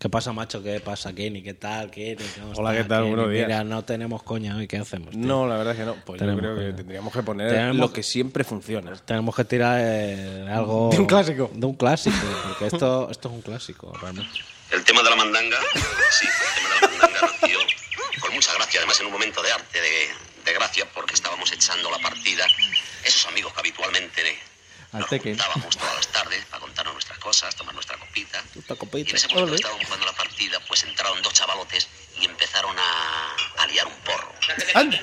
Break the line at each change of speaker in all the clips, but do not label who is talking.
¿Qué pasa, macho? ¿Qué pasa, Kenny? ¿Qué tal, Kenny? ¿Cómo
Hola,
estás,
¿qué tal?
Kenny?
Buenos días.
Mira, no tenemos coña hoy, ¿qué hacemos? tío?
No, la verdad es que no. Pues yo
Tenemos
creo que
coña.
tendríamos que poner
Tenemos-
lo que siempre funciona.
Tenemos que tirar eh, algo...
De un clásico.
De un clásico, porque esto, esto es un clásico, realmente.
El tema de la mandanga, sí, el tema de la mandanga nació con mucha gracia, además en un momento de arte, de, de gracia, porque estábamos echando la partida. Esos amigos que habitualmente
Al
nos
Tekken.
juntábamos todas las tardes para contarnos nuestras cosas, tomar nuestra copita.
Esta
Y
copita.
en ese momento que estábamos jugando la partida, pues entraron dos chavalotes y empezaron a, a liar un porro.
¡Anda!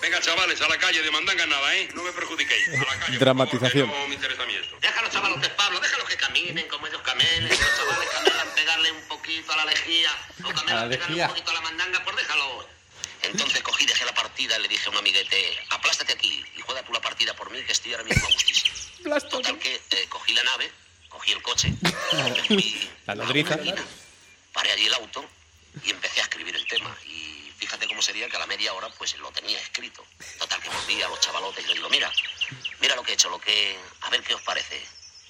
Venga, chavales, a la calle, de mandanga nada, ¿eh? No me perjudiquéis. A la calle,
Dramatización.
por favor, que no me interesa a mí esto.
Deja a los chavalotes, Pablo, déjalos que caminen como ellos camelen. Los chavales camelan pegarle un poquito a la lejía. O
A la
camelan pegarle
lejía.
un poquito a la mandanga, pues déjalo. Entonces cogí, dejé la partida y le dije a un amiguete, aplástate aquí y juega tú la partida por mí que estoy ahora mismo a gustísimo. Total que eh, cogí la nave, cogí el coche, me fui
La
a una
nodriza.
esquina, paré allí el auto y empecé a escribir el tema. Y fíjate cómo sería que a la media hora pues lo tenía escrito. Total que volví a los chavalotes y les digo, mira, mira lo que he hecho, lo que. a ver qué os parece.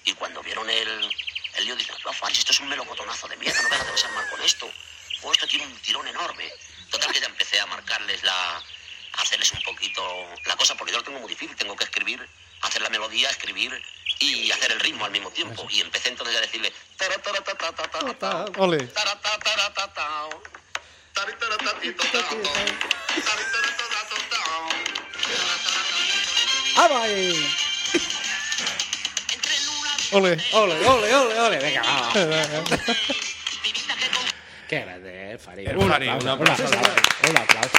Y cuando vieron el, el lío, dicen, "Tú, Fari, esto es un melocotonazo de mierda, no me hagas armar con esto. O esto tiene un tirón enorme. Total que ya empecé a marcarles la. a hacerles un poquito la cosa, porque yo lo tengo muy difícil, tengo que escribir, hacer la melodía, escribir y hacer el ritmo al mismo tiempo. Y empecé entonces a decirle. "Tara, tara, ta, ta, ta, ta, ta, ta".
Ole.
Taratataratao. Taritaratatitotao. Taritaratatotao.
¡Ah,
Entré en una
Ole.
Ole, ole, ole, ole. Venga, vamos.
pibita que con-
Qué grande, eh, Farid.
El
Un
Farid,
aplauso,
un aplauso.
un aplauso, un aplauso.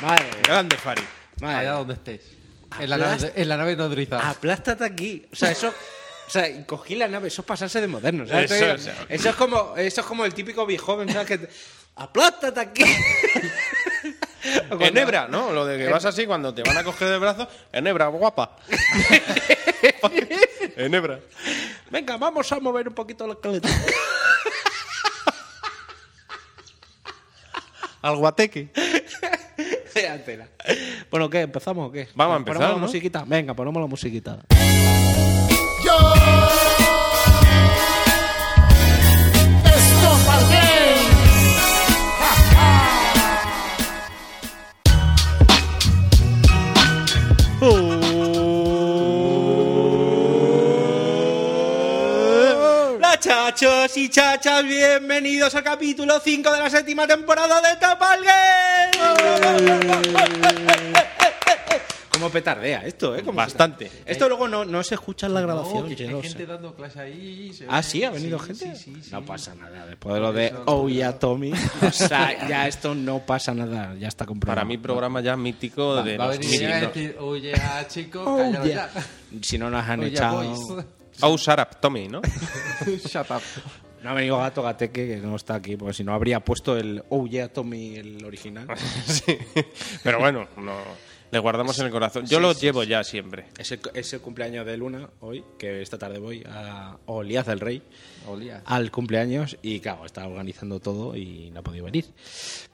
Madre mía,
Grande Fari.
madre
Allá
mía.
donde estés. En la, nave, en la nave nodriza.
Aplástate aquí. O sea, eso. O sea, y cogí la nave, eso es pasarse de moderno. ¿sabes?
Eso,
Eso,
eso.
es como, eso es como el típico viejoven, ¿sabes? Que te- Aplástate aquí. O cuando-
Enebra, ¿no? Lo de que vas así cuando te van a coger del brazo. Enebra, guapa. Enebra.
Venga, vamos a mover un poquito la caleta.
Al guateque.
Fíjatela. bueno, ¿qué? ¿Empezamos o qué?
Vamos a
Ponemos
empezar,
la
¿no?
musiquita. Venga, ponemos la musiquita.
Yo Estopa Games.
Hola, chachos y chachas, bienvenidos al capítulo 5 de la séptima temporada de Tapalgue. ¿Cómo petardea esto, eh? Cómo se-
Bastante.
Esto luego no, no se escucha en la grabación.
No, que
yo
hay
no
gente
sé.
dando clase ahí. se
Ah,
ve.
sí, ha venido gente.
Sí, sí, sí.
No pues, pasa nada. Después de lo de Ouya Tommy, o sea, ya esto no pasa nada. Ya está comprobado.
Para mí, programa ya mítico de
Va a
los
venir y va a
míticos.
decir, oye, ah, chicos,
Oh,
cállalo
yeah. Si no nos han
Oye,
echado.
boys.
Oh, Sarap, Tommy, ¿no?
ya. Shut up.
No ha venido Gato Gateque, que no está aquí, porque si no habría puesto el Oh yeah, Tommy, el original.
sí. Pero bueno, no, le guardamos en el corazón. Yo
Sí,
lo
sí,
llevo ya siempre.
Es el, es el cumpleaños de Luna hoy, que esta tarde voy a Olías del Rey,
Olía.
al cumpleaños, y claro, está organizando todo y no ha podido venir.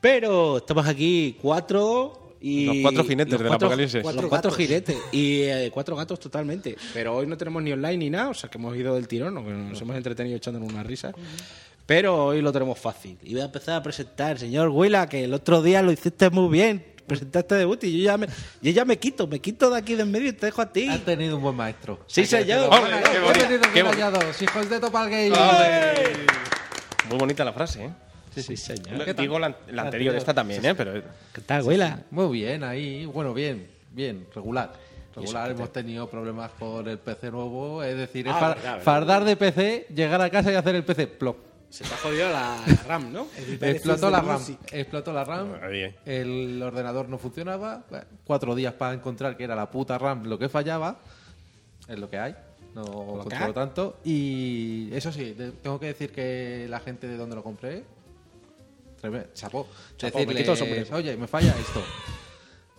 Pero estamos aquí cuatro y...
Los cuatro jinetes
los
del
cuatro-
apocalipsis.
cuatro- cuatro
Cuatro gatos.
jinetes y eh, cuatro gatos totalmente. Pero hoy no tenemos ni online ni nada, o sea que hemos ido del tirón, o que nos hemos entretenido echándonos una risa. Pero hoy lo tenemos fácil. Y voy a empezar a presentar, señor Huila, que el otro día lo hiciste muy bien. Presentaste debut y yo ya me, yo ya me quito, me quito de aquí de en medio y Ah, te dejo a ti.
Has tenido un buen maestro.
Sí,
Hay que
señor.
decirlo.
Hombre,
Bueno,
qué
he
bonito,
tenido un
qué
buen
bonito.
hallados, hijos de Topal Gay.
Muy bonita la frase, ¿eh?
Sí, sí, señor.
¿Qué tal? Ah,
Digo la, la anterior, esta también, ¿eh? Pero
¿Qué tal, Huila?
Muy bien, ahí. Bueno, bien, bien, regular. Regular, hemos tenido problemas por el PC nuevo. Es decir, es
Ah,
far-
verdad, verdad.
fardar de PC, llegar a casa y hacer el PC. Plop.
Se te ha jodido la, RAM, ¿no?
Explotó la RAM. Explotó la RAM.
Ah, bien.
El ordenador no funcionaba. Bueno, Cuatro días para encontrar que era la puta RAM lo que fallaba. Es lo que hay. No
que hay.
controlo tanto. Y eso sí, de- tengo que decir que la gente de donde lo compré. tremendo, Chapó.
Chapó, me quito el sombrero.
Oye, me falla esto.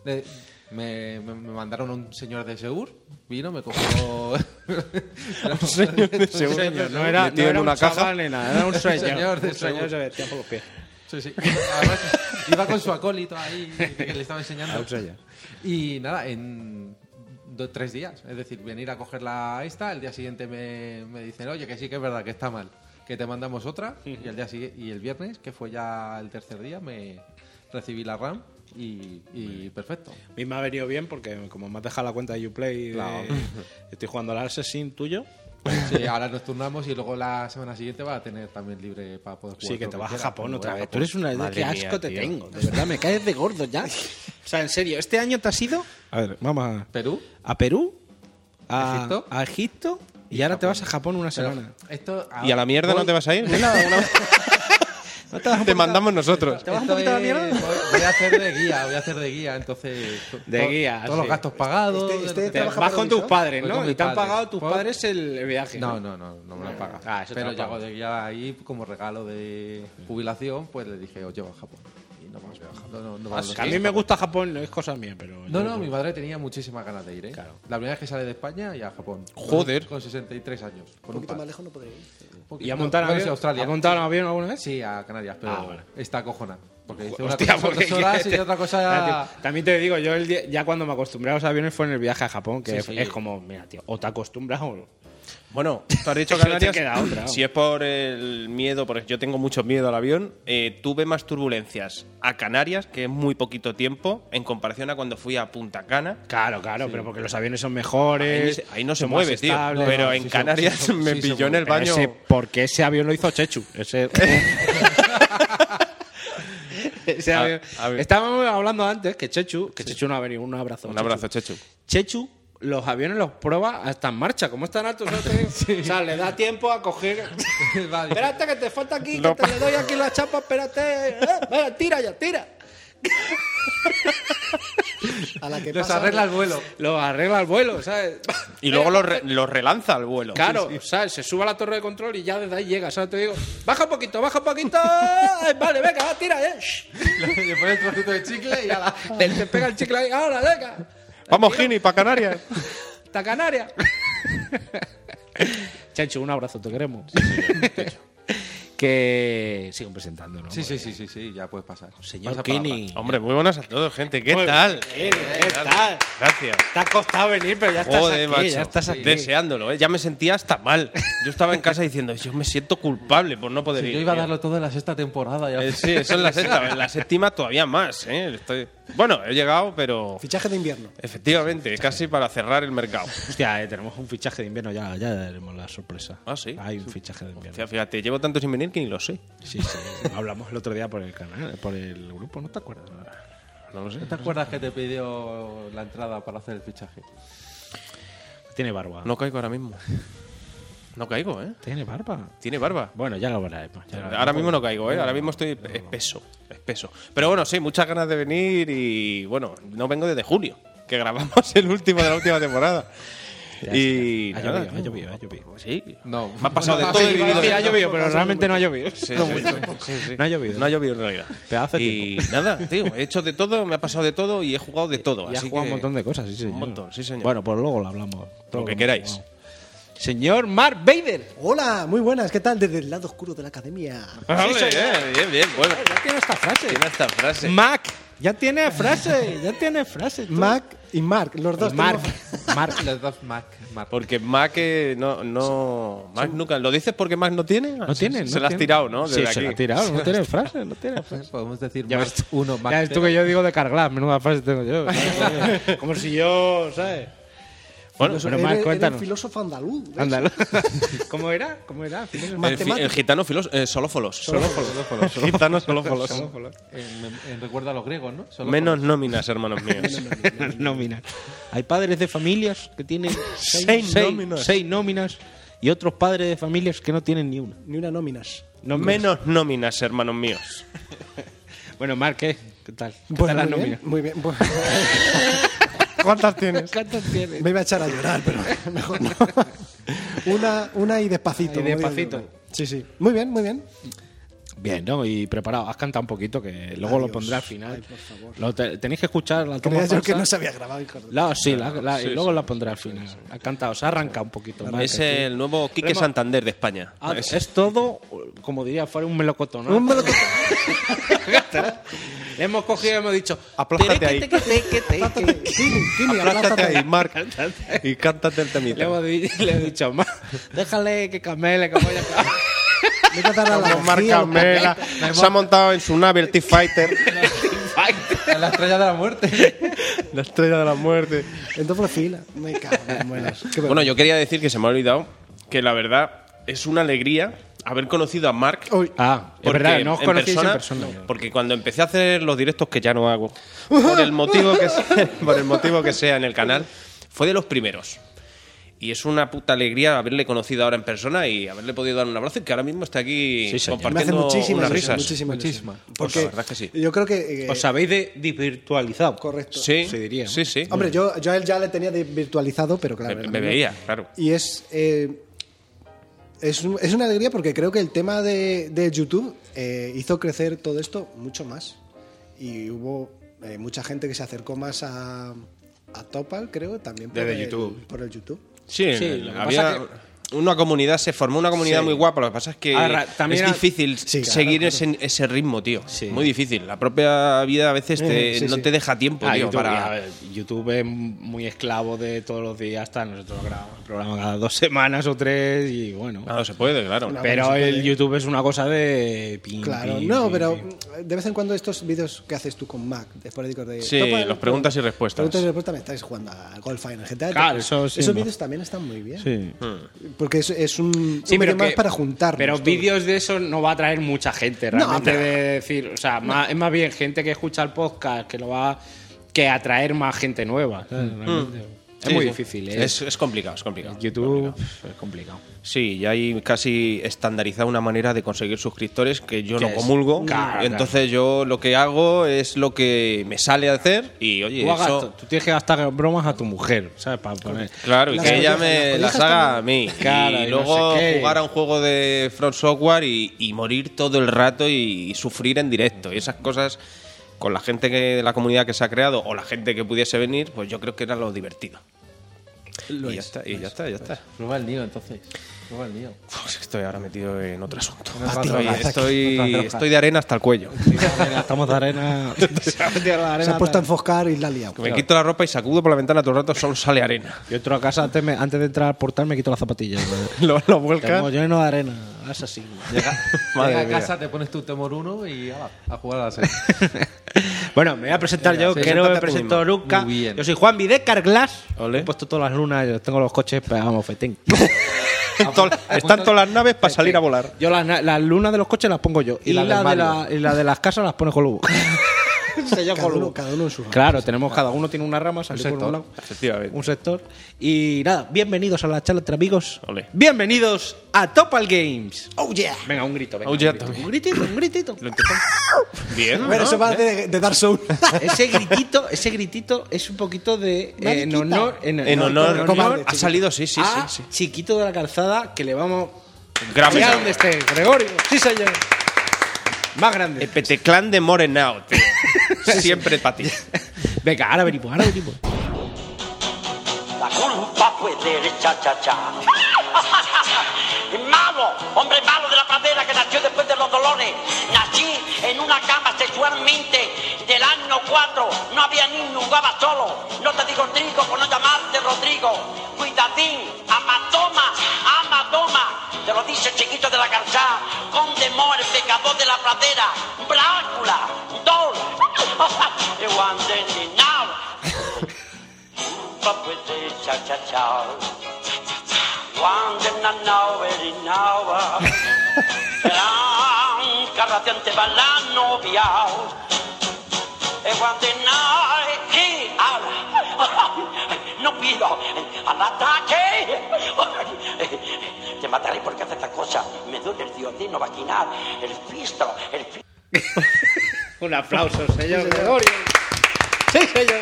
De- me, me- me mandaron a un señor de Segur, vino, me cogió. un señor de
Segur.
No era,
Metido
no
en
era
una
un
caja.
chaval ni nada, era un sueño.
Señor de
un sueño
seguro.
se vestía por los pies.
Sí, sí. Además, iba con su acólito ahí que le estaba
Ah,
enseñando.
un sello.
Y nada, en do- tres días. Es decir, venir a coger la esta, el día siguiente me, me dicen, oye, que sí que es verdad, que está mal. Que que te mandamos otra y el día sigue- y el viernes, que fue ya el tercer día, me recibí la RAM y, y perfecto.
A mí me ha venido bien porque como me has dejado la cuenta de Uplay, de-
Claro.
estoy jugando al Assassin tuyo.
Pues, Sí, ahora nos turnamos y luego la semana siguiente va a tener también libre para poder jugar.
Sí, que
Pues lo
te vas a
quieras,
Japón
pero
otra
voy a
vez. Tú eres una...
Madre
¡Qué asco
mía,
te
tío.
tengo! De verdad, me caes de gordo ya. O sea, en serio, ¿este año te has ido? A ver, vamos a...
Perú.
a Perú, a
Egipto.
Egipto, a Egipto y, ahora te vas a Japón una
Pero
semana.
esto,
¿Y a la mierda no te vas a ir? te mandamos nosotros.
vas un poquito a la mierda?
Voy, voy a hacer de guía, voy a hacer de guía, entonces. to-
De
to-
guía,
Todos los
sí.
gastos pagados.
Este- este
todo-
te vas con tus padres,
Voy
¿no?
Pues con mis
Y te han
padres.
pagado tus
Voy-
padres el el viaje.
No, no, no, no me lo han pagado.
Ah, eso te
Pero
lo han
yo hago
pagado.
de guía ahí como regalo de jubilación, pues le dije, os llevo a Japón. Y no vamos a Japón. No, no, no vamos
Que
a
Ah, a mí me gusta Japón, no es cosa mía, pero. yo-
No, no, mi madre tenía muchísimas ganas de ir, ¿eh?
Claro.
La primera vez que sale de España y a Japón.
Joder.
Con 63 años.
Un
Con un
poquito
par.
más lejos no podría ir.
¿Y ha montado
No,
en
no sé,
avión?
Australia.
¿Ha montado en avión alguna vez?
Sí, a Canarias, pero
Ah, vale.
está cojona. Porque dice una
Hostia,
cosa son
porque-
tres horas y otra cosa...
Ah, tío, También te digo, yo el día- ya cuando me acostumbré a los aviones fue en el viaje a Japón, que
Sí,
es,
sí.
es como, mira, tío, o te acostumbras o.
Bueno, tú has dicho
Es que no te
Canarias.
queda otra, vamos.
si es por el miedo, porque yo tengo mucho miedo al avión, eh, tuve más turbulencias a Canarias, que es muy poquito tiempo, en comparación a cuando fui a Punta Cana.
Claro, claro, pero porque los aviones son
Ahí,
mejores.
se- ahí no se
son más
mueve, tío.
estables.
pero
No,
en
sí, sí,
Canarias
sí, sí,
me
sí,
pilló
sí,
en el
pero
baño.
ese- porque ese avión lo hizo Chechu. Ese. Ese
A-
avión-
a ver.
Estábamos hablando antes que Chechu, que Chechu no ha venido. Un abrazo.
Un abrazo, Chechu.
Chechu, los aviones los prueba hasta en marcha. Como están altos, ¿sabes? Te digo. o sea, le da tiempo a coger.
Va, dice,
espérate, que te falta aquí,
Lo
que te le doy aquí la chapa, espérate. Eh, venga, tira ya, tira.
A la que
Los
pasa,
arregla el vuelo.
Los arregla al vuelo, ¿sabes? Eh,
Y luego los re- los relanza al vuelo.
Claro, ¿sabes? Se sube a la torre de control y ya desde ahí llega, ¿sabes? Te digo, baja un poquito, baja un poquito. Ay, Vale, venga, va, tira, eh. Shh.
Le pone el trocito de chicle y a la...
Te, te pega el chicle ahí, ahora, venga.
Vamos, Gini, para Canarias.
¡Hasta Canarias! Chancho, un abrazo, te queremos. que sigan presentando, ¿no?
Sí, sí, sí, sí, sí, ya puedes pasar.
Señor
Pasa palabra.
Kini.
Hombre, muy buenas a todos, gente. ¿Qué
Muy
tal?
bien, ¿qué tal?
Gracias.
Te ha costado venir, pero ya estás
Joder,
aquí,
macho.
ya estás aquí.
Deseándolo, ¿eh? Ya me sentía hasta mal. Yo estaba en casa diciendo, yo me siento culpable por no poder
Sí,
ir.
yo iba a
tío".
darlo todo en la sexta temporada. Ya.
Eh, sí, eso es la sexta. En la séptima todavía más, ¿eh? Estoy- Bueno, he llegado, pero...
Fichaje de invierno.
Efectivamente, casi para cerrar el mercado.
Hostia, eh, tenemos un fichaje de invierno, ya, ya daremos la sorpresa.
Ah, ¿sí?
Hay un fichaje de invierno.
Fíjate, fíjate, llevo tanto sin venir que ni lo sé.
Sí, sí. Hablamos el otro día por el canal, por el grupo, ¿no te acuerdas?
No lo sé.
¿No te acuerdas que te pidió la entrada para hacer el fichaje?
Tiene barba.
No caigo ahora mismo. No caigo, ¿eh?
Tiene barba.
Tiene barba.
Bueno, ya lo veremos. ya lo veremos.
Ahora mismo no caigo, ¿eh? Ahora mismo estoy espeso, espeso. Pero bueno, sí, muchas ganas de venir y bueno, no vengo desde julio, que grabamos el último de la última temporada.
Ya,
y
sí, ya. Ha
nada,
llovido, ha llovido, ha llovido.
Sí.
No.
Me ha pasado de
Iba a
todo y vivido
decir,
de-
ha llovido, pero realmente no ha llovido.
Sí,
No
sí,
mucho.
sí, sí.
No ha llovido.
No ha llovido en realidad.
Pedazo de
y nada, tío, he hecho de todo, me ha pasado de todo y he jugado de todo.
Y ha
así
jugado un
que-
montón de cosas, sí, señor.
montón, sí, señor.
Bueno, pues luego lo hablamos. Todo
Lo que
hemos
queráis.
jugado. Señor Mark Vader.
Hola, muy buenas, ¿qué tal? Desde el lado oscuro de la academia.
Vale, bien, bien, bien, bueno.
Ya tiene esta frase.
Tiene esta frase.
Mac. Ya tiene frase. Ya tiene frase. tú.
Mac y Mark, los dos.
Mark.
tenemos-
Mark.
Los dos Mac. Mac.
Porque Mac eh, no, no Mac nunca. ¿Lo dices porque Mac no tiene?
No tiene.
Se,
no
se la has
tiene.
tirado, ¿no?
Sí,
Desde
se la ha
aquí.
tirado. No tiene frase. No tiene frase.
Podemos decir
Ya
Mac
ves,
uno, Mac
ya ves tú
cero.
que yo digo de carglass, menuda frase tengo yo. ¿sabes? Como si yo, ¿sabes? Bueno,
Filósofo-
pero
eres-
Marc,
eres
cuéntanos.
filósofo andaluz. ¿ves?
Ándalo. ¿Cómo era? ¿Cómo era?
El, fi- el gitano filos, eh, solófolos. Solófolos. Gitanos solófolos.
En, en recuerdo Eh, a los griegos, ¿no? Solo
Menos nóminas, hermanos míos.
nóminas. Hay padres de familias que tienen seis,
Seis
seis-
nóminas.
seis nóminas y otros padres de familias que no tienen ni una.
Ni una nóminas.
Menos nóminas, hermanos míos.
Bueno, Marc, ¿qué? ¿Qué tal? ¿Qué
Bueno,
tal las
muy bien,
nóminas?
muy bien. bueno,
¿Cuántas tienes?
¿Cuántas tienes?
me iba a echar a llorar, pero mejor no. Una, una y despacito.
Y
como digo
despacito.
yo. Sí, sí. Muy bien, muy bien.
Bien, ¿no? Y preparado. Has cantado un poquito que luego lo
Adiós.
pondré al final.
Ay, por favor.
Lo te- tenéis que escuchar la toma
Creía yo que
falsa.
no se había grabado. hijo de-
La- sí, la- la- y luego la pondré al final. Ha cantado, se ha arrancado un poquito. Marc,
Es
aquí.
el nuevo Quique
Remo-
Santander de España.
Ah,
Es-
es todo, como diría, fuera un melocotón. ¿no?
Un melocotón.
Le hemos cogido y hemos dicho,
Aplástate
"Tere,
ahí".
que te- que te- que te- que te".
Kini, Kini,
Aplástate
aplástate.
ahí, Marc. Y cántate el
Le
temita.
hemos di- le he dicho, "Ma, déjale que camele, que vaya a Vete a dar a la
Como
energía,
marca
lo que-
Mela.
hemos-
Se ha montado en su nave el T-Fighter.
A la estrella de la muerte.
la estrella de la muerte.
En doble fila. Me cago en muelas. Qué
Bueno, yo quería decir que se me ha olvidado que la verdad es una alegría haber conocido a Mark.
Uy.
Ah, es verdad, no os
en
conocéis en
persona-
persona.
Porque cuando empecé a hacer los directos que ya no hago, por el motivo que sea, por el motivo que sea en el canal, fue de los primeros. Y es una puta alegría haberle conocido ahora en persona y haberle podido dar un abrazo y que ahora mismo está aquí
Me
Sí, señor.
hace
compartiendo
muchísimas
unas
risas.
risas.
Muchísimas
Muchísima.
Pues la verdad es que sí.
Yo creo que. eh,
Os habéis de- desvirtualizado.
correcto.
Sí,
Se diría, ¿no?
sí, sí.
Hombre, yo, yo a él ya le tenía de- virtualizado, pero
me,
claro.
me veía, claro.
Y es. eh, es, un- es una alegría porque creo que el tema de, de YouTube eh, hizo crecer todo esto mucho más. Y hubo eh, mucha gente que se acercó más a, a Topal, creo, también por,
Desde
el,
YouTube.
por el YouTube.
Sí,
Sí, lo que
había
pasa
una comunidad, se formó una comunidad
Sí.
muy guapa. Lo que pasa es que
Ahora, también
es
ha-
difícil
Sí, claro,
seguir
claro.
Ese, ese ritmo, tío.
Sí.
Muy difícil. La propia vida a veces te-
Eh, sí,
no
sí.
te deja tiempo,
Ah,
tío,
YouTube,
para-
a ver, YouTube es muy esclavo de todos los días, hasta nosotros grabamos el programa cada dos semanas o tres y bueno.
Ah, no se puede, claro.
Una-
pero
no se
el
puede.
YouTube es una cosa de... pim,
Claro,
pim,
no,
pim,
pero
pim.
mm, de vez en cuando estos vídeos que haces tú con Mac, de esporádicos de.
Sí, los preguntas y respuestas.
Preguntas y respuestas me estáis jugando a Golf en el GTA.
Claro, eso sí,
Esos
no.
vídeos también están muy bien.
Sí.
Porque es, es un, un
Sí,
vídeo
pero
más
que-
para juntar.
Pero vídeos de eso no va a traer mucha gente,
No,
realmente,
no.
de decir. O sea, más- es más bien gente que escucha el podcast, que lo va que atraer más gente nueva. ¿sabes? Realmente. Es
Mm. Sí,
muy
sí.
difícil, ¿eh?
Es, es complicado, es complicado.
YouTube es complicado.
Sí, ya hay casi estandarizada una manera de conseguir suscriptores que yo
Que
no
es-
comulgo.
Claro,
entonces yo lo que hago es lo que me sale a hacer y oye,
Tú, hagas-
eso,
tú tienes que gastar bromas a tu mujer, ¿sabes? Para poner.
Claro, y
Las
que ella
collejas-
me
las
las
collejas
haga a
también.
mí.
Claro,
y
y no
luego
sé qué.
jugar a un juego de Front Software y, y morir todo el rato y, y sufrir en directo. Y esas cosas con la gente que, de la comunidad que se ha creado o la gente que pudiese venir, pues yo creo que era lo divertido. y ya está, y ya está, ya está.
Prueba el lío, entonces. Prueba el lío.
Uf, estoy ahora metido en otro asunto.
Una
Estoy-
roja,
estoy,
aquí, otra roja.
estoy de arena hasta el cuello.
Estamos de arena.
Se ha puesto a enfoscar y la ha liado.
Me quito la ropa y sacudo por la ventana todo el rato, solo sale arena.
Yo entro a casa antes, me- antes de entrar al portal, me quito las zapatillas.
Lo, lo vuelcas.
Tengo lleno de arena. Asesino.
Madre
Llega a
mía.
casa, te pones tu temor uno y ala, a jugar a la serie.
Bueno, me voy a presentar
Venga,
yo,
sí,
que no me
preséntate tú
presento
mismo.
nunca.
Muy bien.
Yo soy Juan Videcar Glass.
Ole.
He puesto todas las lunas, yo tengo los coches pues, pegados a mofetén.
Tol- Están todas las naves para salir a volar.
Yo las, na- las lunas de los coches las pongo yo. Y,
Y
la,
las del
de la-
Mario.
y la de las casas las pone Colubu. Sello
Cada uno,
Colubu.
cada uno en su rama.
Claro, tenemos cada uno tiene una rama, sale por
sector,
un lado.
efectivamente.
Un sector. Y nada, bienvenidos a la charla entre amigos.
Ole.
Bienvenidos a Topal Games.
¡Oh, yeah!
Venga, un grito, venga.
Oh,
un,
yeah,
grito.
también.
un gritito, un gritito.
Lo intentamos. Bien.
Bueno,
¿no?
eso
¿eh?
va de, de Dark Souls.
ese gritito, ese gritito es un poquito de eh, en
Mariquita.
honor
En
no,
honor,
con- con-
ha salido, sí, sí,
a
sí. sí.
chiquito de la calzada que le vamos
Gran mensaje.
allá donde esté Gregorio sí señor más grande
El peteclán de Morenau, tío. Siempre para ti.
venga ahora venimos ahora venimos
La culpa fue de cha-cha-cha. malo, hombre malo de la pradera que nació después de los dolones. Nací en una cama sexualmente del año 4. No había niño, jugaba solo. No te digo trigo por no llamarte Rodrigo. Cuidadín, amatoma, amatoma. Te lo dice el chiquito de la calzada. Conde Mor, el pecador de la pradera. Brácula, Dol. You want it now. But with the cha cha cha. Cuando en la nave de Nava, gran carradiente va la novia. E cuando en la que ala, no pido al ataque. Te mataré porque haces esta cosa. Me duele el diodino vaginal, el fistro, el fistro.
un aplauso señor Gregorio sí señor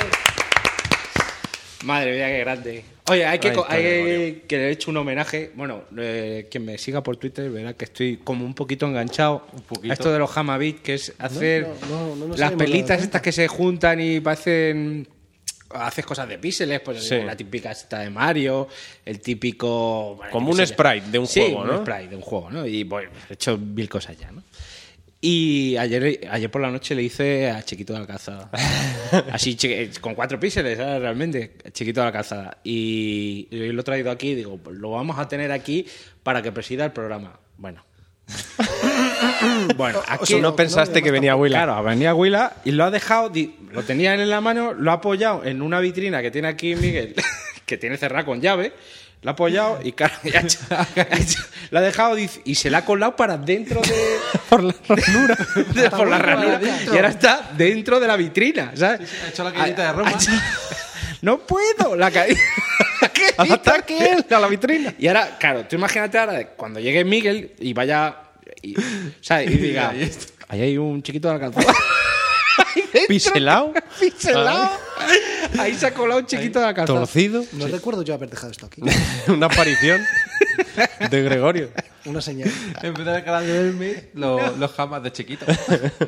madre mía qué grande oye hay que,
Ahí
co-
está
hay
Gregorio.
que le he hecho un homenaje bueno eh, quien me siga por Twitter verá que estoy como un poquito enganchado
poquito.
a esto de los Hamabit que es hacer
No, no, no, no nos
las
habíamos dado
pelitas
cuenta.
estas que se juntan y parecen haces cosas de píxeles, pues
Sí.
la típica esta de Mario, el típico... bueno,
Como
qué
un
sé yo.
sprite de un
Sí,
juego, ¿no?
un sprite de un juego, ¿no? Y bueno, he hecho mil cosas ya, ¿no? Y ayer, ayer por la noche le hice a Chiquito de la Calzada. Así, chi- con cuatro píxeles, ¿sabes? realmente, Chiquito de la Calzada. Y, y hoy lo he traído aquí, digo, pues lo vamos a tener aquí para que presida el programa. Bueno, Bueno,
O- o
aquí
sea,
no
no
pensaste
había
que
más
venía Willa.
Claro, venía Huila y lo ha dejado, di- lo tenía él en la mano, lo ha apoyado en una vitrina que tiene aquí Miguel, que tiene cerrada con llave, lo ha apoyado y claro, y ha hecho- ha hecho- lo ha dejado dic- y se la ha colado para dentro de. por la ranura. por la ranura.
dentro.
Y ahora está dentro de la vitrina, ¿sabes?
ha hecho la caída de Roma.
ha hecho- no puedo, la caída. que él a la vitrina. Y ahora, claro, tú imagínate ahora cuando llegue Miguel y vaya. Y, ¿sabes? y diga,
Y esto.
ahí hay un chiquito de la calzada. Ahí dentro,
Piselao.
Piselao. Ahí se ha colado un chiquito de la calzada.
Torcido.
No recuerdo yo haber dejado esto aquí.
Una aparición de Gregorio.
Una señal.
Empezar a calarme los, los jamas de chiquito.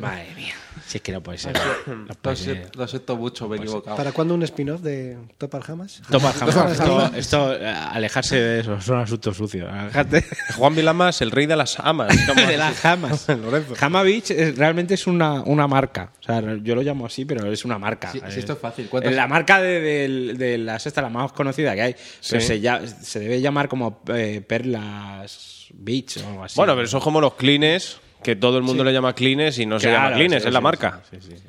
Madre mía. Si es que no puede ser. No
Lo
puede ser.
siento, lo siento mucho,
Pues
me he equivocado.
¿Para cuándo un spin-off de Top Aljamas?
Toma, jamás. Esto, esto, eh, alejarse de eso, son asuntos sucios. Alejate.
Juan Vilamas, el rey de las amas.
de las jamas.
Lorenzo.
Jama Beach es- realmente es una, una marca. O sea, yo lo llamo así, pero es una marca.
Sí, sí,
Eh,
esto es fácil. ¿Cuántas-
La marca de, del- de la sexta, la más conocida que hay. Pero se, ya- se debe llamar como eh, Perlas Beach o algo así.
Bueno, pero son como los clines, que todo el mundo le llama clines y no se
Claro,
llama clines,
sí,
es la
sí,
marca.
sí, sí, sí.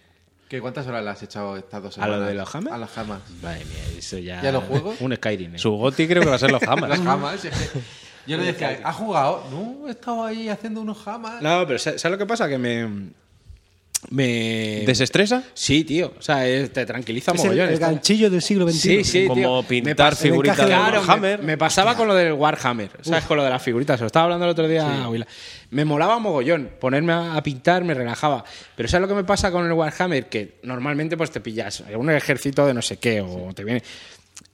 ¿Qué, ¿Cuántas horas le has echado estas dos
¿A
semanas?
lo de los jamas?
A los jamas.
Madre mía, eso ya.
¿Y a los juegos?
Un Skyrim. eh.
Su goti creo que va a ser los
Las
jamas.
jamas. es que yo le decía, ¿has jugado? No, he estado ahí haciendo unos jamas.
No, pero ¿sabes sabes lo que pasa? Que me. Me.
¿Desestresa?
Sí, tío. O sea, es- te tranquiliza
Es el,
mogollón.
el
Está-
ganchillo del siglo XXI.
Sí, sí,
Como
tío.
pintar
pas-
figuritas
me encaja-
de
claro,
Warhammer.
Me, me pasaba con lo del Warhammer, ¿sabes? Con lo de las figuritas. Se lo estaba hablando el otro día a Willa. Me molaba mogollón. Ponerme a, a pintar me relajaba. Pero ¿sabes lo que me pasa con el Warhammer? Que normalmente pues te pillas un ejército de no sé qué o te viene...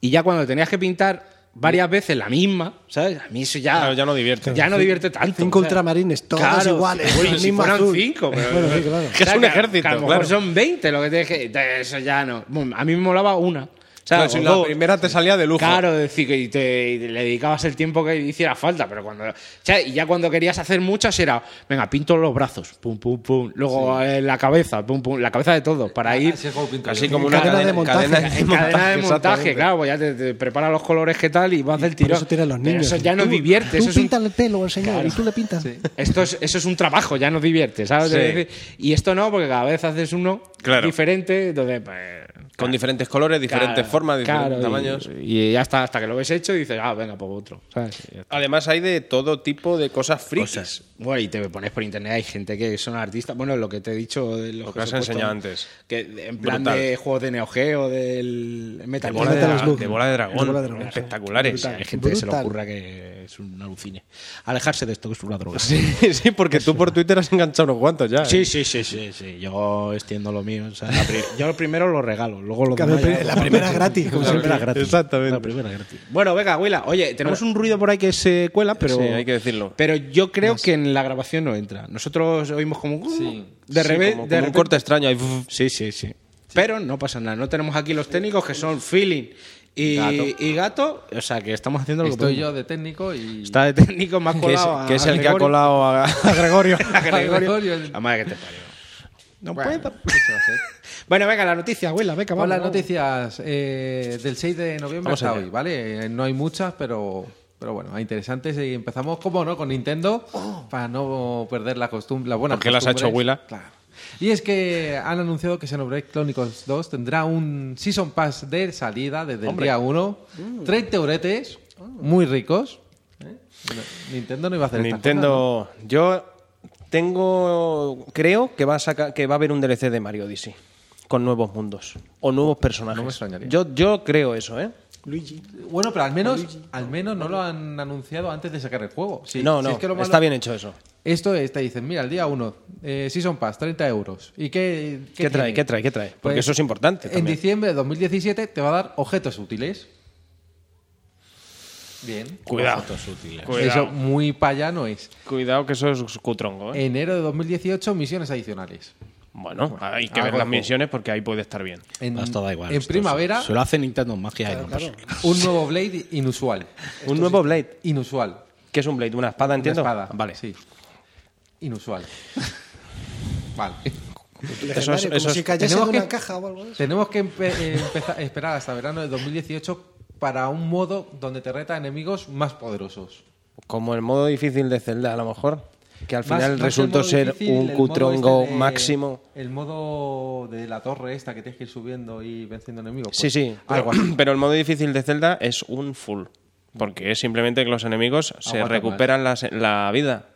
Y ya cuando tenías que pintar varias veces la misma, ¿sabes? A mí eso ya...
Claro, ya no divierte.
Ya no divierte tanto.
Cinco
o sea.
ultramarines, todos
Claro,
iguales.
uy,
con el
si
mismo
fueran
azul.
cinco, pero-
Bueno, sí, claro.
Que es
O sea,
un ejército,
a lo mejor
claro.
son 20 lo que tienes que... de Eso ya no. Bueno, A mí me molaba una. O sea,
Claro, si
o
la
dos.
primera te salía de lujo.
Claro, decir que te, y te- le dedicabas el tiempo que hiciera falta, pero cuando o sea, y ya cuando querías hacer muchas era, venga, pinto los brazos, pum pum pum, luego eh, la cabeza, pum pum, la cabeza de todo,
Ah,
para ir
Así es como pinto
Así
yo.
como una
cadena
cadena,
de montaje.
cadena de
en cadena de
montaje,
montaje,
exactamente.
claro, pues ya te, te prepara los colores que tal y vas del tirón.
Por eso tienen los
Pero
niños.
Eso ya no
Tú-
divierte,
Tú
eso es un-
pintas el pelo al señor
Claro.
y tú le pintas.
esto es, eso es un trabajo, ya no divierte, ¿sabes?
Sí.
Es decir, Y esto no, porque cada vez haces uno
Claro.
diferente, entonces pues,
Con diferentes colores, diferentes
claro,
formas, diferentes
claro, y-
tamaños.
Y, ya está, hasta que lo ves hecho y dices, ah, venga, pues otro. ¿sabes? Y ya está.
Además hay de todo tipo de cosas frikis.
Cosas. Bueno, y te pones por internet, hay gente que son artistas. Bueno, lo que te he dicho de los
Lo que
os
has
he puesto,
enseñado antes.
Que de- en plan
Brutal.
de juegos de Neo Geo, del Metal
De bola de,
Gear.
Metal
dra-
Slug.
de bola de
De
dragón.
bola de dragón.
Espectaculares.
Hay gente que se le
Brutal.
ocurra que es un alucine. Alejarse de esto que es una droga.
Sí, sí, porque tú por Twitter has enganchado unos cuantos ya. ¿eh?
Sí, sí, sí, sí, sí. Yo extiendo lo mío. o sea, la pri- yo primero lo regalo, luego lo
Claro,
demás ya-
la primera gratis, como
La
siempre.
primera gratis.
Exactamente.
La primera gratis. Bueno, venga, Huila. Oye, tenemos un ruido por ahí que se cuela, pero.
Sí, hay que decirlo.
Pero yo creo que en la grabación no entra. Nosotros oímos como. un-
Sí.
De
Sí,
revés.
como- como un
de repente-
corte extraño. ahí,
Sí, sí, sí. Pero no pasa nada. No tenemos aquí los técnicos que son Feeling y Gato. Y gato o sea, que estamos haciendo lo que
Estoy yo
podemos.
de técnico y.
Está de técnico más
que es,
colado. a-
que es
a
el que ha
Gregorio.
colado a, a Gregorio.
A Gregorio.
Gregorio.
La madre que te parió. No
Bueno,
puedo.
¿qué se va a hacer?
Bueno, venga, la noticia, Huila. Venga, vamos.
Hola,
vamos.
noticias eh, del 6 de noviembre
Vamos
hasta
allá.
hoy, ¿vale? Eh, No hay muchas, pero, pero bueno, hay interesantes. Y empezamos, como no, con Nintendo,
Oh.
para no perder la costumbre, la buena
¿Por qué las ha hecho Willa?
Claro. Y es que han anunciado que Xenoblade Chronicles 2 tendrá un Season Pass de salida desde el día 1.
Mm.
Tres teuretes
Oh.
muy ricos. ¿eh? No, Nintendo no iba a hacer estas cosas,
Nintendo. Yo tengo. Creo que va a sacar, que va a haber un DLC de Mario Odyssey. Con nuevos mundos. O nuevos personajes.
No me extrañaría.
Yo, yo creo eso, ¿eh?
Luigi.
¿no? Bueno, pero al menos, al menos no lo han anunciado antes de sacar el juego. Si-
no,
si
no.
es que lo malo-
Está bien hecho eso.
Esto es, te dicen, mira, el día 1, eh, Season Pass, 30 euros. ¿Y qué,
¿Qué, trae?
tiene?
¿Qué trae? ¿Qué trae? Porque
Pues,
eso es importante.
En
también.
diciembre de 2017 te va a dar objetos útiles. Bien.
Cuidado.
Eso
Cuidado.
muy para allá no es.
Cuidado que eso es cutrongo, ¿eh?
Enero de 2018, misiones adicionales.
Bueno, hay que
ah,
ver
ojo.
las misiones porque ahí puede estar bien.
En,
Esto da igual.
en
esto
primavera,
Se, se lo hace Nintendo en magia y no pasa nada.
un nuevo Blade inusual.
un nuevo Blade.
Inusual.
¿Qué es un Blade? ¿Una espada, entiendo? Ah,
Una espada.
Vale.
Sí. Inusual. vale.
Legendario,
es-
como
eso es-
si cayese de
Tenemos
una
que-
caja o algo de eso.
Tenemos que empe- eh, empezar, esperar hasta verano de 2018 para un modo donde te reta enemigos más poderosos.
Como el modo difícil de Zelda, a lo mejor. Que al
Más-
final
más el
resultó
modo
ser
difícil,
un
el modo
cutrongo
este de-
máximo.
El modo de la torre esta que tienes que ir subiendo y venciendo enemigos.
Sí,
pues,
sí.
Algo
pero,
así.
pero el modo difícil de Zelda es un full. Porque es simplemente que los enemigos se
Aguantan
recuperan las- la vida.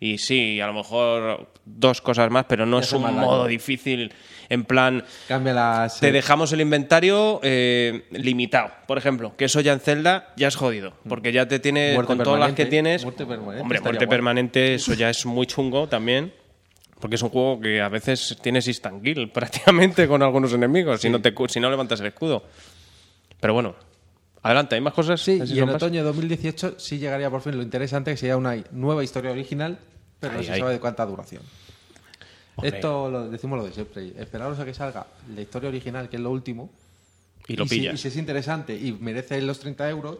Y sí, a lo mejor dos cosas más, pero no es
hace
un
más daño.
modo difícil. En plan,
Cambia las...
te dejamos el inventario eh, limitado, por ejemplo. Que eso ya en Zelda ya es jodido. Porque ya te tiene
Muerte
con todas las
permanente,
que tienes.
muerte permanente
Hombre,
estaría
muerte
guay.
permanente, eso ya es muy chungo también. Porque es un juego que a veces tienes instant kill prácticamente con algunos enemigos si, no te, cu- si no levantas el escudo. Pero bueno, adelante, ¿hay más cosas?
Sí,
¿Así
y en
son más?
otoño de 2018 sí llegaría por fin lo interesante que sería una nueva historia original, pero no
Ay,
se
ay.
sabe de cuánta duración.
Hombre.
Esto lo decimos lo de siempre. Esperaros a que salga la historia original, que es lo último.
Y lo
si-
pillas.
y si es interesante y merece los 30 euros,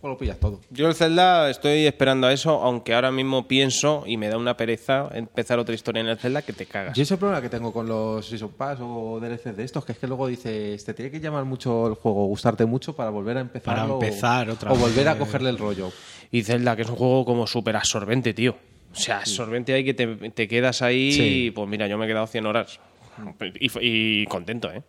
pues lo pillas todo.
Yo el Zelda estoy esperando a eso, aunque ahora mismo pienso y me da una pereza empezar otra historia en el Zelda que te cagas.
Yo ese es el problema que tengo con los Season Pass o DLCs de estos, que es que luego dices, te tiene que llamar mucho el juego, gustarte mucho para volver a empezar.
Para empezar otra
O
vez.
volver a cogerle el rollo.
Y Zelda, que es un juego como súper absorbente, tío. O sea, absorbente ahí que te, te quedas ahí
Sí.
y pues mira, yo me he quedado 100 horas. Y, y contento, ¿eh?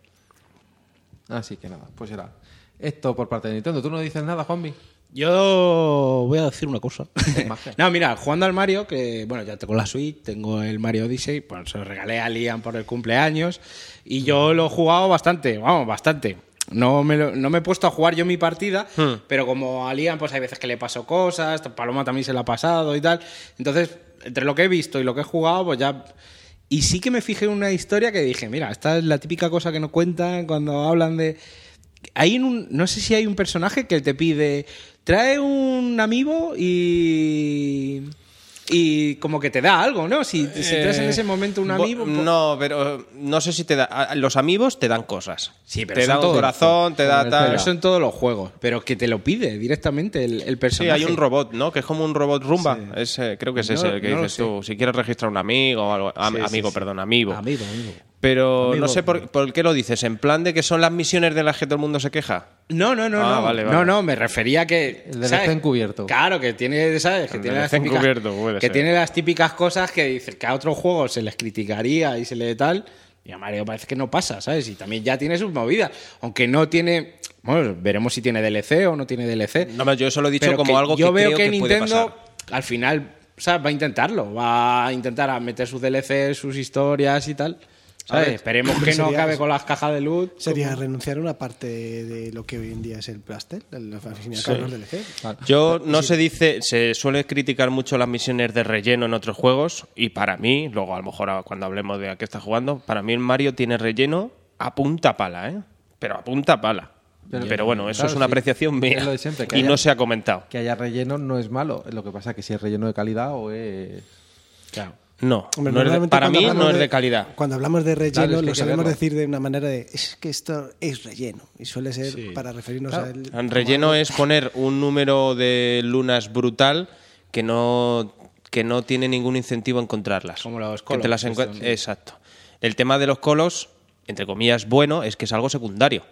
Así que nada, pues será. Esto por parte de Nintendo. ¿Tú no dices nada, Juanmi?
Yo voy a decir una cosa.
magia.
no, mira, jugando al Mario, que bueno, ya tengo la Switch, tengo el Mario Odyssey, pues se lo regalé a Liam por el cumpleaños y yo lo he jugado bastante, vamos, bastante. No me, lo- no me he puesto a jugar yo mi partida, pero como a Liam, pues hay veces que le paso cosas, Paloma también se la ha pasado y tal. Entonces, entre lo que he visto y lo que he jugado, pues ya y sí que me fijé en una historia que dije, mira, esta es la típica cosa que no cuentan cuando hablan de... Hay en un, no sé si hay un personaje que te pide, trae un amigo y... Y como que te da algo, ¿no? Si, si traes en
Eh,
ese momento un
bo-
amigo... pues po-
No, pero eh, no sé si te da. a- Los amigos te dan cosas.
Sí, pero
te
eso
da
en
un
todo el
corazón, te da
el
tal.
Pero eso en todos los juegos, pero que te lo pide directamente el, el
Sí, hay
personaje.
un robot, ¿no? Que es como un robot rumba. Ese, creo que es
No-
ese el que
no lo
dices
sé.
tú. Si quieres registrar un amigo o algo. am-
Sí, sí,
amigo,
sí.
perdón, amigo.
Amigo, amigo.
Pero
Amigo.
no sé por, por qué lo dices. ¿En plan de que son las misiones de las que todo el mundo se queja?
No, no, no,
Ah,
no.
vale,
No,
vale.
no, me refería que.
El del
¿sabes?
está encubierto.
Claro, que tiene, ¿sabes? Que
El
tiene
del
las
está
típicas,
encubierto, puede
que
ser.
tiene las típicas cosas que dices que a otro juego se les criticaría y se le tal. Y a Mario parece que no pasa, ¿sabes? Y también ya tiene sus movidas. Aunque no tiene. Bueno, veremos si tiene DLC o no tiene DLC.
No, yo eso lo he dicho
Pero
como algo que
yo veo
creo
que,
que puede
Nintendo
pasar.
al final ¿sabes? va a intentarlo, va a intentar a meter sus DLC, sus historias y tal. ¿sabes?
A ver,
Esperemos que no
sería-
acabe con las cajas de luz.
Sería renunciar a una parte de lo que hoy en día es el plaster, el, al fin y al cabo, los DLC.
Yo no se dice, se suele criticar mucho las misiones de relleno en otros juegos y para mí, luego a lo mejor a- cuando hablemos de a qué está jugando, para mí el Mario tiene relleno a punta pala, ¿eh? Pero a punta pala. Pero,
Pero-
bueno, eso
claro,
es una
sí.
apreciación mía
Es lo de siempre, que
y
haya-
no se ha comentado.
Que haya relleno no es malo. Lo que pasa es que si es relleno de calidad o es.
No,
Hombre,
no es de-
normalmente
para
cuando
mí
hablamos
no es de calidad.
Cuando hablamos de relleno,
Claro, es que hay
lo
que
solemos
verlo.
decir de una manera de es que esto es relleno. Y suele ser para referirnos al.
El relleno es poner un número de lunas brutal que no, que no tiene ningún incentivo a encontrarlas.
Como los
Que te
colos,
las
que
encuen-
son-
Exacto. El tema de los colos, entre comillas, bueno, es que es algo secundario.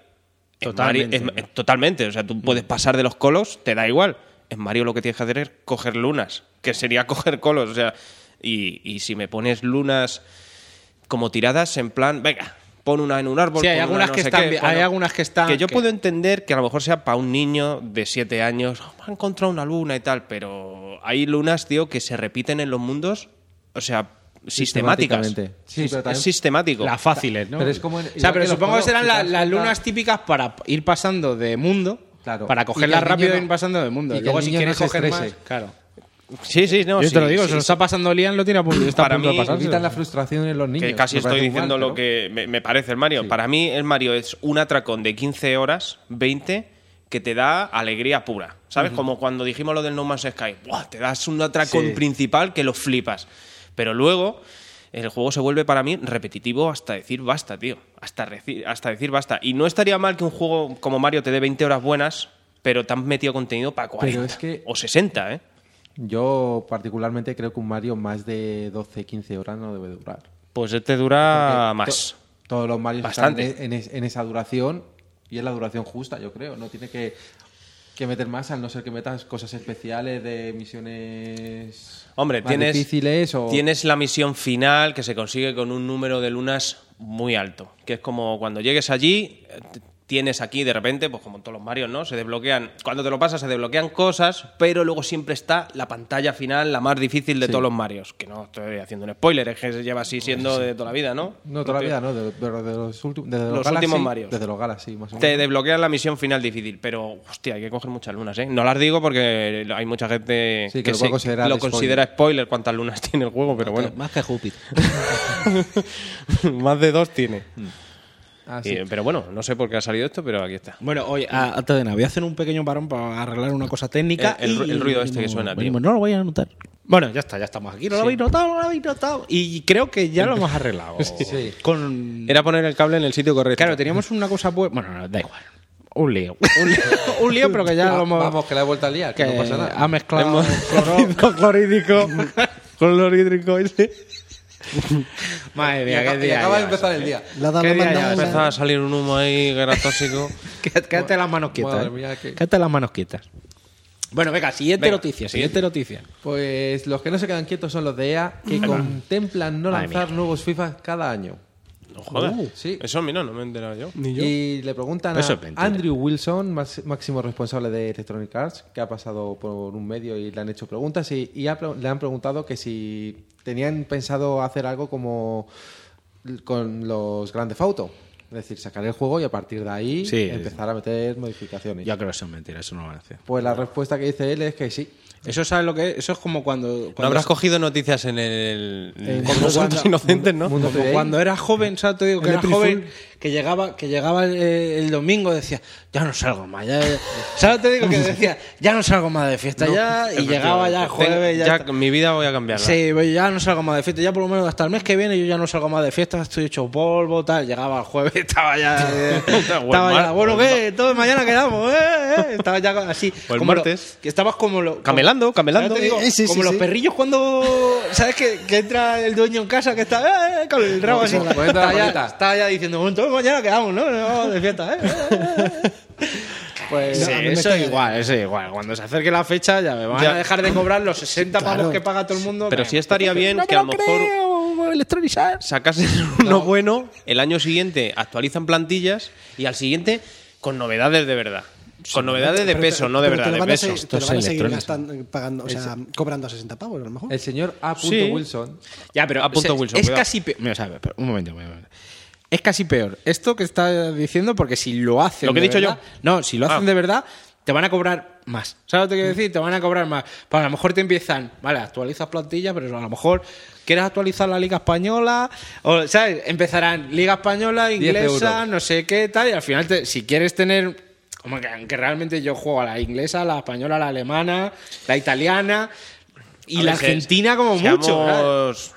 En Mario-
Totalmente,
en-
¿no? Mm.
eh, totalmente. O sea, tú puedes pasar de los colos, te da igual. En Mario lo que tienes que hacer es coger lunas, que sería coger colos. O sea, y, y si me pones lunas como tiradas, en plan, venga, pon una en un árbol.
Sí, hay
pon una
algunas
no
que
sé
están
qué,
bien-
pon-
hay algunas que están-
Que yo
que-
puedo entender que a lo mejor sea para un niño de 7 años, "Oh, ha encontrado una luna y tal, pero hay lunas, tío, que se repiten en los mundos, o sea, sistemáticas.
Sistemáticamente. Sí,
Es-
pero también-
es sistemático.
Las fáciles, ¿no?
Pero es como en-
o sea,
igual
pero
que los
supongo que
juegos,
serán
si
la-
te das
las
cuenta-
lunas típicas para ir pasando de mundo.
Claro.
Para
Y que
cogerlas
el niño
rápido
no-
e ir pasando de mundo.
y que
Luego,
el
si
niño
quieres
no se
coger más.
estrese.
Claro.
Sí, sí, no.
Yo
sí,
te lo digo,
sí,
se lo
sí.
está pasando Lian, lo tiene a punto. Está
Para
a punto de
mí-
pasárselo.
Evitan la frustración en los niños.
Que casi
Me
estoy
parece un
diciendo
mal,
lo
¿no?
que me, me parece el Mario. Para mí, el Mario es un atracón de 15 horas, 20, que te da alegría pura. ¿Sabes? Como cuando dijimos lo del No Man's Sky. ¡Buah! Te das un atracón principal que lo flipas. Pero luego. El juego se vuelve para mí repetitivo hasta decir basta, tío. Hasta, reci- hasta decir basta. Y no estaría mal que un juego como Mario te dé 20 horas buenas, pero te han metido contenido para 40
es que-
o 60, ¿eh?
Yo, particularmente, creo que un Mario más de 12, 15 horas no debe durar.
Pues este dura
Porque
más.
to- todos los Marios
Bastante.
están en, en es- en esa duración y es la duración justa, yo creo. No tiene que. que meter más, al no ser que metas cosas especiales de misiones
Hombre,
más
tienes,
difíciles o
tienes la misión final que se consigue con un número de lunas muy alto. Que es como cuando llegues allí, eh, t- tienes aquí de repente, pues como en todos los Marios, ¿no? Se desbloquean, cuando te lo pasas, se desbloquean cosas, pero luego siempre está la pantalla final, la más difícil de todos los Marios. Que no estoy haciendo un spoiler, es que se lleva así siendo de toda la vida, ¿no?
No, todavía no, de, de- de los, últimos desde los,
Los
Galaxy,
últimos Marios.
Desde los Galaxy, más o menos.
Te desbloquean la misión final difícil, pero hostia, hay que coger muchas lunas, ¿eh? No las digo porque hay mucha gente
Sí, que lo puede considerar
lo
spoiler.
considera spoiler cuántas lunas tiene el juego, pero bueno,
Más que Júpiter.
más de dos tiene.
Ah, sí.
Y, pero bueno, no sé por qué ha salido esto, pero aquí está.
Bueno, oye, a- antes de nada, voy a hacer un pequeño parón para arreglar una cosa técnica.
El- el
y
ru- el ruido este que suena,
venimos.
tío.
No lo voy a notar. Bueno, ya está, ya estamos aquí. No lo habéis notado, no lo habéis notado. Y creo que ya lo hemos arreglado.
Sí.
Con...
Era poner el cable en el sitio correcto.
Claro, teníamos una cosa... pu- Bueno, no, da igual. Un lío. Un lío, un lío, pero que ya
Va-
lo hemos...
Vamos, que la he vuelto a liar, que
que
no pasa nada.
ha mezclado
Hemos-
cloró- clorhídrico clorhídrico ese. Madre mía,
este. Y
qué
ac- y
día.
acaba de
llevas,
empezar
eh.
el día.
Le ha dado
¿Qué
la
día
mandanga.
llevas?
Empezaba a salir un humo ahí que era tóxico.
Quédate quédate las manos quietas.
madre
eh.
mía, que-
Quédate las manos quietas. Bueno, venga, siguiente
Venga,
noticia, siguiente noticia.
Pues los que no se quedan quietos son los de EA, que contemplan no
Madre mía.
lanzar nuevos FIFA cada año.
No jodas.
Uh, sí.
Eso mira, no me he enterado yo.
Y le preguntan
Eso
a
es mentira.
Andrew Wilson, mas- máximo responsable de Electronic Arts, que ha pasado por un medio y le han hecho preguntas y, y ha pre- le han preguntado que si tenían pensado hacer algo como l- con los grandes Auto. Es decir, sacar el juego y a partir de ahí
Sí, sí,
empezar a meter modificaciones.
Yo creo que eso es mentira, eso no lo van a hacer.
Pues la respuesta que dice él es que sí.
Eso sabes lo que es? eso es como cuando,
No
cuando
habrás cogido noticias en el.
En-
con nosotros
Cuando-
inocentes, ¿no?
Mundo
como
Today.
cuando era joven, ¿sabes? Te digo que
El
era
April
joven, que llegaba, que llegaba el, el domingo decía, ya no salgo más, ya, eh". ¿sabes? Te digo que decía, ya no salgo más de fiesta, ya, y llegaba ya el jueves, ya,
Tengo- ya mi vida voy a cambiarla.
Sí, pues ya no salgo más de fiesta. Ya por lo menos hasta el mes que viene yo ya no salgo más de fiesta. Estoy hecho polvo, tal. Llegaba el jueves, estaba ya. eh, estaba ya.
Walmart,
Bueno,
Walmart.
¿qué? Entonces mañana quedamos, ¿eh? eh". Estaba ya así.
O el
como lo-
martes.
que estabas como. Lo, como-
Camelando, camelando.
¿sabes? Te digo,
Eh, sí, sí,
como los
sí.
perrillos cuando. ¿Sabes que, que entra el dueño en casa que está. eh, eh, con el rabo así.
Como poniendo la
Estaba ya,
manita.
estaba ya diciendo, bueno, entonces mañana quedamos, ¿no? No, vamos de fiesta, ¿eh? eh, eh, eh".
Pues
Sí,
a mí me
eso
está-
es igual, eso es igual. Cuando se acerque la fecha ya me van
Ya.
a dejar de cobrar los 60 pavos
Claro.
que paga todo el mundo.
Pero
que-
sí estaría bien que a lo mejor sacasen uno bueno, el año siguiente actualizan plantillas y al siguiente con novedades de verdad. Con novedades de
Pero te-
peso, no de
pero te
verdad,
lo
de
van a
peso.
se- Te lo van a seguir gastando- pagando, o sea, cobrando a 60 pavos, a lo mejor.
el señor A.
Sí.
Wilson
Ya, pero
A punto
es,
Wilson,
es
cuidado.
casi peor. Mira, o sea, pero un momento, un momento. Es casi peor esto que está diciendo porque si lo hacen.
Lo que he
de
dicho yo.
verdad- No, si lo hacen
Ah.
de verdad, te van a cobrar más. ¿Sabes lo que quiero decir? Te van a cobrar más. Pues a lo mejor te empiezan, vale, actualizas plantillas, pero a lo mejor quieres actualizar la Liga Española. O, ¿Sabes? Empezarán Liga Española,
10
Inglesa,
euros.
no sé qué, tal. Y al final, te- si quieres tener. Como que, aunque realmente yo juego a la inglesa, a la española, a la alemana, la italiana y
A
la
ver, se-
argentina, como
seamos-
mucho. ¿sabes?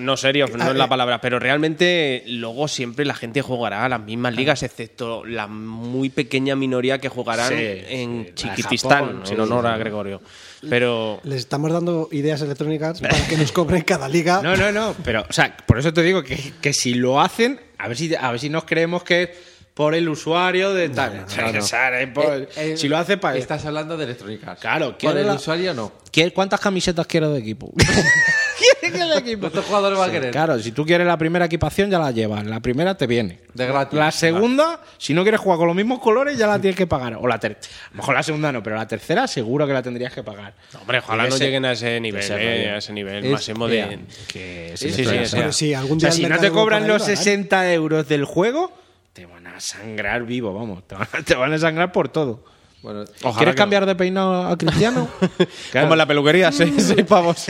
No, serio, no es la palabra, pero realmente luego siempre la gente jugará a las mismas ligas, excepto la muy pequeña minoría que jugarán
Sí,
en
sí, la de
Chiquitistán,
Japón,
en
sí,
honor
sí,
a
sí.
Gregorio. Pero
Les estamos dando ideas electrónicas para que nos cobren cada liga.
No, no, no, pero, o sea, por eso te digo que, que si lo hacen, a ver si, a ver si nos creemos que es por el usuario de tal. ¿Sabes? Por-
Eh, eh,
si lo hace para.
Estás hablando de Electronic Arts.
Claro,
Por
quiero
el
la-
usuario no.
¿Qué- ¿Cuántas camisetas quiero de equipo? ¿Quieres que de equipo?
¿Cuántos jugadores va a
Sí,
querer?
Claro, si tú quieres la primera equipación, ya la llevas. La primera te viene.
De gratis.
La segunda, si no quieres jugar con los mismos colores, ya la tienes que pagar. O la tercera. A lo mejor la segunda no, pero la tercera seguro que la tendrías que pagar.
Hombre, ojalá
Y
no
ese-
lleguen a ese nivel,
ese
eh,
rollo.
a ese nivel
Es-
máximo de...
Que
Sí,
sí,
sí,
sí,
sí,
o sea,
pero
si algún
o sea,
día el
si no te
mercado
cobran
para
los
ahí va, ¿eh?
60 euros del juego, te van a sangrar vivo, vamos. Te van a, te van a sangrar por todo.
Bueno,
Ojalá
¿Quieres
que
cambiar de peinado a Cristiano? Claro.
Como en la peluquería, seis, seis pavos.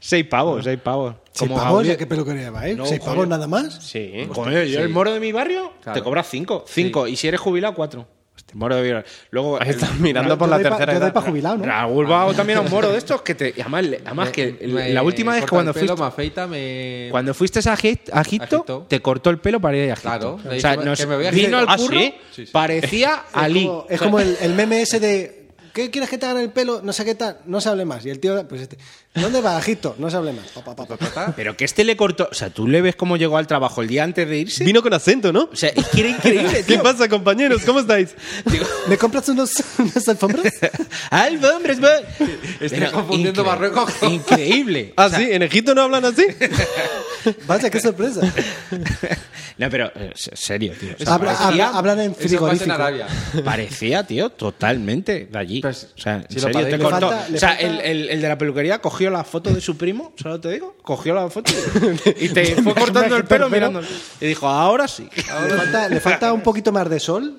Seis pavos, seis pavos.
¿Seis
Como
pavos?
Gabriel-
¿Ya qué peluquería va, eh?
No,
¿Seis
joder.
pavos nada más?
Sí.
Joder, yo el moro de mi barrio te
Claro.
cobra cinco. Cinco. Y si eres jubilado, cuatro. Este moro de mi barrio. Luego.
Ahí
el-
estás mirando por
Yo
la
doy pa-
tercera
yo doy
edad.
pa' jubilado, ¿no?
Raúl Bao también a un moro de estos que te. y Además, le- además
me-
que el-
me
la última vez que
eh, corta
cuando
el pelo,
fuiste.
me afeita, me-
Cuando fuiste a Egip- a Egipto,
Egipto.
te cortó el pelo para ir a Egipto.
Claro, le
o sea,
dije
nos
que me voy a Egipto.
vino al
Ah,
curro,
¿sí?
Sí, sí.
parecía
Es
Ali.
como, es como el, el meme ese de ¿Qué quieres que te hagan el pelo? No sé qué tal. No se hable más. Y el tío, pues este, ¿dónde va Egipto? No se hable más. Pa, pa, pa, pa, pa,
"Ah".
pa.
Pero que este le cortó. O sea, tú le ves cómo llegó al trabajo el día antes de irse.
Vino con acento, ¿no?
O sea, es que era increíble,
¿Qué
tío.
pasa, compañeros? ¿Cómo estáis?
¿Me compras unos, unas alfombras?
Alba, hombres, va. Pero
confundiendo
incre-
Marruecos con-
Increíble.
Ah, sí, en Egipto no hablan así.
Vaya, qué sorpresa.
No, pero, eh, se- serio, tío. O sea,
Habla-
parecía-
habla- hablan en
Eso pasa en
frigorífico.
Arabia.
Parecía, tío, totalmente de allí.
Pues,
o sea, en
si lo
serio,
padece-
te
le
cortó.
falta- le
o sea,
falta-
el, el- el de la peluquería cogió la foto de su primo, solo te digo, cogió la foto y te fue cortando el pelo mirando. Y dijo, ahora sí.
le, falta, le falta un poquito más de sol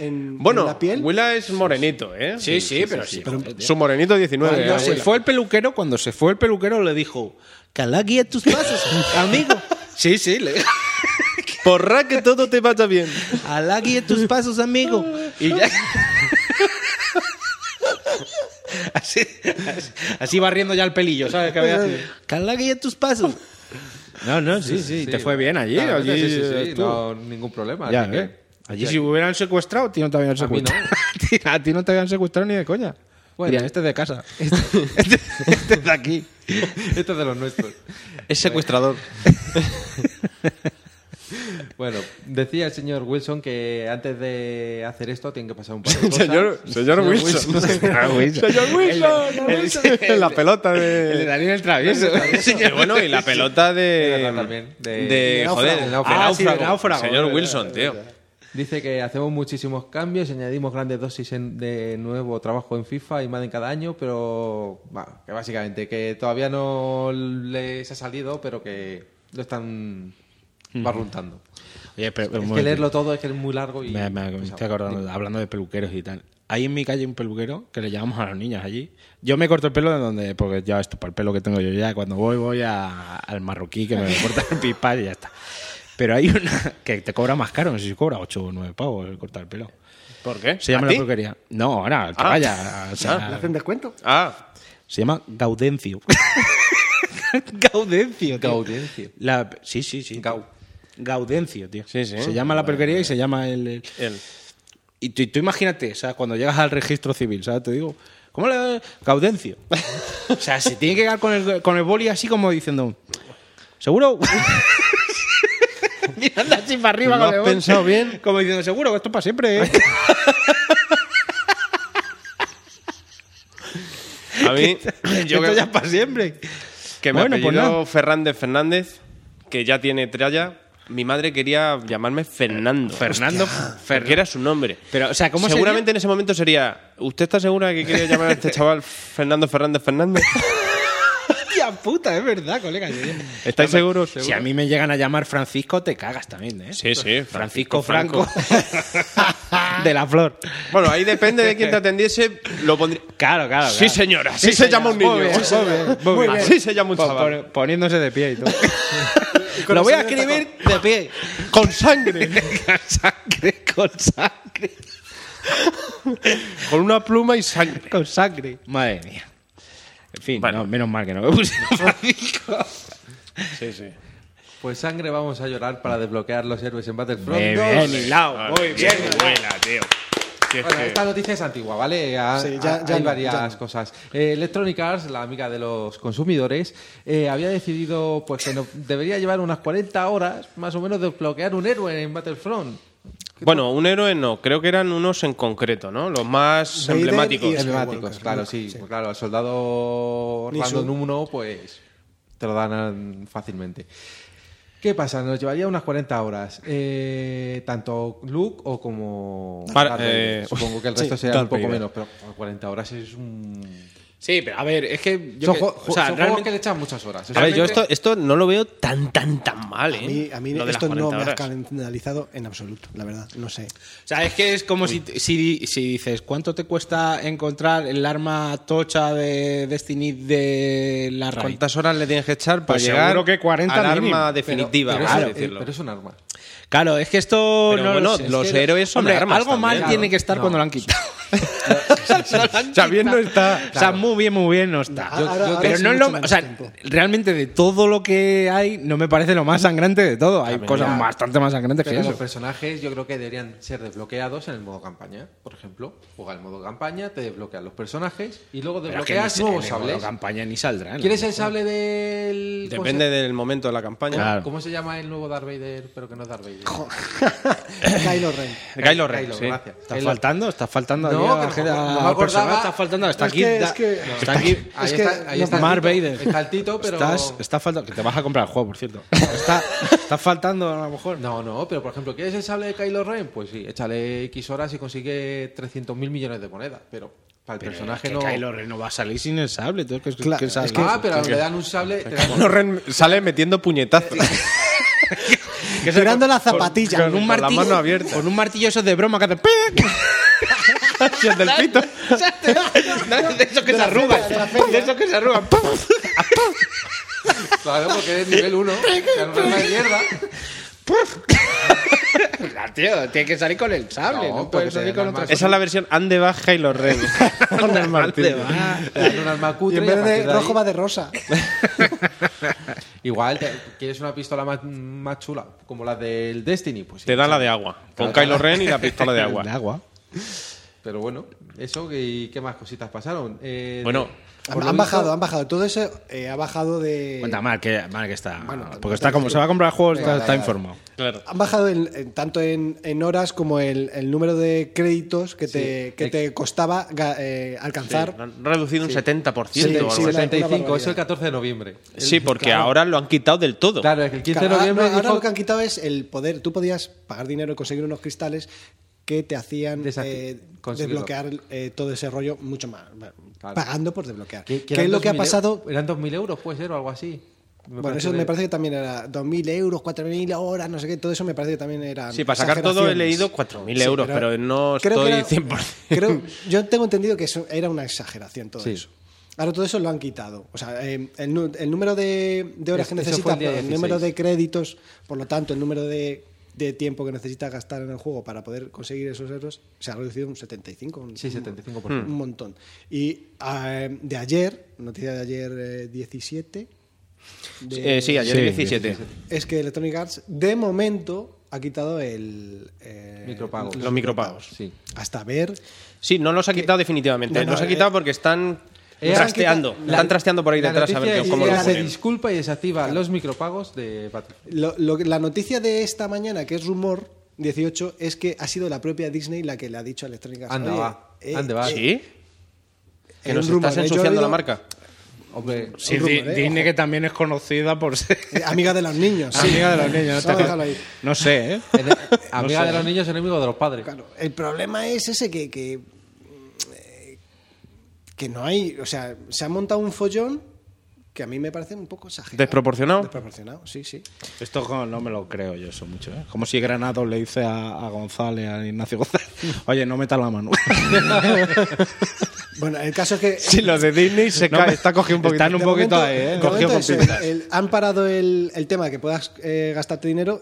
en, en
Bueno,
la piel.
Huela es morenito, ¿eh?
Sí, sí, pero sí.
Su morenito 19.
Cuando
eh,
se
Huela.
fue el peluquero, cuando se fue el peluquero le dijo, Calá guía tus pasos, amigo. Sí, sí, le
Porra que todo te vaya bien.
Alá guía tus pasos, amigo. Y ya. Así, así, así barriendo ya el pelillo, ¿sabes? Que había- Que Alá guía tus pasos. No, no, sí, sí, te fue bien allí.
Claro,
allí eh,
sí, sí, sí,
tú.
no, ningún problema.
Ya,
así que-
¿eh? Allí si hubieran secuestrado, a ti no te habían
A mí no.
secuestrado. A ti- a ti no te habían secuestrado ni de coña.
Bueno.
Dirían, este es de casa. Este, este es de aquí.
Esto es de los nuestros.
Es secuestrador.
Bueno, decía el señor Wilson que antes de hacer esto tienen que pasar un par de cosas.
Señor, señor Wilson.
Ah,
Señor Wilson. En la pelota
El de
de.
Daniel el travieso.
Y bueno, y la pelota
Era
de.
también,
De,
de-
de- joder,
náufrago.
de
Ah, sí, de
náufrago.
náufrago.
Señor
Verdad,
Wilson, tío.
Dice que hacemos muchísimos cambios, añadimos grandes dosis en- de nuevo trabajo en FIFA y más en cada año, pero bueno, que básicamente que todavía no les ha salido, pero que lo están barruntando.
Oye, pero,
Es que leerlo todo es que es muy largo y
Me, me-
pues
me
pesado.
estoy acordando, hablando de peluqueros y tal. Hay en mi calle un peluquero que le llamamos a los niños allí. Yo me corto el pelo de donde, porque ya esto, para el pelo que tengo yo ya, cuando voy, voy a- al marroquí que me lo corta el pipa y ya está. Pero hay una que te cobra más caro, no sé si cobra 8 o 9 pavos el cortar el pelo.
¿Por qué?
Se llama
¿A
la
ti?
peluquería. No, ahora, al que
Ah.
vaya. o sea,
¿Le hacen descuento?
Ah,
se llama Gaudencio. Gaudencio, tío.
Gaudencio.
La- sí, sí, sí.
Gau.
Gaudencio, tío.
Sí, sí.
Se llama la peluquería y se llama el- el
él.
y tú, tú imagínate, o sea, cuando llegas al registro civil, ¿sabes? Te digo, ¿cómo le Gaudencio? o sea, se tiene que quedar con el, con el boli así como diciendo, ¿seguro? Mirando así para arriba
¿Lo
con el
has
boli.
pensado bien?
Como diciendo, seguro que esto es para siempre, ¿eh?
A mí. yo
esto
que-
ya es para siempre.
Que me
Bueno, pues
apellidó
nada.
Fernández Fernández, que ya tiene tralla. Mi madre quería llamarme Fernando.
Fernando
Fer que era su nombre.
Pero, o sea, ¿cómo sería?
Seguramente en ese momento sería. ¿Usted está segura que quiere llamar a este chaval Fernando Fernández Fernández?
Hostia puta, es verdad, colega.
¿Estáis seguros?
Si a mí me llegan a llamar Francisco, te cagas también, ¿eh?
Sí, sí,
Francisco, Franco. de la flor.
Bueno, ahí depende de quién te atendiese, lo pondría.
Claro, claro. claro.
Sí, señora, sí, se llama un niño.
Muy bien, muy bien, muy bien.
Así se llama un
Pon-
chaval.
pon- Poniéndose de pie y todo. Lo voy a escribir de pie.
Con sangre.
con sangre, con sangre,
Con una pluma y sangre.
con sangre. Madre mía. En fin,
Bueno.
no, menos mal que no me pusieron Francisco.
Sí, sí.
Pues sangre vamos a llorar para desbloquear los héroes en Battlefront
Muy
2.
bien, hilado. Muy bien.
Buena, tío. Que es
Bueno,
que-
esta noticia es antigua, ¿vale? Ha-
Sí, ya-
ha-
ya
hay
no,
varias
ya no.
cosas. Eh, Electronic Arts, la amiga de los consumidores, eh, había decidido pues que no- debería llevar unas 40 horas más o menos de desbloquear un héroe en Battlefront.
Bueno, un héroe no, creo que eran unos en concreto, ¿no? Los más
Vader
emblemáticos.
y el-
Emblemáticos,
Skywalker,
claro,
¿no?
sí.
Sí.
pues Claro, al soldado
Ni su-
random 1, pues te lo dan eh, fácilmente. ¿Qué pasa? Nos llevaría unas 40 horas. Eh, tanto Luke o como.
Para-
Darth Vader.
eh,
Supongo que el resto sea un poco menos, pero 40 horas es un.
Sí, pero a ver, es que yo.
son
que-
ju-
o
son
sea,
juegos
realmente-
que le echan muchas horas.
A ver, yo
Realmente-
esto, esto no lo veo tan, tan, tan mal, ¿eh?
A mí, a mí
Lo de las
esto no
40
me ha
horas.
escandalizado en absoluto, la verdad. No sé.
O sea, es que es como si, si, si dices, ¿cuánto te cuesta encontrar el arma tocha de Destiny de la raid?
¿Cuántas horas le tienes que echar para
Pues
llegar
seguro que 40
al
mínimo.
arma
pero-
definitiva,
pero
por así
es, eh,
decirlo?
pero es un arma.
Claro, es que esto
Pero
no lo
bueno,
sé. Es
los
que-
héroes son
Hombre,
armas
Algo mal
también,
tiene
¿no?
que estar
No.
cuando lo han quitado.
O sea, bien no está. O sea, muy bien, muy bien no está.
Yo- Ahora- yo- ahora
pero
sí,
no es
mucho
lo.
menos
O sea,
tiempo.
realmente de todo lo que hay, no me parece lo más sangrante de todo. Hay cosas
ya.
bastante más sangrantes que
Pero los
eso.
personajes yo creo que deberían ser desbloqueados en el modo campaña. Por ejemplo, juega el modo campaña, te desbloquean los personajes y luego
Pero es que ni
desbloqueas
se-
nuevos
en el modo
sables.
campaña ni saldrán.
¿Quieres el sable del... ¿cómo
Depende
se-
del momento de la campaña.
¿Cómo,
Claro.
cómo se llama el nuevo Darth Vader, pero que no es Darth Vader?
Kylo Ren.
Kylo Ren,
Kylo,
sí.
gracias.
¿Está
Kylo-
faltando? ¿Está faltando
No,
aquí a
que
la
no
gente-
me- no me
al
acordaba.
personaje? ¿Está faltando? Está
Es
aquí.
que-
da-
es que-
Está aquí.
Ahí
Es
está,
que
ahí
no-
está el
Mark
Tito.
Vader.
Está el Tito, pero...
Estás, está faltando. Que te vas a comprar el juego, por cierto. Está, está faltando a lo mejor.
No, no, pero por ejemplo, ¿quieres el sable de Kylo Ren? Pues sí, échale X horas y consigue 300.000 millones de monedas, pero para el
Pero
personaje
es que
no...
Kylo Ren no va a salir sin el sable. Entonces, ¿qué- qué-
Claro,
qué
es
sable?
que-
Ah, pero le dan un sable... te dan un-
Kylo Ren sale metiendo puñetazos.
Que se-
Tirando la
con-
zapatilla.
Con, un
Con la
martillo.
mano abierta.
Con un martillo eso de broma que hace.
Y el del pito.
de esos que se arrugan. De esos que se arrugan.
Claro, porque es nivel 1, que no es una mierda.
Claro, tío, tiene que salir con el sable.
No,
No,
porque
puede
se
salir
den
con
las
otra
manos.
Esa es la versión Ande va Kylo Ren.
cosa. ¿Dónde va?
Te dan un arma
Y
cutre
en
y a
vez
partir
de
de ahí-
rojo va de rosa.
Igual, te- ¿quieres una pistola más, más chula? Como la del Destiny, pues sí.
Te da la de agua. Con Kylo Ren y la pistola de agua.
Pero bueno, eso y qué más cositas pasaron. Eh,
Bueno,
Han,
por lo
han
visto-
bajado, han bajado. Todo eso eh, ha bajado de.
Cuenta mal que, mal que está.
Bueno,
porque está como se va a comprar el juego, está, está informado.
claro.
Han bajado en- en- tanto en, en horas como el, el número de créditos que te,
Sí.
que te costaba ga- eh, alcanzar.
Han reducido un 70%.
Sí,
o algo
sí,
así.
la- una
75,
barbaridad.
eso el 14 de noviembre.
Sí, porque ahora lo han quitado del todo.
Claro, es que el 15 de
Ah, no,
noviembre
ahora
dijo
lo que han quitado es el poder. Tú podías pagar dinero y conseguir unos cristales que te hacían
Desacti-
eh,
conseguirlo.
desbloquear eh, todo ese rollo mucho más. bueno,
Claro.
Pagando por desbloquear.
que-
¿Qué,
que
es
eran
lo que ha
2.000
pasado?
eu- Eran 2.000 euros, puede ser, o algo así.
Bueno, eso me parece que también era 2.000 euros, 4.000 horas, no sé qué. Todo eso me parece que también era.
Sí, para sacar todo he leído 4.000 euros, pero, no estoy 100%.
Creo, yo tengo entendido que eso era una exageración todo
Sí.
eso. Ahora todo eso lo han quitado. O sea, eh, el, nu- el número de, de horas
Es-
que
eso
necesitas,
fue el
el,
día
el número
16.
de créditos, por lo tanto, el número de, de tiempo que necesitas gastar en el juego para poder conseguir esos euros, se ha reducido un 75. Un,
Sí,
un-
75%.
Un montón. Y ah, de ayer, noticia de ayer eh, 17. de-
Eh, sí, ayer
Sí,
17.
es que Electronic Arts de momento ha quitado el eh,
Micropagos.
Los micropagos.
Sí.
hasta ver
Sí, no los ha quitado definitivamente.
No, no,
los ha
eh,
quitado porque están
eh,
trasteando.
han
La-
están trasteando por ahí
la
detrás a
noticia
ver qué-
es
cómo
que
lo
la
se
de-
ponen.
disculpa y desactiva los micropagos de Battlefield.
Lo- lo que- la noticia de esta mañana que es rumor 18 es que ha sido la propia Disney la que le ha dicho a Electronic Arts
Anda,
"Oye,
va.
eh,
Anda, va.
¿Sí? ¿Que
es
nos
un rumor,
estás
¿eh? Yo he
ensuciando la
oído-
marca?
Hombre,
Sí,
Un rumor,
Di-
eh,
Disney
ojo.
que también es conocida por ser
eh, amiga de los niños sí.
amiga de los niños. No, te-
Vamos a dejarlo ahí.
no sé, ¿eh?
en- amiga de los niños, enemigo de los padres.
Claro, el problema es ese que que, eh, que no hay o sea se ha montado un follón que a mí me parece un poco exagerado
¿Desproporcionado?
desproporcionado sí sí
Esto con- no me lo creo yo eso mucho, ¿eh? Como si Granado le dice a, a González, a Ignacio González, oye, no meta la mano.
bueno el caso es que
Sí, los de Disney se
No,
cae-
me-
está cogido un poquito.
están un
De
poquito
momento-
ahí, ¿eh?
de
Cogido
momento
con
es el-
pinzas.
el- han parado el, el tema de que puedas eh, gastarte dinero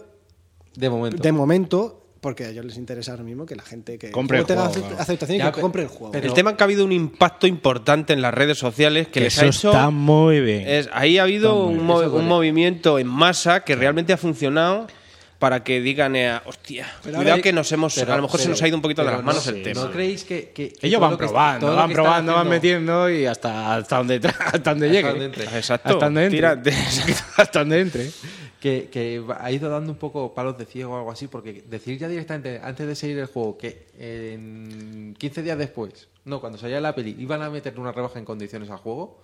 De momento.
de momento, porque a ellos les interesa ahora mismo que la gente que
Compre el
que tenga
juego,
ace-
claro.
aceptación y
Ya,
que
pe-
compre el juego.
pero-
El tema es que ha habido un impacto importante en las redes sociales que,
Que
les ha
eso
hecho.
está muy bien.
es- ahí ha habido
Está muy
un,
bien,
mo-
eso duele.
un movimiento en masa que realmente ha funcionado para que digan, eh, hostia,
Pero
cuidado
ahora-
que nos hemos. a lo mejor se
pero-
nos ha ido un poquito de
pero
las manos
no,
el tema.
¿No creéis que, que- que
Ellos
todo
van
lo que está-
probando,
todo lo
van
que están
probando, van
haciendo-
metiendo y hasta, hasta donde tra- hasta donde
Hasta
llegue.
donde entre.
Exacto.
Hasta donde entre.
Tira-
hasta donde entre.
que, que va- ha ido dando un poco palos de ciego o algo así, porque decir ya directamente, antes de seguir el juego, que en 15 días después, no, cuando saliera la peli, iban a meter una rebaja en condiciones al juego.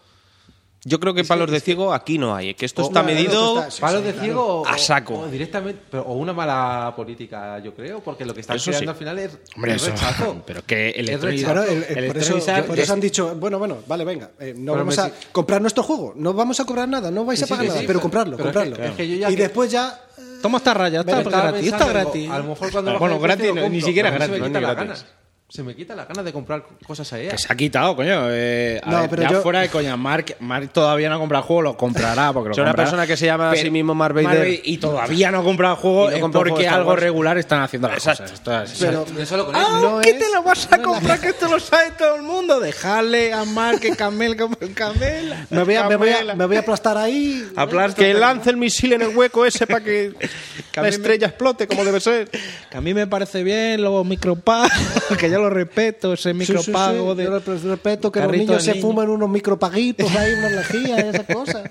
Yo creo que palos de ciego aquí no hay. Que esto está
Claro,
medido.
esto está- sí,
palos
sí,
de
claro.
ciego o-
A saco.
O, directamente, pero- o una mala política, yo creo, porque lo que están
Eso
creando
sí.
al final es,
Hombre,
es
eso.
rechazo.
Pero que el
Es
Electronic-
rechazo.
Claro, el- el- por, eso,
Electronic Arts-
por eso han dicho, bueno, bueno, vale, venga, eh, no
Pero
vamos
me
a
si-
comprar nuestro juego, no vamos a cobrar nada, no vais
Sí,
a
sí,
pagar
sí,
nada,
sí,
pero
pero-
comprarlo,
pero es que-
comprarlo.
es que yo ya
y
que-
después ya eh,
Toma esta raya, está
Pero estaba
gratis, está
pensando,
gratis.
digo, a lo mejor cuando lo
bueno,
juegues,
gratis,
te lo
no, ni
compro,
siquiera
pero a mí se
gratis.
me
no,
quitan
ni
las
gratis.
ganas. se me quita la ganas de comprar cosas a ella.
Que se ha quitado, coño. eh, a
No,
ver,
pero
ya
yo-
fuera de coña. Mark, Mark todavía no ha comprado el juego, lo comprará porque lo
Soy una
comprará.
persona que se llama a sí mismo Mark Vader.
y todavía no ha comprado el juego
Y no
es
compró el juego
porque
de Star
algo
Wars.
regular están haciendo las
Exacto.
cosas. Esto es-
Pero
No solo con
Ah,
él.
no
¿qué
es-
te lo vas a comprar? Que esto lo sabe todo el mundo. Dejarle a Mark que camel como el camel.
Me voy, a, me, voy a, me voy a aplastar ahí.
Aplasta-
Que lance el misil en el hueco ese para que
Que a
la
mí me-
estrella explote como debe ser.
Que a mí me parece bien los micropagos, que yo lo respeto, ese
Sí, sí, sí.
micropago de...
Yo re- respeto que los
carrito
niños
de
se
niño.
fuman unos micropaguitos ahí, unas lejía y esas cosas.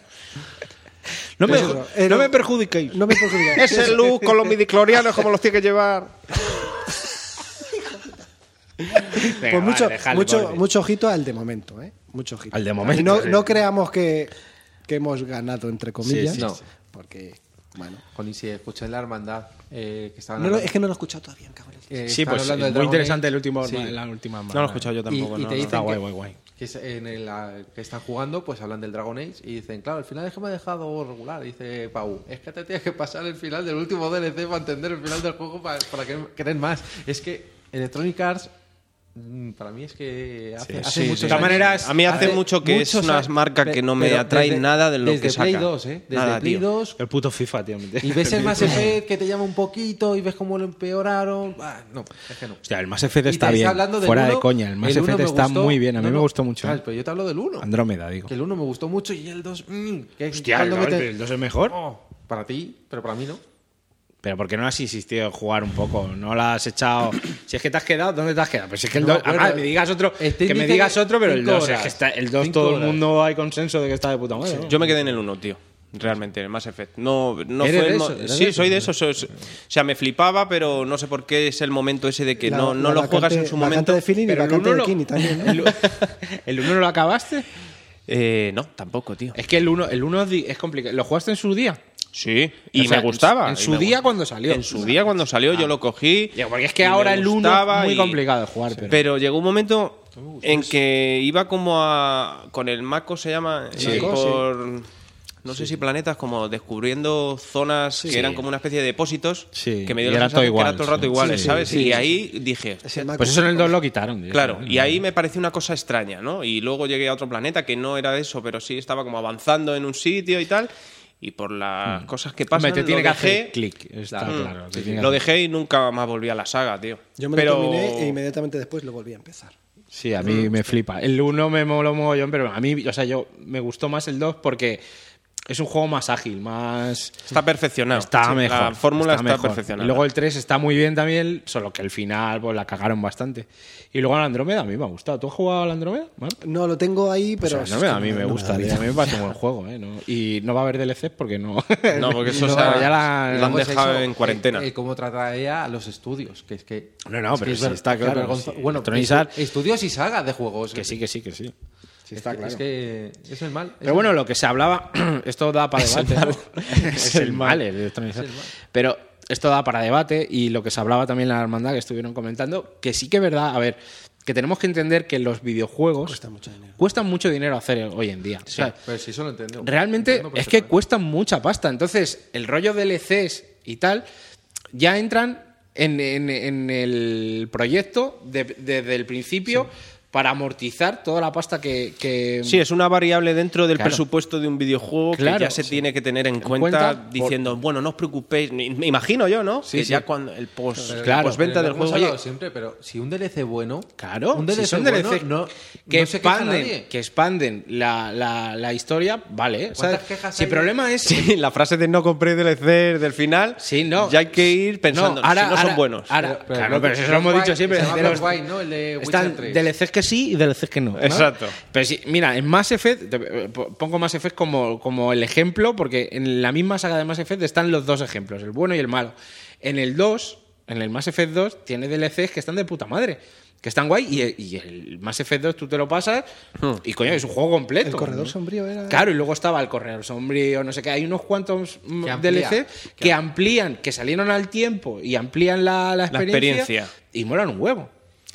No me,
Eso, eh,
no
no.
me perjudiquéis.
No me perjudica.
Ese luz con los midiclorianos como los tiene que llevar.
Pues mucho, mucho, mucho ojito al de momento, ¿eh? Mucho ojito.
Al de momento,
Y No,
sí.
no creamos que, que hemos ganado, entre comillas.
sí,
No.
no. Porque, bueno.
Con si escuché la hermandad eh, que estaban
No lo- es
hablando-
que no lo he escuchado todavía, cabrón.
eh,
Sí,
estaban
pues
hablando
muy
del Dragon Age.
interesante el último,
Sí.
la última
No lo he escuchado yo tampoco.
Y- y
no, no.
te dicen
Está guay,
que-
guay, guay.
que es en el ah, que están jugando, pues hablan del Dragon Age y dicen, claro, el final es que me ha dejado regular, dice Pau. Es que te tienes que pasar el final del último DLC para entender el final del juego para, para querer, querer más. Es que Electronic Arts mm, para mí es que hace,
Sí,
hace
sí,
muchos
sí. De todas
años-
maneras, a mí hace mucho que es
muchos
una
años-
marca que
pe-
no me
pero
atrae
desde-
nada de lo
desde
que
Play
saca.
2, ¿eh? Desde
Nada,
Play
tío.
2
El puto FIFA, tío.
y ves el Mass Effect que te llama un poquito y ves cómo lo empeoraron. Ah, no, es que no.
Hostia, el Mass Effect
Y te
está bien.
hablando del
Fuera de
uno,
coña, el Mass
uno
Effect
me
está
gustó.
muy bien. A mí
No,
me
no,
gustó mucho.
¿sabes? Pero yo te hablo del 1.
Andrómeda, digo.
Que el 1 me gustó mucho y el 2. mm, que
Hostia,
cuando
el
me
dos- el dos es mejor.
Oh, para ti, pero para mí no.
Pero ¿por qué no has insistido en jugar un poco? ¿No la has echado? Si es que te has quedado, ¿dónde te has quedado? Pues si es que el
No,
2...
bueno,
me digas otro...
estoy
Que me
diciendo
digas otro, pero el
cinco
2... Es
horas.
que está, el 2
Cinco
todo el
horas.
mundo hay consenso de que está de puta madre. ¿no?
Yo me quedé en el 1, tío. Realmente, el Mass Effect. No, no
¿Eres
fue el
de
mo-
eso? ¿Eres
Sí,
de eso?
soy de eso. soy- o sea, me flipaba, pero no sé por qué es el momento ese de que
La-
no, no
la
lo juegas
vacante-
en su
vacante
momento.
de feeling y
Pero el
vacante
uno
de
lo-
Kini también, ¿no?
el u- ¿El 1 lo acabaste?
Eh, no, tampoco, tío.
Es que el 1 el uno es di- es complicado. ¿Lo jugaste en su día?
Sí, y
O sea,
me gustaba.
En
y
su
me
día
gustaba.
cuando salió. Ah.
En su día cuando salió yo lo cogí.
Ya, porque es que
y me
ahora el uno
gustaba
es muy
y-
complicado de jugar,
Sí.
pero-
Pero... llegó un momento en que iba como a. Con el Maco se llama. eh,
Maco,
por. No sé si planetas, como descubriendo zonas que eran como una especie de depósitos.
Sí,
Que me dio
y
la
era todo
sensación que
igual,
era todo el rato
sí.
iguales,
Sí,
¿sabes?
sí, sí,
y ahí dije.
Ese Mac-
Pues eso en el 2 lo quitaron.
Claro, y ahí me pareció una cosa extraña, ¿no? Y luego llegué a otro planeta que no era eso, pero sí estaba como avanzando en un sitio y tal. Y por las cosas que pasan,
Hmm. Hombre, te tiene
lo
que
dejé,
hacer clic. Está
Mm.
claro. te tiene que
Lo
hacer-
dejé y nunca más volví a la saga, tío.
Yo me
Pero-
lo terminé e inmediatamente después lo volví a empezar.
Sí, a
Mm.
mí me flipa. El 1 me moló mogollón, pero a mí, o sea, yo me gustó más el 2 porque es un juego más ágil, más.
Está perfeccionado.
Está
Sí,
mejor.
La fórmula está,
mejor.
perfeccionada.
Y luego el 3 está muy bien también, solo que el final pues, la cagaron bastante. Y luego el Andrómeda, a mí me ha gustado. ¿Tú has jugado al Andrómeda? Marc?
No, lo tengo ahí, pero.
O sea, Andrómeda a mí me gusta, tío, a mí me parece un buen juego. ¿eh? No- Y no va a haber DLCs porque no.
No, porque eso
No,
se ha-
ya la-
lo han
hemos
dejado
hecho-
en cuarentena.
Eh, eh, cómo trata ella a los estudios, que es que...
No, no,
es que
pero
es
sí,
ver-
está
es que
claro,
vergonzo-
sí.
Bueno,
Electronic
estu- estudios y sagas de juegos.
Que sí, que sí, que sí. Sí, está
Es
claro.
que es el mal. es
Pero
el
bueno,
mal.
lo que se hablaba, esto da para debate. ¿no? es el mal, el electronizar. Pero esto da para debate y lo que se hablaba también en la hermandad que estuvieron comentando, que sí que es verdad, a ver, que tenemos que entender que los videojuegos cuestan mucho dinero, hacer hoy en día. O sea,
Pero sí, eso lo entiendo.
realmente
Entiendo
es que
perfectamente.
cuestan mucha pasta. Entonces, el rollo de DLCs y tal ya entran en, en- en el proyecto de- desde el principio para amortizar toda la pasta que... que
Sí, es una variable dentro del
Claro.
presupuesto de un videojuego
Claro,
que ya se
sí.
tiene que tener en cuenta,
cuenta
diciendo, bueno, no os preocupéis, ni- me imagino yo, ¿no?
Sí,
que
sí.
ya cuando el post,
Pero
Claro.
el postventa
pero
del
Pues lo hemos
juego,
hablado
oye,
siempre, pero si un DLC bueno.
Claro,
un
si
DLC
son
bueno,
DLC
no,
que,
no se queja
expanden,
nadie.
que expanden la, la- la historia, vale. ¿sabes?
quejas
si el
hay?
problema es.
Sí, la frase de no compré DLC del final,
Sí, no.
ya hay que ir pensando,
No, ahora-
si no son
ahora-
buenos.
ahora- claro, pero eso lo hemos
Black
dicho
White,
siempre.
Se llama
de
Black
los-
White, ¿no? El de
Están
Witcher 3.
DLCs que sí y DLCs que no. ¿no?
Exacto.
Pero sí, mira, en Mass Effect, te- eh, po- pongo Mass Effect como, como el ejemplo, porque en la misma saga de Mass Effect están los dos ejemplos, el bueno y el malo. En el 2, en el Mass Effect 2, tiene DLCs que están de puta madre. Que están guay y, y el Mass Effect 2 tú te lo pasas y coño, es un juego completo.
El corredor sombrío era.
Claro, y luego estaba el Corredor Sombrío, no sé qué. Hay unos cuantos mm,
Que amplía.
DLC que amplían, que salieron al tiempo y amplían la, la experiencia.
experiencia.
Y molan un huevo.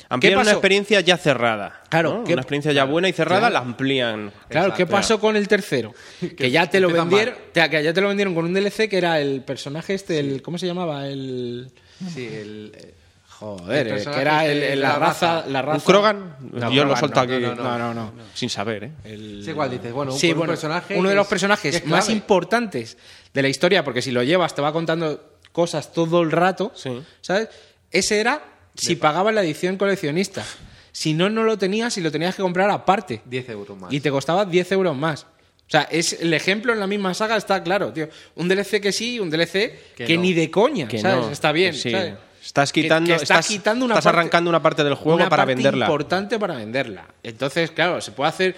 Amplían
¿Qué
una
pasó?
experiencia ya cerrada.
Claro,
¿no?
¿qué-
una experiencia ya buena y cerrada la amplían.
Claro, ¿qué
Exacto.
pasó con el tercero? Que ya te lo
empieza
vendieron, te- que ya te lo vendieron con un DLC que era el personaje este, el ¿cómo se llamaba? El
Sí, el. eh,
Joder,
El
eh,
personaje
que era el-
de
el- la,
la
raza,
raza.
la raza.
¿Un Krogan? Yo lo
Krogan
solto
no,
aquí.
No, no, no. no.
Sin saber, ¿eh?
El-
Sí, igual dices, bueno, un-
Sí,
un
bueno,
personaje
uno de
que
los
es-
personajes
que es
más
clave.
importantes de la historia, porque si lo llevas te va contando cosas todo el rato,
Sí.
¿sabes? Ese era si pagabas la edición coleccionista. Si no, no lo tenías y lo tenías que comprar aparte.
10 euros más.
Y te costaba 10 euros más. O sea, es el ejemplo en la misma saga está claro, tío. Un DLC que sí, un DLC que,
Que no.
ni de coña,
Que
¿sabes?
no,
Está bien,
que sí.
¿sabes?
Estás
Que-
quitando,
que
estás, estás
parte-
arrancando una parte del juego
una
para
parte
venderla.
importante para venderla. Entonces, claro, se puede hacer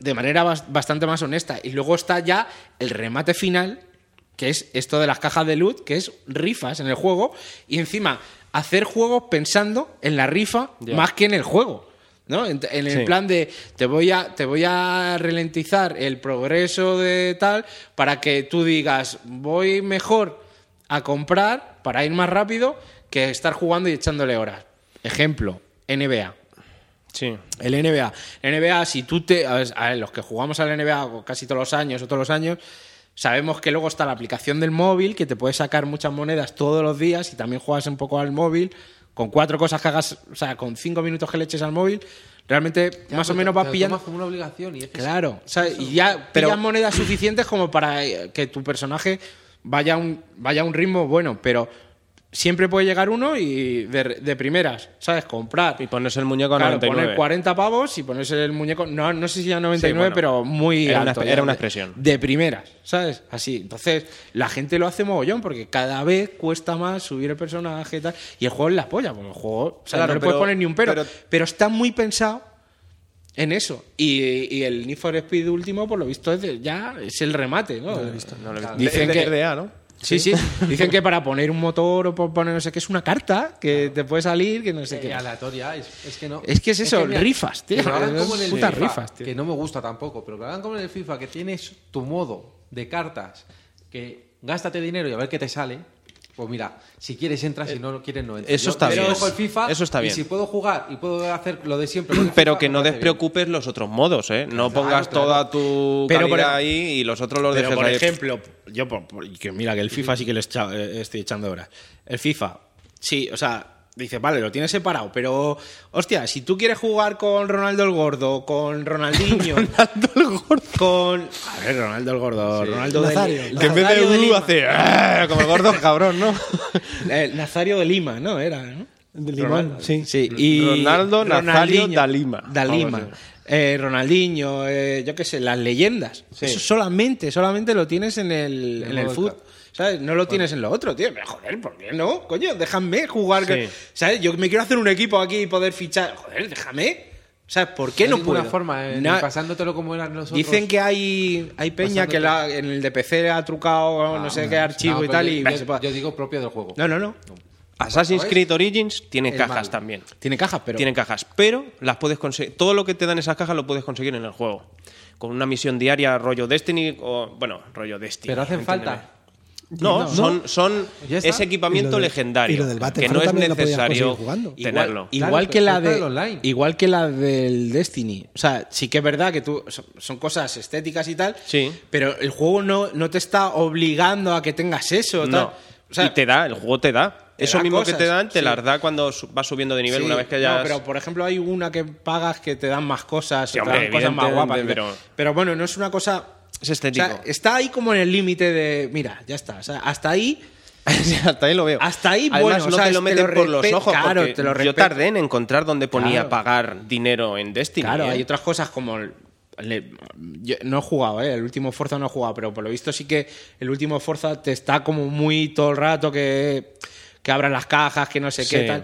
de manera bas- bastante más honesta. Y luego está ya el remate final, que es esto de las cajas de loot, que es rifas en el juego. Y encima, hacer juegos pensando en la rifa
Ya.
más que en el juego. ¿no? En, en el
Sí.
plan de te voy, a, te voy a ralentizar el progreso de tal para que tú digas voy mejor a comprar para ir más rápido que estar jugando y echándole horas. Ejemplo, NBA.
Sí.
El NBA. El NBA, si tú te. A ver, a ver, los que jugamos al NBA casi todos los años o todos los años, sabemos que luego está la aplicación del móvil que te puede sacar muchas monedas todos los días y también juegas un poco al móvil. Con cuatro cosas que hagas, o sea, con cinco minutos que le eches al móvil, realmente más o
Te-
menos
te
vas
lo
pillando.
tomas como una obligación y es que
Claro, o sea, y ya
Pero-
pillas monedas suficientes como para eh, que tu personaje vaya a un, vaya a un ritmo bueno, pero siempre puede llegar uno y de, de primeras, ¿sabes? Comprar.
Y pones el muñeco a
Claro,
99.
poner 40 pavos y ponerse el muñeco, no, no sé si a 99,
Sí, bueno,
pero muy
era una
alto
exp-
ya,
era una
de-
expresión.
De primeras, ¿sabes? Así. Entonces, la gente lo hace mogollón porque cada vez cuesta más subir el personaje y tal. Y el juego es la polla, porque el juego, o sea,
Claro,
no le
pero-
puedes poner ni un pero,
pero-
pero. está muy pensado en eso. Y, y el Need for Speed último, por lo visto, es de- ya es el remate, ¿no?
No lo he visto.
De-
Dicen
de
que-
RDA, ¿no?
Sí, sí. Dicen que para poner un motor o por poner no sé qué es una carta que te puede salir, que no sé
Eh,
qué.
aleatoria, es, es que no.
Es que es eso,
mira,
rifas, tío.
que lo hagan como en el
Putas
FIFA,
rifas, tío.
Que no me gusta tampoco, pero que lo hagan como en el FIFA, que tienes tu modo de cartas, que gástate dinero y a ver qué te sale. Pues mira, si quieres entras,
Eh,
si no lo quieres no entras.
eso está
yo
bien.
cojo el FIFA
Eso está bien.
Y si puedo jugar y puedo hacer lo de siempre. con el
Pero
FIFA,
que
me
no
parece bien.
despreocupes los otros modos, ¿eh? No pongas
claro.
toda tu
Pero,
calidad
por-
ahí y los otros los
Pero,
dejes
por
ahí.
ejemplo, yo, por- por- que mira, que el FIFA sí que le echa- eh, estoy echando horas. El FIFA, sí, o sea, dices, vale, lo tienes separado, pero, hostia, si tú quieres jugar con Ronaldo el Gordo, con Ronaldinho. Ronaldo el Gordo. Con. A ver, Ronaldo el Gordo, Ronaldo del-
Nazario.
Que en vez de
Nazario
uh,
Lima.
hace "Ah", como el gordo cabrón, ¿no?
Eh, Nazario de Lima, ¿no? Era, ¿no?
De Limón, sí.
Sí, y
Ronaldo, Nazario,
Ronaldinho,
da Lima.
Da Lima.
Vamos
Eh, Ronaldinho, eh, yo qué sé, las leyendas. Eso solamente, solamente lo tienes en el, en el
modo
fútbol. ¿Sabes? No lo tienes en lo otro, tío. Pero, joder, ¿por qué no? Coño, déjame jugar. que-
Sí.
¿Sabes? Yo me quiero hacer un equipo aquí y poder fichar. Joder, déjame. ¿Sabes? ¿Por qué no,
de
puedo?
ninguna forma, eh, ni
Na-
pasándotelo como eran los otros.
Dicen que hay, hay peña que la- en el de PC ha trucado no sé qué archivo
Ah, No,
y
pero
tal.
yo-
y
yo,
no se puede.
yo digo propio del juego.
no, no, no.
Assassin's
¿Sabes?
Creed Origins tiene
El
cajas
mal.
también.
Tiene cajas, pero.
Tienen cajas, pero las puedes conseguir. Todo lo que te dan esas cajas lo puedes conseguir en el juego. Con una misión diaria rollo Destiny o bueno, rollo Destiny.
Pero hacen
¿entiéndeme?
falta.
No, son, son
¿Ya está?
es equipamiento
Y lo del-
legendario
y lo del
que
Battlefront
no es
también lo podías
necesario
conseguir jugando.
tenerlo.
Igual,
Claro,
que
pero
la
está
de,
el online.
igual que la del Destiny. O sea, sí que es verdad que tú son, son cosas estéticas y tal,
Sí.
pero el juego no, no te está obligando a que tengas eso.
No.
Tal. O sea,
y te da, el juego te da.
te
Eso
da
mismo
cosas,
que te dan, te
sí.
las da cuando su- vas subiendo de nivel
sí,
una vez que ya.
No, pero por ejemplo hay una que pagas que te dan más cosas,
Sí,
o te
hombre,
dan cosas más
evidentemente,
guapas. y tal.
pero-
pero bueno, no es una cosa...
Es estético.
o sea, está ahí como en el límite de... Mira, ya está. O sea, hasta ahí...
hasta ahí lo veo.
Hasta ahí,
Además,
bueno,
no
¿sabes?
te lo
Te
meten
lo
por los
respe-
ojos.
claro,
porque
te lo
yo
respe-
tardé en encontrar donde ponía
Claro.
pagar dinero en Destiny.
Claro,
¿eh?
hay otras cosas como. el- el- yo no he jugado, ¿eh? el último Forza no he jugado, pero por lo visto sí que el último Forza te está como muy todo el rato que, que abran las cajas, que no sé qué
Sí.
tal.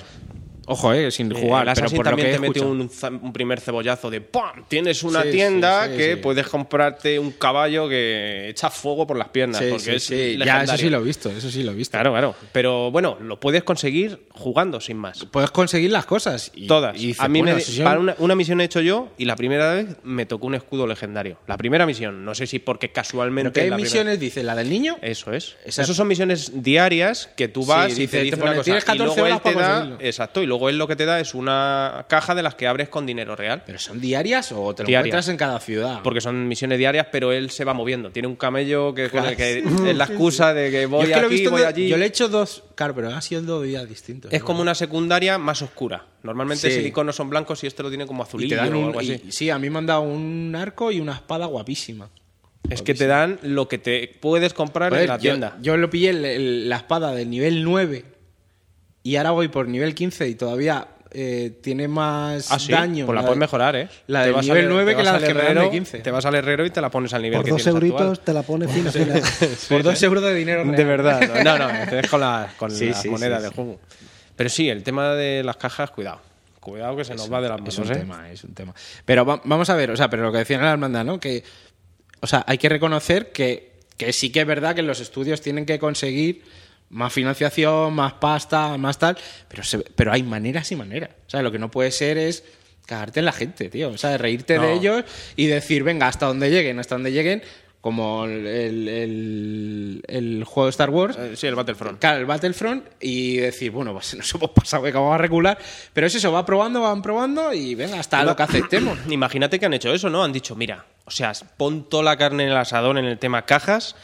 Ojo, ¿eh? sin
Eh,
jugar,
el
pero
Assassin
por lo
también
que he
te mete
escuchado.
un, za- un primer cebollazo de ¡pam! Tienes una
Sí, sí,
tienda
sí,
que
sí.
puedes comprarte un caballo que echa fuego por las piernas.
Sí,
porque
sí,
es
sí. Ya,
legendario.
eso sí lo he visto, eso sí lo he visto.
Claro, claro. Pero bueno, lo puedes conseguir jugando sin más.
Puedes conseguir las cosas. y-
Todas.
y dices,
a mí me-
bueno, eso sí-
para una, una misión he hecho yo y la primera vez me tocó un escudo legendario. La primera misión. No sé si porque casualmente.
Pero que hay
la primera-
misiones, dice, la del niño.
Eso es.
Esa-
Esas son misiones diarias que tú vas
Sí,
y te
dice,
dice
te
una
pone,
cosa.
"Tienes
y
14
luego él
horas
te
para
da.
conseguirlo".
Exacto. Y luego luego él lo que te da es una caja de las que abres con dinero real.
¿Pero son diarias o te lo
Diarias.
encuentras en cada ciudad?
Porque son misiones diarias, pero él se va moviendo. Tiene un camello que, con el que es la excusa de que
yo,
voy
es que lo he
aquí,
visto
voy
de-
allí.
yo le he hecho dos. Claro, pero han sido dos días distintos.
Es como una secundaria más oscura. Normalmente
Sí.
los iconos son blancos y este lo tiene como
Y te
azulillo
dan
o
un-
algo así.
y- sí, a mí me han dado un arco y una espada guapísima.
Es que te dan lo que te puedes comprar
Joder,
en la
Pues, yo-
tienda.
Yo, lo pillé el- el- la espada del nivel 9 y ahora voy por nivel 15 y todavía eh, tiene más
Ah, sí,
daño.
pues la
de-
puedes mejorar, ¿eh?
la
Te
del
vas
nivel
al-
9
te
que
vas
la
al
que me dan de
herrero,
15.
Te vas al herrero y te la pones al nivel
Por
que
dos
tienes
euritos
actual.
te la pone fina, fina.
por 2 euros de dinero real.
De verdad. No, no, no, te dejo la, con
Sí,
las
sí,
monedas
sí,
del
sí.
juego. Pero sí, el tema de las cajas, cuidado. Cuidado que se nos va de las manos,
Es un
¿eh?
tema, es un tema. Pero va- vamos a ver, o sea, pero lo que decían en la hermandad, ¿no? Que, o sea, hay que reconocer que, que sí que es verdad que los estudios tienen que conseguir más financiación, más pasta, más tal, pero, se- pero hay maneras y maneras. O sea, lo que no puede ser es cagarte en la gente, tío. O sea, reírte
No.
de ellos y decir, venga, hasta donde lleguen, hasta donde lleguen, como el, el- el- el juego de Star Wars.
Eh, Sí, el Battlefront.
Claro, el Battlefront y decir, bueno, pues nos hemos pasado que vamos a regular. Pero es eso, va probando, van probando y venga, hasta lo que aceptemos.
Imagínate que han hecho eso, ¿no? Han dicho, mira, o sea, pon toda la carne en el asadón en el tema cajas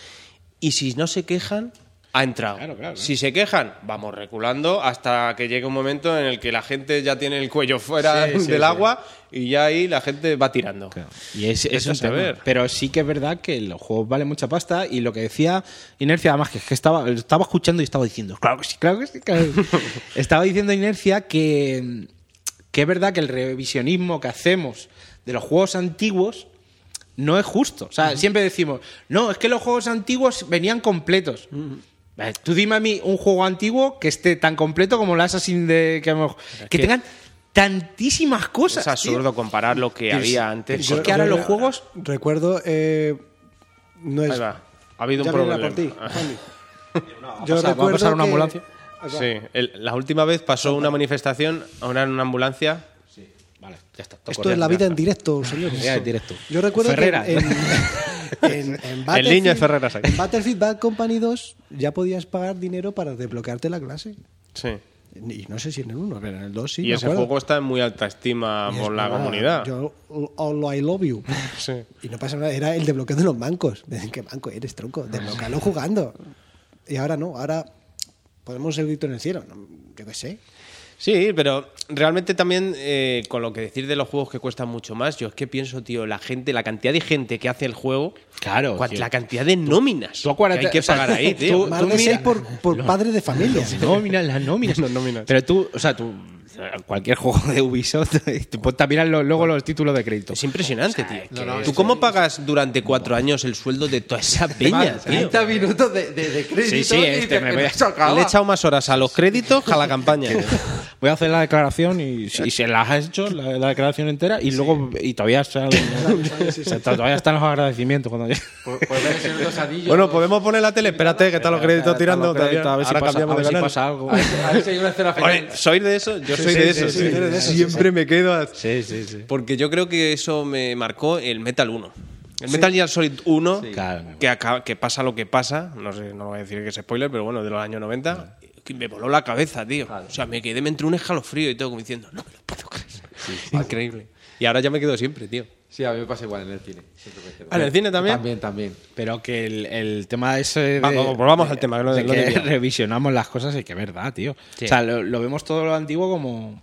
y si no se quejan, ha entrado.
Claro, claro, claro.
Si se quejan, vamos reculando hasta que llegue un momento en el que la gente ya tiene el cuello fuera
Sí, sí,
del
sí.
agua y ya ahí la gente va tirando.
Y es, es
Eso
un
está
tema.
ver.
Pero sí que es verdad que los juegos valen mucha pasta y lo que decía Inercia, además que, es que estaba, lo estaba escuchando y estaba diciendo, claro que sí, claro que sí, claro que sí". estaba diciendo Inercia que, que es verdad que el revisionismo que hacemos de los juegos antiguos no es justo. O sea, siempre decimos, no, es que los juegos antiguos venían completos. Vale, Tú dime a mí un juego antiguo que esté tan completo como el Assassin de que, hemos- que
que-
tengan tantísimas cosas.
Es
tío.
absurdo comparar lo que
Pero sí,
había antes.
pero
con
es que ahora
lo
los
hay
juegos-
Recuerdo. eh, no es.
ahora. Ahí va. Ha habido
Pues Ya
un
viene la
problema. Ah.
por ti, Juanmi.
a pasar- va a pasar una ambulancia.
Ahí va.
Sí, el- la última vez pasó una manifestación, ahora en una ambulancia.
Vale, ya está. todo
Esto
correcto.
es la vida en directo, señores.
Ya, en directo.
Yo recuerdo
Ferrera.
que en, en- en Battlefield-
El niño es Ferreras aquí.
en Battlefield Bad Company 2 ya podías pagar dinero para desbloquearte la clase.
Sí.
Y no sé si en el 1, pero en el 2 sí.
y
me
ese
acuerdo.
juego está en muy alta estima
Y es
por la
verdad,
comunidad.
Yo, all I love you.
Sí.
Y no pasa nada, era el desbloqueo de los bancos. Me dicen, ¿Qué banco eres, tronco? Desbloquealo jugando. Y ahora no, ahora podemos el grito en el cielo. No, yo qué sé.
Sí, pero realmente también eh, con lo que decir de los juegos que cuestan mucho más, yo es que pienso, tío, la gente, la cantidad de gente que hace el juego,
Claro,
cua-
tío.
la cantidad de nóminas
tú acuérdate-
que hay que
o sea,
pagar ahí, tío.
Tú-
Más
tú
de
mira-
seis por, por padre de familia.
nóminas, las nóminas.
Las nóminas.
Pero tú, o sea, tú, cualquier juego de Ubisoft, te ponte a mirar lo- luego los títulos de crédito.
Es impresionante, tío. ¿Tú cómo pagas durante cuatro años el sueldo de toda esa peña, tío?
30 minutos de, de, de crédito.
Sí, sí,
y
este
dices
me
que
voy a-
no se acaba.
Le he echado más horas a los créditos que a la campaña.
Voy a hacer la declaración y si se las has hecho, la, la declaración entera, y luego, y todavía, salen- o sea, todavía están los agradecimientos. Cuando
Por- por ver el Señor de los anillos.
bueno, podemos poner la tele. Espérate, que están los créditos tirando. todavía.
a ver si,
Ahora
pasa,
cambiamos
a ver
de
si
canal.
pasa algo.
A ver si hay una escena final.
Oye, ¿Soy de eso? Yo soy de eso.
sí, tú eres de esos,
Siempre me quedo a-
Sí, sí, sí.
Porque yo creo que eso me marcó el Metal 1. El Metal Gear Solid 1,
Claro.
que, acaba- que pasa lo que pasa, no sé, no voy a decir que es spoiler, pero bueno, de los años 90, que me voló la cabeza, tío. O sea, me quedé, me entró un escalofrío y todo, como diciendo, no me lo puedo creer. Increíble. Y ahora ya me quedo siempre, tío.
Sí, a mí me pasa igual en el cine. Siempre me quedo.
Ah, ¿en el cine también?
También, también.
Pero que el, el tema ese. De,
Va, vamos, volvamos al tema, que no-
de
no
que
desviamos.
revisionamos las cosas y que es verdad, tío.
Sí.
O sea, lo, lo vemos todo lo antiguo como.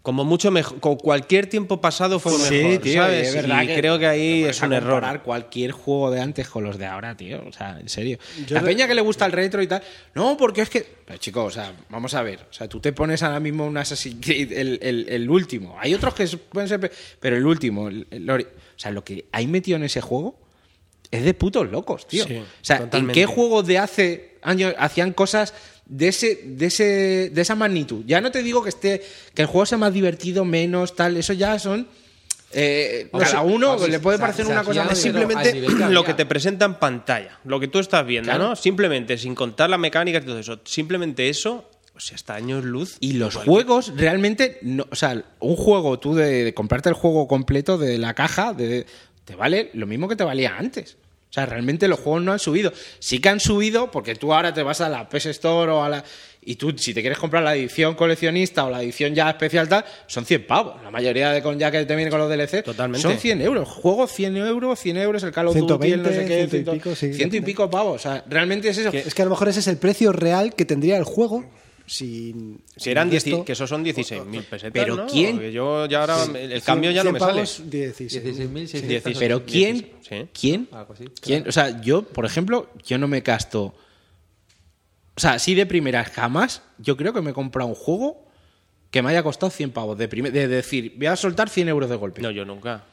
Como mucho mejor, con cualquier tiempo pasado fue
Sí,
mejor,
tío,
¿sabes?
es verdad
y
que-
creo que ahí
Pero
es
vas a
un error.
comparar cualquier juego de antes con los de ahora, tío. O sea, en serio.
Yo
la
re-
peña que le gusta el retro y tal. No, porque es que. Pero chicos, o sea, vamos a ver. O sea, tú te pones ahora mismo un Assassin's Creed, el, el- el último. Hay otros que pueden ser. pe- Pero el último. el- el ori- o sea, lo que hay metido en ese juego es de putos locos, tío.
Sí,
o sea,
totalmente.
¿en qué juegos de hace años hacían cosas de ese, de ese, de esa magnitud? Ya no te digo que esté, que el juego sea más divertido, menos, tal, eso ya son. eh,
Hombre,
cada
se-
uno
hombre,
le puede
se-
parecer
se
una
hacía
cosa
de
más
Es
Pero
simple.
al
simplemente
nivel que
lo
había.
que te presenta en pantalla, lo que tú estás viendo,
Claro.
¿no? Simplemente, sin contar la mecánica y todo eso, simplemente eso, o sea, hasta años luz.
Y los juegos realmente, no, o sea, un juego tú de, de comprarte el juego completo de la caja, de, te vale lo mismo que te valía antes. O sea, realmente los juegos no han subido. Sí que han subido porque tú ahora te vas a la PS Store o a la... Y, Y tú, si te quieres comprar la edición coleccionista o la edición ya especial tal, son 100 pavos. La mayoría de con ya que te vienen con los DLC
Totalmente.
son 100 euros. Juego 100 euros, 100 euros, el Call of Duty, el no sé
120,
qué,
100 y pico, sí,
100 y
depende.
pico pavos. O sea, realmente es eso.
Es que a lo mejor ese es el precio real que tendría el juego sin.
Si eran
sin esto.
10 que esos son 16.000 pesetas.
Pero
¿no?
¿quién?
Porque Yo ya ahora el el cambio ya no
100
me sale.
pavos, 16.
16.600.
16.
Pero ¿quién?
16, sí.
¿Quién?
Algo así.
¿Quién? O sea, yo, por ejemplo, yo no me gasto. O sea, sí de primeras jamás, yo creo que me he comprado un juego que me haya costado 100 pavos. De, prime- de decir, voy a soltar 100 euros de golpe.
No, yo nunca.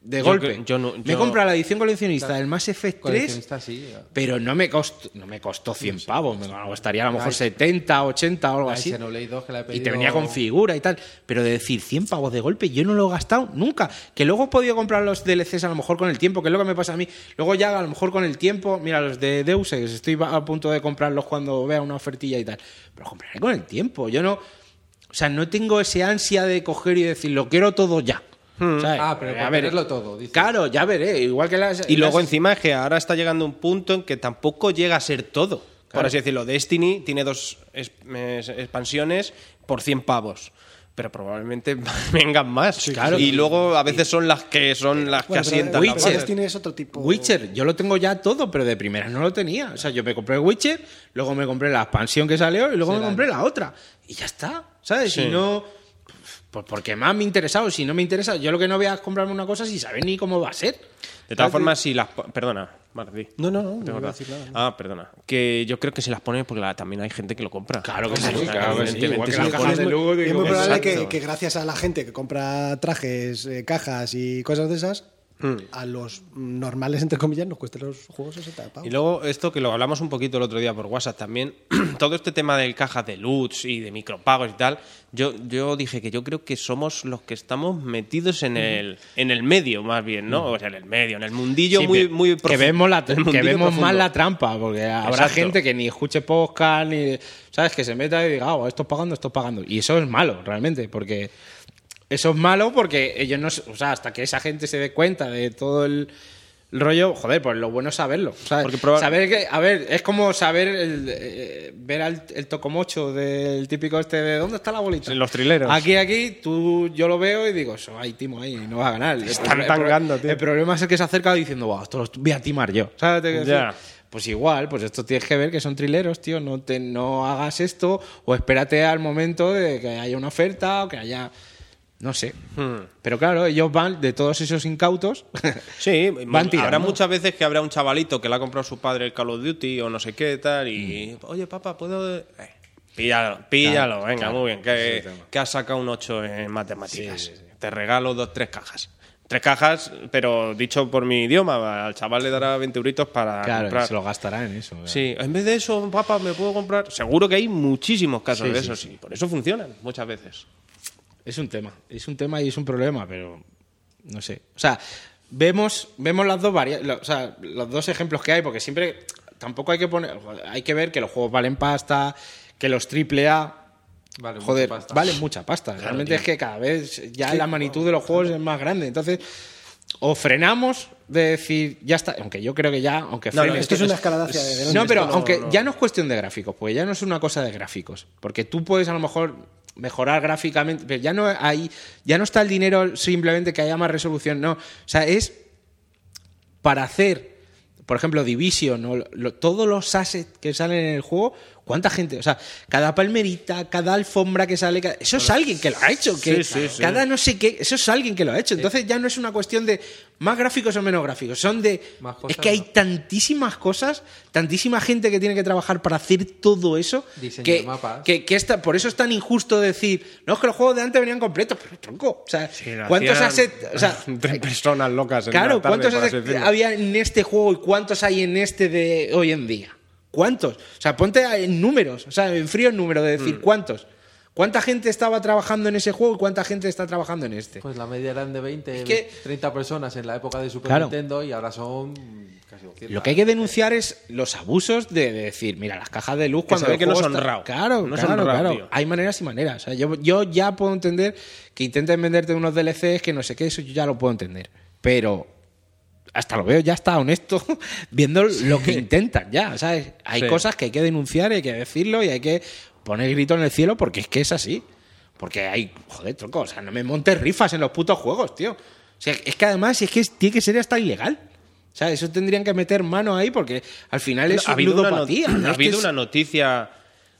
de
yo
golpe.
que- yo no-
Me he
yo-
comprado la edición coleccionista del Mass Effect 3,
Coleccionista, sí.
pero no me, costó, no me costó 100 pavos. Me costaría a lo mejor 70, 80 o algo
La
así.
Ah, Xenoblade 2 que la he
Y te
pedido-
venía con figura y tal. Pero de decir 100 pavos de golpe, yo no lo he gastado nunca. Que luego he podido comprar los DLCs a lo mejor con el tiempo, que es lo que me pasa a mí. Luego ya a lo mejor con el tiempo, mira, los de Deus Ex, estoy a punto de comprarlos cuando vea una ofertilla y tal. Pero compraré con el tiempo. Yo no. O sea, no tengo ese ansia de coger y decir, lo quiero todo ya.
Hmm.
¿Sabes?
Ah, pero por tenerlo todo, dices.
Claro, ya veré. Igual que las.
Y luego
las-
encima es que ahora está llegando un punto en que tampoco llega a ser todo. Por así decirlo, Destiny tiene dos es- es- expansiones por 100 pavos. Pero probablemente vengan más.
claro.
Y luego a veces son las que son las que
Bueno, pero
asientan. la
Witcher.
balanza.
tienes otro tipo.
Witcher, yo lo tengo ya todo, pero de primeras no lo tenía. O sea, yo me compré Witcher, luego me compré la expansión que salió y luego me compré la otra. Y ya está, ¿sabes? Si no. Pues porque más me interesado, si no me interesa, yo lo que no voy a es comprarme una cosa sin saber ni cómo va a ser.
De todas formas, si las. po- Perdona, Martí.
No, no, no, no
De
iba a
verdad.
decir nada, no.
Ah, perdona. Que yo creo que se las pone porque la- también hay gente que lo compra.
Claro que sí,
O sea,
claro que sí.
evidentemente
Igual que
se
las
lo
cajas
pone.
de Lugo que
Y es muy
digo,
probable
exacto.
que, que gracias a la gente que compra trajes, eh, cajas y cosas de esas,
Hmm.
a los normales, entre comillas, nos cuesten los juegos 60 pavos.
Y luego esto que lo hablamos un poquito el otro día por WhatsApp también, todo este tema del caja de loots y de micropagos y tal, yo, yo dije que yo creo que somos los que estamos metidos en el, en el medio más bien, ¿no? O sea, en el medio, en el mundillo
Sí,
muy,
pero
muy
que
profu-
vemos, la,
el mundillo
que vemos más
profundo.
la trampa, porque habrá
Exacto.
gente que ni escuche podcast, ni, ¿sabes? Que se meta y diga, ah, esto es pagando, esto es pagando. Y eso es malo, realmente, porque eso es malo porque ellos no. se- O sea, hasta que esa gente se dé cuenta de todo el. el rollo, joder, pues lo bueno es saberlo. ¿sabes?
Porque proba-
Saber que, a ver, es como saber el, eh, ver al, el tocomocho del típico este de ¿dónde está la bolita?
En los trileros.
Aquí, aquí, tú, yo lo veo y digo, eso, hay timo ahí, no va a ganar.
están
El pro-
tangando, tío.
El problema es el que se acerca diciendo, wow, esto lo voy a timar yo. ¿Sabes? Te quiero
Ya.
decir? Pues igual, pues esto tienes que ver que son trileros, tío. No, te, no hagas esto o espérate al momento de que haya una oferta o que haya. No sé.
Hmm.
Pero claro, ellos van de todos esos incautos.
Sí,
Van tirando.
habrá muchas veces que habrá un chavalito que le ha comprado su padre el Call of Duty o no sé qué tal y,
Mm.
oye papá, ¿puedo...? Eh, píllalo, píllalo, venga, muy bien, que, que has sacado un 8 en matemáticas. Te regalo dos, tres cajas. Tres cajas, pero dicho por mi idioma, al chaval le dará 20 euritos para
claro,
comprar.
se lo gastarán en eso. claro.
Sí, en vez de eso, papá, ¿me puedo comprar? Seguro que hay muchísimos casos
Sí,
de
sí,
eso, sí. Por eso funcionan muchas veces.
Es un tema, es un tema y es un problema, pero no sé. O sea, vemos, vemos las dos varia- lo- o sea, los dos ejemplos que hay, porque siempre tampoco hay que poner, hay que ver que los juegos valen pasta, que los triple A
Vale, mucha
joder,
pasta.
valen mucha pasta. Realmente es que cada vez ya la magnitud de los juegos es más grande. Entonces, o frenamos de decir, ya está, aunque yo creo que ya, aunque
No, no,
frenes,
Esto es una escalada hacia adelante.
no, pero
Esto
aunque ya no es cuestión de gráficos, porque ya no es una cosa de gráficos. Porque tú puedes a lo mejor mejorar gráficamente, pero ya no hay, ya no está el dinero simplemente que haya más resolución, no. O sea, es para hacer, por ejemplo, Division o lo- todos los assets que salen en el juego, ¿cuánta gente? O sea, cada palmerita, cada alfombra que sale, cada- eso es alguien que lo ha hecho, que
Sí, sí, sí.
cada no sé qué, eso es alguien que lo ha hecho. Entonces ya no es una cuestión de más gráficos o menos gráficos, son de
Más
es
cosas,
que hay
¿no?
tantísimas cosas, tantísima gente que tiene que trabajar para hacer todo eso,
Diseñar
que,
mapas.
que, que esta- por eso es tan injusto decir, no, es que los juegos de antes venían completos, pero tronco, o sea,
lo
¿cuántos
hacían
assets? O sea,
Tres personas locas. en
Claro,
una tarde,
¿cuántos
por así
hace-
decirlo.
había en este juego y cuántos hay en este de hoy en día? ¿Cuántos? O sea, ponte a- en números, o sea, en frío en número de
Mm.
decir cuántos. ¿Cuánta gente estaba trabajando en ese juego y cuánta gente está trabajando en este?
Pues la media eran de 20,
que-
30 personas en la época de Super
Claro.
Nintendo y ahora son casi 200.
Lo que hay que denunciar es los abusos de decir, mira, las cajas de luz cuando
se ve
el
que no
juego
son
está-
RAW.
Claro,
No son
claro,
RAW,
claro.
tío.
Hay maneras y maneras. O sea, yo, yo ya puedo entender que intenten venderte unos DLCs que no sé qué, eso yo ya lo puedo entender. Pero hasta lo veo ya está honesto viendo lo que intentan ya, ¿sabes? Hay
Sí.
cosas que hay que denunciar y hay que decirlo y hay que pone grito en el cielo porque es que es así. Porque hay, joder, troco, o sea, no me montes rifas en los putos juegos, tío. O sea, es que además es que es- tiene que ser hasta ilegal. O sea, eso tendrían que meter mano ahí porque al final es
ha habido, una, no-
ludopatía.
ha
¿no? Es que
habido
es-
una noticia,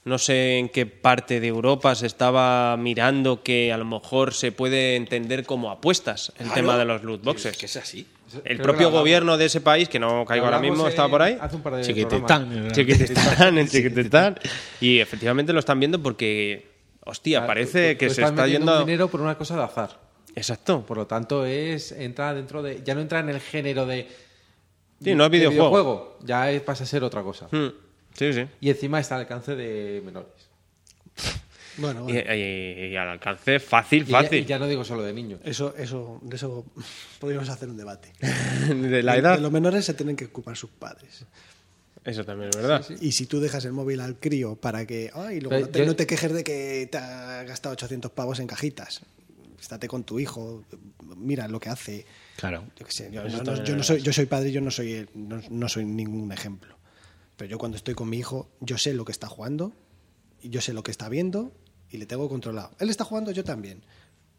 no sé en qué parte de Europa se estaba mirando que a lo mejor se puede entender como apuestas el
Claro.
tema de los loot
Es
boxes.
que es así.
El
Creo
propio
que lo
gobierno de ese país, que no caigo ahora
Hablamos
mismo, estaba
en-
por ahí.
Hace un par de
Chiquititán.
programas.
Chiquititán, en Chiquititán. Y efectivamente lo están viendo porque, hostia, parece
Tú-
que
tú
se
estás
está
metiendo
yendo.
un dinero por una cosa de azar.
Exacto.
Por lo tanto, es entra dentro de. Ya no entra en el género de.
Sí, no es
de
videojuego.
Ya es- pasa a ser otra cosa.
Mm, Sí, sí.
Y encima está al alcance de menores.
Bueno,
Y,
bueno,
y- y al alcance fácil,
Y ya,
fácil.
y ya no digo solo de niños.
eso, eso, de eso podríamos hacer un debate.
de la
De-
edad.
De los menores se tienen que ocupar sus padres.
Eso también es verdad.
Y si tú dejas el móvil al crío para que. Ay, luego
Pero
no te,
yo-
no te quejes de que te ha gastado 800 pavos en cajitas. Estate con tu hijo, mira lo que hace.
Claro.
Yo qué sé, yo, no- no- yo no soy, yo soy padre, yo no soy, el- no, no soy ningún ejemplo. Pero yo cuando estoy con mi hijo, yo sé lo que está jugando, y yo sé lo que está viendo y le tengo controlado. Él está jugando, yo también.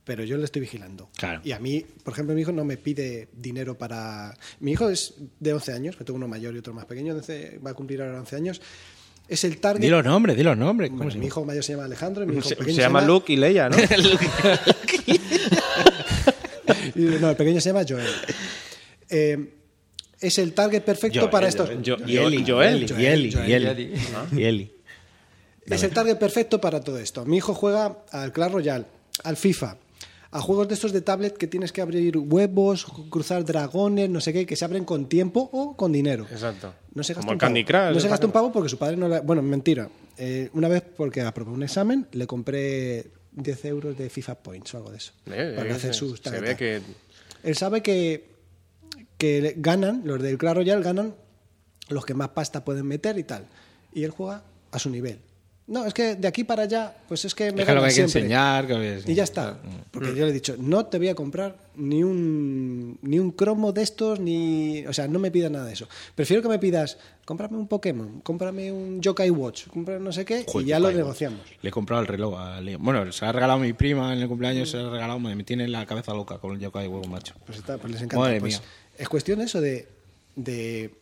Pero yo le estoy vigilando.
Claro.
Y a mí, por ejemplo, mi hijo no me pide dinero para... Mi hijo es de 11 años, que tengo uno mayor y otro más pequeño, de 11 va a cumplir ahora 11 años. Es el target...
Di los nombres, di los nombres. ¿Cómo
Bueno,
se
mi
llama?
hijo mayor se llama Alejandro y mi hijo
Se,
pequeño
se llama Luke y Leia, ¿no?
Y, no, el pequeño se llama Joel. Eh, es el target perfecto
Joel,
para estos.
Yo- ¿Ah?
Y Eli, Joel, y Eli, y Eli,
Joel.
y Eli.
Es el target perfecto para todo esto. Mi hijo juega al Clash Royale, al FIFA, a juegos de estos de tablet que tienes que abrir huevos, cruzar dragones, no sé qué, que se abren con tiempo o con dinero.
Exacto.
No se gasta
Como el
un pavo.
Candy Crush.
No se gasta un pavo porque su padre no la... Bueno, mentira. Eh, una vez, porque aprobó un examen, le compré 10 euros de FIFA Points o algo de eso.
Eh,
para
eh,
hacer
se-
sus
se
tarjetas.
ve que
Él sabe que, que le- ganan, los del Clash Royale ganan los que más pasta pueden meter y tal. Y él juega a su nivel. No, es que de aquí para allá, pues es que me
Es que lo que
ganan
hay que
siempre.
enseñar. que-
Y ya está. Porque yo le he dicho, no te voy a comprar ni un, ni un cromo de estos, ni. O sea, no me pidas nada de eso. Prefiero que me pidas, cómprame un Pokémon, cómprame un Yokai Watch, cómprame no sé qué,
Joder,
y ya lo
padre.
negociamos.
Le he comprado el reloj a Leo. Bueno, se lo ha regalado mi prima en el cumpleaños, se lo ha regalado. Me me tiene la cabeza loca con el yokai huevo macho.
Pues, está, pues les encanta.
Madre
Pues
mía.
Es cuestión eso de, de,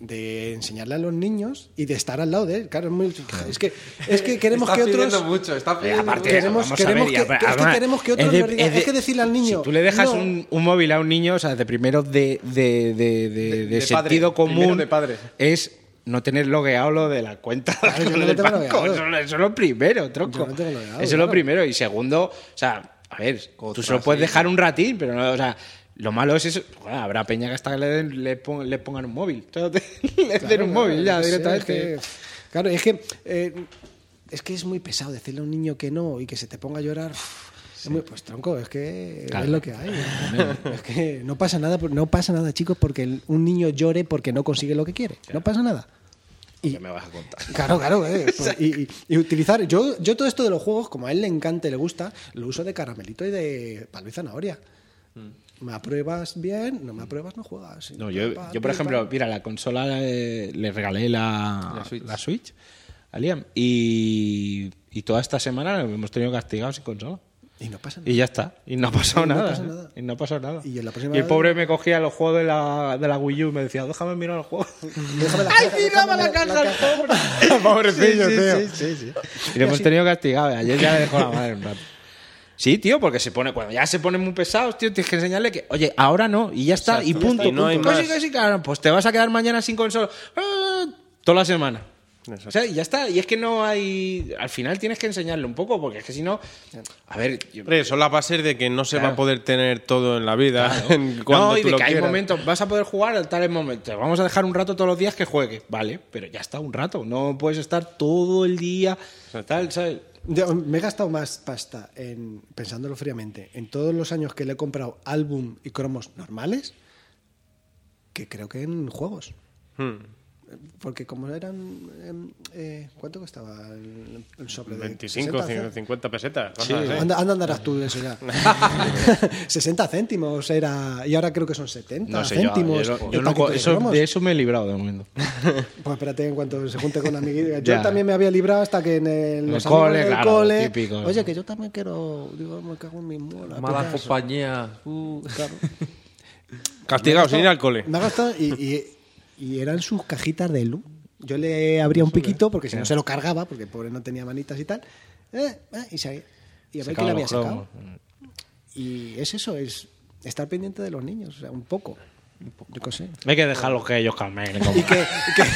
de enseñarle a los niños y de estar al lado de él. Claro, es, muy- es que, es que queremos
Está
que
pidiendo
otros.
mucho, está pidiendo
Aparte,
mucho.
Queremos-
vamos a ver,
queremos que-
y aparte-
es que
además,
queremos que otros nos digan, hay que decirle al niño,
Si tú le dejas
no.
un, un móvil a un niño, o sea, de primero de, de, de, de- de
de
sentido
padre, primero
común,
de padre.
es no tener logueado lo de la cuenta
Claro, yo
con
no
el
lo tengo
banco.
logueado.
Eso, eso es lo primero, troco.
Yo no tengo logueado,
eso es lo
claro.
primero. Y segundo, o sea, a ver, tú se lo
Contraseña.
puedes dejar un ratín, pero no, o sea. Lo malo es eso. joder, habrá peña que hasta le, den- le, pon- le pongan un móvil. Todo te- le den un móvil ya
No sé,
directamente.
es que- claro, es que, eh, es que es muy pesado decirle a un niño que no y que se te ponga a llorar. Es muy- pues tronco, es que
Claro.
es lo que hay. es que no pasa nada, por- no pasa nada, chicos, porque el- un niño llore porque no consigue lo que quiere. No pasa nada. Y,
¿Qué me vas a contar?
Claro, claro. eh, pues, y, y- y utilizar. Yo, yo todo esto de los juegos, como a él le encanta y le gusta, lo uso de caramelito y de palo y zanahoria.
Mm.
Me apruebas bien, no me apruebas, no juegas.
No, yo,
Pa,
yo por
pi,
ejemplo,
pa.
mira, la consola eh, le regalé la, la
La
Switch.
Switch.
a Liam y, y toda esta semana nos hemos tenido castigados sin consola.
Y no pasa nada.
Y ya está. Y no ha pasado,
Y no
nada,
pasa
¿eh?
nada.
Y no ha pasado nada.
Y en la próxima
el
vez-
pobre me cogía los juegos de la, de la Wii U y me decía, déjame mirar el juego.
Déjame Pues la caja, déjame
Pobrecillo,
Sí, sí,
tío.
sí, sí, sí.
Y le hemos tenido castigado. Ayer ya le dejó la madre un rato. Sí, tío, porque se pone, cuando ya se ponen muy pesados, tío, tienes que enseñarle que, oye, ahora no, y ya está, y
Exacto.
punto.
Y no hay
punto.
más.
Pues sí, que sí, claro, pues te vas a quedar mañana sin consola. Ah, toda la semana.
Exacto.
O sea, y ya está, y es que no hay. Al final tienes que enseñarle un poco, porque es que si no. A ver, yo-
Hombre, son las bases de que no se va a poder tener todo en la vida. en cuando
no, y
tú
de
lo
que hay
quieras.
momentos, vas a poder jugar al tal momento. Vamos a dejar un rato todos los días que juegue, vale, pero ya está un rato, no puedes estar todo el día. Tal, ¿sabes?
Yo me he gastado más pasta, en, pensándolo fríamente, en todos los años que le he comprado álbum y cromos normales, que creo que en juegos.
Hmm.
Porque como eran... em, eh, ¿Cuánto costaba el, el sobre? de
25,
60
¿eh?
cen-
50 pesetas. cosas
Sí,
así.
anda, anda andarás tú de eso ya. 60 céntimos era. Y ahora creo que son 70
No sé, yo-
céntimos.
yo,
el
yo no
paquete
co-
de
eso,
cromos.
de eso me he librado de momento.
Pues espérate, en cuanto se junte con la amiguita. Yo
Ya.
también me había librado hasta que en el, los amigos
cole,
del
claro,
cole,
típico.
Oye, que yo también quiero. Digo, me cago en mis muelas.
Mala
pues ya,
compañía. Uh.
claro.
Castigado sin eh. ir al cole.
Me ha gastado y, y- y eran sus cajitas de luz. Yo le abría un piquito porque si no se lo cargaba, porque el pobre no tenía manitas y tal. Eh, eh, y se, y a
Sacaba
ver qué le había
los
sacado.
cromos. Mm.
Y es eso, es estar pendiente de los niños, o sea, un poco. Yo qué sé.
Hay que dejarlos que ellos camelen.
Y que, y que-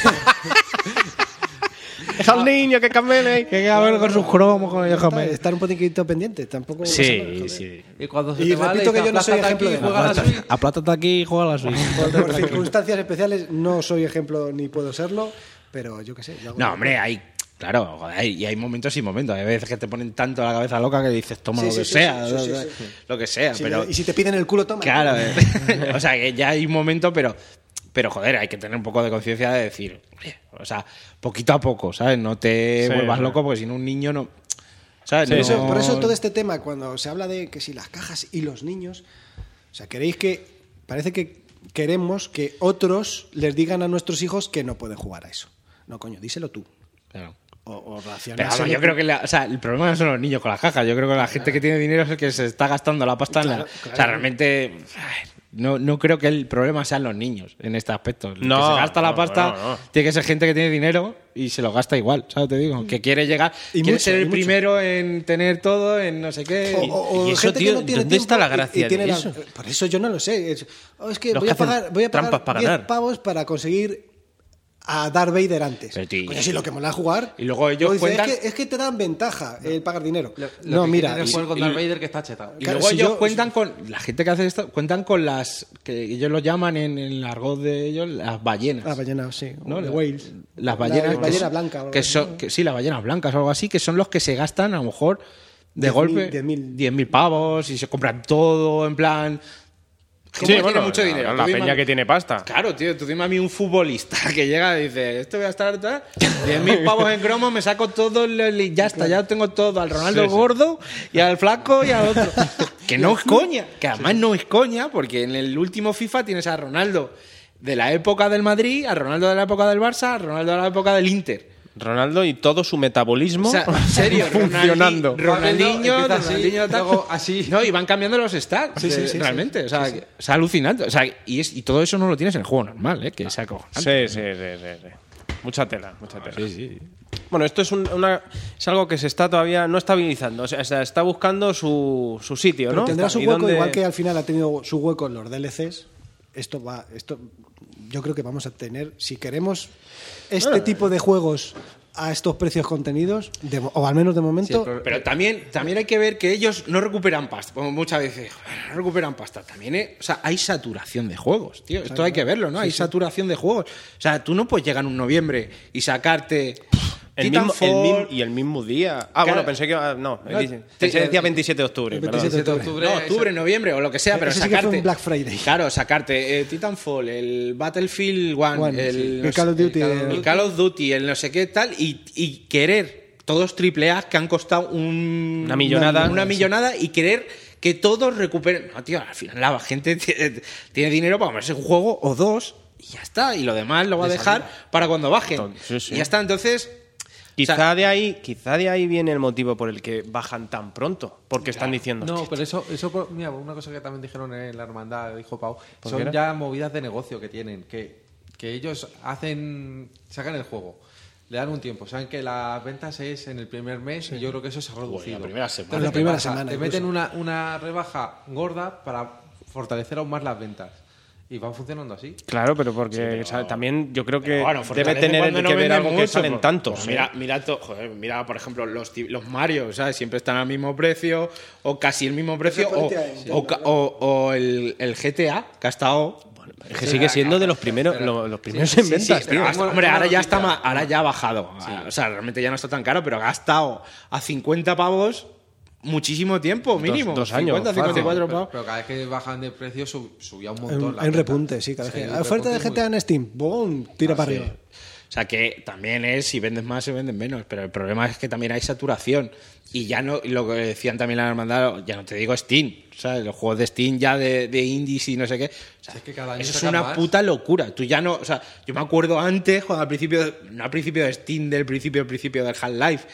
Es al niño que camele.
que a ver con sus cromos, con ellos
estar,
camelen.
un poquito pendiente, tampoco.
Sí, sí.
Y cuando se
Y
te va,
repito
le
que yo no
dices,
soy
"Aplástate
ejemplo
aquí,
de
juega a la
nada".
Switch.
Aplátate aquí y juega a la Switch.
Por, por circunstancias especiales no soy ejemplo ni puedo serlo, pero yo qué sé. yo hago lo
No,
que
hombre, hay. Claro, joder, hay- y hay momentos y momentos. Hay veces que te ponen tanto la cabeza loca que dices, toma
Sí,
lo
sí,
que
sí,
sea.
sí,
lo,
sí,
que-
sí, sí.
lo que sea.
Si
pero,
me- y si te piden el culo, toma.
Claro, eh. o sea, que ya hay un momento, pero, pero joder, hay que tener un poco de conciencia de decir, "Oye", o sea, poquito a poco, ¿sabes? No te
Sí,
vuelvas
sí.
loco porque si no un niño no. ¿Sabes?
Por eso,
No-
por eso todo este tema, cuando se habla de que si las cajas y los niños, o sea, queréis que, parece que queremos que otros les digan a nuestros hijos que no pueden jugar a eso. No, coño, díselo tú.
Claro.
O, o
Pero
racionáselo
vamos, yo
tú.
creo que la- o sea, el problema no son los niños con las cajas. Yo creo que la gente que tiene dinero es el que se está gastando la pasta. en la-
Claro,
O sea,
claro.
realmente ay, no, no creo que el problema sean los niños en este aspecto. El
No,
que se gasta la
no,
pasta
no, no.
tiene que ser gente que tiene dinero y se lo gasta igual. ¿Sabes? Te digo, que quiere llegar,
Y
quiere
mucho,
ser el
y mucho. Oh,
primero en tener todo, en no sé qué.
O-
y-
o- o
y eso,
gente que
tío,
no tiene
¿dónde está
tiempo
la gracia de eso?
Por eso yo no lo sé. Es, oh, es que
Los
voy
que
a,
hacen
pagar, voy a
trampas
pagar
para
10
ganar.
pavos para conseguir a Darth Vader antes.
Pero, tío,
Coño, si lo que mola es jugar.
y luego ellos
luego dices,
cuentan-
Es que, es que te dan ventaja el pagar dinero.
Lo- lo
no,
que
mira.
quieren es
y- ah,
jugar con Darth Vader que está chetado.
Y
Claro,
luego
si
ellos
yo-
cuentan con. La gente que hace esto, cuentan con las. que ellos lo llaman en el argot de ellos, las ballenas.
La ballena, sí.
¿no?
o de
La-
Wales.
Las
La
ballenas.
de ballena
son-
blanca. o algo
que
así,
son-
¿no?
que sí, las ballenas blancas o algo así, que son los que se gastan a lo mejor de
10.000,
golpe
10.000.
10.000 pavos y se compran todo en plan.
Sí,
Gente que tiene
bueno,
mucho
la-
dinero.
La
Tú dime-
peña que tiene pasta.
Claro, tío, tú dime a mí un futbolista que llega y dice, esto voy a estar tal, 10.000 pavos en cromo, me saco todo, el- el- y ya está, ya tengo todo, al Ronaldo
Sí, sí.
gordo y al flaco y al otro. que no es coña, que además no es coña, porque en el último FIFA tienes a Ronaldo de la época del Madrid, a Ronaldo de la época del Barça, a Ronaldo de la época del Inter.
Ronaldo y todo su metabolismo.
O sea, en serio,
Funcionando.
Ronaldi- Ronaldinho,
Empieza así,
Ronaldinho, tal.
luego así.
No, y van cambiando los stats.
sí,
eh,
sí,
realmente. o sea, que- o sea, alucinante. O sea, y, es- y todo eso no lo tienes en el juego normal, ¿eh? Que
Ah,
es acojonante.
Sí, sí, sí, sí, sí. Mucha tela, mucha tela.
Sí, sí.
Bueno, esto es, un- una, es algo que se está todavía no estabilizando, o sea, se está buscando su, su sitio,
Pero
¿no?
tendrá su
¿Y
hueco,
dónde-
igual que al final ha tenido su hueco en los DLCs. Esto va, esto yo creo que vamos a tener, si queremos este tipo de juegos a estos precios contenidos, de- o al menos de momento,
eh,
Pero también, también hay que ver que ellos no recuperan pasta. Como muchas veces, no recuperan pasta. También, eh, o sea, hay saturación de juegos, tío. Esto hay que verlo, ¿no? hay saturación de juegos. O sea, tú no puedes llegar en un noviembre y sacarte.
El mismo, el
Titanfall-
mismo- y el mismo día. Ah, bueno, pensé que. ah, No,
No,
dice-
te-
pensé que decía 27 de octubre.
el
perdón.
27
7 de octubre.
No, octubre, noviembre o lo que sea,
Ese
pero
sí que fue
sacarte.
un Black Friday.
Claro, sacarte eh, Titanfall, el Battlefield One,
One,
el,
sí.
no
El Call of
sé-
Duty,
el
el-
el Call of Duty, el no sé qué tal, y, y querer todos triple A que han costado un-
Una millonada.
Una millonada y querer que todos recuperen. No, tío, al final la gente tiene, tiene dinero para comprarse un juego o dos y ya está. Y lo demás lo va a dejar para cuando bajen.
Entonces, sí.
Y ya está, entonces.
Quizá,
o sea,
de ahí, quizá de ahí viene el motivo por el que bajan tan pronto. Porque están diciendo.
No,
"Hostia,
pero eso, eso por- mira, una cosa que también dijeron en la hermandad, dijo Pau, son
era?
ya movidas de negocio que tienen, que, que ellos hacen, sacan el juego, le dan un tiempo, saben que las ventas es en el primer mes y yo creo que eso se ha reducido.
la primera semana.
Entonces,
La
¿qué
primera
pasa?
semana
Te
incluso.
meten una, una rebaja gorda para fortalecer aún más las ventas y van funcionando así.
Claro, pero porque o sea, también yo creo que
Pero bueno,
debe
Fortaleza
tener
cuando no
que ver
vende
algo que
mucho,
salen
pues,
tantos.
pues
¿eh?
mira, mira, to- joder, mira, por ejemplo, los, ti- los Mario, ¿sabes? Siempre están al mismo precio, o casi el mismo precio, o,
política de Nintendo,
o ca- o- o el, el GTA, que ha estado.
Es que sigue siendo de los primeros, lo- los primeros en
Sí,
ventas,
pero
tío.
hasta- hombre, ahora ya, está ma- ahora ya ha bajado. Ah, O sea, realmente ya no está tan caro, pero ha estado a 50 pavos Muchísimo tiempo, mínimo.
dos años,
50, 54
pero,
pavos.
pero cada vez que bajan de precio sub- subía un
En,
montón.
en
la venta.
repunte, sí, cada vez que-
el
Oferta de
repunte es
GTA en Steam, ¡boom!
Ah,
Tira para arriba.
O sea que también es si vendes más, si vendes menos. Pero el problema es que también hay saturación. Y ya no, lo que decían también la hermandad, ya no te digo Steam. O sea, los juegos de Steam ya de, de indies y no sé qué. O sea,
Es que cada año
eso es
sacan
una
más.
puta locura. Tú ya no. O sea, yo me acuerdo antes, cuando al principio, de- no al principio de Steam, del principio, al principio del Half-Life.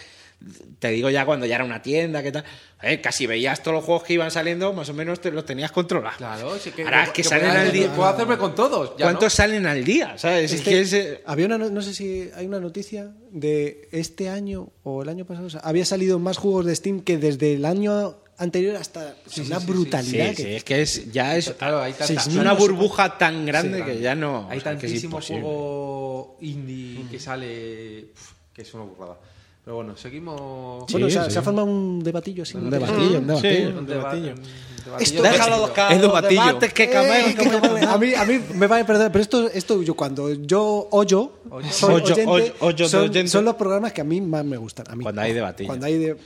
Te digo ya cuando ya era una tienda, ¿qué tal? Eh, casi veías todos los juegos que iban saliendo, más o menos te los tenías controlados.
Claro, sí que.
Ahora es que
yo
salen
puedo-
al día.
Puedo hacerme con todos. ya
¿Cuántos
no.
salen al día? ¿Sabes? Es eh,
Este-
que ese-
Había una, no no sé si hay una noticia de este año o el año pasado. o sea, había salido más juegos de Steam que desde el año anterior hasta o sea, una brutalidad.
Sí,
que-
sí, es que es, ya es,
Claro, hay tanta-
es una
no sé
burbuja tan grande
Sí,
que ya no.
Hay
o sea, que es
tantísimo
imposible.
juego indie que sale. pf, que es una burrada. Pero bueno, seguimos.
Bueno, o sea,
sí.
se ha formado un debatillo. así,
Un
¿no?
debatillo,
un
Un
debatillo.
deba-
Debatillo.
un debatillo de-
Déjalo los
Es
cabros,
debatillo.
debates que
Ey, Eh, que camale. a, mí, a mí me va a perder, pero esto, esto yo cuando yo oyo, soy
Oyo,
oyente,
oyo, oyo de
son,
oyente.
son los programas que a mí más me gustan. A mí.
Cuando hay debatillo.
Cuando hay de-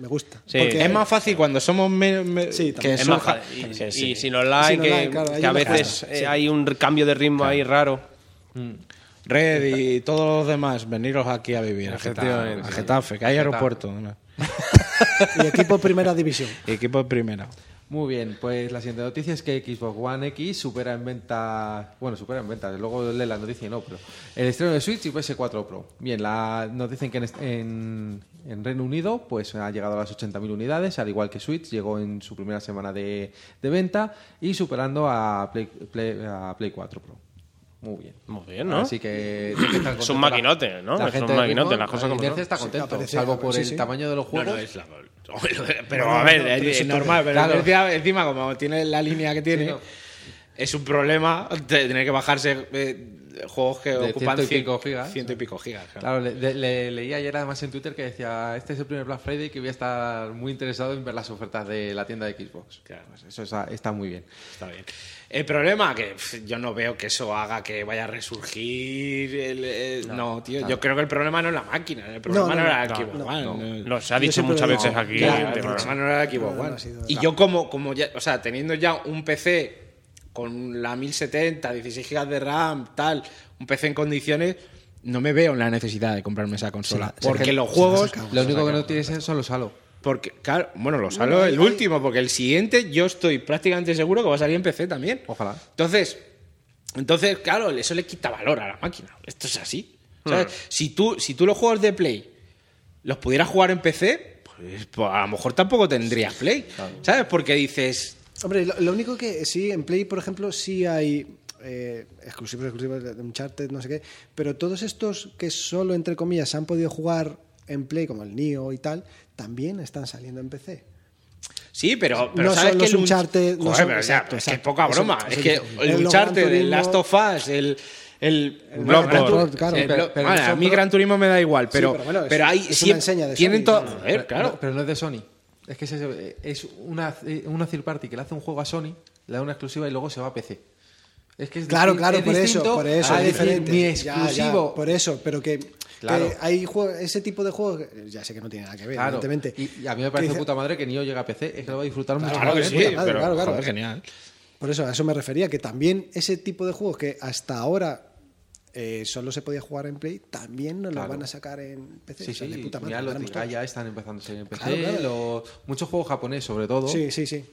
me gusta.
Sí.
Porque-
Es más fácil cuando somos menos.
Sí,
que
también.
Es más
surja-
fácil. y,
Sí,
y
sí.
sin online,
Sin
que,
online, claro, hay
que a
una
veces
cosa,
eh,
sí.
hay un cambio de ritmo ahí raro.
Red y todos los demás, veniros aquí a vivir. A Getafe, a Getafe, que hay aeropuerto. ¿no?
Y equipo primera división.
Equipo de primera.
Muy bien, pues la siguiente noticia es que Xbox One X supera en venta, bueno, supera en venta, luego lee la noticia y no, pero el estreno de Switch y PS4 Pro. Bien, la, nos dicen que en, est- en- en Reino Unido pues ha llegado a las 80.000 unidades, al igual que Switch, llegó en su primera semana de, de venta y superando a Play, Play- a Play 4 Pro. Muy bien.
Muy bien, ¿no?
Así que...
Es un maquinote, ¿no? Es un maquinote, las cosas como son.
está contento,
aparece-
salvo por
sí,
el
sí.
tamaño de los juegos.
Pero a ver,
no,
es,
pero
es
eso
normal, pero
Claro.
encima, encima, como tiene la línea que tiene,
Sí, no.
es un problema de tener que bajarse eh, juegos que
De
ocupan
ciento y
cien-
pico gigas.
ciento y pico gigas, claro.
Claro, le, le- le- leí ayer además en Twitter que decía, este es el primer Black Friday que voy a estar muy interesado en ver las ofertas de la tienda de Xbox.
Claro.
Pues eso está, está muy bien.
Está bien. El problema que pf, yo no veo que eso haga que vaya a resurgir. el- el- no, tío, yo creo que el problema no es la máquina, el problema no,
No, no,
era
no,
el Xbox
no,
One, no.
No, se ha dicho
siempre
muchas
lo
veces
digo.
aquí.
Claro,
el
el
tema.
problema no era el Xbox
No,
One.
no ha sido
Y
la-
yo como, como ya, o sea, teniendo ya un PC con la 1070, 16 GB de RAM, tal, un PC en condiciones, no me veo en la necesidad de comprarme esa consola.
Se la-
porque
se la-
los
se la
juegos...
sacamos.
Lo único que no tienes son los Halo.
Porque, claro, bueno, lo salió el último, porque el siguiente yo estoy prácticamente seguro que va a salir en PC también.
Ojalá.
Entonces, entonces claro, eso le quita valor a la máquina. Esto es así. ¿sabes?
Hmm.
Si, tú, si tú los juegos de Play los pudieras jugar en PC, pues, pues, a lo mejor tampoco tendrías Play. ¿Sabes? Porque dices,
Hombre, lo, lo único que sí, en Play, por ejemplo, sí hay eh, exclusivos, exclusivos de Uncharted, no sé qué, pero todos estos que solo, entre comillas, se han podido jugar en Play, como el Nio y tal, también están saliendo en PC.
Sí, pero, pero
No
sabes
son
que
los
el Unch-
Uncharted, no
Joder,
son-
pero, o sea,
exacto,
es que es
exacto.
poca
Eso-
broma.
eso
es que
digo.
el
El
Uncharted,
Gran
el Last
Turismo-
of Us, el... El,
El
Bloodborne,
Bloodborne, claro.
el
Pero-
Blo-
pero
Bueno,
eso-
a mí Gran Turismo me da igual, pero,
pero
pero,
bueno, es-
hay
es una
siempre-
enseña de
tienen
Sony,
todo,
¿no?
joder, claro.
No, pero no es de Sony. Es que es, eso, eh, es una, eh, una third party que le hace un juego a Sony, le da una exclusiva y luego se va a PC. Es que es
Claro,
disti-
claro,
es
por eso,
distinto
por eso,
a
es
decir,
diferente.
mi
Ya, ya,
exclusivo.
por eso, pero que, que
Claro.
hay juego- ese tipo de juegos, ya sé que no tiene nada que ver,
Claro.
evidentemente.
Y, y a mí me parece
Que-
puta madre que Nio llega a PC, es que lo va a disfrutar mucho.
Claro que
más,
sí,
¿eh?
puta madre,
pero
claro, claro.
joder, genial.
Por eso, a eso me refería, que también ese tipo de juegos que hasta ahora eh, solo se podía jugar en Play, también nos
Claro.
lo van a sacar en PC.
Sí,
o sea, de
sí,
puta madre,
ya los
ganamos
Tiga
todo.
ya están empezándose en PC,
Claro, claro.
los- muchos juegos japoneses sobre todo,
Sí, sí, sí.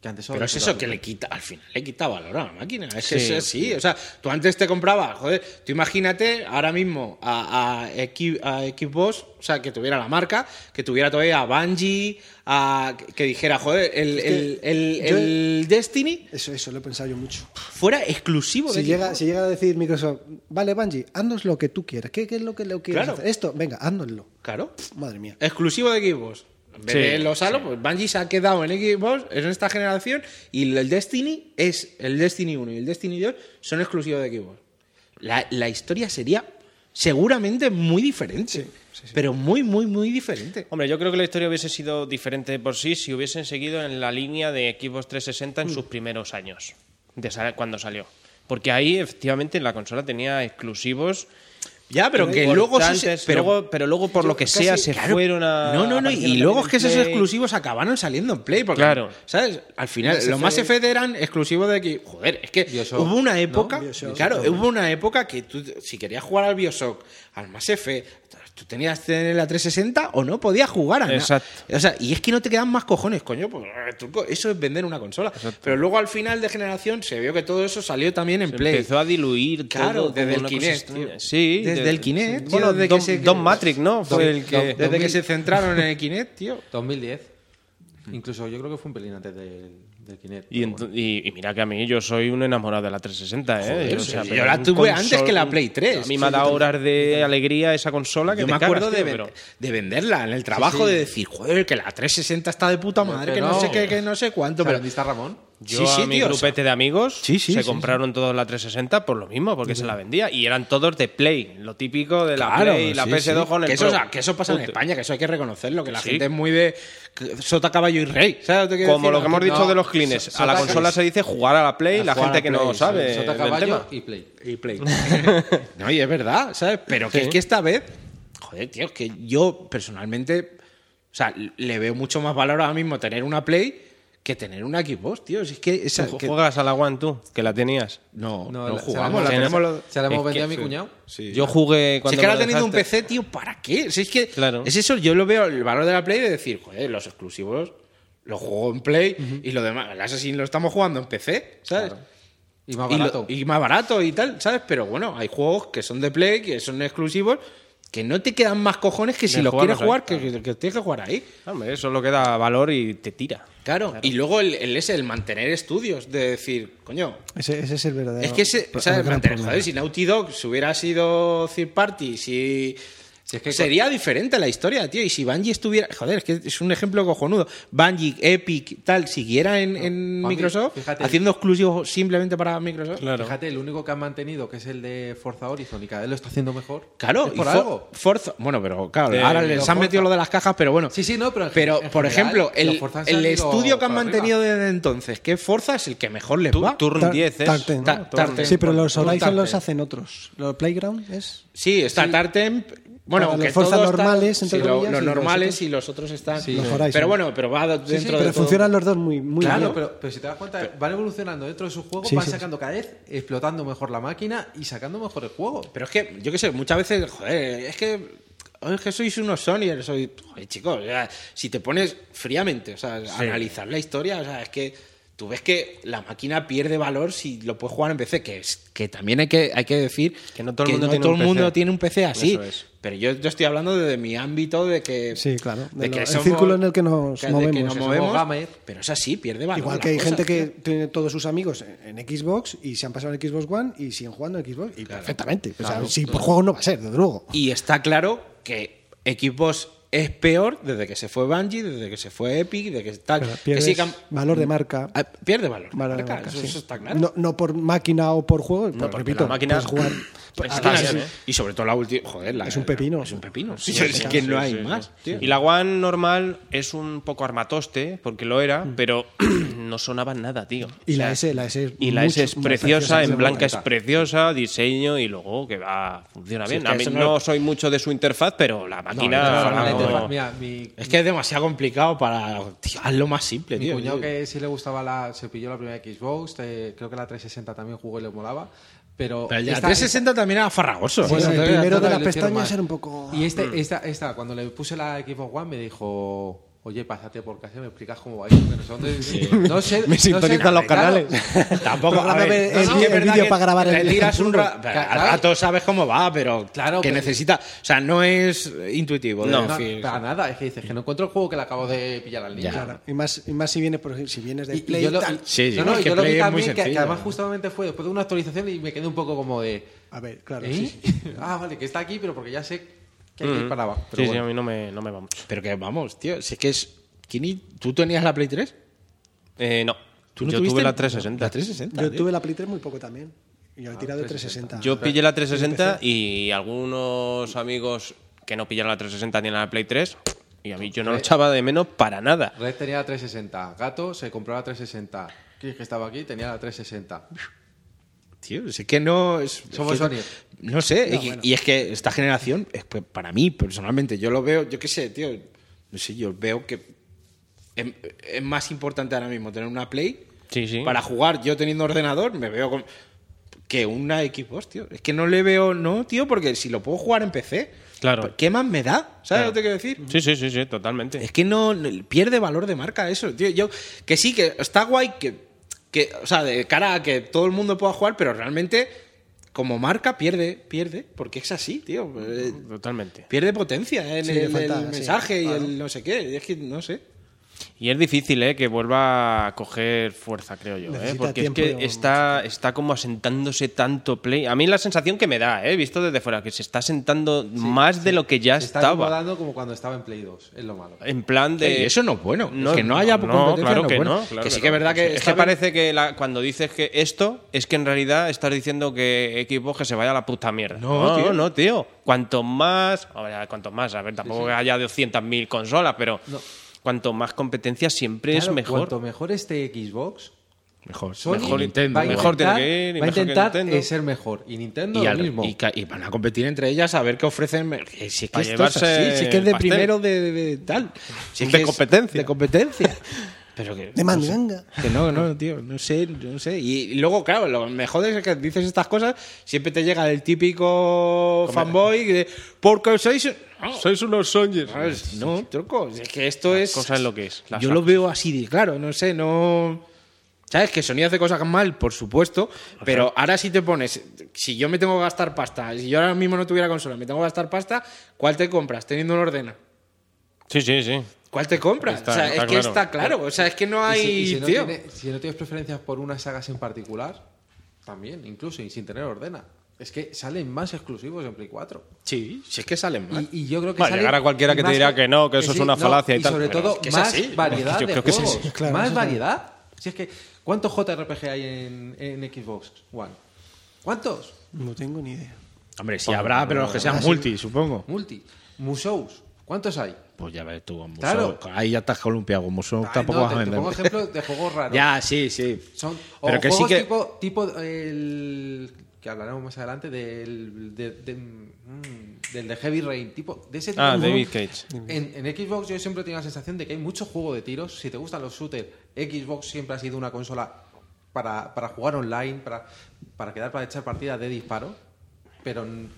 que antes solo
Pero es eso
disfrutaban.
que le quita, al final le quita valor a la máquina. Es que es así. O sea, tú antes te comprabas, joder, tú imagínate ahora mismo a, a, Equi- a Xbox, o sea, que tuviera la marca, que tuviera todavía a Bungie, a, que dijera, joder, el,
Es que
el, el-
yo-
el Destiny
Eso, eso, lo he pensado yo mucho.
fuera exclusivo de
Si llega,
Xbox.
si llega a decir Microsoft, vale, Bungie, haznos lo que tú quieras. ¿Qué, qué es lo que lo quieres
Claro.
hacer? Esto, venga, haznoslo.
Claro.
Madre mía.
Eh,
Exclusivo de Xbox. En vez
Sí,
de los Halo, pues Bungie se ha quedado en Xbox, en esta generación, y el Destiny es el Destiny 1 y el Destiny 2 son exclusivos de Xbox. La, la historia sería seguramente muy diferente. Pero muy, muy, muy diferente.
Hombre, yo creo que la historia hubiese sido diferente de por sí si hubiesen seguido en la línea de Xbox 360 en sus primeros años, de sa- cuando salió. Porque ahí, efectivamente, la consola tenía exclusivos
Ya, pero que luego, sí se-
importantes,
pero,
luego- pero luego por lo que sea se
Claro.
fueron a
No, no, no. Y
apareciendo
luego es
también
que
en
esos
Play.
exclusivos acabaron saliendo en Play. Porque,
Claro.
¿Sabes? Al final,
Mass
los más
Effect.
Effect eran exclusivos de que. Joder, es que
Bioshock,
hubo una época.
¿no? Bioshock,
claro,
también.
hubo una época que tú, si querías jugar al Bioshock, al Mass Effect, tú tenías que tener la 360 o no podías jugar a nada.
Exacto.
O sea, y es que no te quedan más cojones, coño. pues, eh, truco, eso es vender una consola. Pero luego al final de generación se vio que todo eso salió también en
Se
Play.
empezó a diluir
Claro,
todo
desde
como
el
una cosa
Kinect,
extraña.
tío.
Sí,
Desde el Kinect, tío,
Bueno,
desde que
Don,
se-
Don Matrix, ¿no? Fue el que
Don-
Desde que se centraron en el Kinect, tío.
2010.
Mm.
Incluso yo creo que fue un pelín antes del, del Kinect.
Y,
pero
ent- y- y mira que a mí yo soy un enamorado de la 360, ¿eh?
Joder,
O sea,
sí,
pero
yo la
un
tuve antes que la Play 3.
A mí me ha dado horas de alegría esa consola que
Yo
te
me acuerdo
cagas,
de,
tío,
ven-
pero-
de venderla en el trabajo, de decir, joder, que la 360 está de puta madre,
que
que no,
no.
sé qué, que no sé cuánto.
bueno.
Pero,
¿Dónde está Ramón?
Yo
Sí, sí,
a mi
tío, o sea-
grupete de amigos
Sí, sí,
se
sí,
compraron todos la 360 por lo mismo, porque se la vendía. Y eran todos de Play, lo típico de la
Claro,
Play y la
sí,
PS2
sí.
con el
que eso,
Pro.
o sea, que eso pasa en
Puto.
España, que eso hay que reconocerlo, que la
Sí.
gente es muy de que- sota, caballo y rey. ¿sabes lo que quiero
Como
decir?
lo que hemos dicho
No,
de los clines,
so-
a la
sota-
consola se dice jugar a la Play, la
Juan
gente que no
Play,
sabe
Sota
del
Caballo
tema.
y Play.
y Play. no, y es verdad, ¿sabes? Pero que es que esta vez, joder, tío, es que yo personalmente, o sea, le veo mucho más valor ahora mismo tener una Play que tener una Xbox, tío. Si es que esa-
Ju-
que-
Juegas a la One tú, que la tenías.
no, no,
la-
jugamos, la
se la
tenemos.
hemos,
los-
se la hemos
es
vendido a
que-
mi cuñado.
Sí.
Yo jugué
Si
cuando
es que
me
ahora
lo
teniendo un
dejaste.
PC, tío, ¿para qué? Si es que
Claro.
es eso, yo lo veo el valor de la Play de decir, joder, los exclusivos los juego en Play y lo demás, el Assassin lo estamos jugando en PC, ¿sabes?
Y más
Y, lo-
barato.
y más barato y tal, ¿sabes? Pero bueno, hay juegos que son de Play, que son exclusivos, que no te quedan más cojones que si
De
los quieres jugar,
jugarlos
que,
ahí,
que, que tienes que jugar ahí.
Hombre, eso es lo que da valor y te tira.
Claro. Y luego el, el ese, el mantener estudios, de decir, coño,
Ese, ese es el verdadero.
es que ese,
pro- el
¿sabes?
gran
Mantener,
problema.
joder, si Naughty Dog se hubiera sido third party, si...
es que-
sería diferente la historia, tío. Y si Bungie estuviera... Joder, es que es un ejemplo cojonudo. Bungie, Epic, tal, siguiera en, en
Bungie,
Microsoft,
fíjate.
haciendo exclusivos simplemente para Microsoft.
Fíjate, el único que han mantenido, que es el de Forza Horizon, y cada vez lo está haciendo mejor.
Claro,
es
y
por
For-
algo.
Forza. Bueno, pero claro,
Eh,
ahora
los
les han metido
Forza.
lo de las cajas, pero bueno.
Sí, sí, no, pero en
Pero,
gen- en
por
general,
ejemplo,
los
el,
Forza han
el
salido
estudio que han
para arriba.
mantenido desde entonces, que es Forza es el que mejor les va.
Turn
Tar-
10 es.
Tartan, ¿no?
Ta- Tartan.
Sí, pero los
Turn
Horizon los
Tartan.
hacen otros. Los Playground es.
Sí, está Tartem. Bueno,
Para
aunque
los Forza
todos están-
normales, entre
sí, lo-
comillas,
los
y los
normales
otros-
y los otros están.
Sí. Los Horizon.
pero bueno, pero va dentro de.
Pero
todo.
funcionan los dos muy, muy
claro,
bien.
pero, pero si te das cuenta, van evolucionando dentro de sus juegos,
Sí,
van
sí, sí.
sacando cada vez, explotando mejor la máquina y sacando mejor el juego.
Pero es que, yo qué sé, muchas veces, joder, es que, es que sois unos Sony, soy, joder, chicos, o sea, si te pones fríamente, o sea, analizar la historia, o sea, es que tú ves que la máquina pierde valor si lo puedes jugar en PC, que es que también hay que, hay que decir
Que no todo el mundo tiene
todo
un
el mundo
PC.
tiene un PC así.
Eso es.
Pero yo, yo estoy hablando desde mi ámbito de que.
Sí, claro, de
de
lo-
que
el
somos-
círculo en el que nos
de nos
movemos. Que
somos
movemos,
gamer.
pero es así, pierde valor.
Igual
la
que hay
cosa,
gente que
tío.
tiene todos sus amigos en en Xbox y se han pasado en Xbox One y siguen jugando en Xbox. Y perfectamente. o sea, si por juego no va a ser, desde luego.
Y está claro que equipos es peor desde que se fue Bungie, desde que se fue Epic, desde que tal.
Pero
que
pierdes
sí que han-
valor de marca.
Ah, pierde valor.
Valor de
marca,
marca,
eso,
sí.
eso está claro.
No, no por máquina o por juego. No,
porque
repito,
la máquina- pues
puedes jugar.
Es que
Ah,
la-
sí.
Y sobre todo la última. Joder, la-
Es un pepino.
Es un pepino.
Sí,
es
sí,
que
sí,
no
¿eh? sí,
hay
sí,
más,
sí.
tío.
Y la One normal es un poco armatoste, porque lo era,
Mm.
pero no sonaba nada, tío.
Y
O sea,
la S, la S es
Y la
mucho
S es
más
preciosa, en
que
blanca es
la
preciosa, diseño y luego que va, funciona bien.
es que
A mí
eso
no,
no-
soy mucho de su interfaz, pero la
Ah,
Pero
máquina.
la
no-
interfaz- mira, mi,
Es que es demasiado complicado para. Tío, hazlo más simple,
mi
tío.
cuñado
Yo-
que sí le gustaba la. Se pilló la primera Xbox, eh, creo que la 360 también jugó y le molaba. Pero,
Pero el de la
esta-
360 también era farragoso.
Bueno,
¿eh?
el
Todavía-
primero- de
Todavía
las
lo hicieron
pestañas
mal.
era un poco- Mm.
Y este, esta, esta, cuando le puse la Xbox One, me dijo. Oye, pásate por casa y me explicas cómo va esto, que no sé dónde- No sé. no sé-
sintonizan los
Claro,
canales.
Tampoco. a
Programa
ver,
el- el
sí que es
vídeo
verdad que
para grabar
le
el-
tiras
el
un
fútbol.
ra-
Claro.
Al rato sabes cómo va, pero.
Claro,
que
pero-
necesita. O sea, no es intuitivo. de
No.
No,
decir,
para nada, es que dices que no encuentro el juego que le acabo de pillar al niño.
Claro, Y más, y más si vienes, por ejemplo, si vienes de
Y- y
Play
yo lo-
tal.
Sí, sí,
no, no,
es que
yo lo vi
Play es muy
también, que, que
sencillo.
además justamente fue después de una actualización y me quedé un poco como de...
A ver, claro.
¿eh?
sí.
Ah, vale, que está aquí, pero porque ya sé que hay que ir para abajo.
Sí,
Pero
sí,
bueno.
a mí no me, no me va mucho.
Pero que vamos, tío, si es que es. ¿Quién i- ¿Tú tenías la Play 3?
Eh, no.
¿Tú no
yo
tuviste
tuve la
el-
360.
La 360.
Yo
tío.
tuve la Play 3 muy poco también. Y Yo he tirado de 360.
Yo pillé la 360 y algunos amigos que no pillaron la 360 tienen la Play 3 y a mí yo no lo echaba de menos para nada.
Red tenía la 360, Gato se compró la 360, Chris que estaba aquí tenía la 360.
tío, si es que no. es-
Somos
es que-
Sony.
No sé, y, y es que esta generación, es que para mí personalmente, yo lo veo, yo qué sé, tío, no sé, yo veo que es, es más importante ahora mismo tener una Play
Sí, sí.
para jugar. Yo teniendo ordenador, me veo con, que una Xbox, tío. Es que no le veo, no, tío, porque si lo puedo jugar en PC,
Claro.
¿qué más me da? ¿Sabes
Claro.
lo que te quiero decir?
Sí, sí, sí, sí, totalmente.
Es que no no- pierde valor de marca eso, tío. Yo que sí que está guay que, que o sea, de cara a que todo el mundo pueda jugar, pero realmente como marca pierde, pierde, porque es así, tío. Eh,
Totalmente.
Pierde potencia en
Sí,
el,
le falta,
el
sí,
mensaje y
claro.
el no sé qué. Es que no sé.
Y es difícil, ¿eh? Que vuelva a coger fuerza, creo yo, ¿eh?
Necesita
Porque es
tiempo,
que
digamos,
está, está como asentándose tanto Play. A mí la sensación que me da, ¿eh? Visto desde fuera, que se está sentando más de lo que ya
Se está
estaba.
acomodando como cuando estaba en Play 2, es lo malo.
En plan de.
Y eso no es bueno.
No,
Es que no haya
no,
competencia
claro
no es
que
bueno.
no, claro
que sí
que
que es
no.
verdad que
Es
está
que
bien.
parece que la- cuando dices que esto, es que en realidad estás diciendo que Xbox que se vaya a la puta mierda.
No,
No, no,
tío.
tío. Cuanto más, a ver, cuanto más, a ver, tampoco que haya 200.000 consolas, pero cuanto más competencia siempre es
Claro,
mejor.
Cuanto mejor este Xbox,
mejor,
Sony
mejor
va
Nintendo.
a
mejor.
mejor tiene
intentar,
que ir y
va a
mejor que
intentar
Nintendo.
eh, ser mejor. Y Nintendo
Y,
lo
al-
mismo.
y ca- y van a competir entre ellas a ver qué ofrecen. Eh, Si es que
Para
esto es así,
llevarse
si es que es de
el pastel.
primero de, de- de tal. Si es
De
que es
competencia.
De competencia. Pero que,
De
no sé.
mandanga.
Que no, no, tío, no sé, no sé. Y luego, claro, lo mejor es que dices estas cosas, siempre te llega el típico fanboy de, porque sois...
Sois unos Sonyers.
¿sabes? No, troco, es que esto es...
cosa es lo que es, las
Yo lo veo así, de claro, no sé, no... ¿Sabes? Que Sony hace cosas mal, por supuesto, pero ahora si te pones, si yo me tengo que gastar pasta, si yo ahora mismo no tuviera consola, me tengo que gastar pasta, ¿cuál te compras teniendo un ordena?
Sí, sí, sí.
¿Cuál te compras?
Está-
o sea,
está
es que
claro.
está claro, o sea, es que no hay...
Y si, y si no
tío.
tiene- si no tienes preferencias por unas sagas en particular, también, incluso, y sin tener ordena. Es que salen más exclusivos en Play 4.
Sí, si es que salen mal.
Y, y yo creo que
Va a
salen-
llegar a cualquiera
y
que te
más
dirá que no, que eso es una falacia y tal,
sobre
pero
todo,
es que es
más
así.
variedad
Yo
de
creo que es
juegos.
así.
Claro,
más
eso
variedad. Si es que, ¿cuántos JRPG hay en, en Xbox One? ¿Cuántos?
No tengo ni idea.
Hombre, pues, ah, sí habrá, pero los que sean multi, supongo.
Multi. Musous. ¿Cuántos hay?
Pues ya ves tú, con
Claro.
Musou. Ahí ya estás columpiado, con Musou tampoco
Ay, no,
vas a vender.
te, te pongo ejemplos de juegos raros.
Ya, sí, sí.
Son o
pero que sí
juegos
que.
tipo, tipo el que hablaremos más adelante del de, de- mm, del de Heavy Rain, tipo de ese tipo
Ah,
de
David
juegos.
Cage.
En, en Xbox yo siempre tengo la sensación de que hay mucho juego de tiros. Si te gustan los shooters, Xbox siempre ha sido una consola para, para jugar online, para, para quedar para echar partidas de disparo, pero n-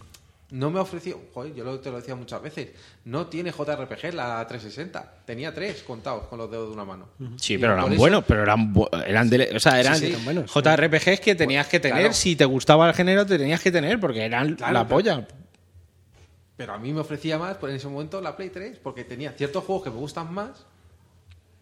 no me ha ofrecido, joder, yo lo- te lo decía muchas veces, no tiene JRPG la 360, tenía tres contados con los dedos de una mano.
Sí,
Y
pero
por
eran
eso-
buenos, pero eran, bu- eran de- o sea, eran
Sí, sí, eran buenos.
JRPGs que tenías que tener,
Claro.
si te gustaba el género te tenías que tener, porque eran
Claro,
la
pero-
polla.
Pero a mí me ofrecía más por en ese momento la Play 3, porque tenía ciertos juegos que me gustan más.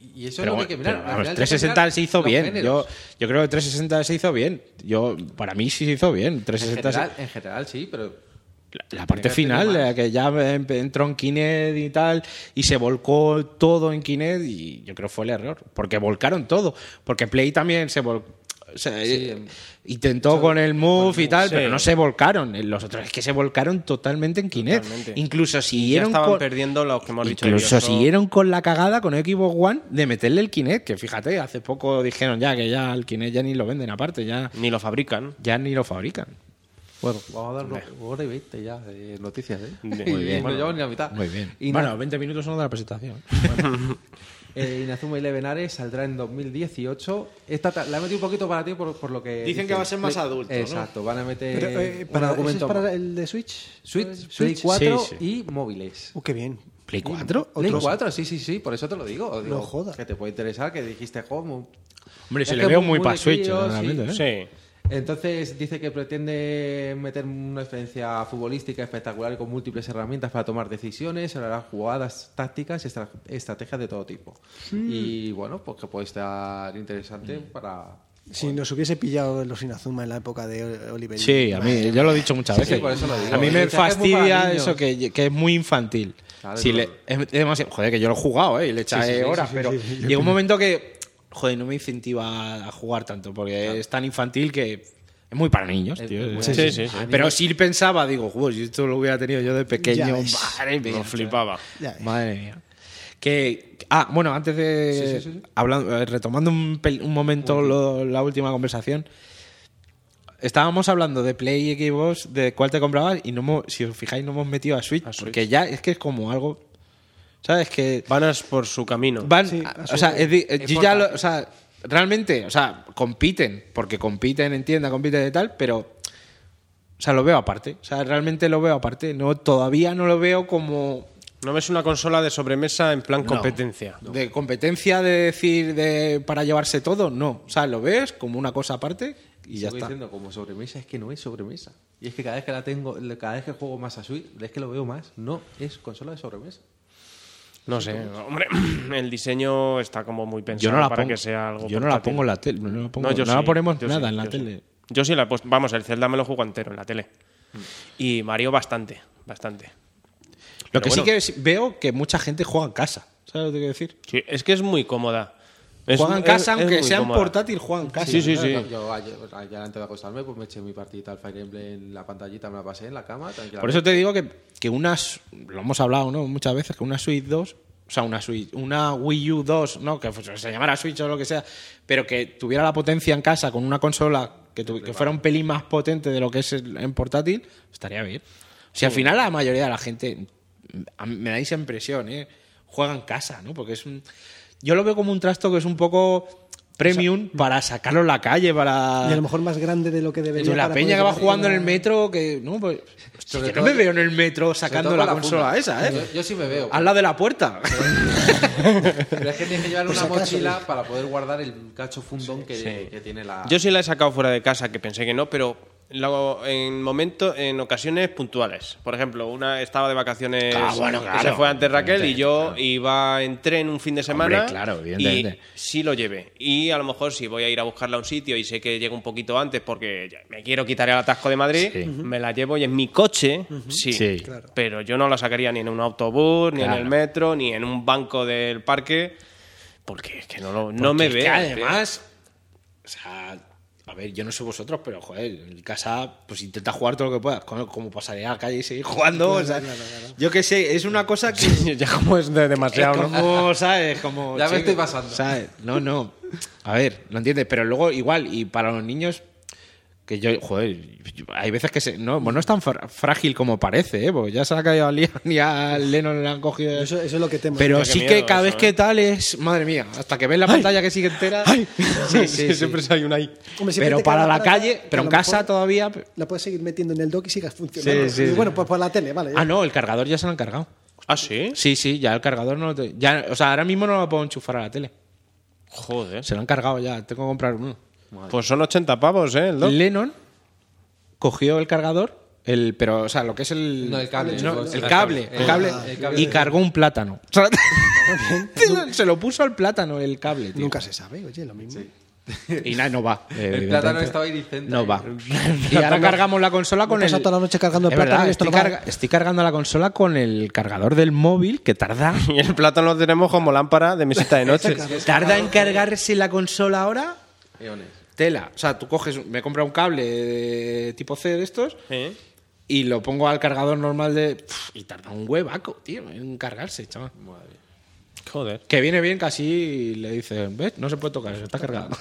Y y eso
Pero
es lo que hay que
bueno,
mirar.
pero vamos,
Al final tienes que
360
mirar
se hizo
los
bien. Yo,
géneros.
yo creo que 360 se hizo bien. Yo, para mí sí se hizo bien.
en,
360 se-
general, en general, sí, pero.
La, la parte
Tenía que tener
final,
más.
la que ya em- entró en Kinect y tal, y se volcó todo en Kinect, y yo creo fue el error, porque volcaron todo, porque Play también se volcó. o sea,
Sí,
eh,
em,
intentó con el Move y tal,
sí.
pero no se volcaron. eh, Los otros es que se volcaron totalmente en Kinect.
Totalmente.
Incluso
Ya
siguieron
estaban
con,
perdiendo los que hemos dicho.
Incluso
ellos, ¿no?
siguieron con la cagada con Xbox One de meterle el Kinect, que fíjate, hace poco dijeron ya que ya el Kinect ya ni lo venden aparte, ya,
Ni lo fabrican.
ya ni lo fabrican.
Bueno, vamos a dar una hora y veinte ya de noticias, ¿eh?
Muy
Y
bien.
No llevamos ni la mitad.
Muy bien.
Y
bueno,
nada,
20 minutos son de la presentación.
eh, Inazuma Eleven Ares saldrá en 2018. Esta ta- la he metido un poquito para ti por, por lo que.
Dicen que va a ser más adulto, ¿no?
Exacto, van a meter.
Pero, eh,
un
para, ¿eso
argumento
es para
más.
el de Switch?
Switch,
¿Switch?
Play 4
eh, Sí, sí.
y móviles.
Uh, qué bien.
¿Play 4?
Play
Otros-
4, sí, sí, sí, por eso te lo digo. digo
jodas.
Que te puede interesar, que dijiste home.
Hombre,
Es
se
que
le veo
muy-
muy
muy
para
de
Switch,
crío,
realmente, ¿eh?
Sí.
Entonces dice que pretende meter una experiencia futbolística espectacular y con múltiples herramientas para tomar decisiones, hará jugadas tácticas y estra- estrategias de todo tipo.
Hmm.
Y bueno, pues que puede estar interesante para...
Si nos hubiese pillado los Inazuma en la época de Oliver.
Sí, a mí, yo lo he dicho muchas
Sí,
veces.
sí, por eso lo digo.
A mí me
Dice que es muy para
fastidia
niños.
eso que, que es muy infantil.
Claro,
Si
no,
le-
no.
es demasiado- joder, que yo lo he jugado, ¿eh? Y le echaba
sí, sí,
horas,
sí,
pero
sí, sí, yo
llega un momento que, joder, no me incentiva a jugar tanto, porque es tan infantil que es muy para niños,
Es-
tío.
es muy
Es-
Sí, sí, sí.
Pero sí pensaba, digo, "Joder, si esto lo hubiera tenido yo de
Ya
pequeño,
ves.
madre mía".
Lo flipaba.
Ya eh. ves.
Madre mía. Que, ah, bueno, antes de.
Sí, sí, sí, sí.
hablando- eh, retomando un, pel- un momento lo- la última conversación. Estábamos hablando de Play y Xbox, de cuál te comprabas, y no hemos- si os fijáis, no hemos metido a Switch, porque ya es que es como algo. ¿Sabes? Que
Van a por su camino.
van.
Sí,
a-
así
o sea,
es.
es di- eh, yo ya
Importa.
lo- o sea, realmente, o sea, compiten, porque compiten en tienda, compiten de tal, pero. O sea, lo veo aparte. O sea, realmente lo veo aparte. No, todavía no lo veo como
No ves una consola de sobremesa en plan
No.
competencia.
de competencia de decir de para llevarse todo, no. O sea, lo ves como una cosa aparte y ya
Sigo
está.
diciendo, como sobremesa, es que no es sobremesa. Y es que cada vez que la tengo, cada vez que juego más a Switch, es que lo veo más, no es consola de sobremesa.
No sé, hombre, el diseño está como muy pensado
Yo no la
para
pongo.
que sea algo.
yo no la
portátil.
pongo en la tele. No, la pongo-
yo
no la
sí,
ponemos
yo
nada
sí,
en la
yo sí.
tele. Mm.
Yo sí la he puesto. Vamos, el Zelda me lo juego entero en la tele. Y Mario bastante, bastante.
Lo que
bueno.
sí que es- veo que mucha gente juega en casa. ¿Sabes lo que quiero decir?
Sí, es que es muy cómoda. Es-
juega en
es-
casa,
es
aunque
muy
sean
cómoda.
portátil, juegan en casa.
Sí, sí, sí.
Yo, ayer, ayer antes de acostarme, pues me eché mi partidita al Fire Emblem en la pantallita, me la pasé en la cama, tranquilamente.
Por eso te digo que, que unas. Lo hemos hablado, ¿no? Muchas veces, que una Switch 2. O sea, una Switch, una Wii U 2, ¿no? Que pues, se llamara Switch o lo que sea, pero que tuviera la potencia en casa con una consola que, tu- que fuera un pelín más potente de lo que es el- en portátil, estaría bien. Si al final la mayoría de la gente, a mí me da esa impresión, ¿eh? Juega en casa, ¿no? Porque es un... Yo lo veo como un trasto que es un poco premium para sacarlo a la calle, para...
Y a lo mejor más grande de lo que debería.
Yo la
para
peña
poder
que va
llevar
jugando en el
una-
metro, que no, pues. hostia,
Sobre
yo
todo-
no me veo en el metro
Sobre todo
sacando
con
la,
funda.
consola esa, ¿eh?
Yo, yo sí me veo.
Al lado de la puerta.
Pero es que tienes que llevar
Por
una
si acaso.
mochila para poder guardar el cacho fundón que, que tiene la.
Yo sí la he sacado fuera de casa, que pensé que no, pero lo- en momentos, en ocasiones puntuales. Por ejemplo, una estaba de vacaciones
Ah, bueno,
que
claro.
se fue antes Raquel y
Evidentemente,
yo iba en tren un fin de semana.
claro, evidentemente.
Y sí lo llevé. Y a lo mejor si voy a ir a buscarla a un sitio y sé que llego un poquito antes porque ya me quiero quitar el atasco de Madrid,
Sí. Ujú.
me la llevo y en mi coche, sí.
Sí.
Claro.
Pero yo no la sacaría ni en un autobús, ni en
Claro.
el metro, ni en un banco del parque. Porque es que no, lo- no me ¿eh?
Porque
veo.
es que
tío.
además. O sea. A ver, yo no sé vosotros, pero joder, en casa, pues intenta jugar todo lo que puedas. Como, como pasaría a la calle y seguir jugando. o sea, Yo qué sé, es una cosa que.
ya como es Pues de
Es
demasiado, ¿no?
como, ¿sabes? Como,
Ya me
chico,
estoy pasando.
¿sabes? No, no. A ver, lo entiendes, pero luego igual, y para los niños, que yo, joder, yo- hay veces que se, no, bueno, no es tan fra- frágil como parece, ¿eh? Porque ya se le ha caído a Leon y a Lennon le han cogido.
Eso, eso es lo que temo.
pero
Hostia, qué
sí que
miedo
cada
eso,
vez
¿eh?
que tal es, madre mía, hasta que ves la pantalla que sigue entera. Sí, sí, sí.
hay una ahí.
Hombre, siempre
Pero
te
para
queda
la
barata,
calle,
que
pero
a
en
lo
casa
mejor
todavía.
La puedes seguir metiendo en el dock y sigas funcionando.
Sí, sí,
Y
sí.
bueno, pues por la tele, vale.
Ah, no, el cargador ya se lo han cargado.
¿Ah, sí?
Sí, sí, ya el cargador no lo te- ya, O sea, ahora mismo no lo puedo enchufar a la tele.
Joder.
Se lo han cargado ya, tengo que comprar uno.
Pues son 80 pavos, ¿eh? El dock.
Lennon cogió el cargador, el, pero, o sea, lo que es el.
No, el cable,
no,
chicos.
el cable, el cable,
Ah, el cable.
y cargó un plátano. O sea, se lo puso al plátano el cable, tío.
Nunca se sabe, oye, lo mismo.
Y nada, no va.
el
evidentemente.
plátano estaba iridicente.
No va. Y ahora cargamos la consola con
Me he
el.
pasado toda la noche cargando el
Es verdad,
plátano y esto
estoy,
no va.
carga- estoy cargando la consola con el cargador del móvil que tarda.
Y el plátano lo tenemos como lámpara de mesita de noche.
Tarda en cargarse la consola ahora.
Eones.
Tela. O sea, tú coges, me compra un cable de tipo C de estos.
¿Eh?
Y lo pongo al cargador normal de. Pf, Y tarda un huevaco, tío, en cargarse, chaval.
Joder.
Que viene bien que así le dicen, ¿ves? No se puede tocar, se está cargado.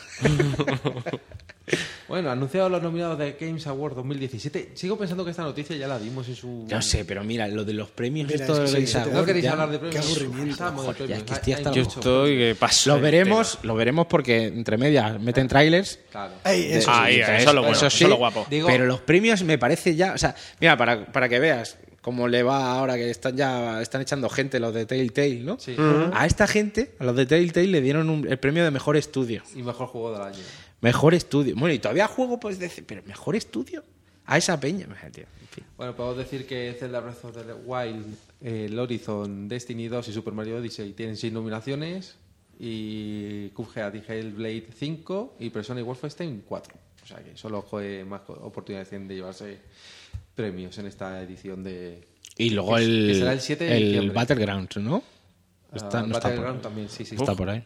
Bueno, anunciados los nominados de Games Award 2017. Sigo pensando que esta noticia ya la dimos en su.
No sé, pero mira, lo de los premios,
Mira,
esto
es que
de Games
sí, sí, te-
Award,
No queréis
ya-
hablar de premios.
Qué aburrimiento.
Estamos de
Joder, ya
premios.
es que estoy
Hay-
hasta
hay
la
Yo
mucho.
estoy que paso.
ah, Lo
de
veremos, lo veremos porque entre medias meten trailers. Eh,
Claro.
Ey,
tema.
eso sí.
Ahí, eso es lo bueno,
Eso
eso,
sí,
es lo guapo.
Digo-
pero los premios me parece ya. O sea, mira, para, para que veas cómo le va ahora que están ya están echando gente los de Telltale, ¿no?
Sí.
A esta gente, a los de Telltale, le dieron un- el premio de mejor estudio.
Y mejor juego del año.
Mejor estudio. Bueno, y todavía juego, pues, de- pero mejor estudio. A esa peña, tío. En fin.
Bueno, podemos decir que Zelda Breath of the Wild, eh, el Horizon, Destiny 2 y Super Mario Odyssey tienen 6 nominaciones. Y Cuphead y Hellblade 5 y Persona y Wolfenstein 4. O sea que solo joe, más co- oportunidades tienen de llevarse premios en esta edición de.
Y luego
Que-
el,
que será el 7 de
el
diciembre.
Battleground, ¿no?
Ah,
Está- no está por-
Battleground también, sí, sí.
está por ahí.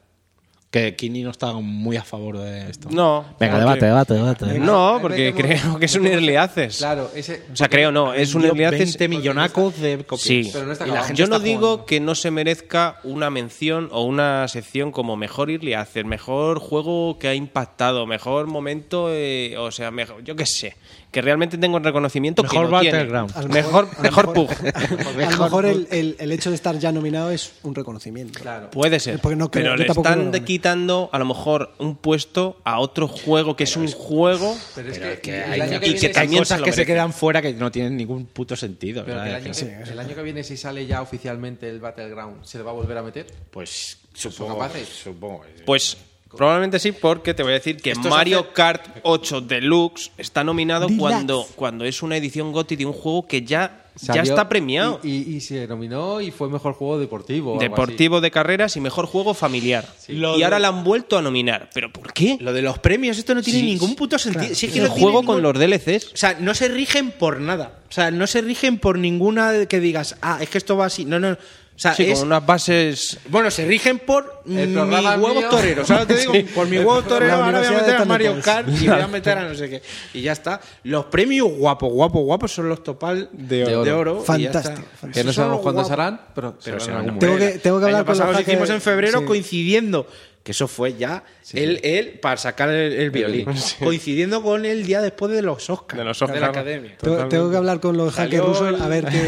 Que Kini no está muy a favor de esto.
No.
Venga, debate,
porque-
debate, debate.
No, porque
Venga,
creo que es un early access.
Claro, ese.
O sea, creo no, es un
Vendió
early access.
20 millonacos de copias.
Sí.
Pero no está
Y la
acabado.
gente
Yo no
está
digo
jugando.
que no se merezca una mención o una sección como mejor early access, mejor juego que ha impactado, mejor momento, eh, o sea, mejor, yo qué sé, que realmente tenga un reconocimiento que
Mejor
no tiene.
Battleground.
A lo
Mejor,
mejor-
ah, mejor Pug.
A lo mejor el, el- el hecho de estar ya nominado es un reconocimiento.
Claro.
Puede ser.
Porque no creo,
pero
yo
le
tampoco
están
creo que-
quitando a lo mejor un puesto a otro juego que es un juego.
Pero es que, el
Hay-
año que
y
viene
que
sí-
también
hay cosas
se lo
que se
merece.
quedan fuera que no tienen ningún puto sentido.
Pero que el,
¿verdad?
año que,
Que-
el año que viene, si sale ya oficialmente el Battleground, ¿se le va a volver a meter?
Pues supongo.
capaces?
supongo que sí.
Pues probablemente sí, porque te voy a decir que
Esto se
Mario
hace-
Kart 8 Deluxe está nominado cuando, cuando es una edición GOTY de un juego que ya, ya
Salió
está premiado.
Y, y- y se nominó y fue mejor juego deportivo. o algo
Deportivo de carreras y mejor juego familiar.
Lo
Y
de-
ahora la han vuelto a nominar. ¿Pero por qué?
Lo de los premios, esto no tiene
Sí,
ningún
sí,
puto sentido. Si es que
el
no tiene
juego
ningún-
con los DLCs.
O sea, no se rigen por nada. O sea, no se rigen por ninguna de que digas, ah, es que esto va así. No, no. O sea,
Sí,
es-
con unas bases.
Bueno, se rigen por mis
El programa
huevos
mío.
toreros. Ahora te digo, por mi huevo torero,
La
ahora voy a
universidad
meter a
de
Mario
Thunderbolts.
Kart y voy a meter a no sé qué. Y ya está. Los premios guapos, guapos, guapos son los topal de,
De
oro.
oro.
de oro.
Fantástico,
así. Que no sabemos cuándo serán, pero, se van en algún momento.
Tengo que- tengo que hablar con los
pasado,
hackers.
hicimos en febrero
Sí.
coincidiendo. Que eso fue ya el, el- para sacar el, el violín. Coincidiendo con el día después de los Oscars.
De los Oscars.
la academia.
Tengo, tengo que hablar con los hackers
Salió
rusos
el-
a ver qué.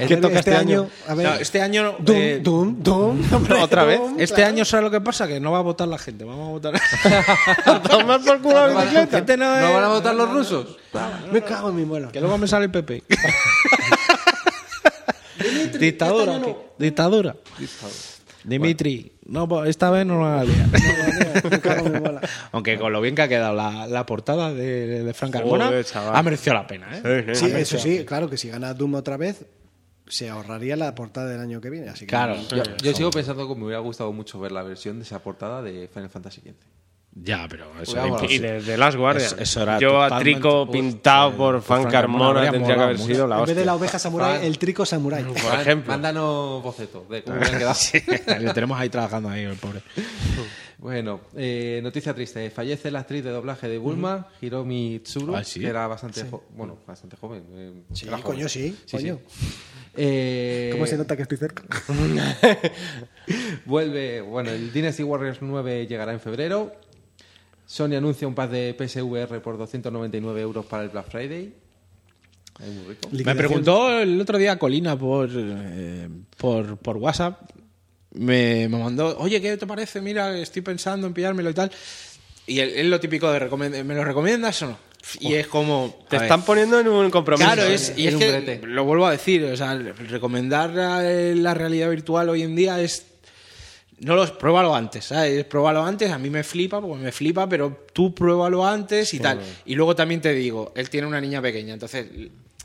a ver
toca este año?
A ver,
No, este año.
Doom,
eh,
Doom, Doom, hombre,
¿Otra vez?
Doom,
Este
claro.
año, ¿sabes lo que pasa? Que no va a votar la gente. Vamos a votar.
Tomar por culo la bicicleta.
Gente no,
¿No
es-
van a votar los rusos?
Me cago en mi muelo.
Que luego me sale el PP. Dictadura.
este año
¿qué? Dictadura. Dimitri, no, po- esta vez no lo van a liar.
Me cago en mi muela.
Aunque con lo bien que ha quedado la, la portada de, de Frank Carmona,
Joder, chaval.
ha merecido la pena. ¿eh?
Sí, eso sí, claro que si gana Doom otra vez, se ahorraría la portada del año que viene. Así que
Claro.
Yo, yo sigo pensando que me hubiera gustado mucho ver la versión de esa portada de Final Fantasy XV.
Ya, pero eso
Cuidado,
era
vamos.
Y
imposible.
de, de Last Guardian.
Eso- eso era
Yo a
totalmente-
Trico
Uf,
pintado por Fan
Frank
Carmona
Carmona,
tendría que
molaba
haber
mucho.
sido
en
la
vez de la
hostia.
oveja samurái, el trico samurái.
Por ejemplo.
Mándanos boceto de cómo hubieran quedado.
Lo tenemos ahí trabajando ahí, el pobre.
Bueno, eh, noticia triste. Fallece la actriz de doblaje de Bulma, Hiromi Tsuru,
Ah, sí.
que era bastante, jo- bueno, bastante joven. eh,
Sí,
era joven.
coño, sí, coño.
Eh,
¿Cómo se nota que estoy cerca?
Vuelve, bueno, el Dynasty Warriors 9 llegará en febrero. Sony anuncia un pack de PSVR por 299 euros para el Black Friday. Es muy rico.
Me
Liquidación.
preguntó el otro día Colina por, eh, por, por WhatsApp. Me, me mandó, oye, ¿qué te parece? Mira, estoy pensando en pillármelo y tal. Y él- él lo típico de, recomen- ¿me lo recomiendas o no? Y es como...
Te
a ver.
están poniendo en un compromiso.
Claro, es, y
en
es
un
que
brete.
lo vuelvo a decir, o sea, recomendar la, la realidad virtual hoy en día es no los pruébalo antes, ¿sabes? Pruébalo antes, a mí me flipa, porque me flipa, pero tú pruébalo antes y tal. Y luego también te digo, él tiene una niña pequeña, entonces,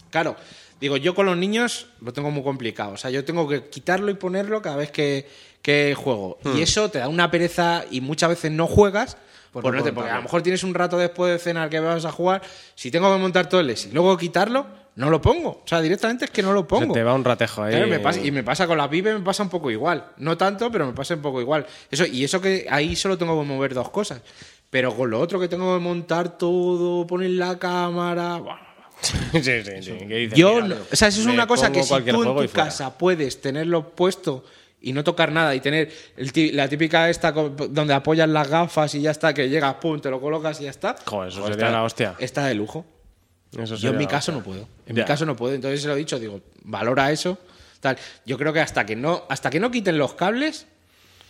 claro, digo, yo con los niños lo tengo muy complicado, o sea, yo tengo que quitarlo y ponerlo cada vez que, que juego. Y eso te da una pereza y muchas veces no juegas.
Por
por
no
no te- porque a
montarlo.
lo mejor tienes un rato después de cenar que vas a jugar. Si tengo que montar todo el S y luego quitarlo, no lo pongo. O sea, directamente es que no lo
Se
pongo.
te va un ratejo ahí.
Claro, me pasa- y me pasa con la pibe, me pasa un poco igual. No tanto, pero me pasa un poco igual. Eso, y eso que ahí solo tengo que mover dos cosas. Pero con lo otro que tengo que montar todo, poner la cámara. buah.
sí, sí, sí. ¿Qué dices?
Yo,
Mira,
no- o sea, eso es
me
una cosa
pongo
que si
cualquier
tú en
juego y
tu
fuera.
casa puedes tenerlo puesto y no tocar nada y tener el ti- la típica esta co- donde apoyas las gafas y ya está, que llegas, pum, te lo colocas y ya está.
Joder, eso
Pues
sería
está-
la hostia.
Está de lujo.
Eso
Yo
sería
en mi
la
caso
hostia.
no puedo. En
Ya.
mi caso no puedo. Entonces se lo he dicho, digo, valora eso. Tal. Yo creo que hasta que no, hasta que no quiten los cables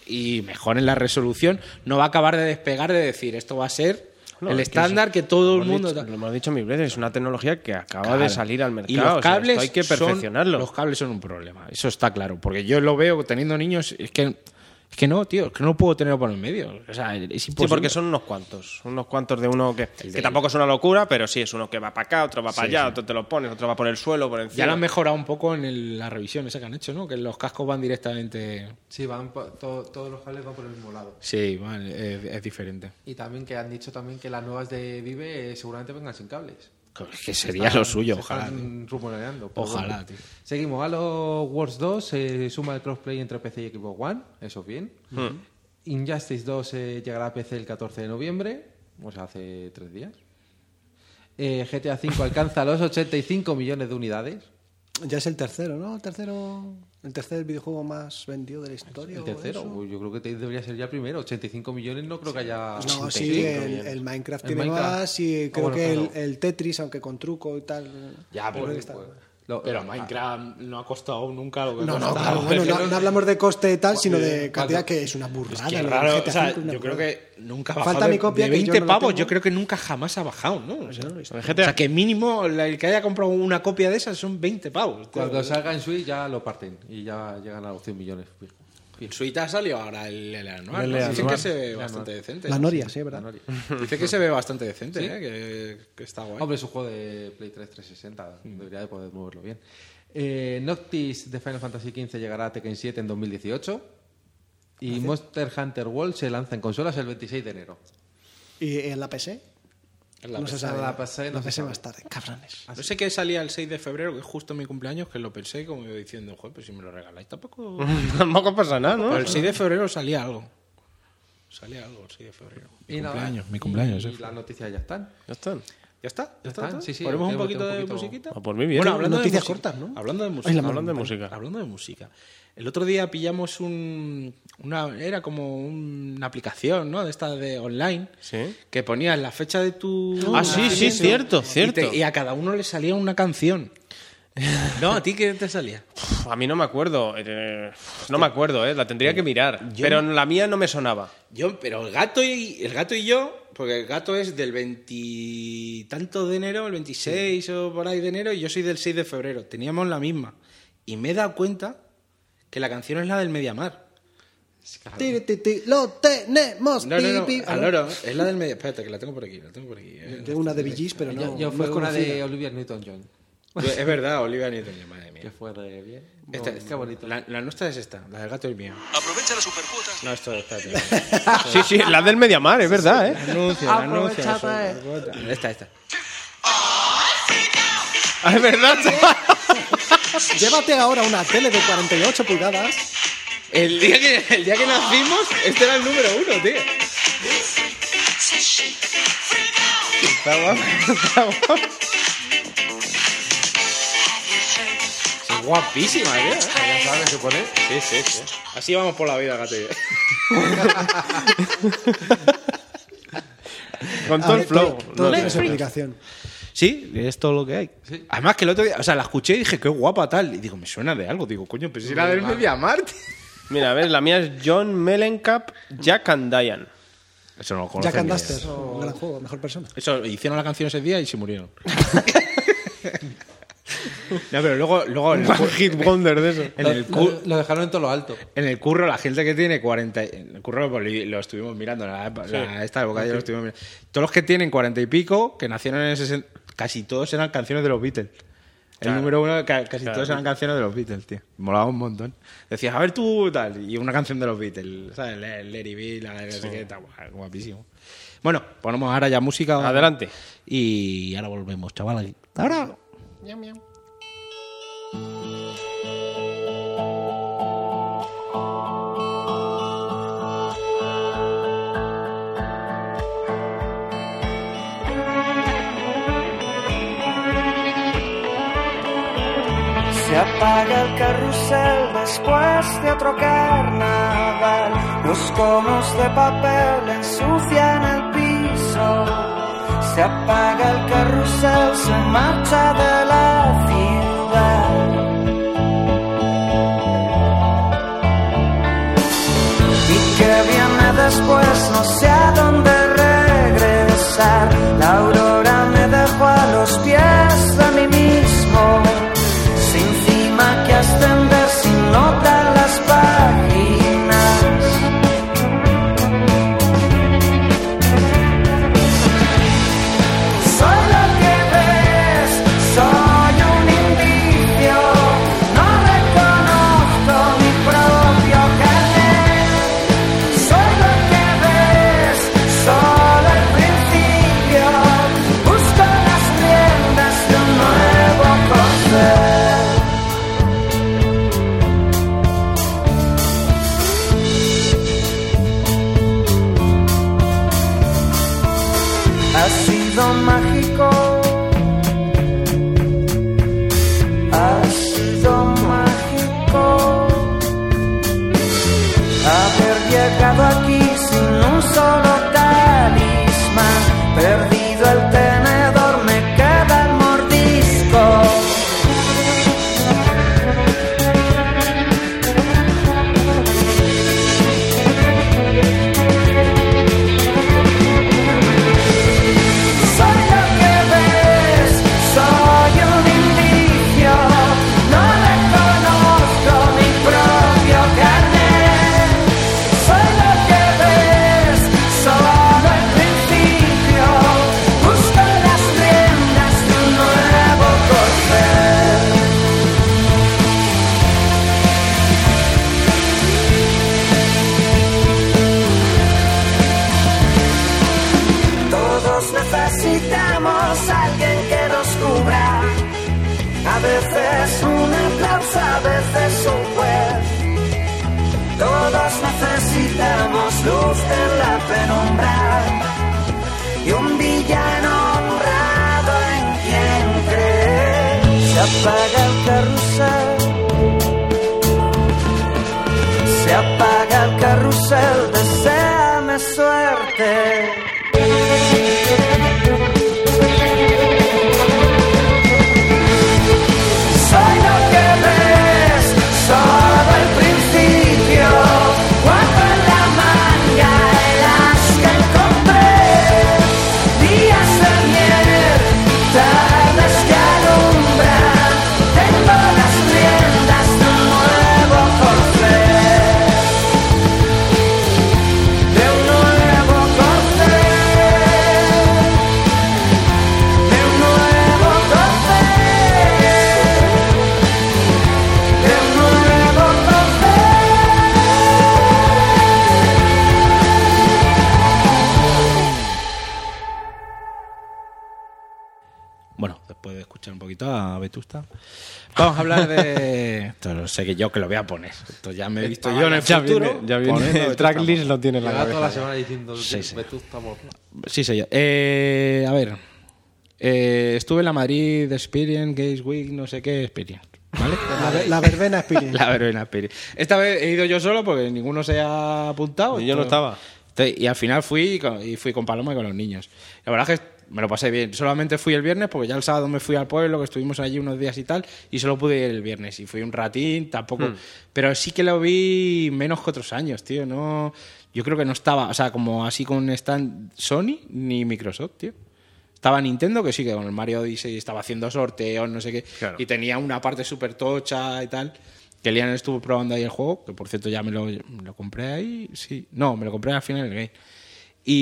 y mejoren la resolución, no va a acabar de despegar de decir esto va a ser
No,
el
es que
estándar
eso-
que, todo el
Lo hemos
mundo.
dicho-
tal.
Lo hemos dicho mil veces, es una tecnología que acaba
Claro.
de salir al mercado.
Y los
o sea, esto
cables
hay que
son-
perfeccionarlo.
los cables son un problema, eso está claro. Porque yo lo veo teniendo niños, es que, es que no, tío, es que no puedo tenerlo por el medio. O sea, es
Sí,
imposible.
porque son unos cuantos. Unos cuantos de uno que,
El de-
que tampoco es una locura, pero sí, es uno que va para acá, otro va para allá, otro te lo pones, otro va por el suelo, por encima.
Ya lo han mejorado un poco en el- la revisión esa que han hecho, ¿no? Que los cascos van directamente.
Sí, van po- to- todos los cables van por el mismo lado.
Sí, van, es- es diferente.
Y también que han dicho también que las nuevas de Vive eh, seguramente vengan sin cables.
Que sería lo suyo,
Se
ojalá. tío.
Están rumoreando. pero
Ojalá,
bueno.
tío.
eh,
Mm.
Seguimos. Halo Wars 2 se suma el crossplay entre PC y Xbox One. Eso es bien. Injustice 2 eh, llegará a PC el 14 de noviembre, o sea, hace tres días. Eh, GTA V alcanza los 85 millones de unidades.
Ya es el tercero, ¿no? El tercero. El tercer videojuego más vendido de la historia.
El
o
tercero,
eso.
pues yo creo que te- debería ser ya el primero. 85 millones no creo que haya...
No,
85
sí, el,
millones.
el Minecraft
El
tiene
Minecraft.
más y
Ah,
creo
bueno,
que el-
claro.
el, Tetris, aunque con truco y tal. eh,
Ya, pero...
creo que está-
pues, lo-
Pero Minecraft no ha costado nunca lo que
No,
ha
no,
costado.
claro, bueno, no, no hablamos de coste de tal, sino de
Vale.
cantidad que es una burrada.
Qué
lo del
raro,
GTA
o sea,
V, una
yo creo
burrada.
que nunca ha
Falta
bajado
mi
de-
copia,
de
que yo
20
no la
pavos.
tengo.
Yo creo que nunca jamás ha bajado, ¿no? O sea,
GTA.
o sea, que mínimo la- el que haya comprado una copia de esas son 20 pavos.
Cuando salga en Switch ya lo parten y ya llegan a los 100 millones. fijo.
En Switch ha salido ahora el, el anual.
El
¿no? Dicen
anual.
que se ve
El
bastante decente.
La Noria, sí, ¿verdad?
Dice que se ve bastante decente, ¿eh? que, que está guay.
Hombre, es un juego de Play 3 360, debería de poder moverlo bien. Eh, Noctis de Final Fantasy XV llegará a Tekken 7 en 2018 y Monster Hunter World se lanza en consolas el 26 de enero.
¿Y en la PC?
En la
no
PC.
se sabe.
La PC no
La
se
PC
sabe.
más tarde, cabrones.
No sé qué salía el 6 de febrero, que es justo mi cumpleaños, que lo pensé como yo diciendo, joder, pues si me lo regaláis tampoco...
Tampoco pasa nada, ¿no?
Pero el 6 de febrero salía algo. Salía algo el 6 de febrero.
Mi
cumpleaños, mi cumpleaños,
Y,
eh.
las noticias ya están.
Ya están.
¿Ya está? ¿Ya
está? Sí, sí,
Ponemos un
tengo-
poquito
tengo un
de
poquito-
musiquita.
Ah, por mí bien.
Bueno, hablando
Noticias
de música,
cortas, ¿no?
Hablando de
Ay,
música.
la
Hablando de música.
Hablando de música. El otro día pillamos un, una era como una aplicación, ¿no? De esta de online
Sí.
que ponías la fecha de tu
Ah, sí, sí,
nacimiento y
cierto,
te-
cierto.
y a cada uno le salía una canción. No, a ti qué te salía.
Pf, A mí no me acuerdo. eh, no me acuerdo, ¿eh? La tendría que mirar. Pero la mía no me sonaba.
Yo, pero el gato y el gato y yo, porque el gato es del veintitanto de enero, el 26 o por ahí de enero, y yo soy del 6 de febrero. Teníamos la misma. Y me he dado cuenta que la canción es la del Mediamar.
Tiri, ti, ti, lo tenemos.
No, no, no,
pi, pi.
al oro, es la del Mediamar. Espérate, que la tengo por aquí, la tengo por aquí. eh.
Tengo una de Villis, pero no.
yo yo
no
fue
es
una de
conocida.
Olivia Newton-John,
Es verdad, Olivia Newton, madre
que
mía.
fue de bien.
Esta-
Bueno, qué bonito.
La, la nuestra es esta, la del gato y mía.
Aprovecha la supercuota.
No, esto está Ah.
Sí, sí, la del Mediamar, es verdad, ¿eh?
Anuncio, anuncio. Esta, esta.
Ah, Es verdad, chaval.
Llévate ahora una tele de 48 pulgadas.
El día, que, el día que nacimos, este era el número uno, tío.
Está guapo, está guapo.
Es guapísima, tío. ¿eh?
Ya sabes qué pone.
Sí, sí, sí. Así vamos por la vida, gato. y yo.
Con todo el flow.
Todo
No,
tiene su
no, no.
explicación.
Sí, es todo lo que hay.
Sí.
Además que el otro día, o sea, la escuché y dije, qué guapa tal. Y digo, me suena de algo. Digo, coño, pero si era del Mediamarte.
Mira, a ver, la mía es John Mellencamp, Jack and Diane.
Eso no lo conocen
Jack and
ni
Duster,
ellos.
un gran juego, mejor persona.
Eso, hicieron la canción ese día y se murieron. no, pero luego, luego en, el,
One
cu-
hit wonder de eso.
en el
Lo,
cu-
lo dejaron en todo lo alto.
en el curro, la gente que tiene 40. y- En el curro pues, lo estuvimos mirando, la, la- esta de bocadillo lo estuvimos mirando. Todos los que tienen 40 y pico, que nacieron en el 60, casi todos eran canciones de los Beatles. El número uno, ca- casi todos eran canciones de los Beatles, tío. Molaba un montón. Decías, a ver tú, tal, y una canción de los Beatles, ¿sabes? Le- Larry B, la de no sé qué, tal, guau, guapísimo. Bueno, ponemos ahora ya música.
Adelante.
Y ahora volvemos, chavales. Ahora.
Se apaga el carrusel después de otro carnaval. Los conos de papel ensucian el piso. Se apaga el carrusel, se marcha de la ciudad. Y que viene después, no sé a dónde regresar. La aurora me dejó a los pies de mí mismo. Sin cima que ascender, sin nota en las páginas. Soy lo que ves, soy un parece software. Todos necesitamos luz en la penumbra y un villano honrado en quien creer. Se apaga el carrusel, se apaga el carrusel, deséame suerte. Soy lo que ves, solo el principio. Guardo en la manga el as que compré. Días de miel, tardes que alumbran. Tengo las riendas de un nuevo corte. De un nuevo corte. De un nuevo café, de un nuevo café.
Bueno, después de escuchar un poquito a Vetusta, vamos a hablar de. Esto lo sé que yo que lo voy a poner. Esto ya me he visto yo en el
ya
futuro.
viene, ya viene.
poniendo a
el
Vetusta
tracklist
Morla.
lo tiene en la
Lleva toda
cabeza.
la semana diciendo
Sí,
que
sí.
Vetusta Morla.
Sí, señor. Eh, a ver. Eh, estuve en la Madrid Experience, Gates Week, no sé qué Experience. ¿Vale?
La, ver- la verbena Experience.
La verbena Experience. Esta vez he ido yo solo porque ninguno se ha apuntado.
Y yo no estaba.
Entonces, y al final fui con, y fui con Paloma y con los niños. La verdad es que me lo pasé bien. Solamente fui el viernes porque ya el sábado me fui al pueblo, que estuvimos allí unos días y tal, y solo pude ir el viernes. Y fui un ratín, tampoco. Pero sí que lo vi menos que otros años, tío. No, yo creo que no estaba, o sea, como así con stand Sony ni Microsoft, tío. Estaba Nintendo, que sí, que con el Mario Odyssey estaba haciendo sorteos, no sé qué.
Claro.
Y tenía una parte súper tocha y tal. Que Lian estuvo probando ahí el juego, que por cierto ya me lo, me lo compré ahí. Sí, no, me lo compré al final del game.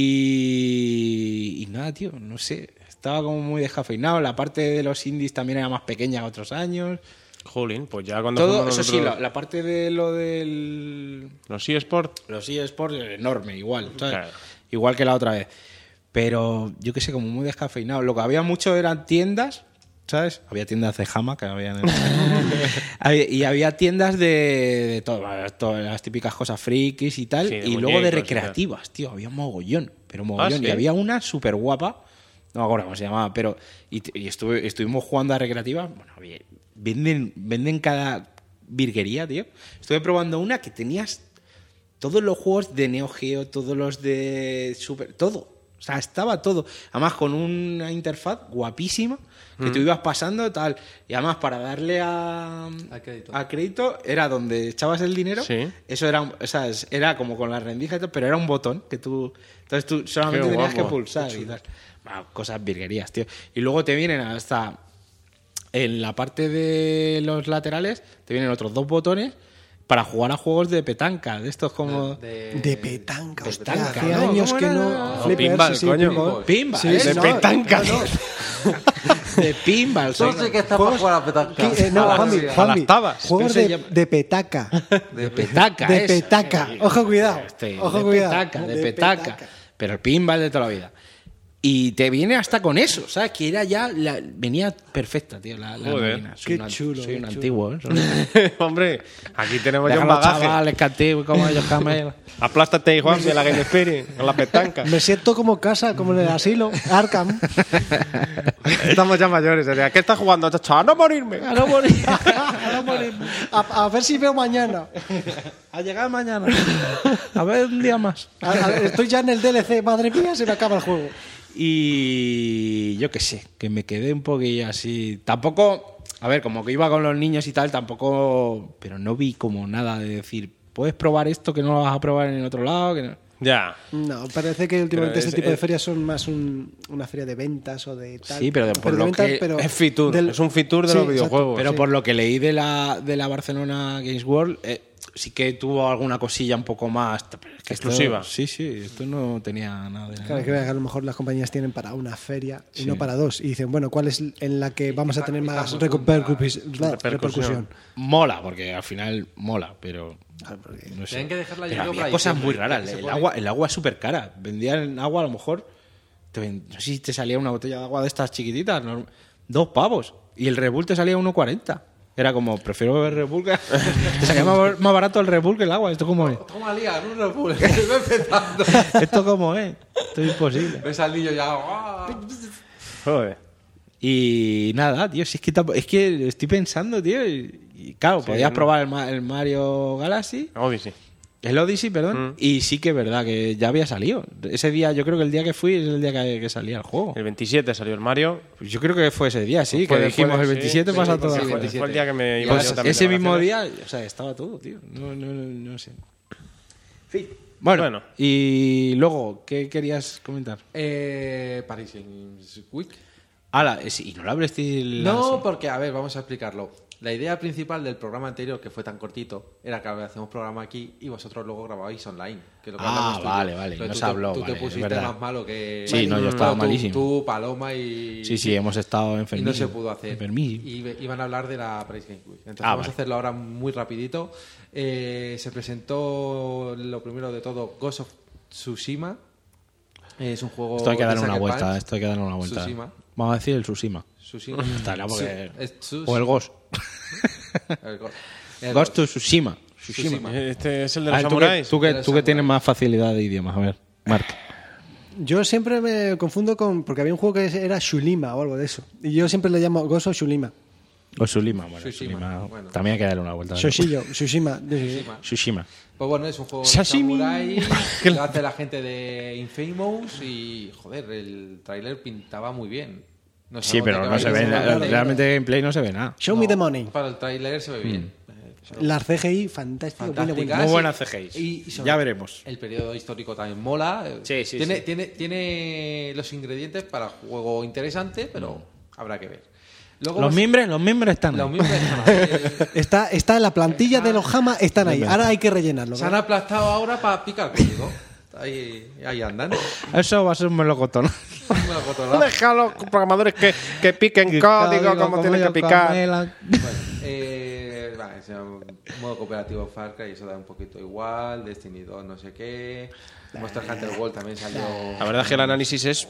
Y, y nada, tío, no sé. Estaba como muy descafeinado. La parte de los indies también era más pequeña que otros años.
Jolín, pues ya cuando
Todo,
fuimos
eso sí, la,
nosotros-
la parte de lo del
los eSports.
los eSports eh, enorme, igual, ¿sabes?
Claro.
Igual que la otra vez. Pero yo qué sé, como muy descafeinado. Lo que había mucho eran tiendas, ¿sabes? Había tiendas de jama que había en el- Había- y había tiendas de, de todo, bueno, todas las típicas cosas frikis y tal.
Sí, de
y luego de
muñecos y tal. Ah,
recreativas, tío. Había un mogollón, pero un mogollón.
¿sí?
Y había una súper guapa. No me acuerdo cómo se llamaba, pero. Y, t- y estuve- estuvimos jugando a recreativas. Bueno, bien, venden, venden cada virguería, tío. Estuve probando una que tenías todos los juegos de Neo Geo, todos los de Super, todo. O sea, estaba todo. Además, con una interfaz guapísima que
Mm.
tú ibas pasando, tal. Y además, para darle a,
A crédito.
a crédito, era donde echabas el dinero.
Sí.
Eso era, un- o sea, es- era como con la rendija y tal, pero era un botón que tú. Entonces tú solamente
Qué
tenías que
guapo.
pulsar y tal. Bueno, cosas virguerías, tío. Y luego te vienen hasta en la parte de los laterales te vienen otros dos botones para jugar a juegos de petanca, de estos
Ah,
como
eh,
De petanca. hostia,
petanca,
Hace
¿no?
años
¿Cómo
que
era?
no.
No,
Flippers,
pinball,
sí,
coño.
pinball.
Pinball,
Sí,
¿eh?
sí,
De
no,
petanca.
no, no.
de pinball.
No
¿sabes?
sé qué está para jugar a petanca.
Qui- eh, no,
Ah,
A la-
Juanmi,
a la-
Juanmi,
tabas.
Juegos
Pero se
de,
llama-
de petaca.
de petaca,
De
eso.
petaca. Ojo, cuidado.
Este,
Ojo,
de
cuidado.
petaca, de petaca. Pero el pinball de toda la vida. Y te viene hasta con eso, ¿sabes? Que era ya. la- venía perfecta, tío, la, la
Joder.
máquina. Soy
Qué
un-
chulo,
Soy
qué
un
chulo.
antiguo, ¿eh?
Hombre, aquí tenemos
Deja a
ya un
los
bagaje.
chavales que antiguos como ellos, Camel.
Aplástate, Juan, de la Game Experience, con la petanca.
Me siento como casa, como en el asilo, Arkham.
Estamos ya mayores. o sea, ¿Qué estás jugando, chacho? ¡A no morirme!
A no morir.
A, a ver si veo mañana.
A llegar mañana. A ver un día más.
A- a- estoy ya en el DLC. Madre mía, se me acaba el juego.
Y yo qué sé, que me quedé un poquillo así. Tampoco, a ver, como que iba con los niños y tal, tampoco. Pero no vi como nada de decir, puedes probar esto que no lo vas a probar en otro lado. Que no.
Ya.
No, parece que últimamente
Pero es-
este tipo de
es-
ferias son más un- una feria de ventas o de tal.
Sí, pero de- por lo que
es Fitur, es un Fitur de los
exacto.
videojuegos.
Pero
Sí.
por lo que leí de la, de la Barcelona Games World, eh, sí que tuvo alguna cosilla un poco más. pero es que esto-
Exclusiva.
sí, sí, esto no tenía nada de nada.
Claro, que veas que a lo mejor las compañías tienen para una feria y no para dos. Y dicen, bueno, ¿cuál es en la que vamos a tener más recu- percupis- bla, repercusión?
Mola, porque al final mola, pero.
Ah,
No sé.
Tienen que dejarla
Pero
yo creo
había
para
cosas
diciembre,
muy
que
raras.
se
El
pone-
agua, el agua es súper cara. Vendían agua a lo mejor. te ven- no sé si te salía una botella de agua de estas chiquititas. norm- Dos pavos. Y el Rebul te salía 1,40. Era como, prefiero beber Red Bull que... Te salía más bar- más barato el Red Bull que el agua. ¿Esto cómo es?
Toma, liga, no repules. Estoy empezando.
¿Esto cómo es? Esto es imposible.
Ves al niño ya. ¡ah!
Joder.
Y nada, tío, si es que, tampo- es que estoy pensando, tío. Y, y claro, podías probar el, Ma- el Mario Galaxy,
Obvio, sí.
el Odyssey,
Mm.
perdón. Y sí que es verdad que ya había salido. Ese día, yo creo que el día que fui es el día que, que salía el juego. Pues
El 27 salió el Mario.
Yo creo que fue ese día, sí,
Fue-
que
fue-
dijimos el
sí,
27 pasa
sí,
todo
sí,
el juego.
Fue el día que me iba
Pues
yo también.
ese
de
mismo
vacaciones.
día, o sea, estaba todo, tío. No, no, no, no sé. Bueno,
Bueno.
y luego, ¿qué querías comentar?
Eh, Paris Games Week.
Ala, es- y no lo abres
No, porque, a ver, vamos a explicarlo. La idea principal del programa anterior, que fue tan cortito, era que hacemos programa aquí y vosotros luego grababais online. Que es lo que
Ah,
hablamos tú y yo.
vale, vale,
Pero
no
tú
se
te-
habló,
Tú
vale,
te
es
pusiste
verdad.
más malo que.
Sí, no, yo estaba
tú-
malísimo.
Tú, Paloma y.
Sí, sí, hemos estado
Y
enfermos.
no se pudo hacer.
Enfermillo.
Y ve- iban a hablar de la Paris Game Week. Entonces
Ah,
vamos
vale.
a hacerlo ahora muy rapidito. Eh, se presentó lo primero de todo Ghost of Tsushima. Es un juego.
Esto hay que
de
darle una
Sucker
vuelta,
Punch.
esto hay que darle una vuelta.
Tsushima.
Vamos a decir el Tsushima.
Tsushima.
Estará porque-
Tsu- es Tsus-
O el Ghost.
el Ghost. El
Ghost to Tsushima.
Tsushima.
Este es el de
Ah,
los
tú que-
samuráis.
tú que,
De los
tú que tienes
samuráis.
más facilidad de idiomas, a ver, Marc.
Yo siempre me confundo con. Porque había un juego que era Shulima o algo de eso. Y yo siempre le llamo Gozo Shulima.
O Tsushima, bueno,
Tsushima,
Tsushima,
bueno.
También hay que darle una vuelta. ¿no?
Shoshiyo, Shushima.
Tsushima.
Pues bueno, es un juego de
Sashimi.
samurai, lo hace la gente de Infamous y, joder, el tráiler pintaba muy bien. No
Sí,
sabemos de
pero
qué
no
va
se
a
ve,
ser,
na-
pero-
realmente Mm. en Play no se ve nada.
Show
No,
me the money.
Para el tráiler se ve bien. Eh,
Las CGI, fantástico.
Fantásticas.
bueno, bueno.
Muy
Ah, sí.
buena CGI.
Y- y sobre-
ya veremos.
El periodo histórico también mola. eh,
Sí, sí,
tiene,
sí.
Tiene, tiene los ingredientes para juego interesante, pero habrá que ver. Luego
Los
vas-
mimbres, los mimbres están.
Los
ahí.
mimbres están ahí.
Está, está en la plantilla de los Hama, están ahí. Ahora hay que rellenarlo.
Se han
¿verdad?
aplastado ahora para picar código. Ahí, ahí andan.
Eso va a ser un melocotón.
Me lo cotorra.
Deja a los programadores que, que piquen código, como tienen que
yo
picar.
Carmela.
Bueno, eh, va, es un modo cooperativo Far Cry, eso da un poquito igual. Destiny 2, no sé qué. Monster Hunter World también salió.
La verdad es que el análisis es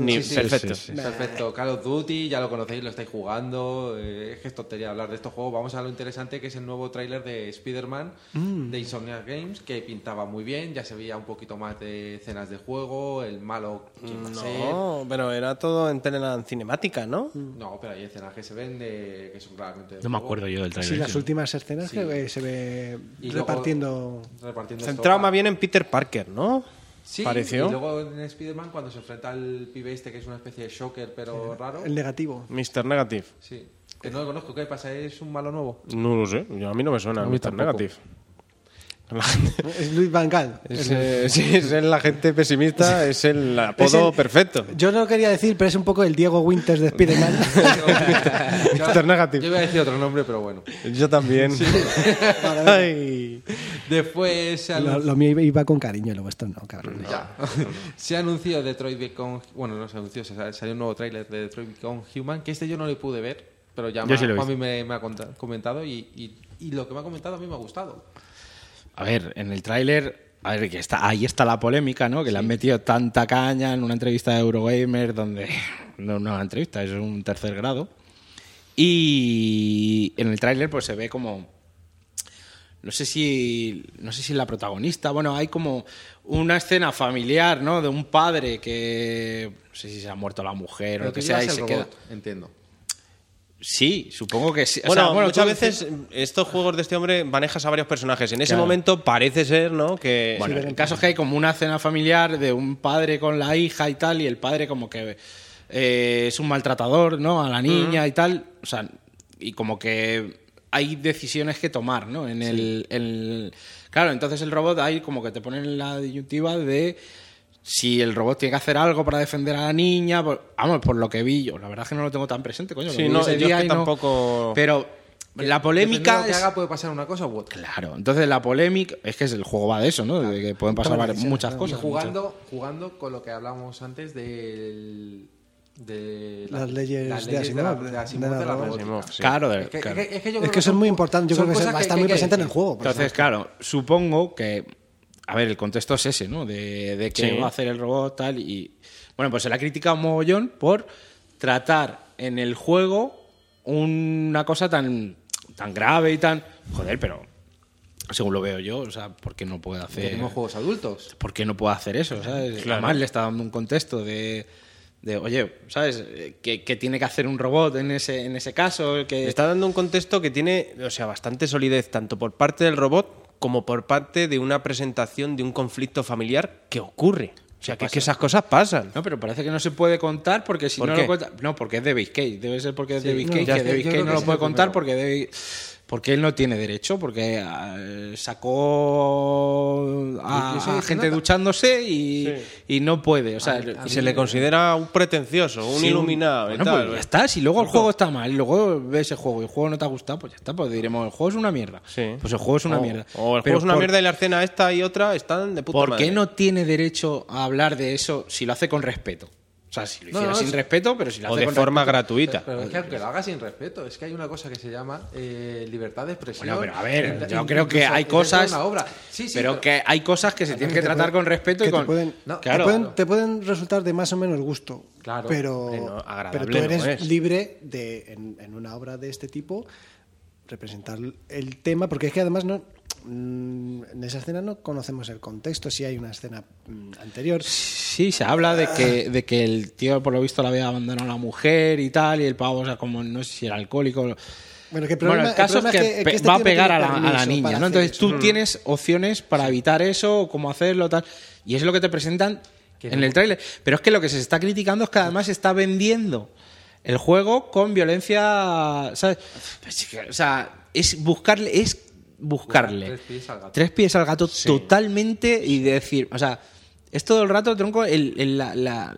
ni-
Sí, sí,
perfecto.
sí, sí. Perfecto. Call of Duty, ya lo conocéis, lo estáis jugando. eh, es que es tontería hablar de estos juegos. Vamos a lo interesante que es el nuevo tráiler de Spider-Man de Insomniac Games, que pintaba muy bien. Ya se veía un poquito más de escenas de juego, el malo, quién va a ser.
No, pero era todo en tela cinemática, ¿no?
No, pero hay escenas que se ven de- que son claramente. de
No me
juego.
acuerdo yo del
Sí,
trailer.
las últimas escenas creo que eh, se ve
Y luego-
repartiendo.
repartiendo
Centrado
estopa.
más bien en Peter Parker, ¿no?
Sí,
Pareció.
y luego en Spider-Man cuando se enfrenta al pibe este que es una especie de shocker pero raro.
El negativo.
Mr. Negative.
Sí. Que no lo conozco, ¿qué pasa? ¿Es un malo nuevo?
No lo sé, yo- a mí no me suena,
A
el
mí
Mr.
tampoco.
Negative. La-
Es Luis Van Gaal.
Es, eh, sí, es el agente pesimista, es el apodo
Es el-
perfecto.
Yo no lo quería decir, pero es un poco el Diego Winters de Spider-Man.
Mr.
Yo
Negative.
iba a decir otro nombre, pero bueno.
Yo también. Ay.
Después se
lo,
anunció,
lo mío iba con cariño y lo vuestro no, cabrón.
se anunció Detroit Become... Bueno, no se anunció, se sal- salió un nuevo tráiler de Detroit Become Human, que este yo no le pude ver, pero ya
Yo
me-
sí lo he
a mí me, me ha conta- comentado y, y- y lo que me ha comentado a mí me ha gustado.
A ver, en el tráiler, a ver, que está, ahí está la polémica, ¿no? Que le han metido tanta caña en una entrevista de Eurogamer, donde no no es una entrevista, es un tercer grado. Y en el tráiler, pues se ve como no sé si no sé si la protagonista bueno hay como una escena familiar no de un padre que no sé si se ha muerto la mujer o lo que sea
llevas
y
el
se
robot,
queda
Entiendo.
sí supongo que sí O
Bueno,
sea,
muchas
tú-
veces estos juegos de este hombre manejas a varios personajes. En ese
Claro.
momento parece ser, ¿no? Que
Bueno, el caso es que hay como una cena familiar de un padre con la hija y tal, y el padre como que eh, es un maltratador, ¿no? A la niña y tal. O sea, y como que hay decisiones que tomar, ¿no? En el, en el- Claro, entonces el robot ahí como que te ponen la disyuntiva de si el robot tiene que hacer algo para defender a la niña. por- vamos, por lo que vi yo. La verdad es que no lo tengo tan presente, coño. lo
Sí,
vi
no,
ese
yo es
día
que
y no-
tampoco-
Pero la
Dependiendo de
polémica
lo que
es...
haga puede pasar una cosa u otra.
Claro, entonces la polémica es que es el juego va de eso, ¿no? De que pueden pasar
Toma
varias-
decisiones,
muchas
¿no?
Y
cosas.
jugando, jugando con lo que hablábamos antes del- de
Las leyes
las
de
leyes de la,
Asimov,
de Asimov
de la
de la
robótica.
robótica.
Sí.
Claro,
Es que,
claro.
es que- es que yo creo
Es que eso es muy
son-
importante. Yo
son
creo que, se-
cosas
va a estar
hay
muy
que
presente en el
decir.
juego. pues, por
Entonces, claro, supongo que. A ver, el contexto es ese, ¿no? De, de qué
Sí.
va a hacer el robot, tal. Y. Bueno, pues se le ha criticado un mogollón por tratar en el juego una cosa tan, tan grave y tan. Joder, pero. Según lo veo yo, o sea, ¿por qué no puede hacer.
Tenemos juegos adultos.
¿por qué no puedo hacer eso? ¿sabes? Además le está dando un contexto de, de, oye, ¿sabes? ¿Qué, qué tiene que hacer un robot en ese, en ese caso?
Le
Que
Está dando un contexto que tiene, o sea, bastante solidez, tanto por parte del robot como por parte de una presentación de un conflicto familiar que ocurre. O sea, que, es que esas cosas pasan.
No, pero parece que no se puede contar porque si
¿Por
no
qué?
lo cuenta... No, porque es David Cage. Debe ser porque es
Sí,
David
no,
Cage,
ya
que
sé,
David
yo
Cage
creo
no
que
lo
sí,
puede
sí,
contar
pero-
porque David- Porque él no tiene derecho, porque ah, sacó a,
Yo- yo soy
a gente
nata.
duchándose y, y no puede. O sea,
Y se le considera un pretencioso, un
Sí,
iluminado. y
Bueno,
tal.
pues ya está. Si luego el juego está mal, y luego ves el juego y el juego no te ha gustado, pues ya está. Pues diremos, el juego es una mierda.
Sí.
Pues el juego es una
O-
mierda.
O el
Pero
juego es una
por-
mierda y la escena esta y otra están de puta
¿Por
madre.
qué no tiene derecho a hablar de eso si lo hace con respeto? O sea, si lo
No,
hiciera
no,
sin
es-
respeto, pero si lo
O
hace
de
con
forma
respeto-
gratuita.
Pero es que aunque lo haga sin respeto, es que hay una cosa que se llama eh, libertad de expresión.
Bueno, pero a ver,
Inta-
yo creo que
incluso
hay
dentro de
cosas.
una obra. Sí, sí,
pero, que hay cosas que se tienen que
te
tratar
pueden-
con respeto y
que
con.
te pueden,
No,
te
claro.
pueden- te pueden resultar de más o menos gusto.
Claro,
pero,
hombre, no, agradable
pero tú eres
no es.
libre de, en, en una obra de este tipo, representar el tema, porque es que además no. mm, En esa escena no conocemos el contexto, si hay una escena mm, anterior.
Sí, se habla de que, de que el tío, por lo visto, le había abandonado a la mujer y tal, y el pavo, o sea, como no sé si era alcohólico.
Bueno, que el problema-
bueno, el caso
problema
es que, pe-
este
va a
tío no
pegar
tiene
a la, a la
permiso para
niña, ¿no?
hacer
Entonces
eso.
tú tienes opciones para evitar eso, o cómo hacerlo, tal. Y es lo que te presentan en el tráiler. Pero es que lo que se está criticando es que además se está vendiendo el juego con violencia, ¿sabes? Pues sí que, O sea, es buscarle, es buscarle
Tres pies al gato.
tres pies al gato totalmente y decir, o sea, es todo el rato, tronco, el, el- la, la-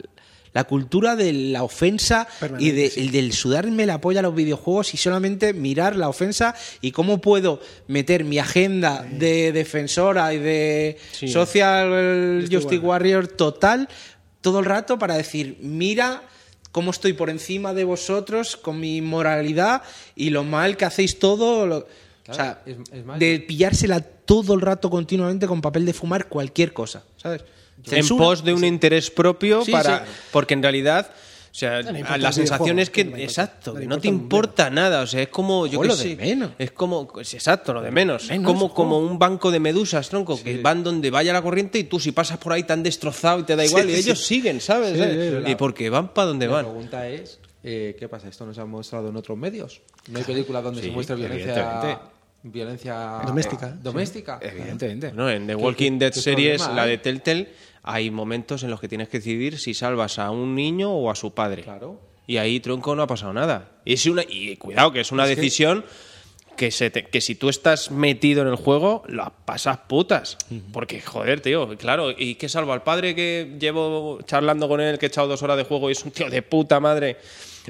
la cultura de la ofensa y de- el del sudarme la polla a los videojuegos y solamente mirar la ofensa y cómo puedo meter mi agenda de defensora y de social justice warrior total todo el rato para decir, mira cómo estoy por encima de vosotros con mi moralidad y lo mal que hacéis todo. lo- o sea,
Claro, es- es más,
de pillársela todo el rato continuamente con papel de fumar cualquier cosa, ¿sabes?
en
Censura.
pos de un interés propio
Sí,
para
sí.
porque en realidad o sea,
le importa
la
el
sensación
videojuego,
es que,
no le importa,
exacto,
no
que
le
no te
importa un
importa nada, o sea, es como, yo
O
qué
lo de
sé,
menos.
es como, es exacto, lo de menos, es
menos,
como,
jo.
como un banco de medusas, tronco, que van donde vaya la corriente y tú si pasas por ahí tan destrozado y te da igual, y ellos siguen, ¿sabes? ¿Eh? y porque van para donde
La
van.
pregunta es, eh, ¿qué pasa? ¿Esto no se ha mostrado en otros medios? ¿No hay películas donde se muestra violencia,
evidentemente.
violencia
Doméstica.
doméstica?
Evidentemente.
No, en The Walking Dead
qué
series,
problema
la
hay?
de Telltale, hay momentos en los que tienes que decidir si salvas a un niño o a su padre.
Claro.
Y ahí, tronco, no ha pasado nada. Es una, y cuidado, que es una decisión que, se te- que si tú estás metido en el juego, la pasas putas. Porque, joder, tío, claro, ¿y qué salvo al padre que llevo charlando con él, que he echado dos horas de juego y es un tío de puta madre?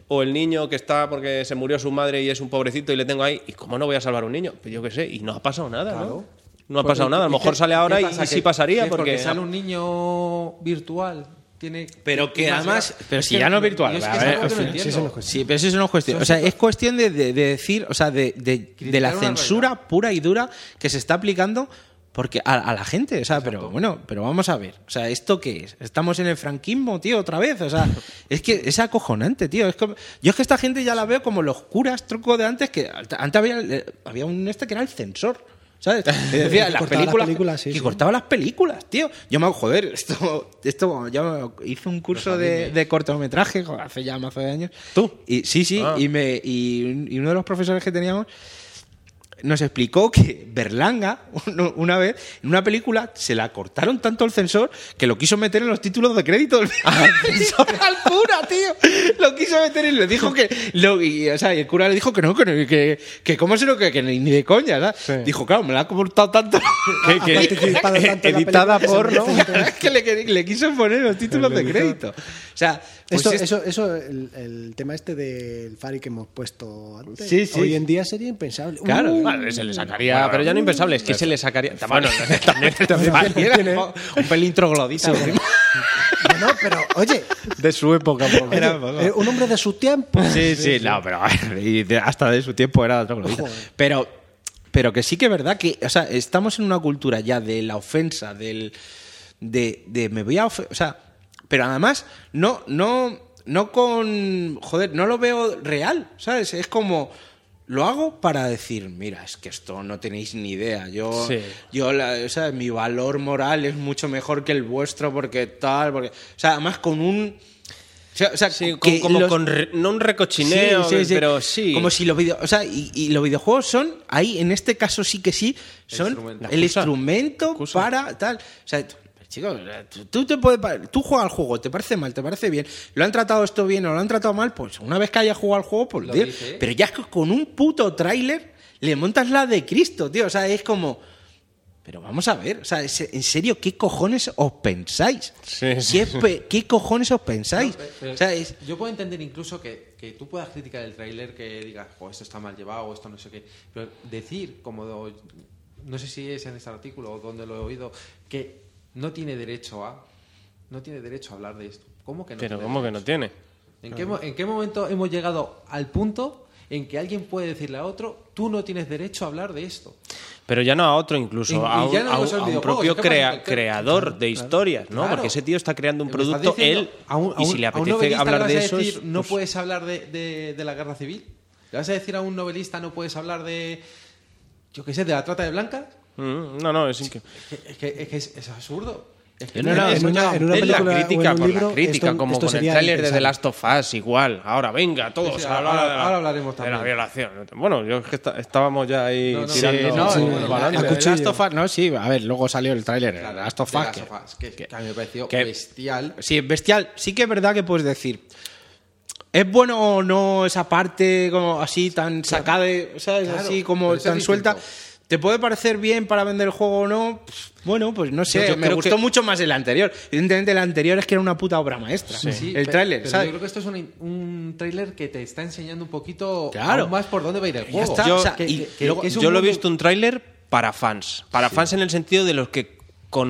O el niño que está porque se murió su madre y es un pobrecito y le tengo ahí. ¿Y cómo no voy a salvar a un niño? Pues yo qué sé, y no ha pasado nada,
Claro.
¿no? No ha pasado nada. A lo mejor sale ahora y, y sí pasaría porque.
sale un niño virtual. Tiene
Pero que
tiene más
además-
gra-
pero
Es
si
que
ya no
yo-
virtual,
yo es que
a
es
ver,
algo que
o
no
sea,
entiendo.
sí, eso no cuesta.
Sí, pero eso no es cuestión. O sea, es cuestión de, de- de decir, o sea, de, de- de la
Criticar una
censura
realidad.
pura y dura que se está aplicando porque a, a la gente. O sea, pero bueno, pero vamos a ver. O sea, ¿esto qué es? Estamos en el franquismo, tío, otra vez. O sea, es que es acojonante, tío. Es como- yo es que esta gente ya la veo como los curas truco de antes, que antes había, había un este que era el censor. ¿Sabes? Que decía,
Que
las
cortaba las
películas,
películas, sí,
que
sí.
cortaba las películas, tío. Yo me joder, esto, esto yo me- hice un curso de, de cortometraje joder, hace ya más de años. ¿Tú? Y, sí, sí, y, me, y, un- y uno de los profesores que teníamos nos explicó que Berlanga, uno- una vez, en una película, se la cortaron tanto el censor que lo quiso meter en los títulos de crédito del censor al cura, tío. Lo quiso meter y le dijo que. lo- y, o sea, y el cura le dijo que no, que, no, que, que cómo se lo que, que ni ni de coña, ¿verdad? Dijo, claro, me la ha cortado tanto.
Ha participado tanto en la
editada
película que se
por,
merece un premio.
que le, que- le quiso poner los títulos de crédito. O sea, pues
Esto-
es-
eso, eso, el, el tema este del Fari que hemos puesto antes,
Sí, sí.
hoy en día sería impensable.
Claro.
Uh,
Vale, se le sacaría. pero uh, ya no impensable, es que se le sacaría. Bueno, también,
Cualquiera, un pelín troglodita.
bueno, pero oye,
de su época, por
Era-
eh, un hombre de su tiempo.
pues,
Sí, sí, no, pero a ver, y de- hasta de su tiempo era troglodita.
eh.
Pero, pero que sí que es verdad que, o sea, estamos en una cultura ya de la ofensa, del. de, de me voy a. ofe- O sea, pero además, no, no. no con. Joder, no lo veo real, ¿sabes? Es como. Lo hago para decir, mira, es que esto no tenéis ni idea. Yo,
Sí.
yo la, o sea, mi valor moral es mucho mejor que el vuestro porque tal, porque. O sea, además con un. O sea, o sea,
Sí, con-
que
como
los-
con re- no un recochineo,
Sí, sí, sí.
pero sí.
Como si los video- o sea, y, y los videojuegos son, ahí en este caso sí que sí, son
Instrumento.
el
Excusa.
instrumento
Excusa.
para tal. O sea, t- chicos, tú, tú te puedes, pa- tú juegas al juego, te parece mal, te parece bien, lo han tratado esto bien o lo han tratado mal, pues una vez que hayas jugado al juego, pues
Lo
tío,
dice.
Pero ya es que con un puto tráiler le montas la de Cristo, tío. O sea, es como. Pero vamos a ver, o sea, es- en serio, ¿qué cojones os pensáis?
Sí, sí.
¿Qué, pe- qué cojones os pensáis?
Pero
o sea, es,
eh, Yo puedo entender incluso que, que tú puedas criticar el tráiler, que digas, "Jo, esto está mal llevado, o esto no sé qué. Pero decir, como do- no sé si es en este artículo o donde lo he oído, que no tiene derecho a, no tiene derecho a hablar de esto. ¿Cómo que no?
Pero
tiene
¿cómo que no
derecho?
tiene?
¿En qué, mo- en qué momento hemos llegado al punto en que alguien puede decirle a otro, tú no tienes derecho a hablar de esto?
Pero ya no a otro
Y-
incluso,
y
a un,
ya no
a un-
es el
a un
videojuego,
propio
es que pasa
crea-
en el-
creador de historias, ¿no?
Claro.
Porque ese tío está creando un
Me estás
producto,
diciendo,
él,
a un- a
y
un-
si le
a un
apetece
novelista
hablar
le
de
vas a
eso...
decir,
es-
no
pues-
puedes hablar de, de- de la guerra civil. ¿Le vas a decir a un novelista no puedes hablar de, yo qué sé, de la trata de blancas?
Mm, No, no, es inque-
Es que es, que- es que es- es absurdo. Es que
No, no,
En
es
una-
una-
en una
es
película o
la
en
crítica,
un
por
libro,
la crítica,
esto-
como
esto
con el
sería
tráiler de The
impensable.
Last of Us, igual. Ahora, venga, todos.
Sí, sí,
a hablar
ahora-
de la-
ahora hablaremos
de
también.
la violación. Bueno, yo es que está- estábamos ya ahí
No, no,
Sí,
tirando.
no,
sí,
el-
bueno,
el-
bueno,
el
a
Last
cuchillo.
of Us- no, sí, a ver, luego salió el tráiler, el
Claro,
Last of
de
Us,
Last
que-
of Us, que- que a mí me pareció
que-
bestial.
Sí, es bestial. Sí que es verdad que puedes decir, ¿es bueno o no esa parte como así tan sacada, de- ¿sabes?
Claro,
así como
pero eso es
tan suelta?
distinto.
¿Te puede parecer bien para vender el juego o no? Pff, Bueno, pues no sé,
Yo- yo
me
creo
gustó
que-
mucho más el anterior. Evidentemente el anterior es que era una puta obra maestra.
Sí,
el
pe-
tráiler,
pero
¿sabes?
Yo creo que esto es un, un tráiler que te está enseñando un poquito
Claro.
aún más por dónde va a ir el
Ya
juego.
está,
Yo,
o sea,
que-
y
que- que-
luego-
que es un
yo lo he
mundo-
visto un tráiler para fans. Para fans en el sentido de los que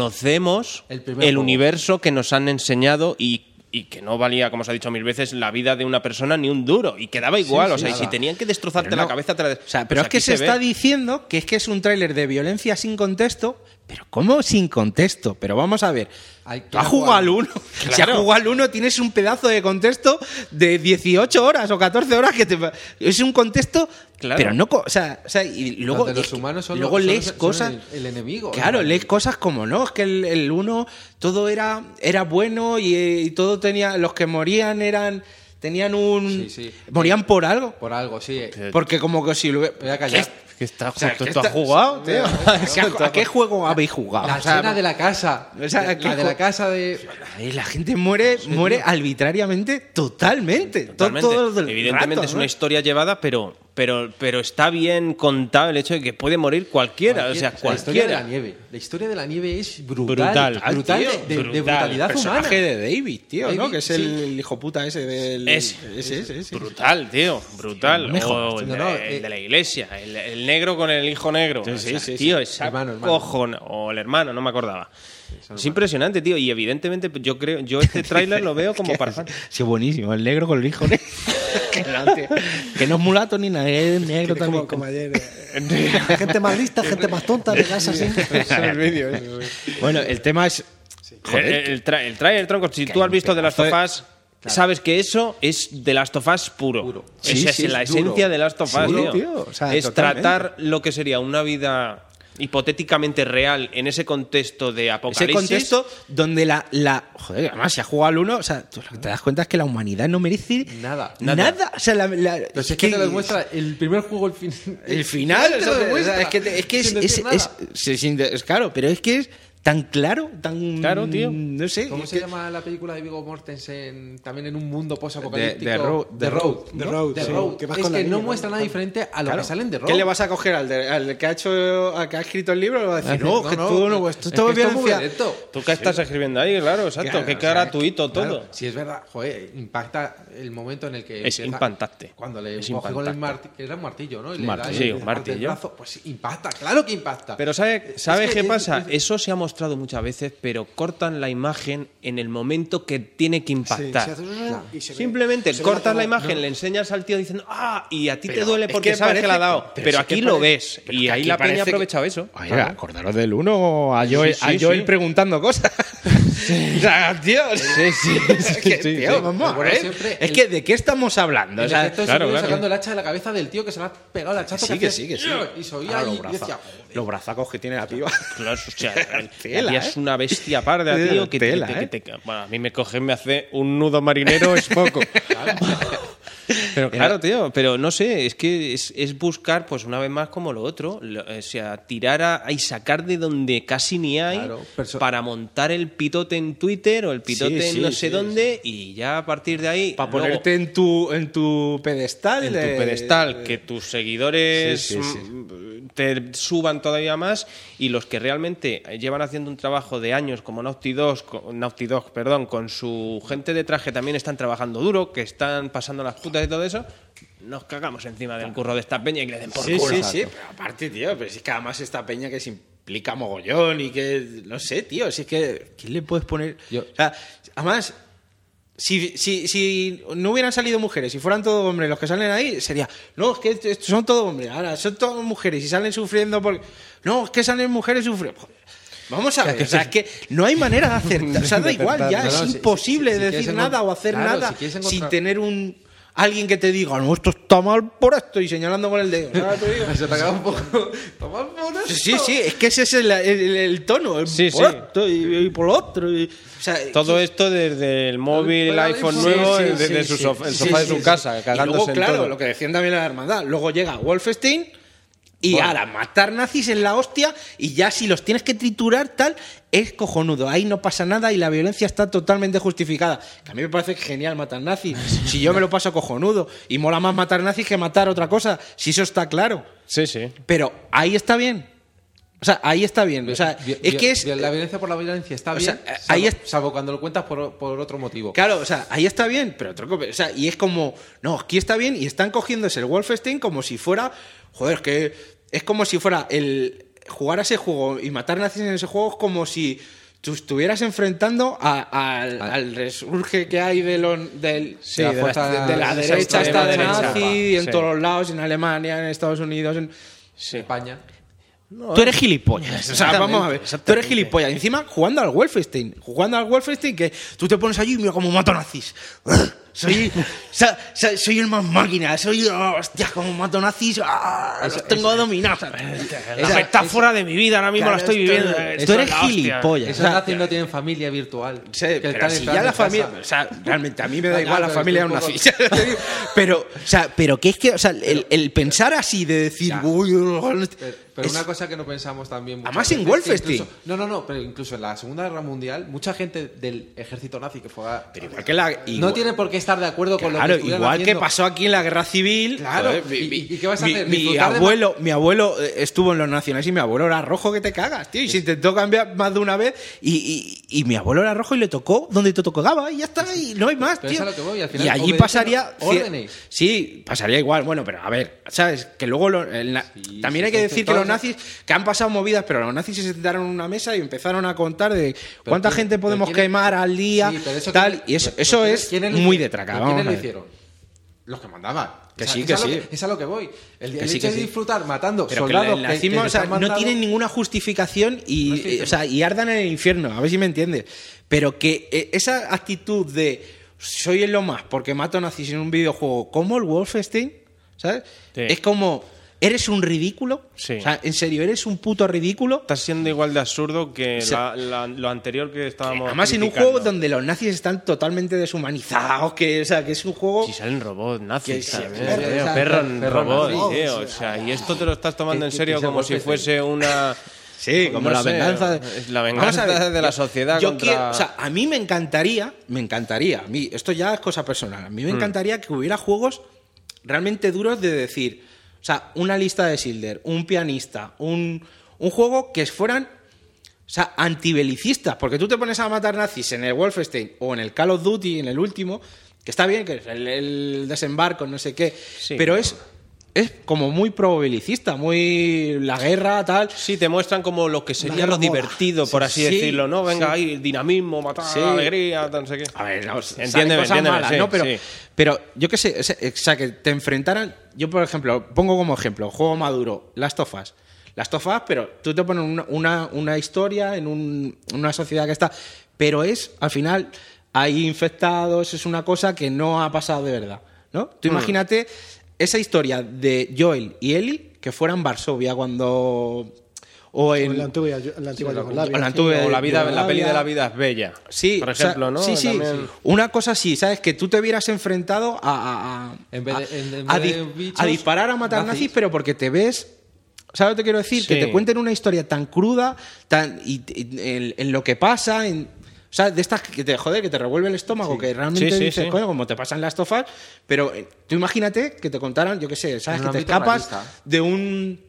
conocemos
El
el,
primer juego.
universo que nos han enseñado y, y que no valía, como se ha dicho mil veces, la vida de una persona ni un duro. Y quedaba igual.
sí,
o sea, y
nada.
si tenían que destrozarte la cabeza... te la-
O sea,
pues
pero es que
aquí
se,
ve.
está diciendo que es que es un tráiler de violencia sin contexto. Pero ¿cómo sin contexto? Pero vamos a ver.
Hay que
ha jugado al 1. Si ha
Claro.
jugado al 1 tienes un pedazo de contexto de 18 horas o 14 horas que te... va- Es un contexto...
Claro.
Pero no... co- O sea, o sea, y luego...
donde
es
los
que-
humanos son
luego
los- son
lees
los- son
cosas...
el, el enemigo.
Claro,
El-
lees cosas como no, es que el, el uno todo era, era bueno y, eh, y todo tenía, los que morían eran, tenían un,
Sí, sí.
morían por algo.
Por algo, sí. eh.
Porque como que si lo ve-
Me voy a callar.
Es que está,
O sea,
¿tú
que
esto has
está-
jugado, tío?
¿A, qué- a qué juego habéis jugado?
La
Ah, O sea,
escena de la casa.
o sea,
la
que-
de la casa de.
ay, la gente muere, muere arbitrariamente, totalmente. to-
Totalmente.
todo el
Evidentemente
rato,
es
¿no?
una historia llevada, pero, pero, pero está bien contado el hecho de que puede morir cualquiera. o sea,
La historia de
cualquiera.
la nieve. La historia de la nieve es brutal.
Brutal,
Brutal. de-
tío,
de, de
brutal.
brutalidad
El
humana.
personaje de David, tío, ¿no?
David,
Que es
sí.
el, hijo puta ese del.
Ese.
ese, ese, ese.
Brutal, tío, brutal.
Mejor.
O el,
No,
de,
no,
el
eh.
de la iglesia, el, el negro con el hijo negro.
Sí,
O
sí,
sea,
sí,
tío,
sí.
esa
Hermano, hermano.
cojona- O el hermano, no me acordaba. Es impresionante, tío. Y evidentemente, yo creo, yo este tráiler lo veo como para fans.
Sí, buenísimo. El negro con el hijo negro. que, no, tío. Que no es mulato ni nada, es negro
Es
también.
como, como ayer. eh, gente más lista, gente más tonta, te das así.
Bueno, el tema es.
El, el tra- el tráiler, tronco, si tú
hay
has
un
visto de las
pedazo de-
tofás, sabes que eso es de las tofás puro. Esa
Sí,
es
sí,
la
es
esencia
duro.
de las tofás,
Sí,
tío.
tío, o sea,
es
totalmente.
tratar lo que sería una vida hipotéticamente real en ese contexto de
Ese
apocalipsis.
contexto donde la, la. Joder, además, se ha jugado al uno. O sea, tú lo que te das cuenta es que la humanidad no merece
Nada.
Nada. O sea, la. la-
Pero si es que te lo demuestra el primer juego, el, fin,
El final.
te
o
lo
sea,
demuestra,
Es que, te- es, que es,
sin decir
es,
nada.
es- sí, sin de- es Claro, pero es que es tan claro, tan.
Claro, tío.
No sé.
¿Cómo
es
se
que-
llama la película de Vigo Mortensen? También en un mundo
The-
post-apocalíptico.
The Road-
The Road.
The
¿no?
Road,
The
sí.
Road.
Que vas
es
con la
que
niña,
no
¿no?
muestra nada diferente a lo
Claro.
que sale en The Road.
¿Qué le vas a coger al, de- al que ha hecho, al que ha escrito el libro? Le vas a decir, no, que tú no, esto es
es
todo
que esto es muy
violencia.
violento.
¿Tú qué estás escribiendo ahí? Claro, exacto.
Claro,
que
o sea,
gratuito
claro,
todo.
Si es verdad, joder, impacta el momento en el que.
Es impactante.
Cuando le
Es
coge con el
impactante.
martillo, que era un martillo, ¿no? Y
Un
le da
martillo,
el-
un
el
martillo.
brazo, pues impacta, claro que impacta.
Pero ¿sabes sabe
que
qué
es-
pasa?
es-
Eso se ha mostrado muchas veces, pero cortan la imagen en el momento que tiene que
Sí,
impactar.
se hace- y se ve-
Simplemente
se ve
cortas
como-
la imagen,
no.
le enseñas al tío diciendo, ah, y a ti te
Pero
duele
es
porque
que
sabes
parece-
que la ha dado.
pero
Pero,
es que
aquí lo
parece-
ves.
pero es
Y
que
ahí
aquí
la peña ha
parece que-
aprovechado eso.
Oiga, acordaros del uno a Joel,
Sí, sí,
a Joel
sí.
preguntando cosas. O sea, tío, sí, sí,
sí, sí,
tío,
sí.
vamos,
Bueno,
¿eh?
siempre
Es
el-
que de qué estamos hablando,
El
o sea,
efecto
claro,
se iba
claro.
sacando el hacha de la cabeza del tío que se le ha pegado el hachazo.
sí, que sí, que sí.
hacía, Y se oía
Ahora
y-
los,
y decía,
braza- los brazacos que tiene la piba.
Claro, o sea,
Tela,
la tía
¿eh?
es una bestia parda,
Tela,
tío. Que, que-
tela,
que-
¿eh?
que te- bueno, a mí me coge, me hace un nudo marinero, es poco. pero claro, tío, pero no sé, es que es, es buscar, pues una vez más, como lo otro, lo- o sea, tirar a, y sacar de donde casi ni hay
Claro, perso-
para montar el pitote en Twitter o el pitote
Sí,
en no
sí,
sé
sí,
dónde y ya a partir de ahí.
Para
luego,
ponerte en tu, en tu pedestal.
en tu
eh,
pedestal, que tus seguidores
Sí, sí, sí.
mm, te suban todavía más y los que realmente llevan haciendo un trabajo de años como Naughty Dog, con, Naughty Dog, perdón, con su gente de traje también están trabajando duro, que están pasando las putas y todo eso, nos cagamos encima del curro de esta peña y que le den por
Sí,
culo.
sí, sí, pero aparte, tío, pero si es que además esta peña que se implica mogollón y que, no sé, tío, si es que, ¿quién le puedes poner?
Yo-
O sea, además, si, si, si no hubieran salido mujeres, si fueran todos hombres los que salen ahí, sería, no, es que est- estos son todos hombres, ahora son todos mujeres y salen sufriendo por... No, es que salen mujeres sufriendo... Joder, Vamos a ver, o sea, es que no hay manera de acertar, o sea, da igual, ya
No, no, si-
es
si-
imposible
si- si
decir
quieres
nada
encont-
o hacer
claro,
nada
si quieres
sin
encontrar-
tener un alguien que te diga, no, esto está mal por esto, y señalando con el dedo. ¿sabes? Te digo,
Se te acaba un poco. Toma por esto.
Sí, sí, es que ese es el, el- el tono, el
Sí,
por
sí.
esto y, y por lo otro. y- o sea,
Todo esto desde el móvil, el
Pero el
iPhone
iPhone-
nuevo,
Sí, sí,
desde
sí,
su
sí.
sof- el
sí,
sofá de
sí,
su
sí.
casa,
Y luego,
cagándose en
claro,
todo.
lo que decían también la hermandad. Luego llega Wolfenstein y ahora matar nazis en la hostia y ya si los tienes que triturar tal, es cojonudo. Ahí no pasa nada y la violencia está totalmente justificada. Que a mí me parece genial matar nazis. Si yo me lo paso cojonudo y mola más matar nazis que matar otra cosa, si eso está claro.
Sí, sí.
Pero ahí está bien. O sea, ahí está bien. O sea,
Vi-
es
vi-
que es...
vi- La violencia por la violencia está
o
bien.
sea, eh,
salvo-
ahí es-
Salvo cuando lo cuentas por, por otro motivo.
Claro, o sea, ahí está bien, pero troco, o sea, y es como, no, aquí está bien y están cogiéndose el Wolfenstein como si fuera, joder, es que es como si fuera el jugar a ese juego y matar nazis en ese juego es como si tú estuvieras enfrentando a- a- al, al resurge que hay de lo- del,
Sí,
de,
de
la,
la-
de- de la
de esa
derecha
extrema
está de
derecha.
nazi en
Sí.
todos los lados, en Alemania, en Estados Unidos, en...
España.
Tú eres gilipollas. O sea, vamos a ver. Tú eres gilipollas. Encima, jugando al Wolfenstein. Jugando al Wolfenstein, que tú te pones allí y mira cómo mato nazis. Soy, o sea, o sea, soy el más máquina. Soy, oh, hostia, como mato nazis. ah, los tengo dominados.
La metáfora de mi vida ahora mismo
Claro,
la estoy
esto-
viviendo.
esto
Esto es
eres
la hostia.
gilipollas.
Esos
O sea,
nazis no tienen familia virtual.
Sí,
Que
pero
están
si
entrando
ya la
en casa.
familia, o sea, realmente a mí me da
Ya,
igual la
pero
familia de
es
un
un poco-
nazi. ya te digo. pero, o sea, pero que es que, o sea, el, el pensar así de decir, uy, oh,
Pero, pero
es-
una cosa que no pensamos también. muchas
Además, en
veces,
Wolfenstein.
incluso- no, no, no, pero incluso en la Segunda Guerra Mundial, mucha gente del ejército nazi que fue a.
Pero igual que la- igual-
no tiene por qué estar de acuerdo con lo que
Claro,
estuvieran
igual que
haciendo.
pasó aquí en la guerra civil.
Claro,
joder, mi-
¿y-
mi-
y qué vas a
mi-
hacer?
Mi,
¿Disfrutar de
abuelo, mi abuelo eh, estuvo en los nacionales y mi abuelo era rojo que te cagas, tío. Y se intentó cambiar más de una vez y, y- y mi abuelo era rojo y le tocó donde te tocaba y ya está, y no hay más,
Pero
tío.
es a lo que voy, al final
y allí
obedecen
pasaría.
órdenes.
Sí, pasaría igual. Bueno, pero a ver, ¿sabes? Que luego. lo- el na- también
sí,
hay que
sí,
decir que
todos-
los nazis. Que han pasado movidas, pero los nazis se sentaron en una mesa y empezaron a contar de cuánta
quién-
gente
pero
podemos
quién-
quemar al día,
Sí, pero eso
tal.
quién-
Y eso,
pero
eso
quién-
es
quiénes lo
muy
hicieron?
de traca.
¿Pero
vamos
¿Quiénes
a
lo
ver.
hicieron? Los que mandaban.
Que
O sea,
sí,
es
que
a lo
sí.
es a lo que voy. El, el
sí,
hecho
que
de
sí.
disfrutar matando
Pero que
soldados
el
que-
nazismo
que te
o sea,
están
no
matando-
tiene ninguna justificación y,
No estoy
eh, o sea, y ardan en el infierno, a ver si me entiendes. Pero que eh, esa actitud de soy el lo más porque mato nazis en un videojuego como el Wolfenstein, ¿sabes?
Sí.
Es como, ¿eres un ridículo?
Sí.
O sea, ¿en serio eres un puto ridículo?
Está siendo igual de absurdo que
O sea,
la- la- lo anterior que estábamos.
Además, en un
criticando.
juego donde los nazis están totalmente deshumanizados, que, o sea, que es un juego...
Si salen robots
Que
nazis,
sí,
¿sabes?
perro,
Tío,
exacto,
perro en
perro
robot,
nazi.
tío, O sea, y esto te lo estás tomando
Que-
en
que-
serio
que sea
como si
golpe,
fuese una.
Sí,
no
como la
sé,
venganza de
La
Vamos a
venganza
ver,
de la
yo-
sociedad
yo
contra.
quiero- o sea, a mí me encantaría, me encantaría, a mí, esto ya es cosa personal, a mí
Mm.
me encantaría que hubiera juegos realmente duros de decir, o sea, una lista de Silder, un pianista, un, un juego que fueran, o sea, antibelicistas, porque tú te pones a matar nazis en el Wolfenstein o en el Call of Duty, en el último, que está bien, que es el, el desembarco, no sé qué,
Sí.
pero es... Es como muy probelicista, muy la guerra, tal.
Sí, te muestran como lo que sería
guerra
lo
moda.
divertido, por
Sí,
así
sí,
decirlo, ¿no? Venga, ahí, dinamismo, matar,
Sí.
alegría, tal, no sé qué.
A ver, no,
Entiéndeme,
salen cosas
entiéndeme,
malas,
sí,
¿no? Pero,
sí.
pero yo qué sé, o sea, o sea, que te enfrentaran. Yo, por ejemplo, pongo como ejemplo, juego maduro, Las Tofas. Las Tofas, pero tú te pones una, una, una historia en un- una sociedad que está. pero es, al final, hay infectados, es una cosa que no ha pasado de verdad, ¿no? Tú
Mm.
imagínate esa historia de Joel y Ellie que fuera en Varsovia cuando... O en,
En la antigua, en la antigua Yugoslavia.
en la antigua
o la vida, la
Yugoslavia.
peli de la vida es bella.
Sí,
por
o sea,
ejemplo, ¿no?
Sí, sí.
También-
Una cosa así, ¿sabes? Que tú te vieras enfrentado a. a- a-
En vez de-
a-
en- en
a
vez
di-
de bichos,
a disparar a matar nazis.
nazis.
pero porque te ves. ¿Sabes lo que quiero decir? Que
Sí.
te cuenten una historia tan cruda, tan y, y- en, en lo que pasa, en. O sea, de estas que te joder, que te revuelve el estómago, que realmente
Sí, sí,
dices,
sí.
coño, como te pasan las tofas, pero eh, tú imagínate que te contaran, yo qué sé, ¿sabes? Que
En un
te
ámbito
escapas
realista.
de un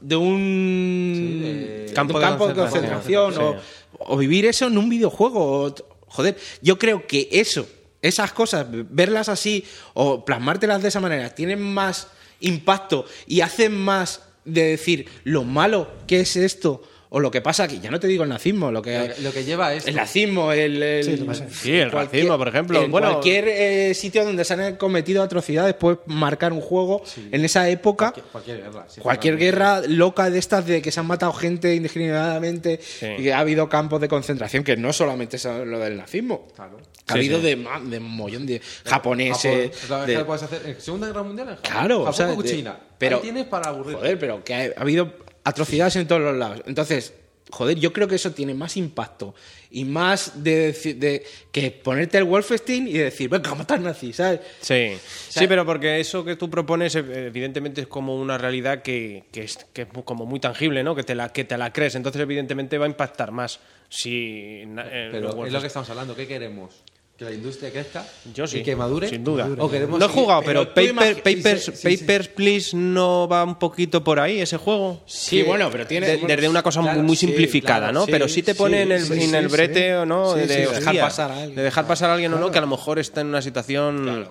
de un
Sí, de-
de un
Campo
campo,
de
de
concentración.
concentración o, o vivir eso en un videojuego. o t- joder, yo creo que eso, esas cosas, verlas así o plasmártelas de esa manera, tienen más impacto y hacen más de decir lo malo que es esto o lo que pasa aquí. Ya no te digo el nazismo, lo que,
Lo que lleva es.
el nazismo, el, el-
Sí, lo que pasa es-
Sí, el
cualquier-
racismo, por ejemplo.
En
Bueno,
cualquier eh, sitio donde se han cometido atrocidades, puedes marcar un juego en esa época.
Cualquier guerra. sí,
Cualquier guerra loca de estas de que se han matado gente indiscriminadamente y que ha habido campos de concentración, que no solamente es lo del nazismo.
Claro.
Ha habido De, ma- de un mollón de japoneses.
Japón, la vez
de-
que puedes hacer en Segunda Guerra Mundial en Japón.
Claro,
Japón
o sea,
o
de-
China.
pero-
Ahí tienes para aburrir.
joder, pero que ha, ha habido atrocidades en todos los lados. Entonces, joder, yo creo que eso tiene más impacto y más de, deci- de- que ponerte el Wolfenstein y decir, venga, a matar nazis, ¿sabes?
Sí,
sea-
sí, pero porque eso que tú propones eh, evidentemente es como una realidad que, que es, que es mu- como muy tangible, ¿no? Que te, la, que te la crees, entonces evidentemente va a impactar más. Si, na- eh,
Pero
no-
es lo que estamos hablando. ¿Qué queremos? ¿Que la industria crezca?
Yo sí,
¿Y que madure?
sin duda.
¿O queremos
no he
seguir-
jugado, pero,
pero tú
Paper-
imagi-
Papers,
sí, sí, sí.
Papers, Please no va un poquito por ahí ese juego.
Sí, bueno, pero tiene-
De-
bueno,
desde una cosa muy, muy
sí,
simplificada,
claro,
¿no?
sí,
pero sí te pone
sí,
en el,
sí,
en el
sí,
brete o no
Sí,
de,
sí,
de
dejar pasar a alguien,
de dejar pasar a alguien o no, que a lo mejor está en una situación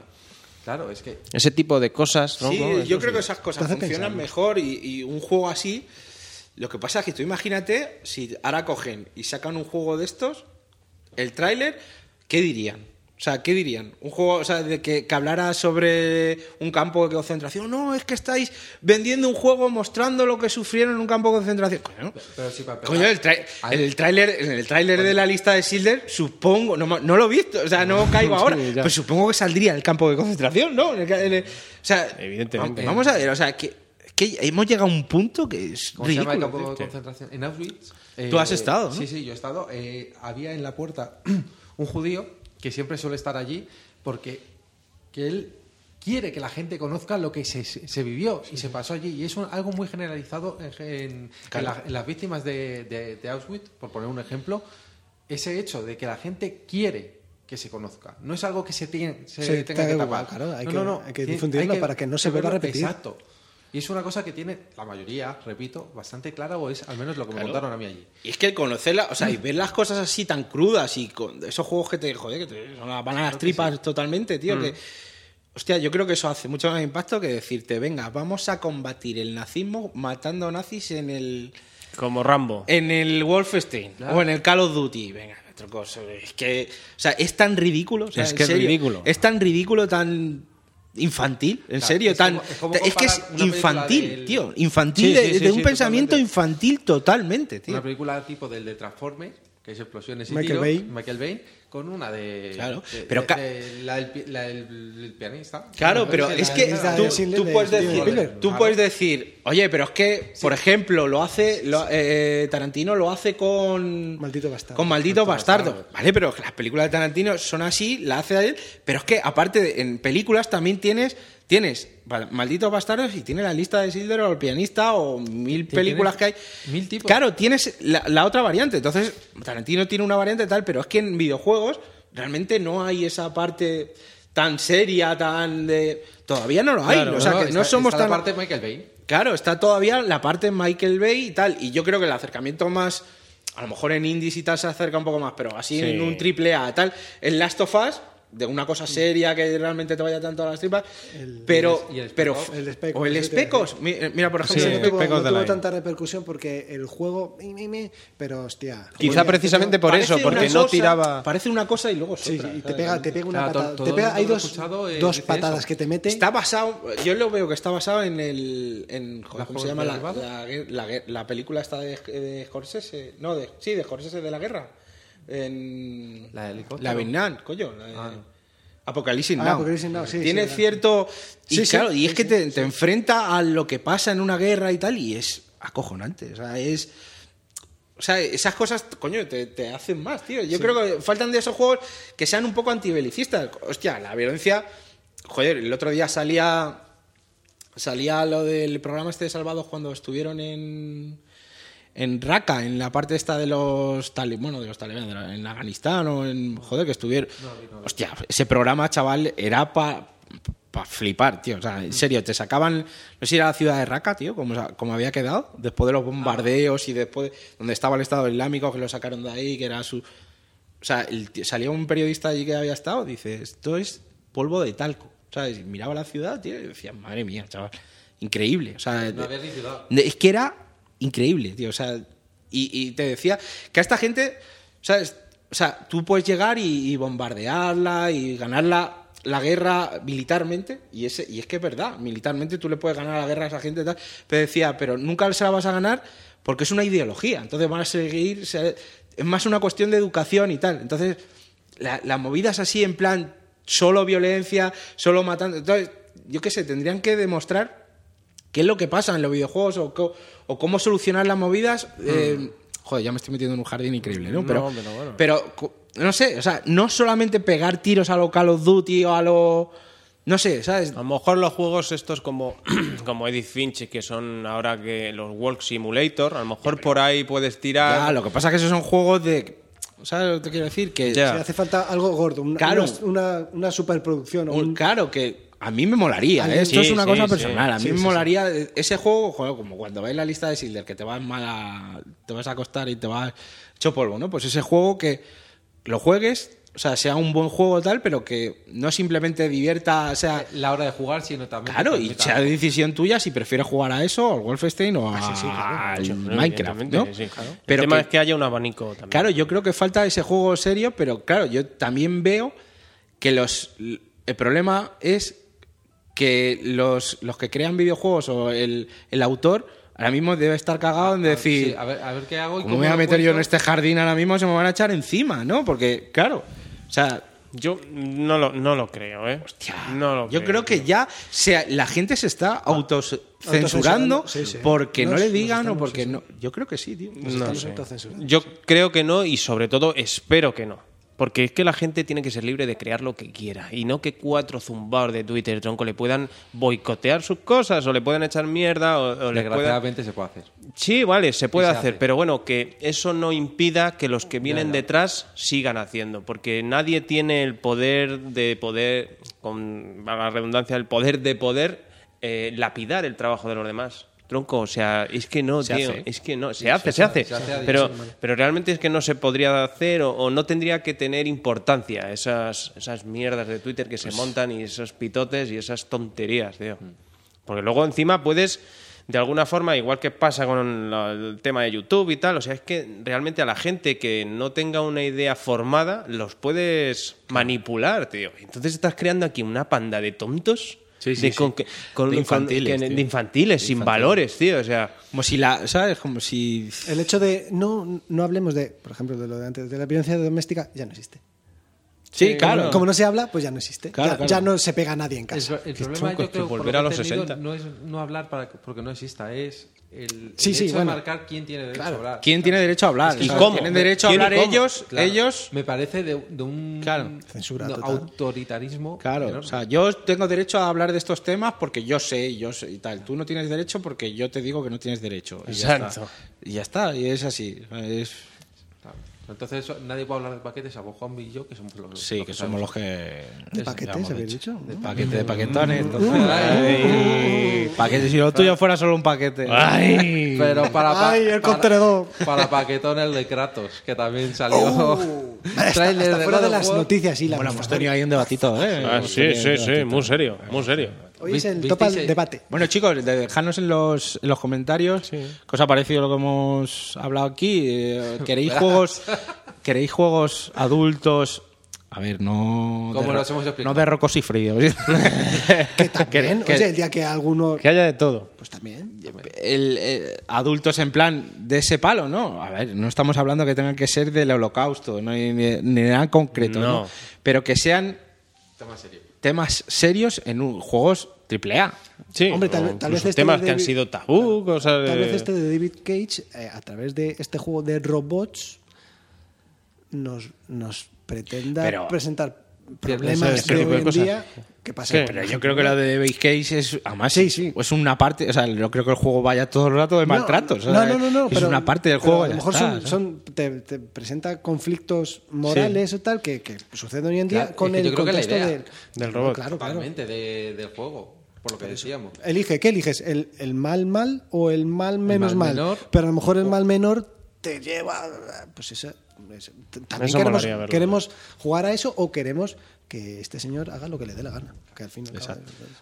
Claro, es que.
ese tipo de cosas, ¿no?
Sí,
¿no?
yo
Eso
creo
sí.
que esas cosas
Te hace
funcionan
pensar.
mejor y, y un juego así. Lo que pasa es que tú imagínate si ahora cogen y sacan un juego de estos, el tráiler, ¿qué dirían? O sea, ¿qué dirían? Un juego, o sea, de que, que hablara sobre un campo de concentración. No, es que estáis vendiendo un juego mostrando lo que sufrieron en un campo de concentración. Coño,
Pero sí, para
Coño, el, trai-
Ahí-
el tráiler en el tráiler de la lista de Schindler, supongo, no, ma- no lo he visto, o sea, no caigo ahora,
ya.
pero supongo que saldría el campo de concentración, ¿no? En el ca- en el- o sea,
Evidentemente.
va- vamos a ver, o sea, que, que hemos llegado a un punto que es
¿Cómo se llama el
ridículo. este.
campo de concentración? En Auschwitz. eh,
Tú has estado, ¿no?
Sí, sí, yo he estado. Eh, había en la puerta un judío que siempre suele estar allí porque que él quiere que la gente conozca lo que se, se vivió y se pasó allí. Y es un- algo muy generalizado en, en-
Claro.
en la- en las víctimas de, de- de Auschwitz, por poner un ejemplo. Ese hecho de que la gente quiere que se conozca. No es algo que se, tiene, se
Se
tenga que
tenga que
tapar.
guardar, claro, hay
No,
que-
no, no,
hay que
tiene-
difundirlo para que no se vuelva a
verlo-
repetir.
exacto. Exacto. Y es una cosa que tiene la mayoría, repito, bastante clara, o es al menos lo que me contaron a mí allí.
Y es que el conocerla, o sea, y ver las cosas así tan crudas y con esos juegos que te, joder, que te son las- van a las tripas totalmente,
Mm.
tío, que... Hostia, yo creo que eso hace mucho más impacto que decirte, venga, vamos a combatir el nazismo matando nazis en el...
como Rambo.
En el Wolfenstein o en el Call of Duty, venga, otro cosa. Es que, o sea, es tan ridículo. o sea,
Es
en
que es
serio,
ridículo.
Es tan ridículo, tan infantil, en serio,
es
tan.
como- es como
es que es
comparar una película
infantil,
del-
tío. Infantil
Sí,
de,
sí, sí,
de un
sí,
pensamiento
totalmente.
infantil totalmente, tío.
Una película tipo del de Transformers, que es explosiones y
Michael
tiros,
Bay.
Michael Bay, con una de...
Claro,
de-
pero
de-
ca-
de la del pi- la del- el pianista.
Claro,
No,
pero
la-
es que
la-
tú,
de Schindler
tú
de
puedes
Steven
decir,
Spielberg.
tú
Claro.
puedes decir, oye, pero es que, por ejemplo, lo hace lo- eh, Tarantino lo hace con
Maldito bastardo.
con maldito bastardo, vale, pero las películas de Tarantino son así, la hace a él, pero es que aparte de- en películas también tienes tienes Val- malditos bastardos y tienes la lista de Silver o el pianista o mil películas que hay.
mil tipos.
Claro, tienes la, la otra variante. Entonces, Tarantino tiene una variante tal, pero es que en videojuegos realmente no hay esa parte tan seria, tan de. Todavía no lo hay.
Claro,
o sea, que no
está-
somos
está
tan.
la parte de Michael Bay.
Claro, está todavía la parte de Michael Bay y tal. Y yo creo que el acercamiento más. A lo mejor en indies y tal se acerca un poco más, pero así en un triple A tal. El Last of Us, de una cosa seria que realmente te vaya tanto a las tripas. pero.
y el Spec
pero
Ops.
El Spec
o el
Ops, sí, te iba a
Specos. eh, Mira, por ejemplo.
Sí,
el
no tuvo,
Spec Ops.
no
de
tuvo
Line.
tanta repercusión porque el juego, mi, mi, mi, pero hostia.
Quizá precisamente por
Parece
eso, porque
una
no
cosa-
tiraba.
Parece una cosa y luego es
Sí,
otra,
y te
¿sabes?
pega, te pega una
Claro,
patada.
todo-
te
todo-
pega,
todo
hay
lo
dos,
escuchado, eh,
dos
dice
patadas
eso.
que te mete.
Está basado, yo lo veo que está basado en el. En, joder,
¿La
¿Cómo
Juventud
se llama? La,
del Vado?
la- la- la película esta de, de Scorsese. No, de, sí, de Scorsese de la guerra. en.
La del helicóptero. Ah.
La Vietnam, coño. la de- Apocalipsis
Ah,
Now.
Apocalipsis Now, sí,
Tiene
sí,
cierto. y
Sí, sí,
claro, y es
sí,
que
sí,
te, te enfrenta a lo que pasa en una guerra y tal, y es acojonante. O sea, es. O sea, esas cosas, coño, te, te hacen más, tío. Yo creo que faltan de esos juegos que sean un poco antibelicistas. Hostia, la violencia. Joder, el otro día salía. Salía lo del programa este de Salvados cuando estuvieron en. En Raqqa, en la parte esta de los talibanes, bueno, de los talibanes, de la- en Afganistán o en. Joder, que estuvieron. Hostia, ese programa, chaval, era para flipar, tío. O sea,
Mm.
en serio, te sacaban. No sé si era la ciudad de Raqqa, tío, como, sa- como había quedado, después de los bombardeos y después. Donde estaba el Estado Islámico, que lo sacaron de ahí, que era su. O sea, el tío- salía un periodista allí que había estado, dice, esto es polvo de talco. ¿Sabes? Y miraba la ciudad, tío, y decía, madre mía, chaval, increíble. O sea,
No había ni ciudad.
de- Es que era increíble, tío. O sea, y, y te decía que a esta gente, ¿sabes? O sea, tú puedes llegar y, y bombardearla y ganar la, la guerra militarmente, y, ese, y es que es verdad, militarmente tú le puedes ganar la guerra a esa gente y tal. Pero decía, pero nunca se la vas a ganar porque es una ideología. Entonces van a seguir. se- Es más una cuestión de educación y tal. Entonces, la- las movidas así en plan solo violencia, solo matando. Entonces, yo qué sé, tendrían que demostrar qué es lo que pasa en los videojuegos o, co- o cómo solucionar las movidas. eh, joder, ya me estoy metiendo en un jardín increíble, ¿no? Pero,
pero bueno.
pero, co- no sé, o sea, no solamente pegar tiros a lo Call of Duty o a lo. No sé, ¿sabes?
A lo mejor los juegos estos como, como Edith Finch, que son ahora que los Walk Simulator, a lo mejor por ahí puedes tirar.
Ya, lo que pasa es que esos son juegos de. ¿Sabes lo que te quiero decir? Que
Ya.
Sí, hace falta algo gordo, una,
Claro.
una, una- una superproducción. o
Un-
un-
claro, que a mí me molaría, ¿eh?
Sí,
esto es una
sí,
cosa
sí.
personal. A mí
Sí,
me
sí,
molaría ese juego, joder, como cuando vais la lista de Silder, que te vas mal a- te vas a acostar y te vas hecho polvo, ¿no? Pues ese juego que lo juegues, o sea, sea un buen juego tal, pero que no simplemente divierta, o sea,
La hora de jugar, sino también.
claro, y sea decisión tuya si prefieres jugar a eso, o al Wolfenstein o a, al Minecraft, ¿no?
Ah, Evidentemente, sí, claro.
Pero
el tema
que-
es que haya un abanico también.
Claro, yo creo que falta ese juego serio, pero claro, yo también veo que los el problema es que los, los que crean videojuegos o el, el autor ahora mismo debe estar cagado en decir,
Ah, Sí, a, ver, a ver qué hago. y
¿cómo me voy a
lo
meter yo en
cuento?
este jardín ahora mismo? Se me van a echar encima, ¿no? Porque, claro, o sea,
Yo no lo, no lo creo, ¿eh?
Hostia,
no lo
yo creo que
tío.
ya se- la gente se está autocensurando
Autocensurando, sí, sí.
porque no
Nos-
le
nos
digan o
estamos,
porque
sí, sí.
no. Yo creo que sí, tío.
No
estamos
sé.
autocensurando.
Yo creo que no y sobre todo espero que no. Porque es que la gente tiene que ser libre de crear lo que quiera y no que cuatro zumbados de Twitter, tronco, le puedan boicotear sus cosas o le puedan echar mierda o, o le puedan...
Desgraciadamente se puede hacer.
Sí, vale, se puede
se
hacer,
hace.
pero bueno, que eso no impida que los que vienen detrás sigan haciendo, porque nadie tiene el poder de poder, con valga la redundancia, el poder de poder eh, lapidar el trabajo de los demás. Tronco, o sea, es que no,
Se
tío,
hace.
es que no, se, hace, se hace,
se hace a
pero,
diario,
pero realmente es que no se podría hacer o, o no tendría que tener importancia esas, esas mierdas de Twitter que se
Pues
montan y esos pitotes y esas tonterías, tío.
Mm.
Porque luego encima puedes, de alguna forma, igual que pasa con la- el tema de YouTube y tal, o sea, es que realmente a la gente que no tenga una idea formada, los puedes manipular, tío. Entonces estás creando aquí una panda de tontos.
Sí, sí,
de,
sí.
con- que- con-
De
con-
infantiles,
que- de
tío.
infantiles, sin valores, tío. O sea,
Como si la. ¿Sabes? Como si.
El hecho de no, no hablemos de, por ejemplo, de lo de antes, de la violencia doméstica, ya no existe.
Sí, claro.
Como no se habla, pues ya no existe.
Claro,
ya,
claro.
ya no se pega a nadie en
El,
casa.
el problema
tronco,
este,
yo
es que
creo por
volver
lo
a
que
los
he entendido,
60.
no es no hablar para porque no exista, es el,
Sí,
el
sí,
hecho
bueno.
de marcar quién tiene derecho a hablar.
¿Quién tiene derecho a hablar?
que
O sea,
¿cómo?
Tienen derecho a
¿Quién y
hablar
cómo?
ellos,
Claro,
ellos.
me parece de, de un
Claro,
censura
de
total.
autoritarismo
Claro, o
enorme.
sea, yo tengo derecho a hablar de estos temas porque yo sé, yo sé y tal. Tú no tienes derecho porque yo te digo que no tienes derecho. Y Pues ya
Exacto.
está. Y ya está, y es así. Es-
Claro. Entonces eso- nadie puede hablar de paquetes, salvo Juan y yo, que somos los
Sí, que somos los que.
¿De paquetes,
digamos,
habéis
de-
dicho?
De paquetes, de paquetones. entonces, ay, paquetes, si lo tuyo fuera solo un paquete.
¡ay!
Pero para, pa-
Ay, el
para-
contenedor.
Para paquetón el de Kratos, que también salió.
Oh. Hasta,
Tráiler
hasta fuera
God
de
of
las
War.
noticias y la
Bueno,
misma.
hemos tenido ahí un debatito, ¿eh?
Ah,
Hemos
sí,
tenido
sí,
un
sí,
debatito.
muy serio, muy serio.
Hoy es el
¿Visteis
top al
el-
debate.
Bueno, chicos, de- dejadnos en los, en los comentarios qué os ha parecido lo que hemos hablado aquí. Eh, ¿Queréis juegos, queréis juegos adultos? A ver, no.
Como
de
nos
ro-
hemos explicado.
No de rocos y fríos. que
También,
que-
oye, el día que alguno.
que haya de todo.
Pues también.
el, eh, adultos en plan de ese palo, ¿no? A ver, no estamos hablando que tengan que ser del holocausto, no hay ni, ni nada concreto,
No.
no. Pero que sean temas serios en un- juegos triple A.
Sí,
Hombre, tal
o
vez- tal
incluso
vez este
temas
de
que han
David-
sido tabú, cosas de-
Tal
Eh.
vez este de David Cage, eh, a través de este juego de robots, nos, nos pretenda
Pero-
presentar
eso
problemas
es
de
tipo de
hoy en
cosas.
día que pasan.
Sí, pero yo creo que la de Base Case es además
Sí, sí.
es una parte, o sea, yo creo que el juego vaya todo el rato de maltratos. o sea,
No, no, no, no,
es
pero-
una parte del
pero
juego.
A lo
ya
mejor
está,
son,
¿sabes?
son- te, te presenta conflictos morales o tal que, que suceden hoy en día
Claro,
con
es que
el
yo creo que la
contexto
idea
del,
del robot.
Claro, claro.
Totalmente, de- del juego, por lo que decíamos.
Elige, ¿qué eliges? ¿El, el mal mal o el mal menos
mal
mal?
menor.
Pero a lo mejor el mal menor te lleva. Pues esa. esa- t- También
Eso
queremos,
molaría verlo.
queremos jugar a eso o queremos que este señor haga lo que le dé la gana. Que al final.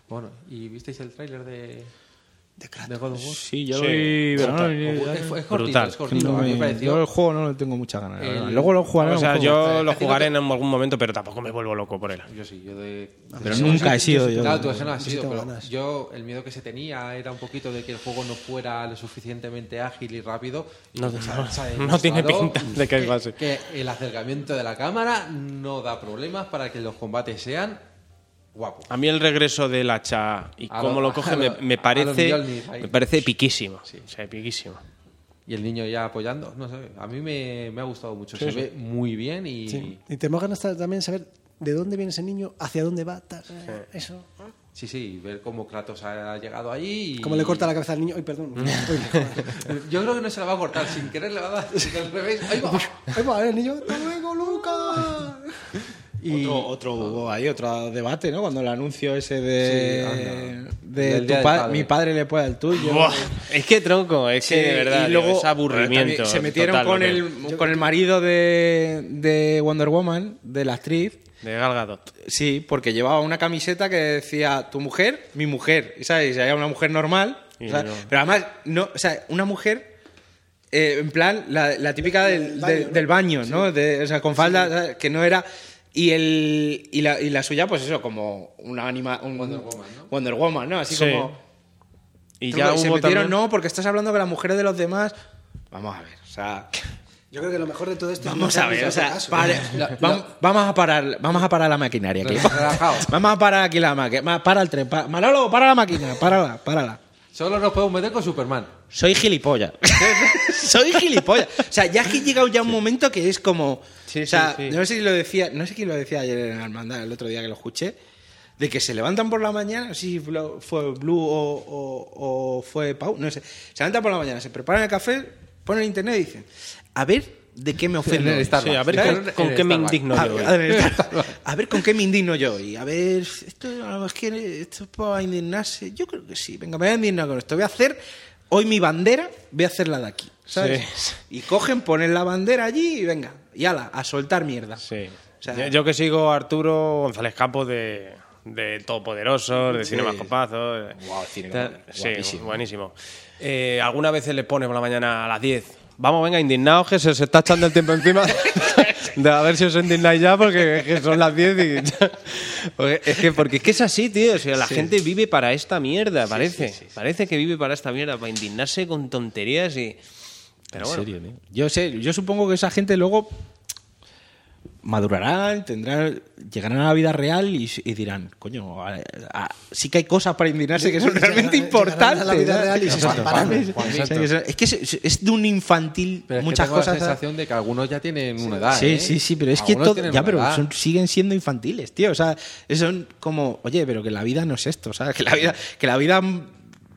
Bueno, ¿y visteis el tráiler de,
De crack.
de God of War?
Sí, yo
Sí.
lo vi, pero no, ni-
Es, es cortito,
Brutal.
es cortito.
no
a
me-
mí me
yo el
pareció...
juego no le tengo muchas ganas. la
El-
verdad. Luego lo jugaré.
O sea,
a lo mejor.
yo lo jugaré en algún momento, pero tampoco me vuelvo loco por él.
Yo sí, yo de...
Pero nunca he sido yo.
Claro, tú eso no has
yo sí
sido,
tengo
pero
ganas.
yo el miedo que se tenía era un poquito de que el juego no fuera lo suficientemente ágil y rápido.
No,
Se ha-
no,
se ha
no tiene
demostrado
pinta de que algo así.
Que el acercamiento de la cámara no da problemas para que los combates sean guapos.
A mí el regreso del hacha y
A
cómo
lo-
lo coge
a
me,
lo-
me
a lo
parece
Mjolnir, ahí.
me parece piquísimo. O sea, piquísimo.
Y el niño ya apoyando, no sé, a mí me, me ha gustado mucho, se ve muy bien y...
Sí. Y tenemos ganas ta- también de saber de dónde viene ese niño, hacia dónde va, tal, eso.
Sí, sí, ver cómo Kratos ha llegado allí. Y...
Cómo le corta la cabeza al niño. Ay, perdón. Uy, joder.
Yo creo que no se la va a cortar, sin querer le va a dar al revés. ¡Ay, va!
Ahí va, el niño. ¡Hasta luego, Luca!
Y
Otro, otro hubo ahí, otro debate, ¿no? Cuando el anuncio ese
Sí,
de.
anda.
de
Del
tu
Día del
pa-
Padre.
mi padre le puede al tuyo.
Buah, es que tronco, es que de verdad,
y
luego,
luego
es aburrimiento.
Se metieron
total,
con,
lo que-
el, con el marido de, de Wonder Woman, de la actriz.
de Gal Gadot.
Sí, porque llevaba una camiseta que decía tu mujer, mi mujer. Y, ¿Sabes? Y si había una mujer normal.
Y
o sea,
no.
Pero además, no, o sea, una mujer. eh, en plan, la, la típica del, del- del baño, ¿no? De- o sea, con falda, ¿sabes? que no era. Y, el, y, la, y la suya, pues eso, como una anima. un-
Wonder Woman, ¿no?
Wonder Woman, ¿no? Así
Sí.
como.
Y ya
se
hubo
metieron,
también-
no, porque estás hablando que las mujeres de los demás. Vamos a ver, o sea.
Yo creo que lo mejor de todo esto
Vamos
no
a ver,
hacer
o sea,
caso. ¿eh?
pare-
La-
vam- vamos, a parar, vamos a parar la maquinaria aquí.
Relajaos.
vamos a parar aquí la máquina. Para el tren. pa- Manolo, para la máquina. Párala, párala.
solo nos podemos meter con Superman.
Soy gilipollas. Soy gilipollas. O sea, ya que he llegado ya a un momento que es como.
Sí,
o sea,
sí, sí.
no sé si lo decía, no sé quién lo decía ayer en Armandad, el otro día que lo escuché. De que se levantan por la mañana, no sé si fue- fue Blue o, o- o fue Pau, no sé. Se levantan por la mañana, se preparan el café, ponen el internet y dicen: A ver de qué me ofenden.
el
hoy".
Starbucks.
Sí, a ver
¿Sabes?
con, con
En
qué me
Starbucks.
indigno
a,
de hoy.
a ver, a ver con qué me indigno yo y a ver esto a lo mejor esto es para indignarse yo creo que sí venga me voy a indignar con esto voy a hacer hoy mi bandera voy a hacer la de aquí ¿sabes? y cogen ponen la bandera allí y venga y ala a soltar mierda
Sí.
O sea-
yo, yo que sigo a Arturo González Campos de, de Todopoderosos, de Cinema Copazos.
cine
Tal-
con-
sí,
guapísimo.
buenísimo. Eh, Algunas veces le pone por la mañana a las 10. Vamos, venga, indignados, que se os está echando el tiempo encima. De a ver si os indignáis ya, porque es que son las 10 y. ya. Porque Es que, porque es que es así, tío. O sea, la gente vive para esta mierda, parece. Parece que vive para esta mierda, para indignarse con tonterías y. Pero bueno.
yo sé yo supongo que esa gente luego madurarán tendrán llegarán a la vida real y, y dirán coño a- a- sí que hay cosas para indignarse que son
Llegarán-
realmente
llegarán a la
importantes
vida
¿sabes?
real y se
Exacto.
escaparán.
O sea, que eso- es que es, es de un infantil
Pero es
muchas
que tengo
cosas.
la sensación de que algunos ya tienen una edad.
Sí,
¿eh?
sí, sí, pero es que
Algunos
todo,
tienen
ya,
una
pero
edad.
son- siguen siendo infantiles, tío. O sea, son como, oye, pero que la vida no es esto, ¿sabes? Que la vida, que la vida,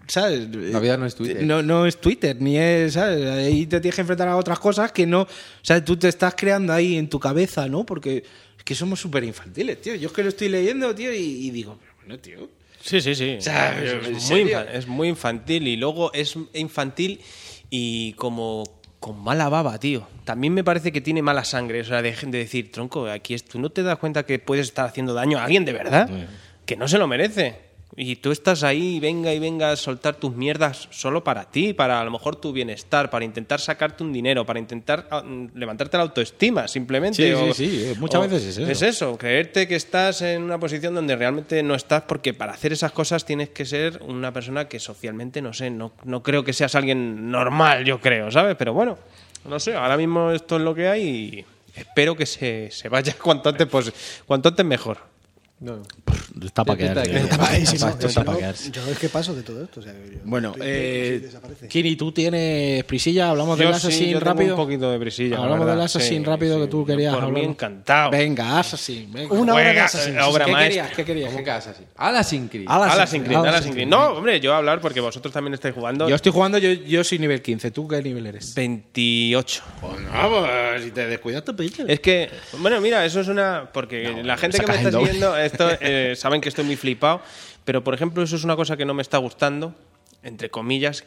¿sabes?
La vida no es Twitter.
No, no es Twitter, ni es, ¿sabes? Ahí te tienes que enfrentar a otras cosas que no, o sea, tú te estás creando ahí en tu cabeza, ¿no? Porque es que somos súper infantiles, tío. Yo es que lo estoy leyendo, tío, y, y digo, pero bueno, tío.
Sí, sí, sí.
sea,
es,
¿en
muy
serio?
infan- es muy infantil y luego es infantil y como con mala baba, tío. También me parece que tiene mala sangre. O sea, dejen de decir, tronco, aquí es, tú no te das cuenta que puedes estar haciendo daño a alguien de verdad, que no se lo merece. Y tú estás ahí, venga y venga a soltar tus mierdas solo para ti, para a lo mejor tu bienestar, para intentar sacarte un dinero, para intentar ah, mm, levantarte la autoestima, simplemente.
Sí, sí, sí, eh, muchas veces es eso.
Es eso, creerte que estás en una posición donde realmente no estás, porque para hacer esas cosas tienes que ser una persona que socialmente, no sé, no, no creo que seas alguien normal, yo creo, ¿sabes? Pero bueno, no sé, ahora mismo esto es lo que hay y espero que se, se vaya cuanto antes, posi- cuanto antes mejor.
No.
Está para
Intenta
quedarse.
que-
Está pa-
Ay, si no,
esto
si
está
no,
pa' quedarse.
yo es que paso de todo esto. o sea, yo-
Bueno,
estoy- sí,
eh,
desaparece.
Kini, tú tienes prisilla, hablamos
Yo
del
sí,
Assassin
yo tengo
rápido.
un poquito de prisilla, la
Hablamos del
verdad,
Assassin
sí,
rápido
sí.
que tú querías
Por mí
hablar.
encantado.
Venga, Assassin, venga.
Una hora de
Juega,
Assassin's
eh, obra
¿Qué
maestra.
querías? ¿Qué querías?
¿Cómo que haces así? Assassin's Creed.
Alas-
Assassin's Creed,
Alas
Assassin's Creed. No, hombre, yo voy a hablar porque vosotros también estáis jugando.
Yo estoy jugando, yo, yo soy nivel 15. ¿Tú qué nivel eres?
28.
Pues no, pues, si te descuidas te pillo.
Es que, bueno, mira, eso es una. Porque la gente que me
sacas
está
el doble.
siguiendo, esto, eh, saben que estoy muy flipado. Pero, por ejemplo, eso es una cosa que no me está gustando, entre comillas,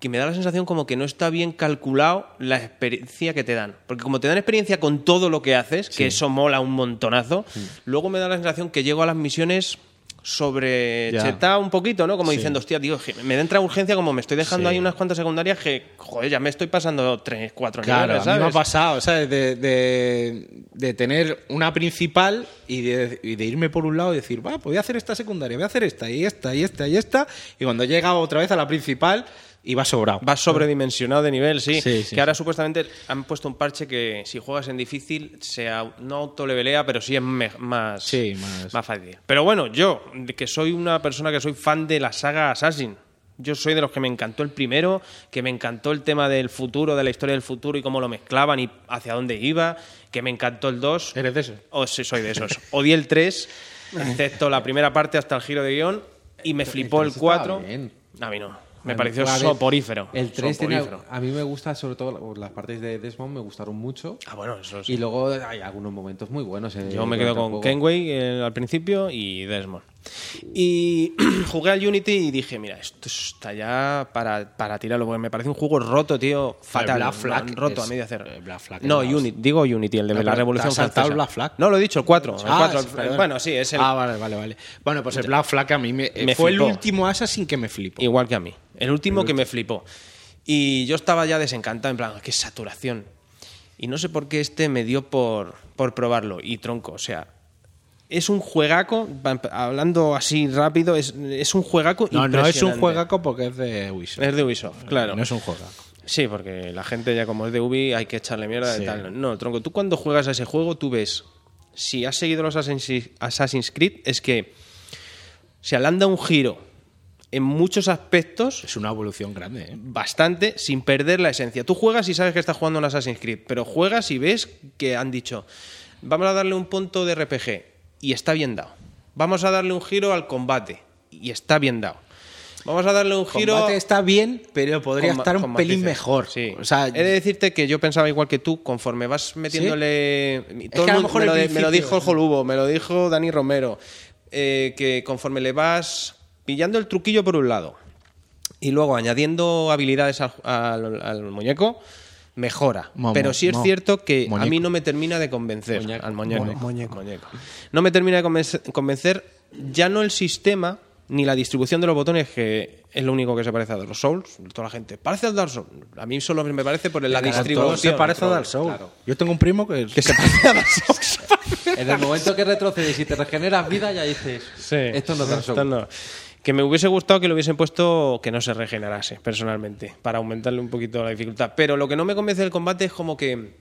que me da la sensación como que no está bien calculado la experiencia que te dan. Porque como te dan experiencia con todo lo que haces, que eso mola un montonazo,
Mm.
luego me da la sensación que llego a las misiones sobre
Ya.
chetá un poquito, ¿no? Como diciendo, hostia, digo, je- me entra urgencia como me estoy dejando ahí unas cuantas secundarias que, joder, ya me estoy pasando tres, cuatro
Claro,
niveles,
a mí me ha
¿sabes?
pasado, ¿sabes? De, de- de tener una principal y de, y de irme por un lado y decir, va, pues voy a hacer esta secundaria, voy a hacer esta y esta y esta y esta. Y cuando llega otra vez a la principal, iba sobrado.
Vas sobredimensionado de nivel, sí.
Sí, sí,
que ahora supuestamente han puesto un parche que si juegas en difícil se au- no autolevelea, pero sí es me- más,
Sí, más-
fácil. Pero bueno, yo, de que soy una persona que soy fan de la saga Assassin. Yo soy de los que me encantó el primero, que me encantó el tema del futuro, de la historia del futuro y cómo lo mezclaban y hacia dónde iba, que me encantó el 2.
¿Eres de eso?
O Oh, sí, soy de esos. Odié el 3, excepto la primera parte hasta el giro de guión, y me flipó el
tres estaba
4.
bien.
A mí no. Me pareció
A ver,
soporífero.
El 3 tiene,
Soporífero.
a mí me gusta, sobre todo las partes de Desmond me gustaron mucho.
Ah, bueno, eso
Y
sí.
luego hay algunos momentos muy buenos. eh,
Yo me quedo con
tampoco-
Kenway eh, al principio y Desmond. Y jugué al Unity y dije, mira, esto está ya para, para tirarlo, porque me parece un juego roto, tío, fatal.
Black Flag
roto
es-
a medio hacer.
eh, Black Flag
no,
es la
Unity, digo Unity, el de
No, pero
la
te
Revolución
has saltado
Francesa.
el Black Flag.
No, lo he dicho, el 4.
Ah,
el
sí,
4
perdón.
bueno, sí, es el,
Ah, vale, vale, vale. Bueno, pues el Black Flag a mí me, eh,
Me
fue
flipó.
el último Assassin que me flipó.
Igual que a mí. El último que me flipó. Y yo estaba ya desencantado, en plan, "Ah, qué saturación. Y no sé por qué este me dio por, por probarlo. Y tronco, o sea, es un juegaco, va- hablando así rápido, es, es un juegaco
No, no es un
impresionante.
juegaco porque es de Ubisoft.
Es de Ubisoft, claro.
No es un juegaco.
Sí, porque la gente ya como es de Ubi hay que echarle mierda
Sí.
y tal. No, tronco, tú cuando juegas a ese juego tú ves, si has seguido los Assassin's Assassin's Creed, es que se le han dado un giro en muchos aspectos
Es una evolución grande, ¿eh?
bastante sin perder la esencia. Tú juegas y sabes que estás jugando un Assassin's Creed, pero juegas y ves que han dicho, vamos a darle un punto de RPG y está bien dado. Vamos a darle un giro al combate y está bien dado. Vamos a darle un giro
Combate está bien, pero podría
con ma-
estar un
con
pelín
matices.
mejor.
Sí.
O sea,
He de decirte que yo pensaba igual que tú, conforme vas metiéndole. Todo
que a lo
el mundo-
mejor
me, lo,
al
de- me lo
principio-
dijo el Jolubo, me lo dijo Dani Romero. eh, que conforme le vas pillando el truquillo por un lado y luego añadiendo habilidades al, al- al muñeco, mejora.
Mo-
Pero
mo-
sí es
mo-
cierto que a
muñeco.
mí no me termina de convencer
Muñeco.
al muñeco.
Mo- muñeco.
Muñeco. No me termina de convencer, convencer ya no el sistema ni la distribución de los botones, que es lo único que se parece a los Souls. Toda la gente, parece al Dark Souls. A mí solo me parece por la
Claro,
distribución.
todo se parece a Dark Souls. Yo tengo un primo que,
Que se parece a Dark Souls.
En el momento que retrocedes y te regeneras vida, ya dices: Esto no es Dark Souls.
Esto no. Que me hubiese gustado que lo hubiesen puesto que no se regenerase, personalmente, para aumentarle un poquito la dificultad. Pero lo que no me convence del combate es como que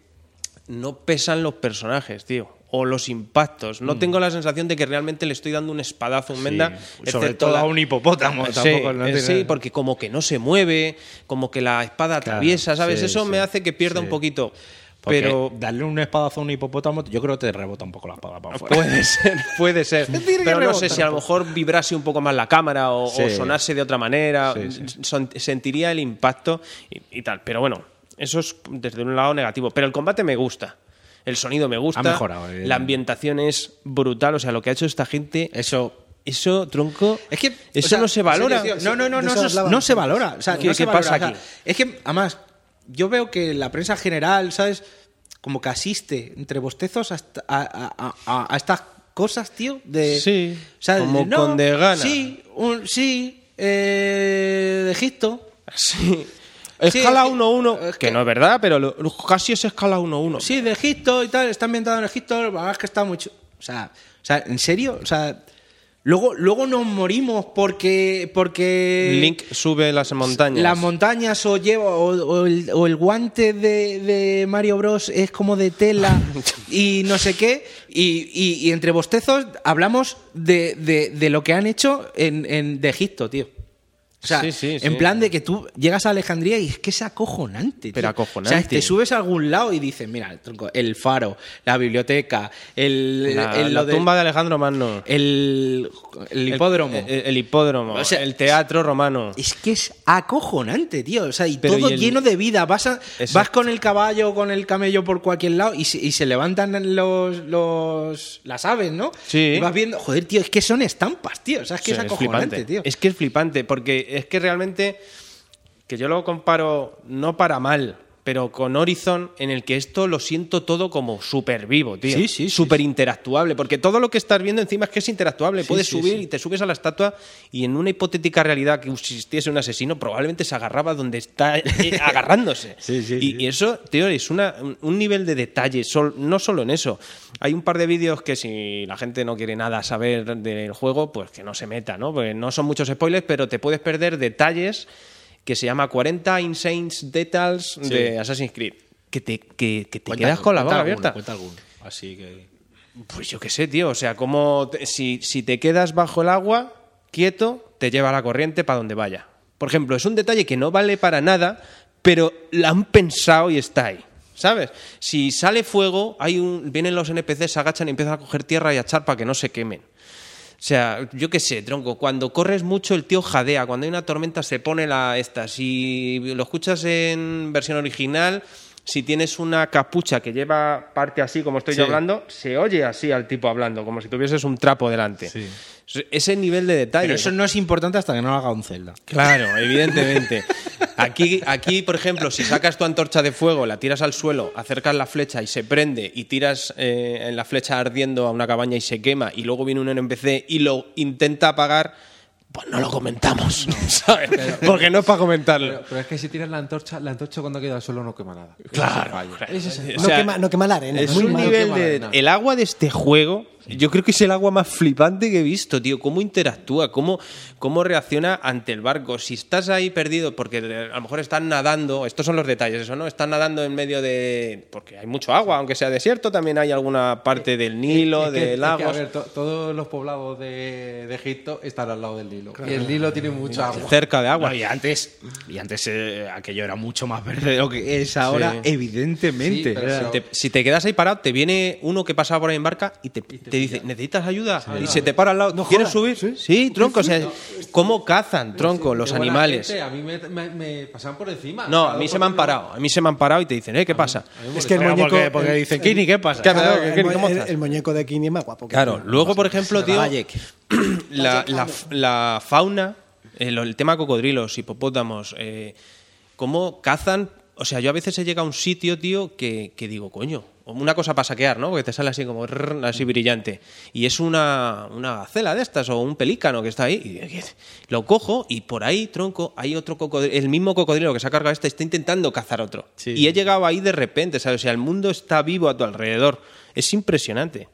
no pesan los personajes, tío. O los impactos.
Mm.
No tengo la sensación de que realmente le estoy dando un espadazo, un menda.
sobre
excepto
todo
la-
a un hipopótamo,
Sí,
tampoco, no
eh,
tiene-
sí, porque como que no se mueve, como que la espada atraviesa, ¿sabes?
sí,
Eso me
sí,
hace que pierda
sí.
un poquito.
Porque
Pero
darle un espadazo a un hipopótamo, yo creo que te rebota un poco la espada para afuera.
Puede ser, puede ser. Pero no sé si a lo mejor vibrase un poco más la cámara o, o
Sí.
sonase de otra manera,
Sí, sí.
son- sentiría el impacto y, y tal. Pero bueno, eso es desde un lado negativo. Pero el combate me gusta. El sonido me gusta.
Ha mejorado, eh.
La ambientación es brutal. O sea, lo que ha hecho esta gente.
Eso.
Eso, tronco.
Es que
Eso
o sea,
no se valora.
en serio, tío, no, no, no,
de
no,
eso
se-
hablaba.
no se valora. O sea,
¿Qué-
no se
qué
valora,
pasa
o sea,
aquí?
es que, además, yo veo que la prensa general, ¿sabes? Como que asiste entre bostezos hasta- a, a- a- a- a estas cosas, tío, de...
Sí,
o sea, de-
como
no,
con de gana.
Sí, un- sí, eh, de Egipto.
Sí.
Sí,
Escala
es que-
1-1,
es
que, no es verdad, pero lo- lo- casi es escala 1-1.
Sí, de Egipto y tal, está ambientado en Egipto, la verdad es que está mucho. O sea, o sea, ¿en serio? O sea, luego, luego nos morimos porque. porque
Link sube las montañas.
Las montañas o lleva o, o el, o el guante de, de Mario Bros es como de tela y no sé qué. Y, y- y entre bostezos hablamos de, de- de lo que han hecho en, en- de Egipto, tío. O sea,
Sí, sí,
en
sí.
plan de que tú llegas a Alejandría y es que es acojonante. tío.
Pero acojonante.
O sea, te subes a algún lado y dices, mira, tronco, el faro, la biblioteca, el,
la,
el-
la
lo de-
tumba de Alejandro Magno.
el, el hipódromo.
El, el hipódromo.
O sea,
el teatro romano.
Es que es acojonante, tío. O sea, y
Pero
todo
y el-
lleno de vida. Vas, a-
Exacto.
vas con el caballo o con el camello por cualquier lado y se, y se levantan los, los las aves, ¿no?
Sí.
Y vas viendo, joder, tío, es que son estampas, tío. O sea, es que es
Sí,
acojonante,
flipante.
tío.
Es que es flipante, porque es que realmente que yo lo comparo no para mal, pero con Horizon, en el que esto lo siento todo como súper vivo, tío.
Sí, sí, sí,
Súper interactuable, porque todo lo que estás viendo encima es que es interactuable. Puedes
sí,
subir
sí.
y te subes a la estatua y en una hipotética realidad que existiese un asesino, probablemente se agarraba donde está eh, agarrándose.
Sí, sí,
y,
sí.
y eso, tío, es una, un- un nivel de detalle, sol- no solo en eso. Hay un par de vídeos que si la gente no quiere nada saber del juego, pues que no se meta, ¿no? Porque no son muchos spoilers, pero te puedes perder detalles que se llama 40 Insane Details de Assassin's Creed. Que te, que, que te
Cuenta-
quedas con la boca
cuenta alguno,
abierta.
cuenta alguno. Así que.
Pues yo qué sé, tío. O sea, como te- si, si te quedas bajo el agua, quieto, te lleva la corriente para donde vaya. Por ejemplo, es un detalle que no vale para nada, pero la han pensado y está ahí. ¿Sabes? Si sale fuego, hay un, vienen los NPCs, se agachan y empiezan a coger tierra y a echar para que no se quemen. O sea, yo qué sé, tronco, cuando corres mucho el tío jadea, cuando hay una tormenta se pone la esta. Si lo escuchas en versión original, si tienes una capucha que lleva parte así como estoy yo hablando, se oye así al tipo hablando, como si tuvieses un trapo delante. Ese nivel de detalle.
Pero eso no es importante hasta que no lo haga un Zelda.
Claro, evidentemente. Aquí, aquí, por ejemplo, si sacas tu antorcha de fuego, la tiras al suelo, acercas la flecha y se prende, y tiras eh, en la flecha ardiendo a una cabaña y se quema, y luego viene un NPC y lo intenta apagar, pues no lo comentamos, ¿sabes? Porque no es para comentarlo.
Pero, pero es que si tiras la antorcha, la antorcha cuando queda al suelo no quema nada.
Claro.
Ese es el
O
No,
sea,
quema, no quema la arena.
Es
muy
un
mal.
nivel
quema
de.
arena.
El agua de este juego, yo creo que es el agua más flipante que he visto, tío. Cómo interactúa, cómo, cómo reacciona ante el barco. Si estás ahí perdido, porque eh, a lo mejor están nadando, estos son los detalles, eso, ¿no? Están nadando en medio de. Porque hay mucho agua, aunque sea desierto, también hay alguna
Eh,
parte del Nilo,
Es que- es
de
que, a
lagos.
ver, to- todos los poblados de, de Egipto están al lado del Nilo. Y el Nilo tiene mucha agua.
Cerca de agua.
No, y antes, y antes eh, aquello era mucho más verde de lo que es ahora,
Sí.
evidentemente.
Sí, pero
Era-
eso-
Te- si te quedas ahí parado, te viene uno que pasa por ahí en barca y te, te dice, ¿necesitas ayuda? y se te para al lado. ¿Quieres subir? Sí, tronco. O sea, ¿Cómo cazan, tronco, los
Qué buena
animales?
gente, A mí me, me- me pasaban por encima.
No, a
Cada
mí
dos
se me han
por tres.
parado. A mí se me han parado y te dicen, ¿eh? ¿Qué pasa?
Es que el
Pero
muñeco.
porque, porque dicen, Kini, ¿qué pasa?
Claro,
claro,
¿qué-
el
qué-
mu-
cómo
el-
estás?
el muñeco de Kini es más guapo. que
Claro,
el-
luego, por ejemplo, tío,
Vallec.
la, la, la fauna, el, el tema cocodrilos, hipopótamos, eh, cómo cazan. O sea, yo a veces he llegado a un sitio, tío, que, que digo, coño, una cosa para saquear, ¿no? Porque te sale así como rrr, así brillante. Y es una, una gacela de estas o un pelícano que está ahí. Y digo, "¿Qué es?". lo cojo y por ahí, tronco, hay otro cocodrilo. El mismo cocodrilo que se ha cargado este está intentando cazar otro.
Sí.
Y he llegado ahí de repente, ¿sabes? O sea, el mundo está vivo a tu alrededor. Es impresionante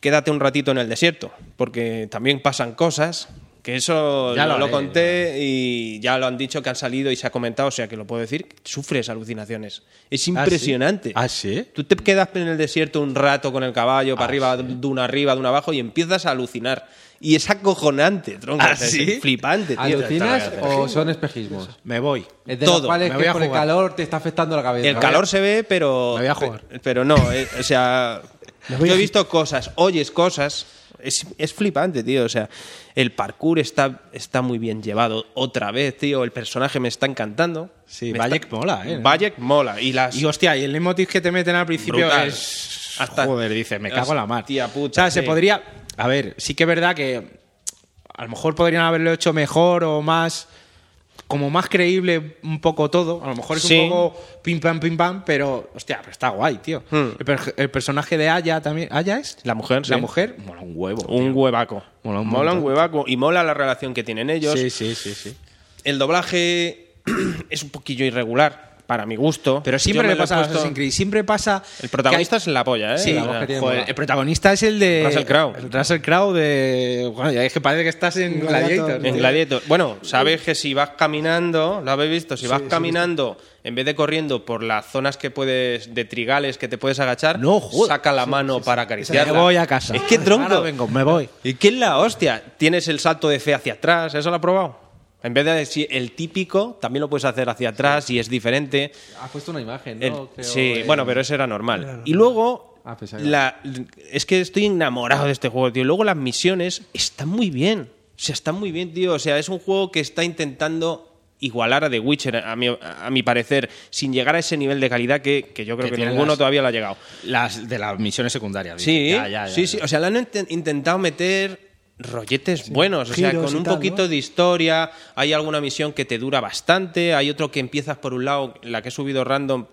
quédate un ratito en el desierto, porque también pasan cosas, que eso
Ya
lo,
lo
lo
haré,
conté y ya lo han dicho que han salido y se ha comentado, o sea que lo puedo decir, sufres alucinaciones. Es impresionante.
¿Ah, sí? Ah,
Tú te quedas en el desierto un rato con el caballo, para arriba, de una arriba, de una abajo, y empiezas a alucinar. Y es acojonante, tronco.
¿Ah,
o sea, es
sí?
flipante, tío.
¿Alucinas o son espejismos?
Me voy.
Es de
Todo.
los cuales
Me
que
voy a
por el
jugar.
calor te está afectando la cabeza.
El calor se ve, pero.
Me voy a jugar.
pe- Pero no, eh, o sea.
Me voy
Yo
a-
he visto cosas, oyes cosas. Es, es flipante, tío. O sea, el parkour está, está muy bien llevado. Otra vez, tío. El personaje me está encantando.
Sí,
Me
Bayek
está-
mola, ¿eh?
Bayek mola. Y las.
Y hostia, y el leitmotiv que te meten al principio
Brutal.
es.
Hasta-
Joder, dice, me cago en la mar.
Hostia puta,
o sea, se
sí.
podría. A ver, sí que es verdad que. A lo mejor podrían haberlo hecho mejor o más. como más creíble un poco todo. A lo mejor es
Sí.
un poco pim pam pim pam, pero hostia, pero está guay, tío. El, per- el personaje de Aya también, Aya es
Hmm. La mujer,
la
sí.
mujer, mola un huevo. tío.
Un huevaco.
Mola un
mola un
montón.
huevaco. Y mola la relación que tienen ellos.
Sí, sí, sí, sí.
El doblaje es un poquillo irregular, para mi gusto.
Pero siempre
Yo me
le
lo he
pasa a
puesto-
Assassin's Creed, siempre pasa
El protagonista
que hay-
es la polla, ¿eh?
Sí,
La-
joder,
joder,
el protagonista es el de
Russell Crowe.
el Russell Crowe de bueno, ya es que parece que estás en
Gladiator.
Gladiator.
En
tío.
Gladiator. Bueno, sabes que si vas caminando, lo habéis visto, si vas caminando, en vez de corriendo por las zonas que puedes, de trigales que te puedes agachar,
No, joder.
saca la mano para acariciarla.
Me voy a casa.
Es que
Ahora
tronco.
vengo, me voy.
¿Y qué es la hostia? Tienes el salto de fe hacia atrás, ¿eso lo has probado? En vez de decir el típico, también lo puedes hacer hacia atrás y es diferente.
Has puesto una imagen,
El-
¿no? Creo,
sí,
eh,
bueno, pero eso era normal. Y luego,
Ah, pensaba que-
la, es que estoy enamorado de este juego, tío. Luego las misiones están muy bien. O sea, están muy bien, tío. O sea, es un juego que está intentando igualar a The Witcher, a mi, a mi parecer, sin llegar a ese nivel de calidad que, que yo creo
Que
que,
tiene
ninguno
las-
todavía le ha llegado.
Las de las misiones secundarias.
Sí,
dice. Ya, ya, ya,
sí,
ya.
sí. O sea, le han inten- intentado meter rolletes buenos, o sea,
Giros
con
y
un
tal,
poquito
¿no?
de historia. Hay alguna misión que te dura bastante, hay otro que empiezas por un lado, la que he subido random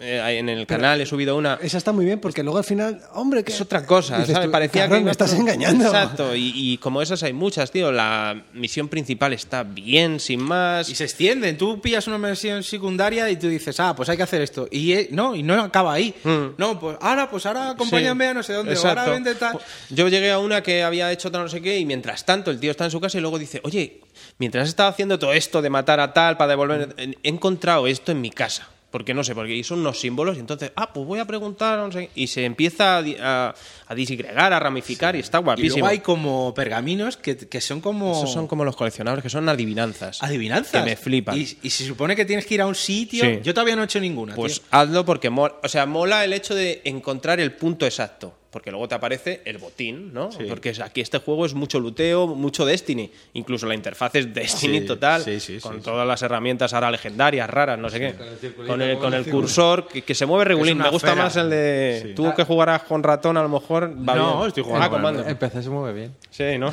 eh, en el canal, he subido una.
Esa está muy bien porque luego al final, hombre, que
Es otra cosa,
Dices
¿sabes?
tú,
Parecía
cabrón,
que.
me estás engañando.
Exacto, y, y como esas hay muchas, tío. La misión principal está bien, sin más.
Y se extienden. Tú pillas una misión secundaria y tú dices, ah, pues hay que hacer esto. Y eh, no, y no acaba ahí. No, pues ahora, pues ahora acompáñame
Mm. Sí,
a no sé dónde. o
exacto.
Ahora vente tal.
Yo llegué a una que había hecho tal no sé qué y mientras tanto el tío está en su casa y luego dice, oye, mientras estaba haciendo todo esto de matar a tal para devolver, he encontrado esto en mi casa. Porque no sé, porque son unos símbolos y entonces, ah, pues voy a preguntar, no sé qué. y se empieza a, di- a- a disgregar, a ramificar y está
Y luego
guapísimo.
hay como pergaminos que, que son como.
Esos son como los coleccionables que son adivinanzas.
Adivinanzas.
Que me flipan.
Y, y se supone que tienes que ir a un sitio.
Sí.
Yo todavía no he hecho ninguna.
Pues
tío.
hazlo porque mola, o sea, mola el hecho de encontrar el punto exacto. Porque luego te aparece el botín, ¿no? Porque es- aquí este juego es mucho luteo, mucho Destiny. Incluso la interfaz es Destiny
Sí,
total.
sí, sí,
con
sí,
todas las herramientas ahora legendarias, raras, no sé qué. Con el, con el cursor que, que se mueve regulín.
una
Me gusta
esfera.
más el de.
Sí.
Tú que jugarás con ratón, a lo mejor. va
No,
bien.
estoy jugando
Ah, con
con el
mando.
Empecé, se mueve bien.
Sí, ¿no?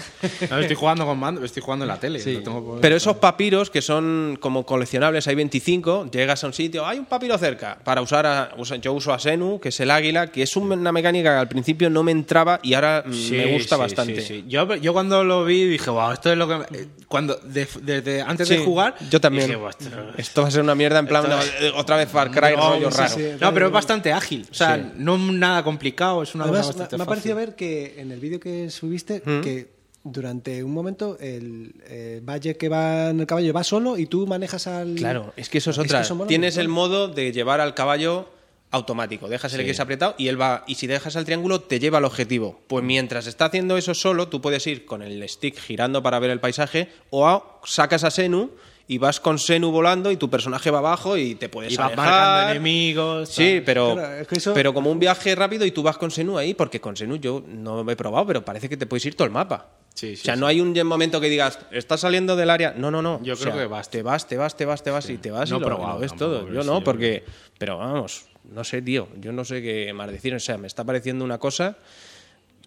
No, estoy jugando con mando, estoy jugando en la tele. no tengo-
Pero esos papiros que son como coleccionables, hay 25, llegas a un sitio, hay un papiro cerca, para usar, a- usa- yo uso a Senu, que es el águila, que es un- una mecánica que al principio no me entraba y ahora mm,
Sí,
me gusta
sí,
bastante.
sí, sí. Yo, yo cuando lo vi dije, wow, esto es lo que. me-". Eh, Cuando, de- desde antes
Sí,
de jugar.
Yo también.
dije, "Buah, esto-
Esto va a ser una mierda, en plan,
Esto-
eh, otra vez Far Cry, rollo
sí,
raro.
sí.
No, pero es bastante ágil. O sea, no nada complicado, es una
Además,
cosa
me,
bastante
me ha
fácil.
parecido ver que en el vídeo que subiste,
¿Mm?
que durante un momento el eh, valle que va en el caballo va solo y tú manejas al.
Claro, es que eso es otra.
eso mola
Tienes
mucho.
el modo de llevar al caballo automático. Dejas el X apretado y él va. Y si dejas el triángulo, te lleva al objetivo. Pues
Mm.
mientras está haciendo eso solo, tú puedes ir con el stick girando para ver el paisaje o a- sacas a Senu y vas con Senu volando y tu personaje va abajo y te puedes
Y vas
alejar.
marcando enemigos.
Sí, pero,
Claro, es que eso-
pero como un viaje rápido y tú vas con Senu ahí, porque con Senu yo no me he probado, pero parece que te puedes ir todo el mapa.
Sí, sí,
o sea,
sí.
no hay un momento que digas, estás saliendo del área. No, no, no.
Yo
O
creo
sea,
que vas.
Te vas, te vas, te vas, te vas y te vas.
No
y
he
lo,
probado
lo ves
tampoco,
todo.
pero
Yo
sí,
no,
yo
porque. Pero vamos, no sé, tío. Yo no sé qué más decir. O sea, me está pareciendo una cosa.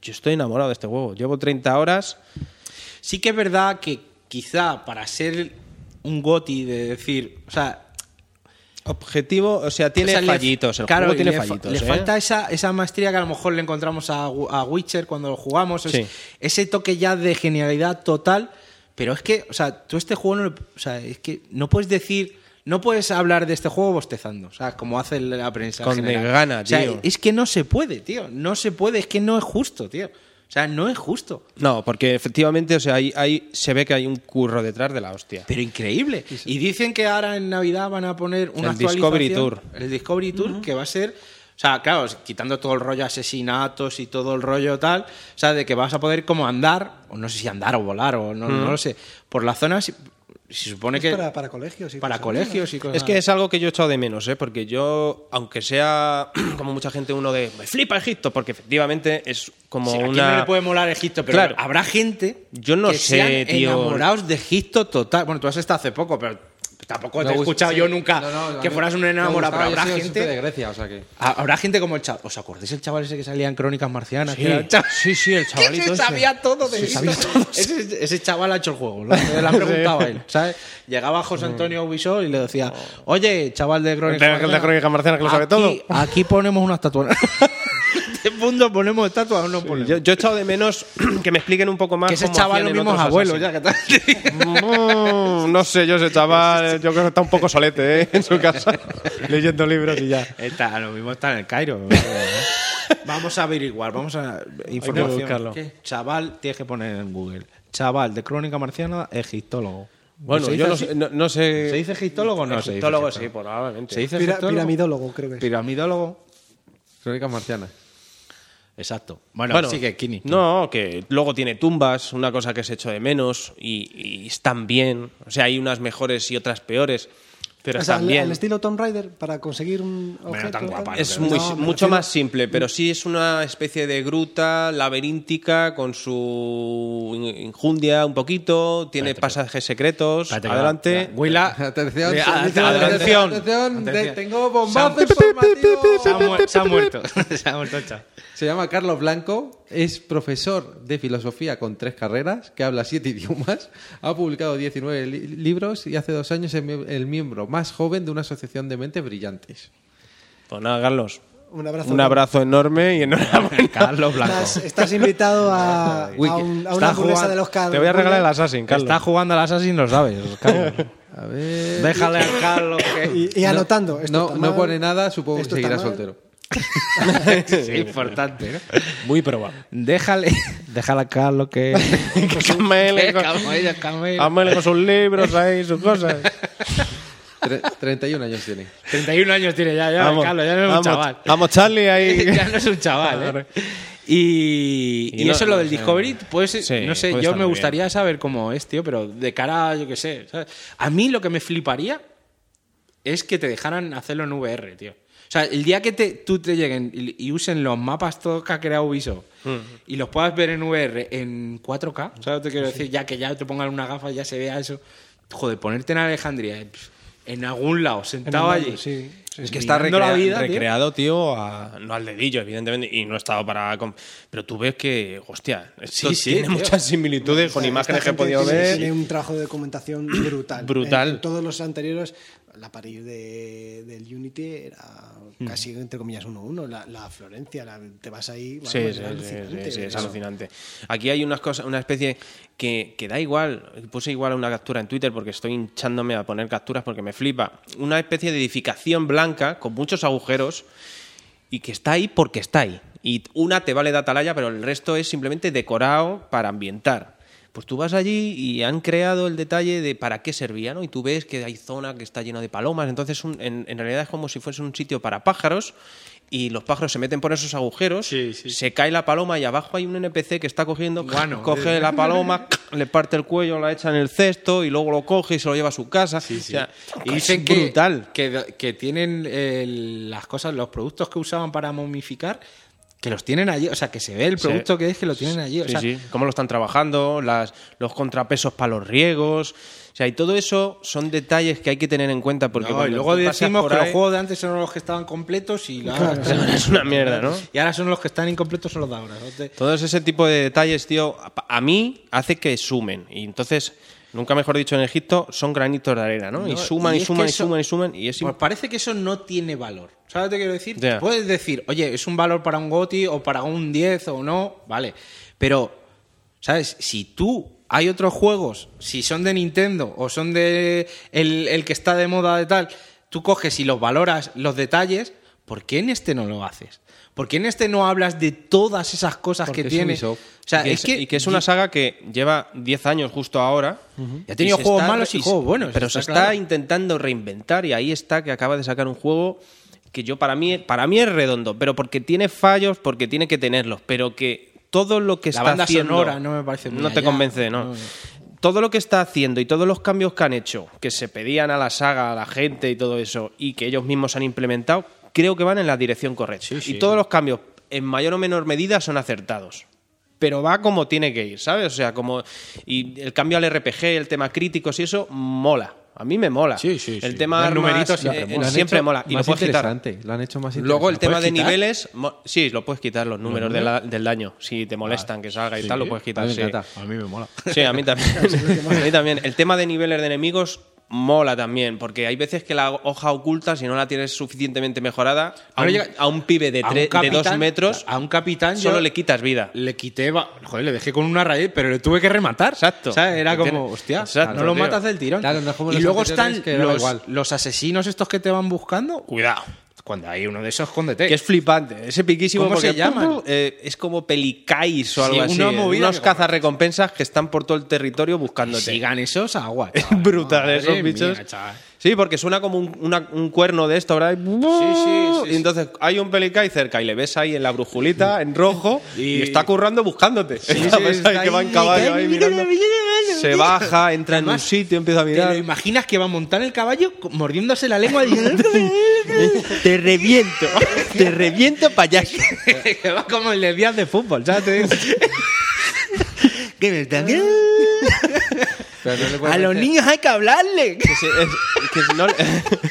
Yo estoy enamorado de este juego. Llevo 30 horas.
Sí que es verdad que quizá para ser un goti de decir, o sea,
Objetivo, o sea,
o
tiene
sea, le-
fallitos. El
claro,
juego tiene
le fa-
fallitos.
Le
¿eh?
falta esa, esa maestría que a lo mejor le encontramos a, Wi- a Witcher cuando lo jugamos. es
Sí.
ese toque ya de genialidad total. Pero es que, o sea, tú este juego no, le- o sea, es que no puedes decir. No puedes hablar de este juego bostezando, o sea, como hace la prensa.
Con
general.
desgana,
O sea,
tío.
es que no se puede, tío. No se puede, es que no es justo, tío. O sea, no es justo.
No, porque efectivamente, o sea, ahí, ahí se ve que hay un curro detrás de la hostia.
Pero increíble. Y dicen que ahora en Navidad van a poner una
El Discovery
actualización, El Discovery Tour, que va a ser. O sea, claro, quitando todo el rollo asesinatos y todo el rollo tal, o sea, de que vas a poder como andar, o no sé si andar o volar, o no, no lo sé, por las zonas, se supone
Es
que...
para- para colegios y
Para
cosas
colegios y cosas
Es que es algo que yo he echado de menos, ¿eh? porque yo, aunque sea como mucha gente, uno de me flipa Egipto, porque efectivamente es como
Sí, ¿a quién
una.
no le puede molar Egipto, pero
Claro.
habrá gente
Yo no
que
sé,
sean
tío.
enamorados de Egipto total. Bueno, tú has estado hace poco, pero Tampoco
No,
te he
pues,
escuchado
sí.
yo nunca
No, no, a
que
mí
fueras un
me
enamorado, pero
gustaba, yo
habrá
he sido siempre de
gente.
Grecia, o sea que.
ha- Habrá gente como el chaval. ¿Os acordáis el chaval ese que salía en Crónicas Marcianas?
Sí,
Que era el chaval-
sí, sí, el chavalito
Que se
ese.
sabía todo de esto. Ese, ese chaval ha hecho el juego. Lo que le ha preguntado a él. ¿sabes? Llegaba José Antonio Bisol y le decía: Oye, chaval de Crónicas
Mm. De- de Crónicas Marcianas, que lo sabe
aquí-
todo".
Aquí ponemos una estatua. este mundo ponemos estatua o no ponemos.
Yo, yo he echado de menos que me expliquen un poco más.
que ese
cómo
chaval
hacían
los
en
mismos
otros
abuelos, ya
Assassin's.
que tal.
Mm, no sé, yo ese chaval, yo creo que está un poco solete ¿eh? en su casa, leyendo libros y ya.
Está, lo mismo está en el Cairo. vamos a averiguar, vamos a información.
buscarlo.
¿Qué? Chaval, tienes que poner en Google. Chaval de crónica marciana, egiptólogo.
Bueno,
¿Se
yo
dice
no,
así?
sé- no- no sé.
¿Se dice egiptólogo o no? se dice
Egiptólogo, sí,
egiptólogo?
probablemente.
¿Se dice
Pira-
egiptólogo?
piramidólogo, creo que es.
Piramidólogo.
Crónicas marcianas.
Exacto. Bueno,
Bueno,
sigue, Kini.
No, que luego tiene tumbas, una cosa que se hecho de menos y, y están bien. O sea, hay unas mejores y otras peores, pero
O sea,
están
al,
bien.
al estilo Tomb Raider para conseguir un objeto.
tan
tal.
guapa, no
Es
Bueno,
muy-
No, me
mucho
refiero-
más simple, pero sí es una especie de gruta laberíntica con su in- injundia un poquito, tiene pasajes secretos.
Espérate,
Adelante.
espérate. Huila.
Atención,
Eh,
atención,
atención.
atención, de-
Atención.
tengo bombazo
Sam- Se ha,
informativo.
muer- se ha muerto. se ha muerto, chao.
Se llama Carlos Blanco, es profesor de filosofía con tres carreras, que habla siete idiomas, ha publicado 19 li- libros y hace dos años es mie- el miembro más joven de una asociación de mentes brillantes.
Pues nada, Carlos.
Un abrazo.
Un abrazo enorme y enhorabuena.
Carlos Blanco.
Estás, estás invitado a, a,
Wiki.
un- a una
Está
hamburguesa
jugando-
de los Carl
Te voy a regalar el
Burger
Assassin,
Está
Carlos.
jugando al Assassin, lo sabes. Carlos.
A ver.
Déjale a Carlos que.
Y, y anotando. esto
no,
está
no
mal,
pone nada, supongo que
esto está
seguirá
mal.
soltero.
Sí, importante, ¿no?
Muy probable.
Déjale, déjale a Carlos que.
Que camele con- camele con sus libros ahí, sus cosas.
Tre- 31 años tiene.
31 años tiene ya, ya, Carlos, ya no es un
vamos,
chaval.
Vamos, Charlie, ahí.
ya no es un chaval, ¿eh? Y,
Y
y
no-
eso lo
no
del
sé.
Discovery, pues,
Sí,
no sé,
puede
yo
estar
me
muy
gustaría saber cómo es, tío, pero de cara, a, yo qué sé. ¿sabes? A mí lo que me fliparía es que te dejaran hacerlo en VR, tío. O sea, el día que te, tú te lleguen y, y usen los mapas todos que ha creado Ubisoft y los puedas ver en VR en 4K, ¿sabes lo que te quiero decir? Ya que ya te pongan una gafa, ya se vea eso. Joder, ponerte en Alejandría, eh, pf, en algún lado, sentado allí.
sí,
Es
que está
recreando
recrea-
la vida, tío.
recreado, tío, a- no al dedillo, evidentemente, y no estaba para. com- Pero tú ves que, hostia, esto
Sí, sí,
tiene
tío.
muchas similitudes con imágenes que he
gente
podido
tiene,
ver.
Tiene un trabajo de documentación brutal.
Brutal.
En todos los anteriores, la París de, del Unity era casi, entre comillas, 1-1. La, la Florencia, la- te vas ahí.
Mm. Sí,
vamos,
sí,
era
sí, sí, sí, es
eso.
alucinante. Aquí hay unas cosas, una especie que, que da igual. Puse igual una captura en Twitter porque estoy hinchándome a poner capturas porque me flipa. Una especie de edificación blanca con muchos agujeros y que está ahí porque está ahí. Y una te vale de atalaya, pero el resto es simplemente decorado para ambientar. Pues tú vas allí y han creado el detalle de para qué servía, ¿no? Y tú ves que hay zona que está llena de palomas, entonces un- en, en realidad es como si fuese un sitio para pájaros y los pájaros se meten por esos agujeros,
Sí, sí.
se cae la paloma y abajo hay un NPC que está cogiendo,
Guano.
coge la paloma, le parte el cuello, la echa en el cesto y luego lo coge y se lo lleva a su casa. O sea,
Y
es
dicen que,
brutal.
Que, que tienen eh, las cosas, los productos que usaban para momificar, que los tienen allí. O sea, que se ve el producto que es que lo tienen allí. O
Sí,
sea,
sí. Cómo lo están trabajando, las, los contrapesos para los riegos. O sea, y todo eso son detalles que hay que tener en cuenta porque
no, y
cuando
luego
tú pasas
decimos
por
que los
ahí,
juegos de antes eran los que estaban completos y, la-
es una mierda, ¿no?
y ahora son los que están incompletos son los de ahora. ¿no? Te-
Todos ese tipo de detalles, tío, a, a mí hace que sumen. Y entonces, nunca mejor dicho en Egipto, son granitos de arena, ¿no? y
No,
suman y,
es que
suman y
eso-
suman y suman y es
Pues parece que eso no tiene valor. ¿Sabes lo que quiero decir?
Ya.
Puedes decir, oye, es un valor para un GOTI o para un 10 o no, vale. Pero, ¿sabes? Si tú hay otros juegos, si son de Nintendo o son de el, el que está de moda de tal, tú coges y los valoras los detalles, ¿por qué en este no lo haces? ¿Por qué en este no hablas de todas esas cosas
Porque
que
es
tiene?
Ubisoft.
O sea,
y,
es, que
y que es una saga que lleva 10 años justo ahora.
Y ha tenido
se
juegos
está-
malos y
se-
juegos buenos,
Pero
está
se
claro.
está intentando reinventar y ahí está que acaba de sacar un juego que yo para mí, para mí es redondo, pero porque tiene fallos, porque tiene que tenerlos, pero que todo lo que
La
está
banda
haciendo
sonora no me parece muy
No te
allá.
convence, no.
No, no.
Todo lo que está haciendo y todos los cambios que han hecho, que se pedían a la saga, a la gente y todo eso, y que ellos mismos han implementado, creo que van en la dirección correcta. y todos los cambios, en mayor o menor medida, son acertados pero va como tiene que ir, ¿sabes? O sea, como. Y el cambio al RPG, el tema críticos y eso, mola. A mí me mola.
Sí, sí,
El
sí.
tema
Los
armas,
numeritos
eh,
siempre
eh,
molan. Lo han
siempre
hecho
mola. Y lo
más
puedes quitar.
interesante, lo han hecho más
Luego el
interesante.
tema
puedes
de
quitar?
niveles, mo- sí, lo puedes quitar, los números de la- del daño. Si te molestan que salga y tal, lo puedes
A
quitar.
mí me
sí.
encanta.
A mí me mola.
Sí, a mí también. a mí también. El tema de niveles de enemigos mola también, porque hay veces que la hoja oculta, si no la tienes suficientemente mejorada, a un,
Ahora llega-
a un pibe de,
A un
tre- de
capitán-
dos metros
A un capitán yo
solo le quitas vida.
le quité. va- Joder, le dejé con una raíz, pero le tuve que rematar.
Exacto.
O sea, era como,
Tiene-
hostia,
Exacto,
no lo
tío.
matas del tirón.
Claro, no es como
y
los
luego
anteriores
están
que daba
los,
igual.
los asesinos estos que te van buscando. Cuidado. Cuando hay uno de esos, escóndete.
Que es flipante, es epiquísimo.
¿Cómo
porque,
se llaman?
pum, pum, eh, es como pelicáis
Sí,
o algo
una
así. eh.
movida
unos
que-
cazarrecompensas que están por todo el territorio buscándote.
Sigan esos agua.
Es brutal
Madre
esos
mía,
bichos.
chaval.
sí, porque suena como un, una- un cuerno de esto, ¿verdad? Y-
sí, sí,
y entonces hay un pelicay cerca y le ves ahí en la brujulita, en rojo, y,
Y-
está currando buscándote.
Sí, sí,
¿Sabes?
está
Ahí que va en
ahí,
caballo
ahí,
ahí
mira,
mirando.
mira, mira,
Se
mira.
baja, entra en un
Además,
sitio, empieza a
¿Te lo
mirar.
imaginas que va a montar el caballo co- mordiéndose la lengua diciendo
Te reviento, te reviento payaso.
que va como en los días de fútbol, ¿sabes? Te dice,
Que me están
Pero no le puedes meter-
hay que hablarle. Que se- es- que si no le-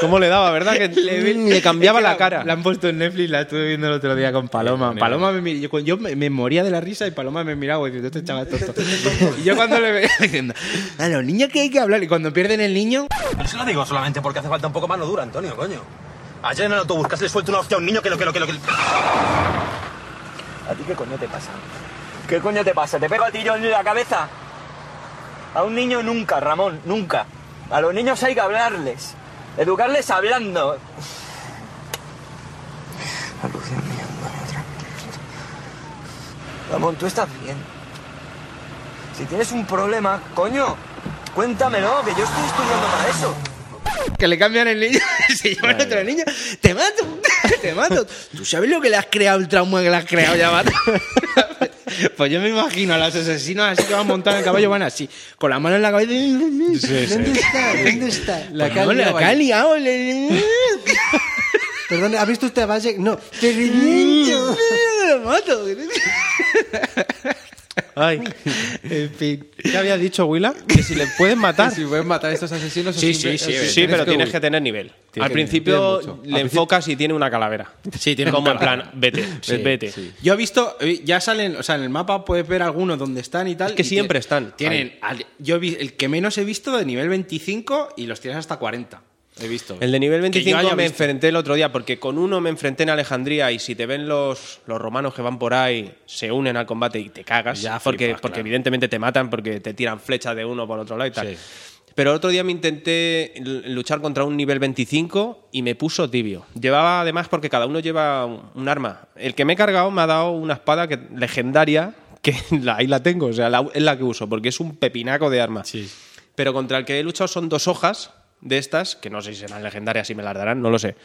¿Cómo le daba, verdad? Que le, cambiaba
Es que
la cara.
La han puesto en Netflix, la estuve viendo el otro día con Paloma. Paloma me mir- yo, yo me, me moría de la risa y Paloma me miraba diciendo, este chaval es tonto. y yo cuando le veía diciendo, a los niños que hay que hablar. Y cuando pierden el niño,
Pero se lo digo solamente porque hace falta un poco mano dura, Antonio, coño. Ayer en el autobús casi le suelto una hostia a un niño que lo que lo que lo que... ¿A ti qué coño te pasa? ¿Qué coño te pasa? ¿Te pego a ti yo en la cabeza? A un niño nunca, Ramón, nunca. A los niños hay que hablarles. Educarles hablando. Alucina, Antonio, tranquilo. Ramón, tú estás bien. Si tienes un problema, coño, cuéntamelo, que yo estoy estudiando para eso.
que le cambian el niño y se llaman otro niño, te mato, te mato. ¿Tú sabes lo que le has creado, el trauma que le has creado ya, mato? Pues yo me imagino a los asesinos así que van a montar el caballo, van así, con la mano en la cabeza.
¿Dónde está? ¿Dónde está?
La
Pues no,
calle
la
va-
que ha liado, le-
Perdón, ¿ha visto usted a Valle? No. ¡Te
Mm.
reviento!
lo mato.
Ay.
En fin.
¿Qué había dicho, Willa? Que si le pueden matar.
Si puedes matar a estos asesinos...
Sí,
es
sí,
un-
sí,
es-
sí,
eh, Sí, pero tienes
huir.
que tener nivel. Al
que
principio
tener mucho.
le enfocas y tiene una calavera.
Sí, tiene
Como
una
en plan, vete, vete.
Yo he visto, eh, ya salen, o sea, en el mapa puedes ver algunos donde están y tal.
Es que
y
siempre
tie-
están
Tienen, al- yo vi- el que menos he visto de nivel 25 y los tienes hasta 40. He visto.
El de nivel
Que yo
25
haya
me
visto.
enfrenté el otro día porque con uno me enfrenté en Alejandría y si te ven los, los romanos que van por ahí, se unen al combate y te cagas.
Ya
porque
flipas,
porque
claro.
evidentemente te matan porque te tiran flechas de uno por otro lado y tal.
Sí.
Pero el otro día me intenté l- luchar contra un nivel 25 y me puso tibio. Llevaba además porque cada uno lleva un un arma. El que me he cargado me ha dado una espada que, legendaria que la- ahí la tengo, o sea, la- es la que uso porque es un pepinaco de arma.
Sí.
Pero contra el que he luchado son dos hojas de estas, que no sé si serán legendarias, si me las darán, no lo sé.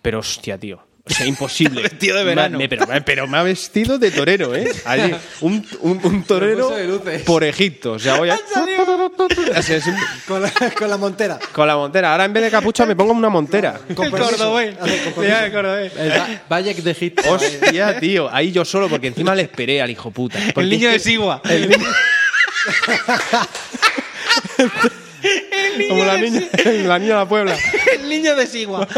Pero hostia, tío. O sea, imposible.
vestido de verano.
Me- me- pero, me- pero me ha vestido de torero, ¿eh? Allí, un, un- un torero
puso de luces.
por Egipto. O sea, voy a... Así es, un-
Con la, con la montera.
con la montera. Ahora en vez de capucha me pongo una montera.
Con permiso. Hace con permiso.
eh.
El Va- Valle de Egipto.
Hostia, tío. Ahí yo solo, porque encima le esperé al hijo puta. Porque
el niño
es
de
que-
Sigua.
Como la niña, la niña de la Puebla.
El niño de Sigua.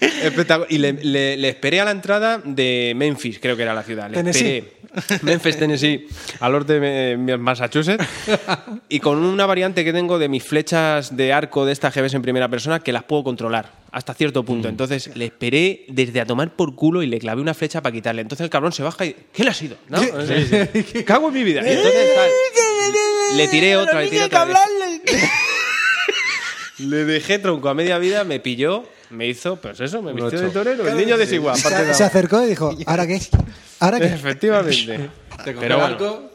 Espectacu- Y le, le- le esperé a la entrada de Memphis, creo que era la ciudad. Le
Tennessee.
esperé. Memphis, Tennessee, al norte de eh, Massachusetts. Y con una variante que tengo de mis flechas de arco de estas GBs en primera persona que las puedo controlar hasta cierto punto. Entonces le esperé desde a tomar por culo y le clavé una flecha para quitarle. Entonces el cabrón se baja y. ¿Qué le ha sido? ¿No? O sea, Cago en mi vida. Y entonces, tal, le tiré otra, le tiré otra. Le dejé tronco a media vida, me pilló, me hizo, pues eso, me vistió de torero. El niño desigual. aparte de
Se,
la-
se acercó y dijo, ¿ahora qué? ¿Ahora qué?
Efectivamente.
Te coge
Pero
el
bueno.
arco,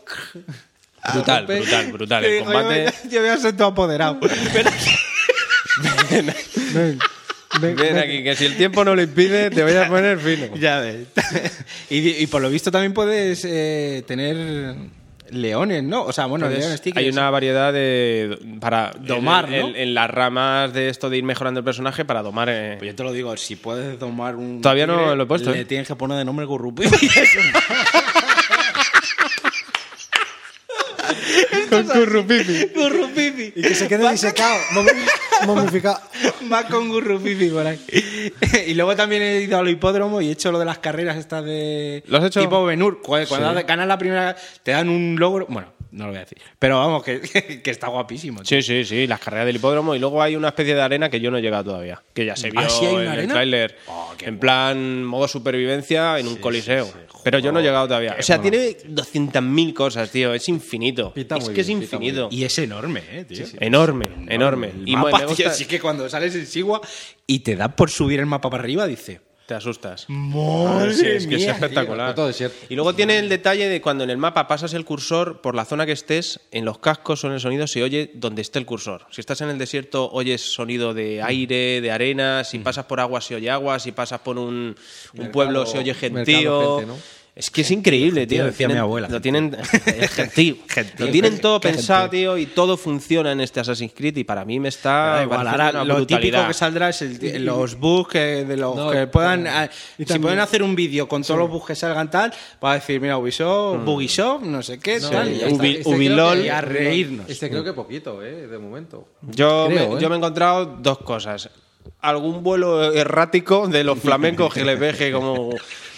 Brutal,
golpe.
brutal, brutal. El combate.
Yo voy a ser tu apoderado.
Ven aquí, que si el tiempo no lo impide, te voy a poner fino.
Ya ves. y, y por lo visto también puedes eh, tener leones, ¿no? O sea, bueno, leones tigres.
Hay una variedad de. para
Domar,
en, en-
¿no?
en las ramas de esto de ir mejorando el personaje para domar. eh,
Pues yo te lo digo, si puedes tomar un.
Todavía no lo he puesto,
Le
¿eh?
tienes que poner de nombre Gurrupi.
Con currupipi.
Gurrupipi. Fifi.
Y que se quede disecado, momi- momificado.
Más con Gurru Fifi por ahí. y luego también he ido al hipódromo y he hecho lo de las carreras estas de
¿Lo has hecho?
tipo Benur. Cuando ganas la primera, te dan un logro. Bueno, no lo voy a decir. Pero vamos, que, que está guapísimo. tío.
Sí, sí, sí, las carreras del hipódromo y luego hay una especie de arena que yo no he llegado todavía, que ya se vio
¿Ah, sí hay una
en el
arena? Oh,
tráiler, en plan modo supervivencia en un coliseo, pero yo no he llegado todavía. O sea, tiene 200.000 cosas, tío, es infinito.
Pinta
es
muy
que es
bien, pinta muy
infinito.
Y es enorme, ¿eh, tío?
Enorme, enorme.
El
Y me-
mapa,
me
tío,
gusta-
así que cuando sales en Sigua y te da por subir el mapa para arriba, dice.
te asustas.
¡Madre
Sí, es que es
mía,
espectacular.
tío, todo desierto.
Y luego tiene el detalle de cuando en el mapa pasas el cursor por la zona que estés, en los cascos o en el sonido se oye donde esté el cursor. Si estás en el desierto, oyes sonido de aire, de arena,
Mm.
si pasas por agua se oye agua, si pasas por un, un pueblo se oye
mercado,
gentío.
gente, ¿no?
Es que es increíble, tío.
decía
Tienen-
mi abuela.
Lo tienen, el gentío. lo tienen todo pensado, tío, y todo funciona en este Assassin's Creed. Y para mí me está.
Da
me
igual,
parece
ahora
una
lo típico
brutalidad.
que saldrá es el- los bugs que, de los
No,
que puedan. ah, si
también-
pueden hacer un vídeo con todos los bugs que salgan tal, va a decir, mira, Ubisoft, Bugisoft, no sé qué, tal, y ya está.
Ubi- Ubilol.
Y a reírnos.
Este creo que poquito, ¿eh? De momento.
Yo,
Creo,
me,
¿eh?
yo me he encontrado dos cosas. Algún vuelo errático de los flamencos GLPG, como.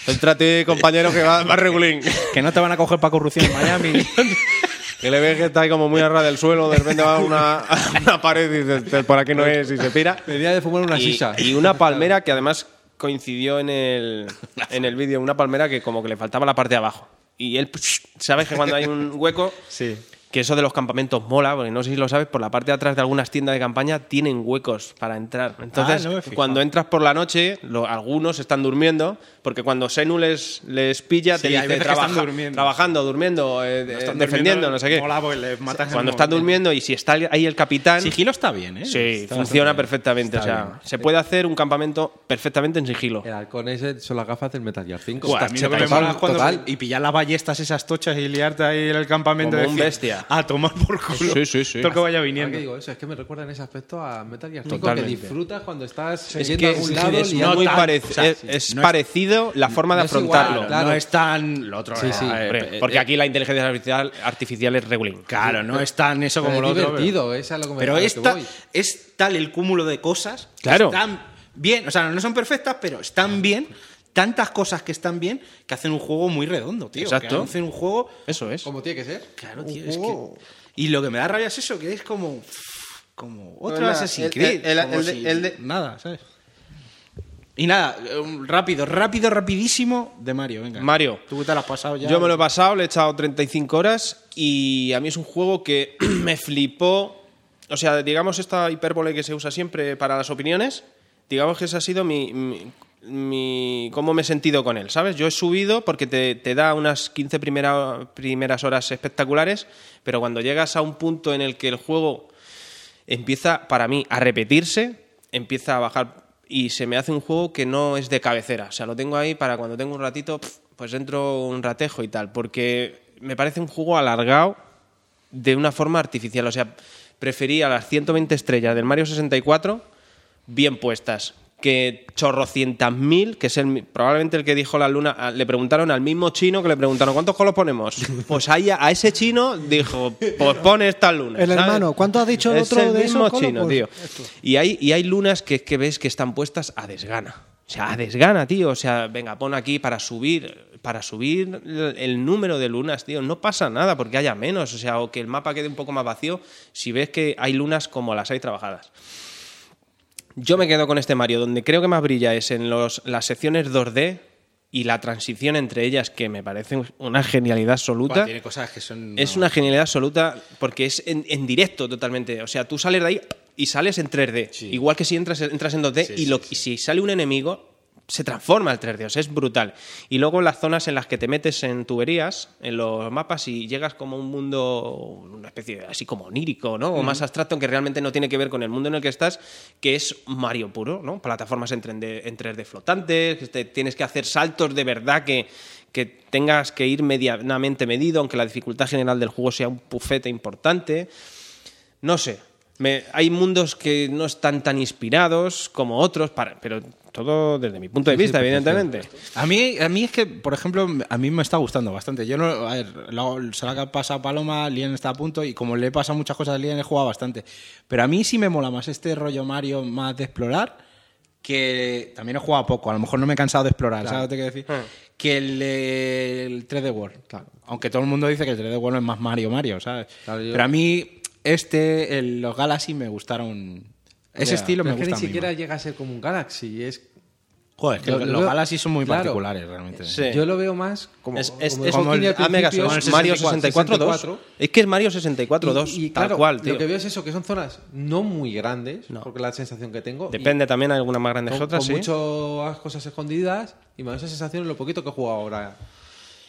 Entrate, compañero, que va, va regulín.
Que no te van a coger para corrupción en Miami.
GLPG está ahí como muy a ras del suelo, de repente va a una, a una pared y dices, "Este por aquí no es, y se pira.
Me día de fumar una
Y,
sisa.
y una palmera que además coincidió en el, en el vídeo, una palmera que como que le faltaba la parte de abajo. Y él, ¿sabes que cuando hay un hueco?
sí.
que eso de los campamentos mola, porque no sé si lo sabes, por la parte de atrás de algunas tiendas de campaña tienen huecos para entrar. Entonces,
Ah, no me he fijado.
cuando entras por la noche, lo- algunos están durmiendo, porque cuando Senu les, les pilla,
Sí,
te
hay
dice
veces que están
"Trabaja-
durmiendo".
trabajando, durmiendo, eh, eh, defendiendo, no sé qué.
Mola, pues, les matas en
Cuando
el
están
momento.
durmiendo y si está ahí el capitán,
Sigilo está bien, ¿eh?
sí,
Está
funciona
bastante
perfectamente. O
Está
sea,
bien.
se puede hacer un campamento perfectamente en sigilo.
El halcón ese son las gafas del Metal Gear 5.
Buah, a mí lo que me
Total,
mola es cuando-
total.
y pillar las ballestas esas tochas y liarte ahí en el campamento
Como
de
un
decir,
bestia.
A tomar por culo.
Sí, sí, sí.
Todo lo que vaya
Ahora
viniendo.
que digo eso, es que me recuerda en ese aspecto a Metal Gear 5
Totalmente.
que disfrutas cuando estás
Es
yendo
que
a algún
es,
lado
es
y
muy
tan-
parec-
o sea,
es-
sí.
es
no es-
parecido la forma de
no es igual,
afrontarlo.
Claro.
No es tan lo otro.
Sí,
era,
sí.
eh,
Hombre,
eh,
porque aquí la inteligencia artificial, artificial es regulín.
Claro, no es tan eso como lo
Pero es
otro.
divertido, eh,
pero-
es a lo que me-
Pero
a lo que
esta-
voy.
es tal el cúmulo de cosas. que
Claro.
Están bien, o sea, no son perfectas, pero están bien. Tantas cosas que están bien que hacen un juego muy redondo, tío. que
Exacto.
hacen un juego.
Eso es.
Como tiene que ser.
Claro, tío, es que. Y lo que me da rabia es eso, que es como. Como otro
Hola,
Assassin's
el-
Creed.
el- el-
como
el de-
si
el de-
Nada, ¿sabes? Y nada, eh, rápido, rápido, rapidísimo de Mario, venga.
Mario.
Tú que te lo has pasado ya.
Yo me lo he pasado, le he echado 35 horas y a mí es un juego que me flipó. O sea, digamos esta hipérbole que se usa siempre para las opiniones, digamos que esa ha sido mi, mi, mi- cómo me he sentido con él, ¿sabes? Yo he subido porque te, te da unas 15 primera- primeras horas espectaculares, pero cuando llegas a un punto en el que el juego empieza para mí a repetirse, empieza a bajar y se me hace un juego que no es de cabecera. O sea, lo tengo ahí para cuando tengo un ratito, pf, pues entro un ratejo y tal, porque me parece un juego alargado de una forma artificial. O sea, prefería las 120 estrellas del Mario 64 bien puestas que chorrocientas mil, que es el, mi- probablemente el que dijo la luna, a- le preguntaron al mismo chino que le preguntaron ¿cuántos colos ponemos? Pues ahí a, a ese chino dijo, pues pone esta luna.
El hermano, ¿cuánto ha dicho el
Es
otro de esos
mismo
colos?
chino,
Pues
tío. Y hay, y hay lunas que, que ves que están puestas a desgana. O sea, a desgana, tío. O sea, venga, pon aquí para subir para subir el el número de lunas, tío. No pasa nada porque haya menos. O sea, o que el mapa quede un poco más vacío si ves que hay lunas como las hay trabajadas. Yo me quedo con este Mario. Donde creo que más brilla es en los, las secciones 2D y la transición entre ellas, que me parece una genialidad absoluta.
Buah, tiene cosas que son.
Es una genialidad absoluta porque es en, en directo totalmente. O sea, tú sales de ahí y sales en 3D. Igual que si entras, entras en 2D y, lo- y si sale un enemigo, se transforma al 3D. O sea, es brutal. Y luego las zonas en las que te metes en tuberías, en los mapas, y llegas como a un mundo, una especie de- así como onírico, ¿no? O más abstracto, que realmente no tiene que ver con el mundo en el que estás, que es Mario puro, ¿no? Plataformas en 3D, en 3D flotantes, que te- tienes que hacer saltos de verdad que que tengas que ir medianamente medido, aunque la dificultad general del juego sea un pufete importante. No sé. Me- hay mundos que no están tan inspirados como otros, para- pero todo desde mi punto de vista, evidentemente.
A mí, a mí es que, por ejemplo, a mí me está gustando bastante. Yo no, a ver, lo- se la que ha pasado a Paloma, Lien está a punto y como le he pasado muchas cosas a Lien, he jugado bastante. Pero a mí sí me mola más este rollo Mario más de explorar, que también he jugado poco, a lo mejor no me he cansado de explorar,
Claro. Hmm.
¿sabes lo que te quiero decir? Que el, eh, el 3D World. Aunque todo el mundo dice que el 3D World es más Mario Mario, ¿sabes?
Claro, yo-
Pero a mí este, el- los Galaxy me gustaron. Ese
Ya.
estilo
Pero
me
es que
gusta a
ni
mí
siquiera
más.
llega a ser como un Galaxy. Es,
Joder, es que
Yo-
los
yo veo-
Galaxy son muy
Claro.
particulares realmente.
Yo lo veo más como,
Es, es-
como
es
Joaquín
como el
al principio,
Omega Source, Mario 64, 2.
64.
Es que es Mario 64 2,
Y, y
tal
claro,
cual, tío.
lo que veo es eso, que son zonas no muy grandes, porque la sensación que tengo. y
Depende también, hay algunas más grandes
con,
otras, ¿eh?
con
sí.
muchas cosas escondidas y me da esa sensación en lo poquito que he jugado ahora.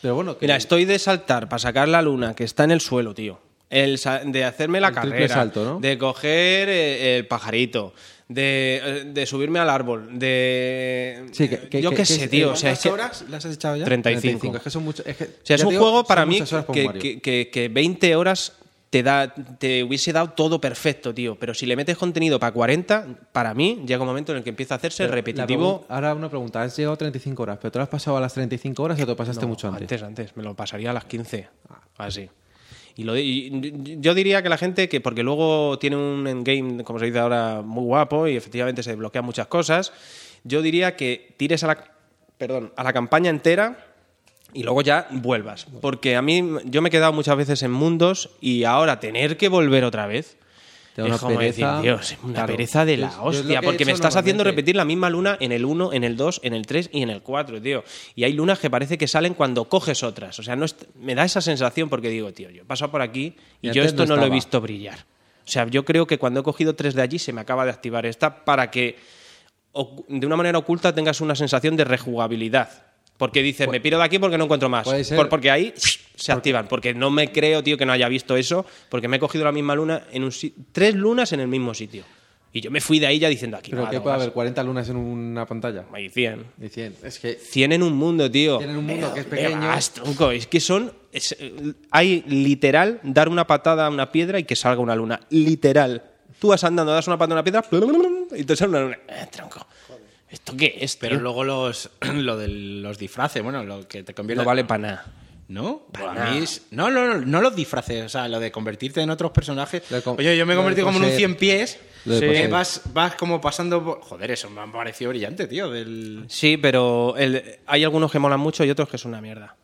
Pero bueno, que
Mira, estoy de saltar para sacar la luna, que está en el suelo, tío. El sa- de hacerme la
El triple
carrera,
salto, ¿no?
de coger eh, el pajarito, de, eh, de subirme al árbol, de...
Sí, que- que-
yo
que-
qué
que
sé,
es- eh,
tío. O sea,
¿Cuántas
es que-
horas las has echado ya?
35.
Es que son mucho- es que-
O sea, es
ya
un
te digo,
juego
son
para mí
muchas horas por
que,
Mario.
que- que- que 20 horas te, da, te hubiese dado todo perfecto, tío. Pero si le metes contenido para 40, para mí llega un momento en el que empieza a hacerse
Pero la
repetitivo.
pregun- Ahora una pregunta, has llegado a 35 horas, pero te lo has pasado a las 35 horas o te lo pasaste mucho antes.
Antes, antes, me lo pasaría a las 15. Así. Y, lo, y yo diría que la gente que, porque luego tiene un endgame, como se dice ahora, muy guapo y efectivamente se desbloquean muchas cosas, yo diría que tires a la, perdón, a la campaña entera y luego ya vuelvas. Porque a mí, yo me he quedado muchas veces en mundos y ahora tener que volver otra vez.
Te da
es
una
como
pereza,
decir, Dios, una
claro.
pereza de la
Es- es lo
hostia,
que he
porque me
hecho
estás haciendo
normalmente.
repetir la misma luna en el 1, en el 2, en el 3 y en el 4, tío. Y hay lunas que parece que salen cuando coges otras. O sea, no es- me da esa sensación porque digo, tío, yo he pasado por aquí y,
Y
yo
antes
esto no,
no
lo he
estaba.
visto brillar. O sea, yo creo que cuando he cogido tres de allí se me acaba de activar esta para que ocu- de una manera oculta tengas una sensación de rejugabilidad. Porque dices, me piro de aquí porque no encuentro más.
Puede ser.
Por- porque ahí se activan. Porque no me creo, tío, que no haya visto eso. Porque me he cogido la misma luna en un si- tres lunas en el mismo sitio. Y yo me fui de ahí ya diciendo aquí.
Pero
no
que
hago
puede
más.
haber 40 lunas en una pantalla.
Hay 100.
Y 100. Es que
100 en un mundo, tío.
tienen un mundo que es
Pero,
pequeño.
vas, tronco, es que son. es- hay literal dar una patada a una piedra y que salga una luna. Literal. Tú vas andando, das una patada a una piedra y te sale una luna. Eh, tronco. ¿Esto qué es?
Pero
¿Eh?
tío?
luego los, lo de los disfraces, bueno, lo que te convierte.
no vale para nada.
¿No? Para mí es- no, no, no, no los disfraces, o sea, lo de convertirte en otros personajes.
Lo de con-
Oye, yo me he
lo de
convertido como en un
poseer.
100 pies.
Lo de
que
poseer.
vas, vas como pasando por. Joder, eso me ha parecido brillante, tío. Del...
Sí, pero el- hay algunos que molan mucho y otros que son una mierda.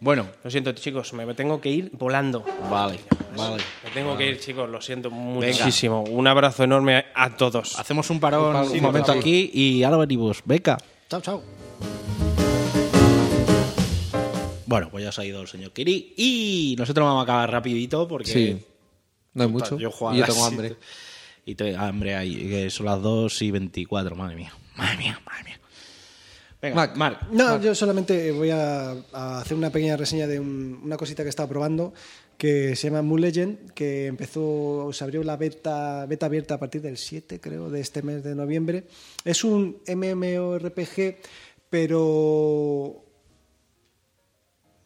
Bueno,
Lo siento, chicos, me tengo que ir volando.
vale, vale.
Me tengo que ir, chicos, lo siento muchísimo. Un abrazo enorme a todos.
Hacemos un parón
Un parón,
un
sí,
momento
por favor.
aquí y ahora venimos. Beca.
Chao, chao.
Bueno, pues ya se ha ido el señor Kiri y nosotros vamos a acabar rapidito porque
Sí. No hay mucho.
Puta, Yo juego a
y yo
las
tengo
siete.
hambre.
Y tengo hambre ahí, que son las 2 y 24, madre mía. Madre mía, madre mía. Venga,
Mac.
Marc.
No, yo solamente voy a, a hacer una pequeña reseña de un- una cosita que estaba probando que se llama Moon Legend, que empezó, se abrió la beta, beta abierta a partir del 7, creo, de este mes de noviembre. Es un MMORPG, pero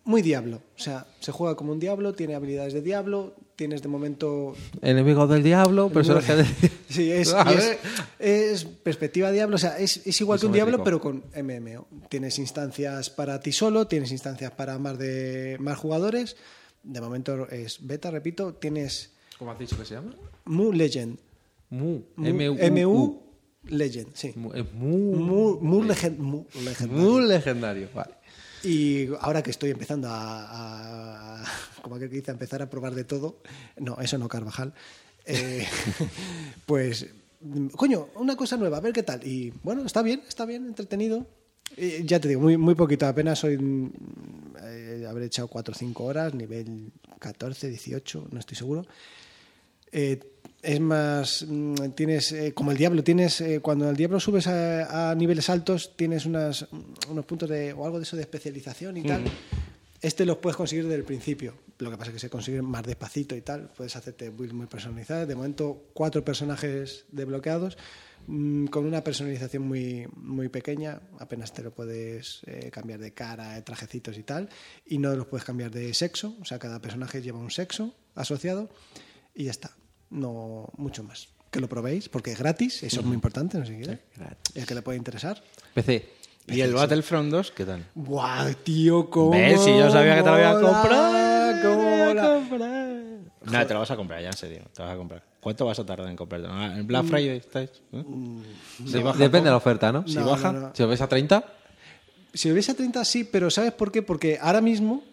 muy diablo. O sea, se juega como un diablo, tiene habilidades de diablo, tienes de momento
Enemigo del diablo, personaje del
Sí, es,
A
y
ver.
es, es perspectiva diablo, o sea, es, es igual que un diablo, pero con MMO. Tienes instancias para ti solo, tienes instancias para más de más jugadores. De momento es beta, repito, tienes
¿Cómo has dicho que se llama?
Mu Legend.
Mu.
Mu-
M-U.
MU Legend, sí.
Mu- es Mu.
Mu, Mu Legend. Mu Legend.
Mu legendario. Vale.
Y ahora que estoy empezando a, a- como aquel que dice, a empezar a probar de todo, no, eso no, Carvajal, eh, pues, mm, coño, una cosa nueva, a ver qué tal. Y bueno, está bien, está bien, entretenido. Eh, ya te digo, muy, muy poquito, apenas soy, mm, eh, habré echado 4 o 5 horas, nivel 14, 18, no estoy seguro. Eh, es más, mm, tienes, eh, como el diablo, tienes, eh, cuando el diablo subes a, a niveles altos, tienes unas, mm, unos puntos de, o algo de eso de especialización y tal. Este los puedes conseguir desde el principio. Lo que pasa es que se consiguen más despacito y tal. Puedes hacerte builds muy personalizadas. De momento, cuatro personajes desbloqueados mm, con una personalización muy, muy pequeña. Apenas te lo puedes eh, cambiar de cara, de trajecitos y tal. Y no los puedes cambiar de sexo. O sea, cada personaje lleva un sexo asociado y ya está. no mucho más. Que lo probéis, porque es gratis, eso es muy importante, no sé qué. Y al que le puede interesar.
PC. ¿Y el Battlefront 2 qué tal?
¡Buah, tío! ¿Cómo?
¿Ves? Si yo sabía que te lo iba a
mola,
comprar.
cómo mola.
Nada, te lo vas a comprar, ya en serio. Te lo vas a comprar. ¿Cuánto vas a tardar en comprarlo? Ah, ¿En Black Friday estáis? ¿Eh? Si baja-
Depende de la oferta, ¿no?
Si
No,
baja,
no, no.
Si lo ves a 30,
Si lo ves a 30, sí, pero ¿sabes por qué? Porque ahora mismo.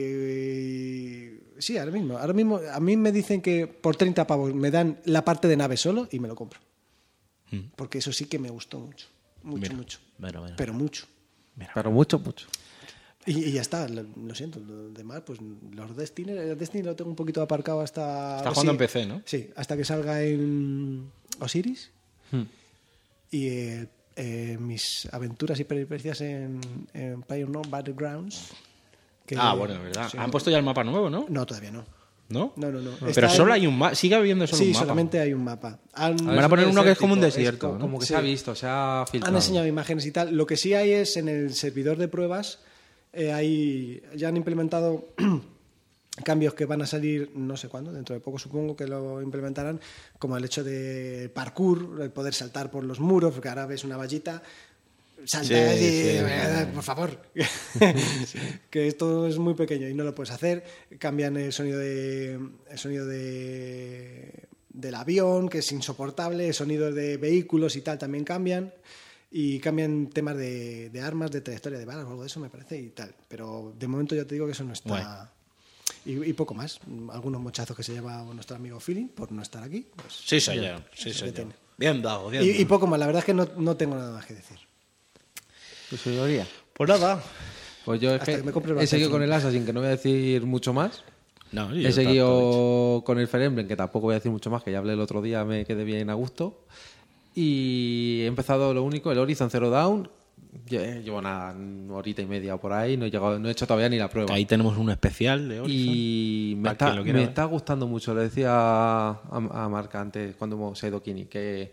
Y. Sí, ahora mismo. Ahora mismo a mí me dicen que por 30 pavos me dan la parte de nave solo y me lo compro. Porque eso sí que me gustó mucho. Mucho,
Mm. Mira,
mucho.
mira, mira.
Pero mucho.
pero mucho, mucho.
Y, y ya está, lo, lo siento. Lo demás, pues los Destiny, el Destiny lo tengo un poquito aparcado hasta.
Está
sí,
jugando en PC, ¿no?
Sí, hasta que salga en Osiris.
Hmm.
Y eh, eh, mis aventuras y peripecias en, en PlayerUnknown's Battlegrounds. que-
Ah, bueno, de verdad.
sí.
Han puesto ya el mapa nuevo, ¿no?
No, todavía no.
¿no.
No, no, no.
Pero
Está
solo
en-
hay un mapa. Sigue habiendo solo
Sí,
un mapa.
solamente hay un mapa. Han-
Van a poner uno que es como un
Desértico,
desierto,
es co-
¿no?
Como que
Sí.
se ha visto, se ha filtrado.
Han enseñado imágenes y tal. Lo que sí hay es en el servidor de pruebas, eh, hay- ya han implementado cambios que van a salir no sé cuándo, dentro de poco supongo que lo implementarán, como el hecho de parkour, el poder saltar por los muros, porque ahora ves una vallita. Salta
Sí,
y-
sí.
por favor. que esto es muy pequeño y no lo puedes hacer. Cambian el sonido de el sonido de del avión, que es insoportable, el sonido de vehículos y tal también cambian. Y cambian temas de, de armas, de trayectoria de balas o algo de eso, me parece, y tal. Pero de momento ya te digo que eso no
Guay.
está. Y, y poco más. Algunos mochazos que se lleva nuestro amigo Philly por no estar aquí. pues,
Sí, señor. Sí, señor.
detiene.
Bien dado, bien
y, y
dado.
poco más. La verdad es que no, no tengo nada más que decir.
Tu señoría.
Pues nada.
Pues yo es
Hasta
que
que me compre el
he seguido
Battlefront.
con el Assassin, que no voy a decir mucho más.
No, yo
He
tanto dicho.
seguido con el Fire Emblem, que tampoco voy a decir mucho más, que ya hablé el otro día, me quedé bien a gusto. Y he empezado lo único, el Horizon Zero Down. Lle- Llevo una horita y media o por ahí, no he, llegado, no he hecho todavía ni la prueba.
Ahí tenemos un especial de Horizon.
Y me,
Para
está,
quien lo quiera
me
ver.
está gustando mucho, le decía a, a Marca antes cuando hemos se ha ido Kini, que,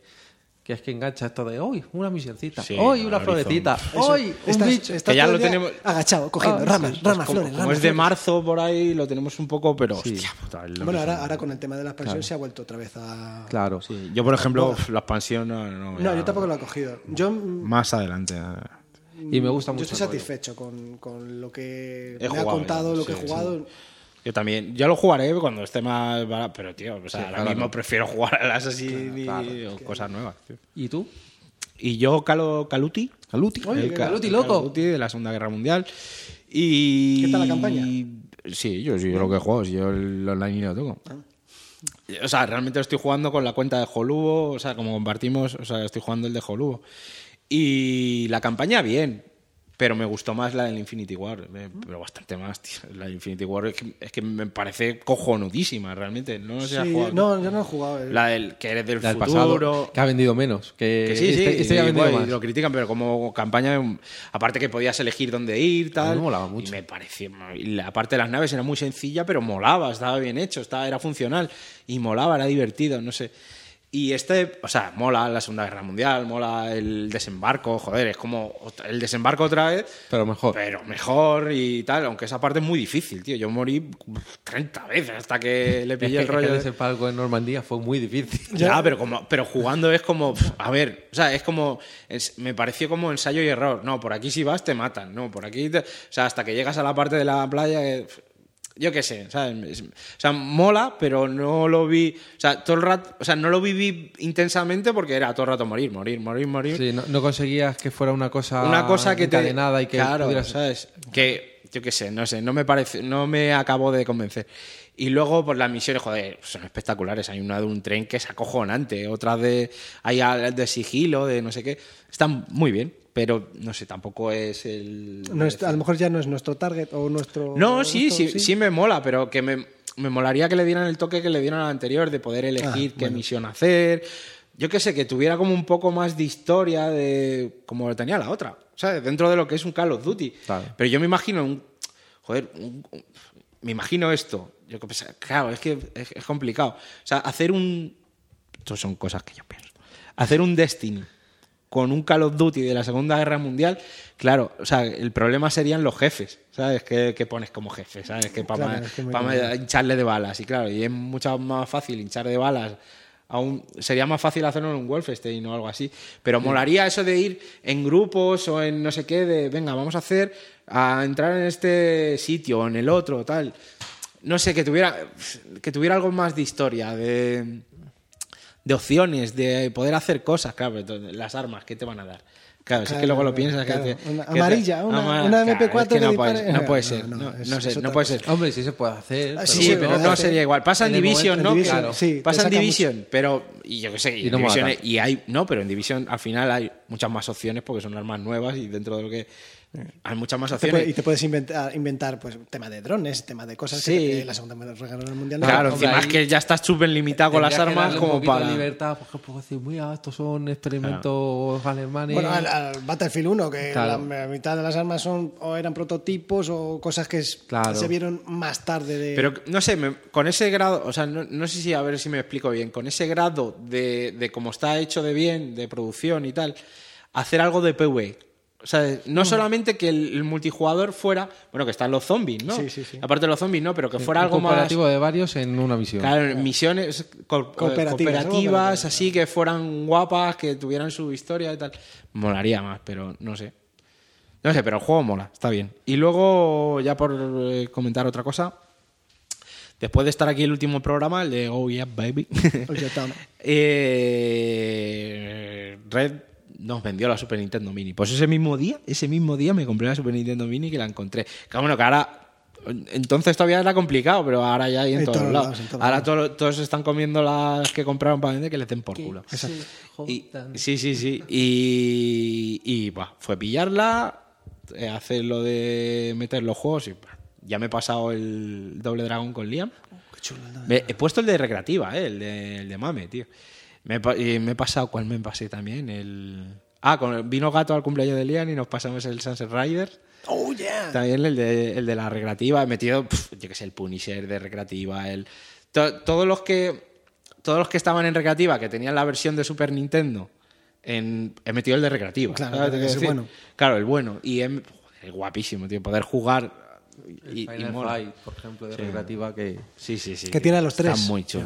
que es que engancha esto de hoy una misioncita,
Sí,
hoy una
Horizon.
florecita, hoy un
Estás-
bicho.
estás
Que ya
todo
lo
el día
tenemos-
agachado, cogiendo
Ah,
ramas,
sí.
ramas,
pues, como
flores,
como
ramas,
es de
flores.
marzo por ahí, lo tenemos un poco, pero hostia, puta, es lo
Bueno,
que
ahora,
son.
ahora con el tema de la expansión se ha vuelto otra vez a.
Claro,
Sí, Yo, por ejemplo, la expansión no. No,
No,
ya-
yo tampoco lo he cogido. Yo, mm,
Más adelante.
y me gusta
yo
mucho.
estoy
el rollo.
satisfecho con, con lo que
He
me ha
jugado
contado,
ya,
lo que
sí,
he jugado.
Yo también. Ya lo jugaré cuando esté más barato. Pero, tío, o sea, ahora
claro.
mismo prefiero jugar al Assassin y
claro.
o cosas nuevas. tío.
¿Y tú?
Y yo, Calo, Caluti. Caluti.
Oye,
El
que
Ca-
Caluti, loco.
Caluti de la Segunda Guerra Mundial. Y...
¿Qué tal la campaña?
Sí, yo, sí, yo lo que juego, si yo el online ni lo toco.
Ah.
O sea, realmente estoy jugando con la cuenta de Holubo, o sea, como compartimos, o sea, estoy jugando el de Holubo. Y la campaña bien, pero me gustó más la del Infinity War, eh, pero bastante más, tío. La del Infinity War es que, es que me parece cojonudísima, realmente. No sé si la has
Sí,
jugado.
no, yo no he jugado. eh.
La del que eres del,
La del
futuro.
pasado, que ha vendido menos. Que,
Que sí, sí,
este, este ya ha
y,
vendido
bueno, y
más.
lo critican, pero como campaña, um, aparte que podías elegir dónde ir, tal.
A mí me molaba mucho.
Y me parecía. y la parte de las naves era muy sencilla, pero molaba, estaba bien hecho, estaba, era funcional y molaba, era divertido, no sé. Y este, o sea, mola la Segunda Guerra Mundial, mola el desembarco, joder, es como ot- el desembarco otra vez,
Pero mejor.
pero mejor y tal, aunque esa parte es muy difícil, tío. Yo morí uf, 30 veces hasta que le
Es
pillé
que-
el
es que
rollo. de-
ese palco en Normandía fue muy difícil.
ya, pero como pero jugando es como pf, a ver, o sea, es como es- me pareció como ensayo y error. No, por aquí si vas te matan, no, por aquí te- o sea, hasta que llegas a la parte de la playa eh, pf, yo qué sé, ¿sabes? Es- o sea, mola, pero no lo vi, o sea, todo el rato, o sea, no lo viví intensamente porque era todo el rato morir, morir, morir, morir
Sí, no, no conseguías que fuera una cosa,
una cosa que te
encadenada y que
claro,
pudieras-
¿sabes? que yo qué sé no sé no me parece no me acabo de convencer y luego pues las misiones joder son espectaculares hay una de un tren que es acojonante otra de hay al- de sigilo de no sé qué están muy bien pero no sé tampoco es el
No es- a lo mejor ya no es nuestro target o nuestro.
no,
o
sí,
nuestro-
sí, sí, me mola, pero que me, me molaría que le dieran el toque que le dieron al anterior, de poder elegir qué misión hacer. Yo qué sé, que tuviera como un poco más de historia de como lo tenía la otra, ¿sabes? Dentro de lo que es un Call of Duty.
Claro.
Pero yo me imagino un. Joder, un- un- me imagino esto. Yo que pensaba, claro, es que es, es complicado. O sea, hacer un. Estas son cosas que yo pienso. Hacer un Destiny con un Call of Duty de la Segunda Guerra Mundial, claro, o sea, el problema serían los jefes, ¿sabes? ¿Qué, qué pones como jefe? ¿Sabes? Que para
Claro, es que me
hincharle de balas. Y claro, y es mucho más fácil hinchar de balas. a un- sería más fácil hacerlo en un Wolfenstein o algo así. Pero molaría eso de ir en grupos o en no sé qué, de venga, vamos a hacer, a entrar en este sitio o en el otro, tal. No sé, que tuviera, que tuviera algo más de historia, de de opciones, de poder hacer cosas, claro, pero entonces, las armas, ¿qué te van a dar? Claro, si es que
Claro,
luego lo piensas.
claro.
que te-
Una
que te-
amarilla, una- una MP4
es que no,
que
puede,
dispare.
no puede
No,
ser, no,
no, es-
no sé,
es
no
otra
puede ser.
Hombre, sí se puede hacer.
Ah,
Sí,
sí,
pero
pero
no
hace-
sería igual. Pasan
en el
Division,
momento-
¿no?
en Division,
claro.
sí, te
Pasan
saca
Division, pero y yo qué sé, y,
Y no
en Division
matan.
y hay no, pero en Division al final hay muchas más opciones porque son armas nuevas y dentro de lo que hay muchas más
Eh. Te
opciones.
puede- y te puedes inventar, inventar pues tema de drones, tema de cosas
Sí.
que eh, la Segunda Guerra Mundial no-
Claro,
no-
encima
ahí-
es que ya estás súper limitado con las
Tendrías que
armas
darle un
como
poquito de
para
libertad, por ejemplo, decir, mira, estos son experimentos alemanes. Eh,
Bueno, al, al Battlefield 1, que
Claro.
la, la mitad de las armas son o eran prototipos o cosas que es-
Claro.
se vieron más tarde de...
Pero no sé, me- con ese grado, o sea, no, no sé si a ver si me explico bien, con ese grado de, de cómo está hecho de bien, de producción y tal, hacer algo de PvE. O sea,
Mm.
no solamente que el, el multijugador fuera, bueno, que están los zombies, ¿no?
Sí, sí, sí. Eh,
Aparte de los zombies, no, pero que fuera
Un
algo más.
cooperativo de varios en una misión.
Claro, misiones co-
Cooperativas,
cooperativas,
¿no? Cooperativas,
así que fueran guapas, que tuvieran su historia y tal. Molaría más, pero no sé. No sé, pero el juego mola, está bien. Y luego, ya por eh, comentar otra cosa, después de estar aquí el último programa, el de Oh Yeah Baby,
Oh, yeah, damn.
eh, Red nos vendió la Super Nintendo Mini. Pues ese mismo día, ese mismo día me compré la Super Nintendo Mini que la encontré. Que bueno, que ahora... Entonces todavía era complicado, pero ahora ya hay en,
En
todos,
todos
lados.
lados, en todos
ahora to- todos están comiendo las que compraron para vender que les den por culo. Y- sí, sí, sí. Y, y, buah, fue pillarla, eh, hacer lo de meter los juegos y bah, ya me he pasado el doble dragón con Liam. Me- he puesto el de recreativa, eh, el, de, el de mame, tío. Me, he pa- y me he pasado, ¿cuál me pasé también? El... Ah, con, el- vino gato al cumpleaños de Liam y nos pasamos el Sunset Riders.
¡Oh, yeah!
También el de, el de la recreativa, he metido, pf, yo qué sé, el Punisher de recreativa, el, to- todos los que todos los que estaban en recreativa, que tenían la versión de Super Nintendo, en, he metido el de recreativa.
Claro,
¿sabes lo que
ese
quiero decir?
bueno.
Claro, el bueno. Y em- joder, guapísimo, tío, poder jugar y, y
Final
mola.
Fight, por ejemplo, de recreativa que...
Sí, sí, sí.
Que tiene a los tres.
Está muy chulo.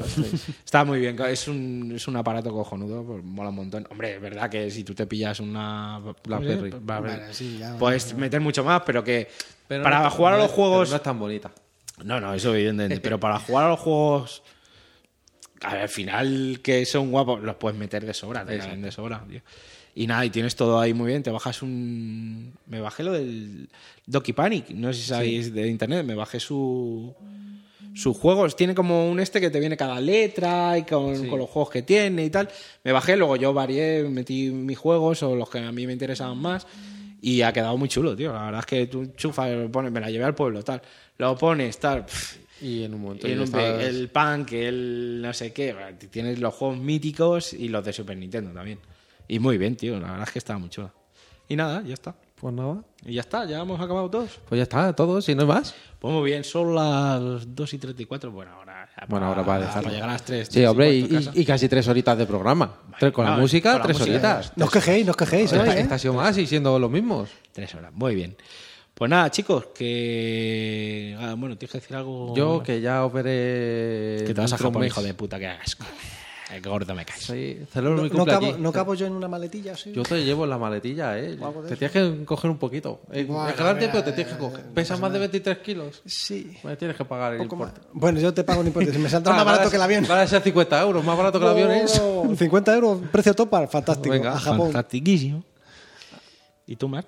Está muy bien. Es un, es un aparato cojonudo, pues, mola un montón. Hombre, es verdad que si tú te pillas una BlackBerry,
Vale,
Blackberry,
sí, ya,
puedes meter mucho más, pero que
Pero
para
no-
jugar a
no
los
es-
juegos...
pero No es tan bonita.
No, no, eso evidentemente. Pero para jugar a los juegos. a ver, al final, que son guapos, los puedes meter de sobra, te caben de sobra, tío. Y nada, y tienes todo ahí muy bien. Te bajas un. Me bajé lo del Doki Panic, no sé si sabéis de internet. Me bajé su. Sus juegos tiene como un este que te viene cada letra y con, con los juegos que tiene y tal. Me bajé, luego yo varié, metí mis juegos o los que a mí me interesaban más. Y ha quedado muy chulo, tío. La verdad es que tú chufas, lo pones, me la llevé al pueblo, tal. Lo pones, tal. pff,
Y en un momento...
y
ya
el,
estabas-
el punk, el no sé qué. bueno, Tienes los juegos míticos y los de Super Nintendo también. Y muy bien, tío. La verdad es que estaba muy chula. Y nada, ya está.
Pues nada.
Y ya está, ya hemos acabado todos.
Pues ya está, todo, si no es más.
Pues muy bien, son las 2 y 34. Bueno, ahora. ya
Bueno, ahora para dejarlo.
llegar a las 3.
Sí, hombre, y, y- y casi tres horitas de programa. Tres con
no,
la música,
con la
tres
música,
horitas.
No os quejéis, no os quejéis.
Esta,
¿eh?
esta ha sido más y siendo los mismos.
Tres horas, muy bien. Pues nada, chicos, que. ah, Bueno, tienes que decir algo.
Yo que ya operé...
Que te vas a
dentro de un
Japón,
mes.
hijo de puta, que hagas. Qué gordo me caes.
Sí, celebro
No,
mi
no
cumple
cabo,
aquí.
no cabo yo en una maletilla, sí.
Yo te llevo en la maletilla, ¿eh?
Guapo de
Te
eso.
tienes que coger un poquito. Es
Bueno,
es grande,
mira,
pero te tienes que coger.
no
Pesas
pasa
más de
nada.
23 kilos.
Sí.
Me tienes que pagar el
Poco más.
importe.
Bueno, yo te pago un importe. Si me saldrá
Ah,
más barato
vale,
que el avión.
Vale, a ser 50 euros, más barato que el avión es.
Oh, 50 euros, precio topa, fantástico.
Venga,
a Japón.
Fantastiquísimo. ¿Y tú, Mark?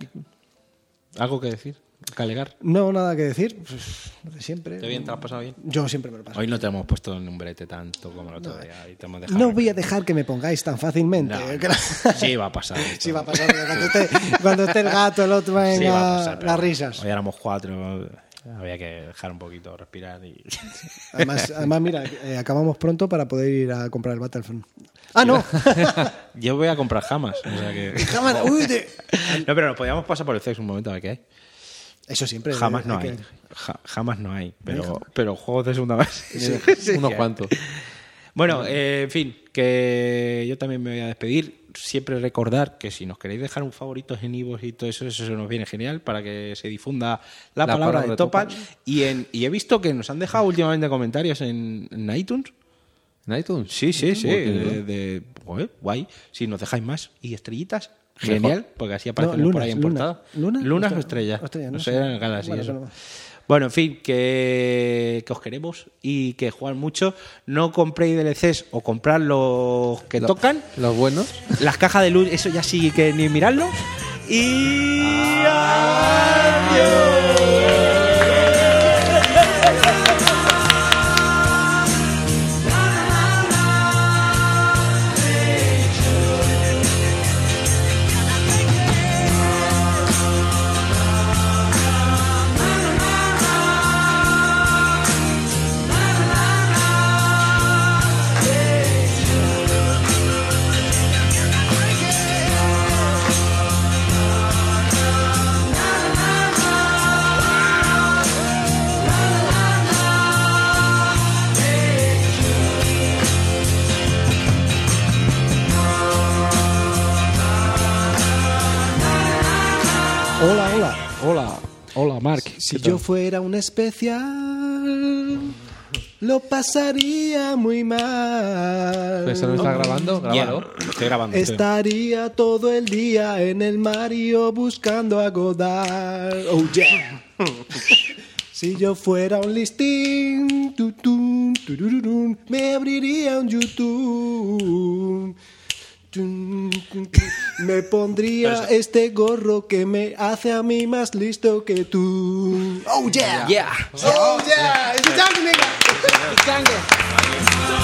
¿Algo que decir? ¿Calegar?
No, nada que decir. Pues, lo de siempre.
¿Te bien? ¿Te lo has pasado bien?
Yo siempre me lo paso.
Hoy no te hemos puesto en un brete tanto como el otro día. y te hemos dejado
No voy a dejar que me pongáis tan fácilmente. ¿eh?
No,
Que
no.
la-
Sí, va a pasar. esto.
Sí, va a pasar. Cuando esté, cuando esté el gato, el otro, venga,
Sí, va a pasar, pero
las risas.
Hoy éramos cuatro. Había que dejar un poquito respirar. Y...
Además, además, mira, eh, acabamos pronto para poder ir a comprar el Battlefront. ¡Ah, no!
Yo voy a comprar jamas. O sea que...
Jamás. Uy, de-
No, pero nos podíamos pasar por el CES un momento a ver qué hay.
Eso siempre. eh,
Jamás no
que-
hay. Ja- jamás no hay. Pero, pero juegos de segunda base. sí, sí
Unos
que hay.
cuantos.
Bueno, eh, en fin, que yo también me voy a despedir. Siempre recordar que si nos queréis dejar un favorito en Ivos y todo eso, eso se nos viene genial para que se difunda la, palabra, de Topan. Y, en, y he visto que nos han dejado últimamente comentarios en, en iTunes.
¿En iTunes?
Sí, sí, sí.
Uy, qué bien.
De, de- joder, guay. Si nos dejáis más y estrellitas, genial,
Mejor.
porque así aparecen
No,
por ahí en
lunas,
portada.
lunas. ¿Lunas?
¿Lunas o
Ostras,
estrellas?
ostras,
no,
no
sé,
sé.
eran galas y
Bueno,
eso.
bueno.
Bueno, en fin, que, que os queremos y que juegan mucho. No compréis DLCs o comprad los que tocan.
Los buenos.
Las cajas de luz, eso ya sí que ni mirarlo. Y.
Hola, hola.
Hola, hola, Mark.
Si yo fuera un especial, lo pasaría muy mal.
Pues eso no está grabando, grábalo.
Estoy grabando. estoy-
Estaría todo el día en el Mario buscando a Godard. Oh yeah. si yo fuera un listín, tu, tun, turururun, me abriría un YouTube. Tun, tun, tun. Me pondría este gorro que me hace a mí más listo que tú. Oh yeah. Oh yeah. It's a jungle, nigga. It's jungle.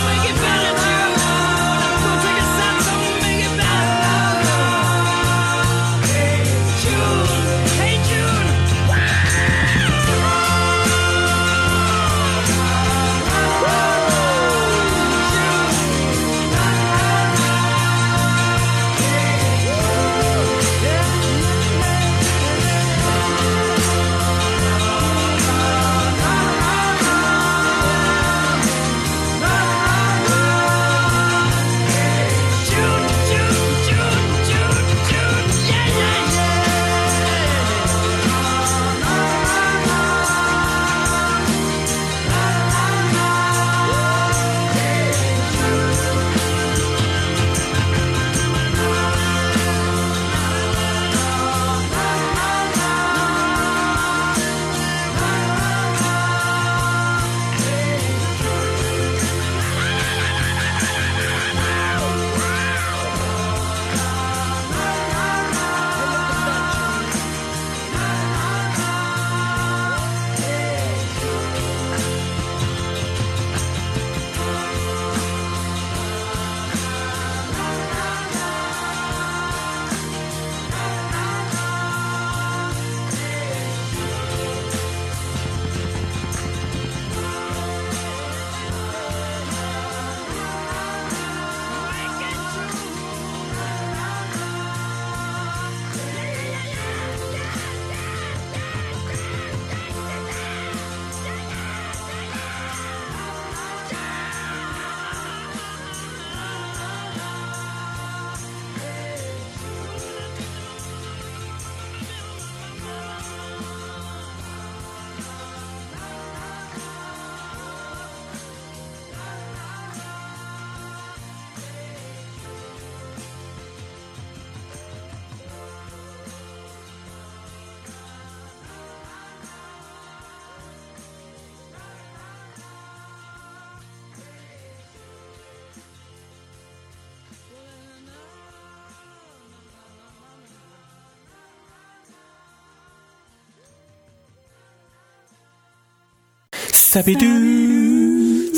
Scooby-Doo,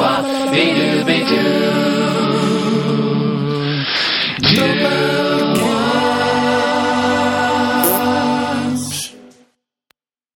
ah, be-doo, be-doo.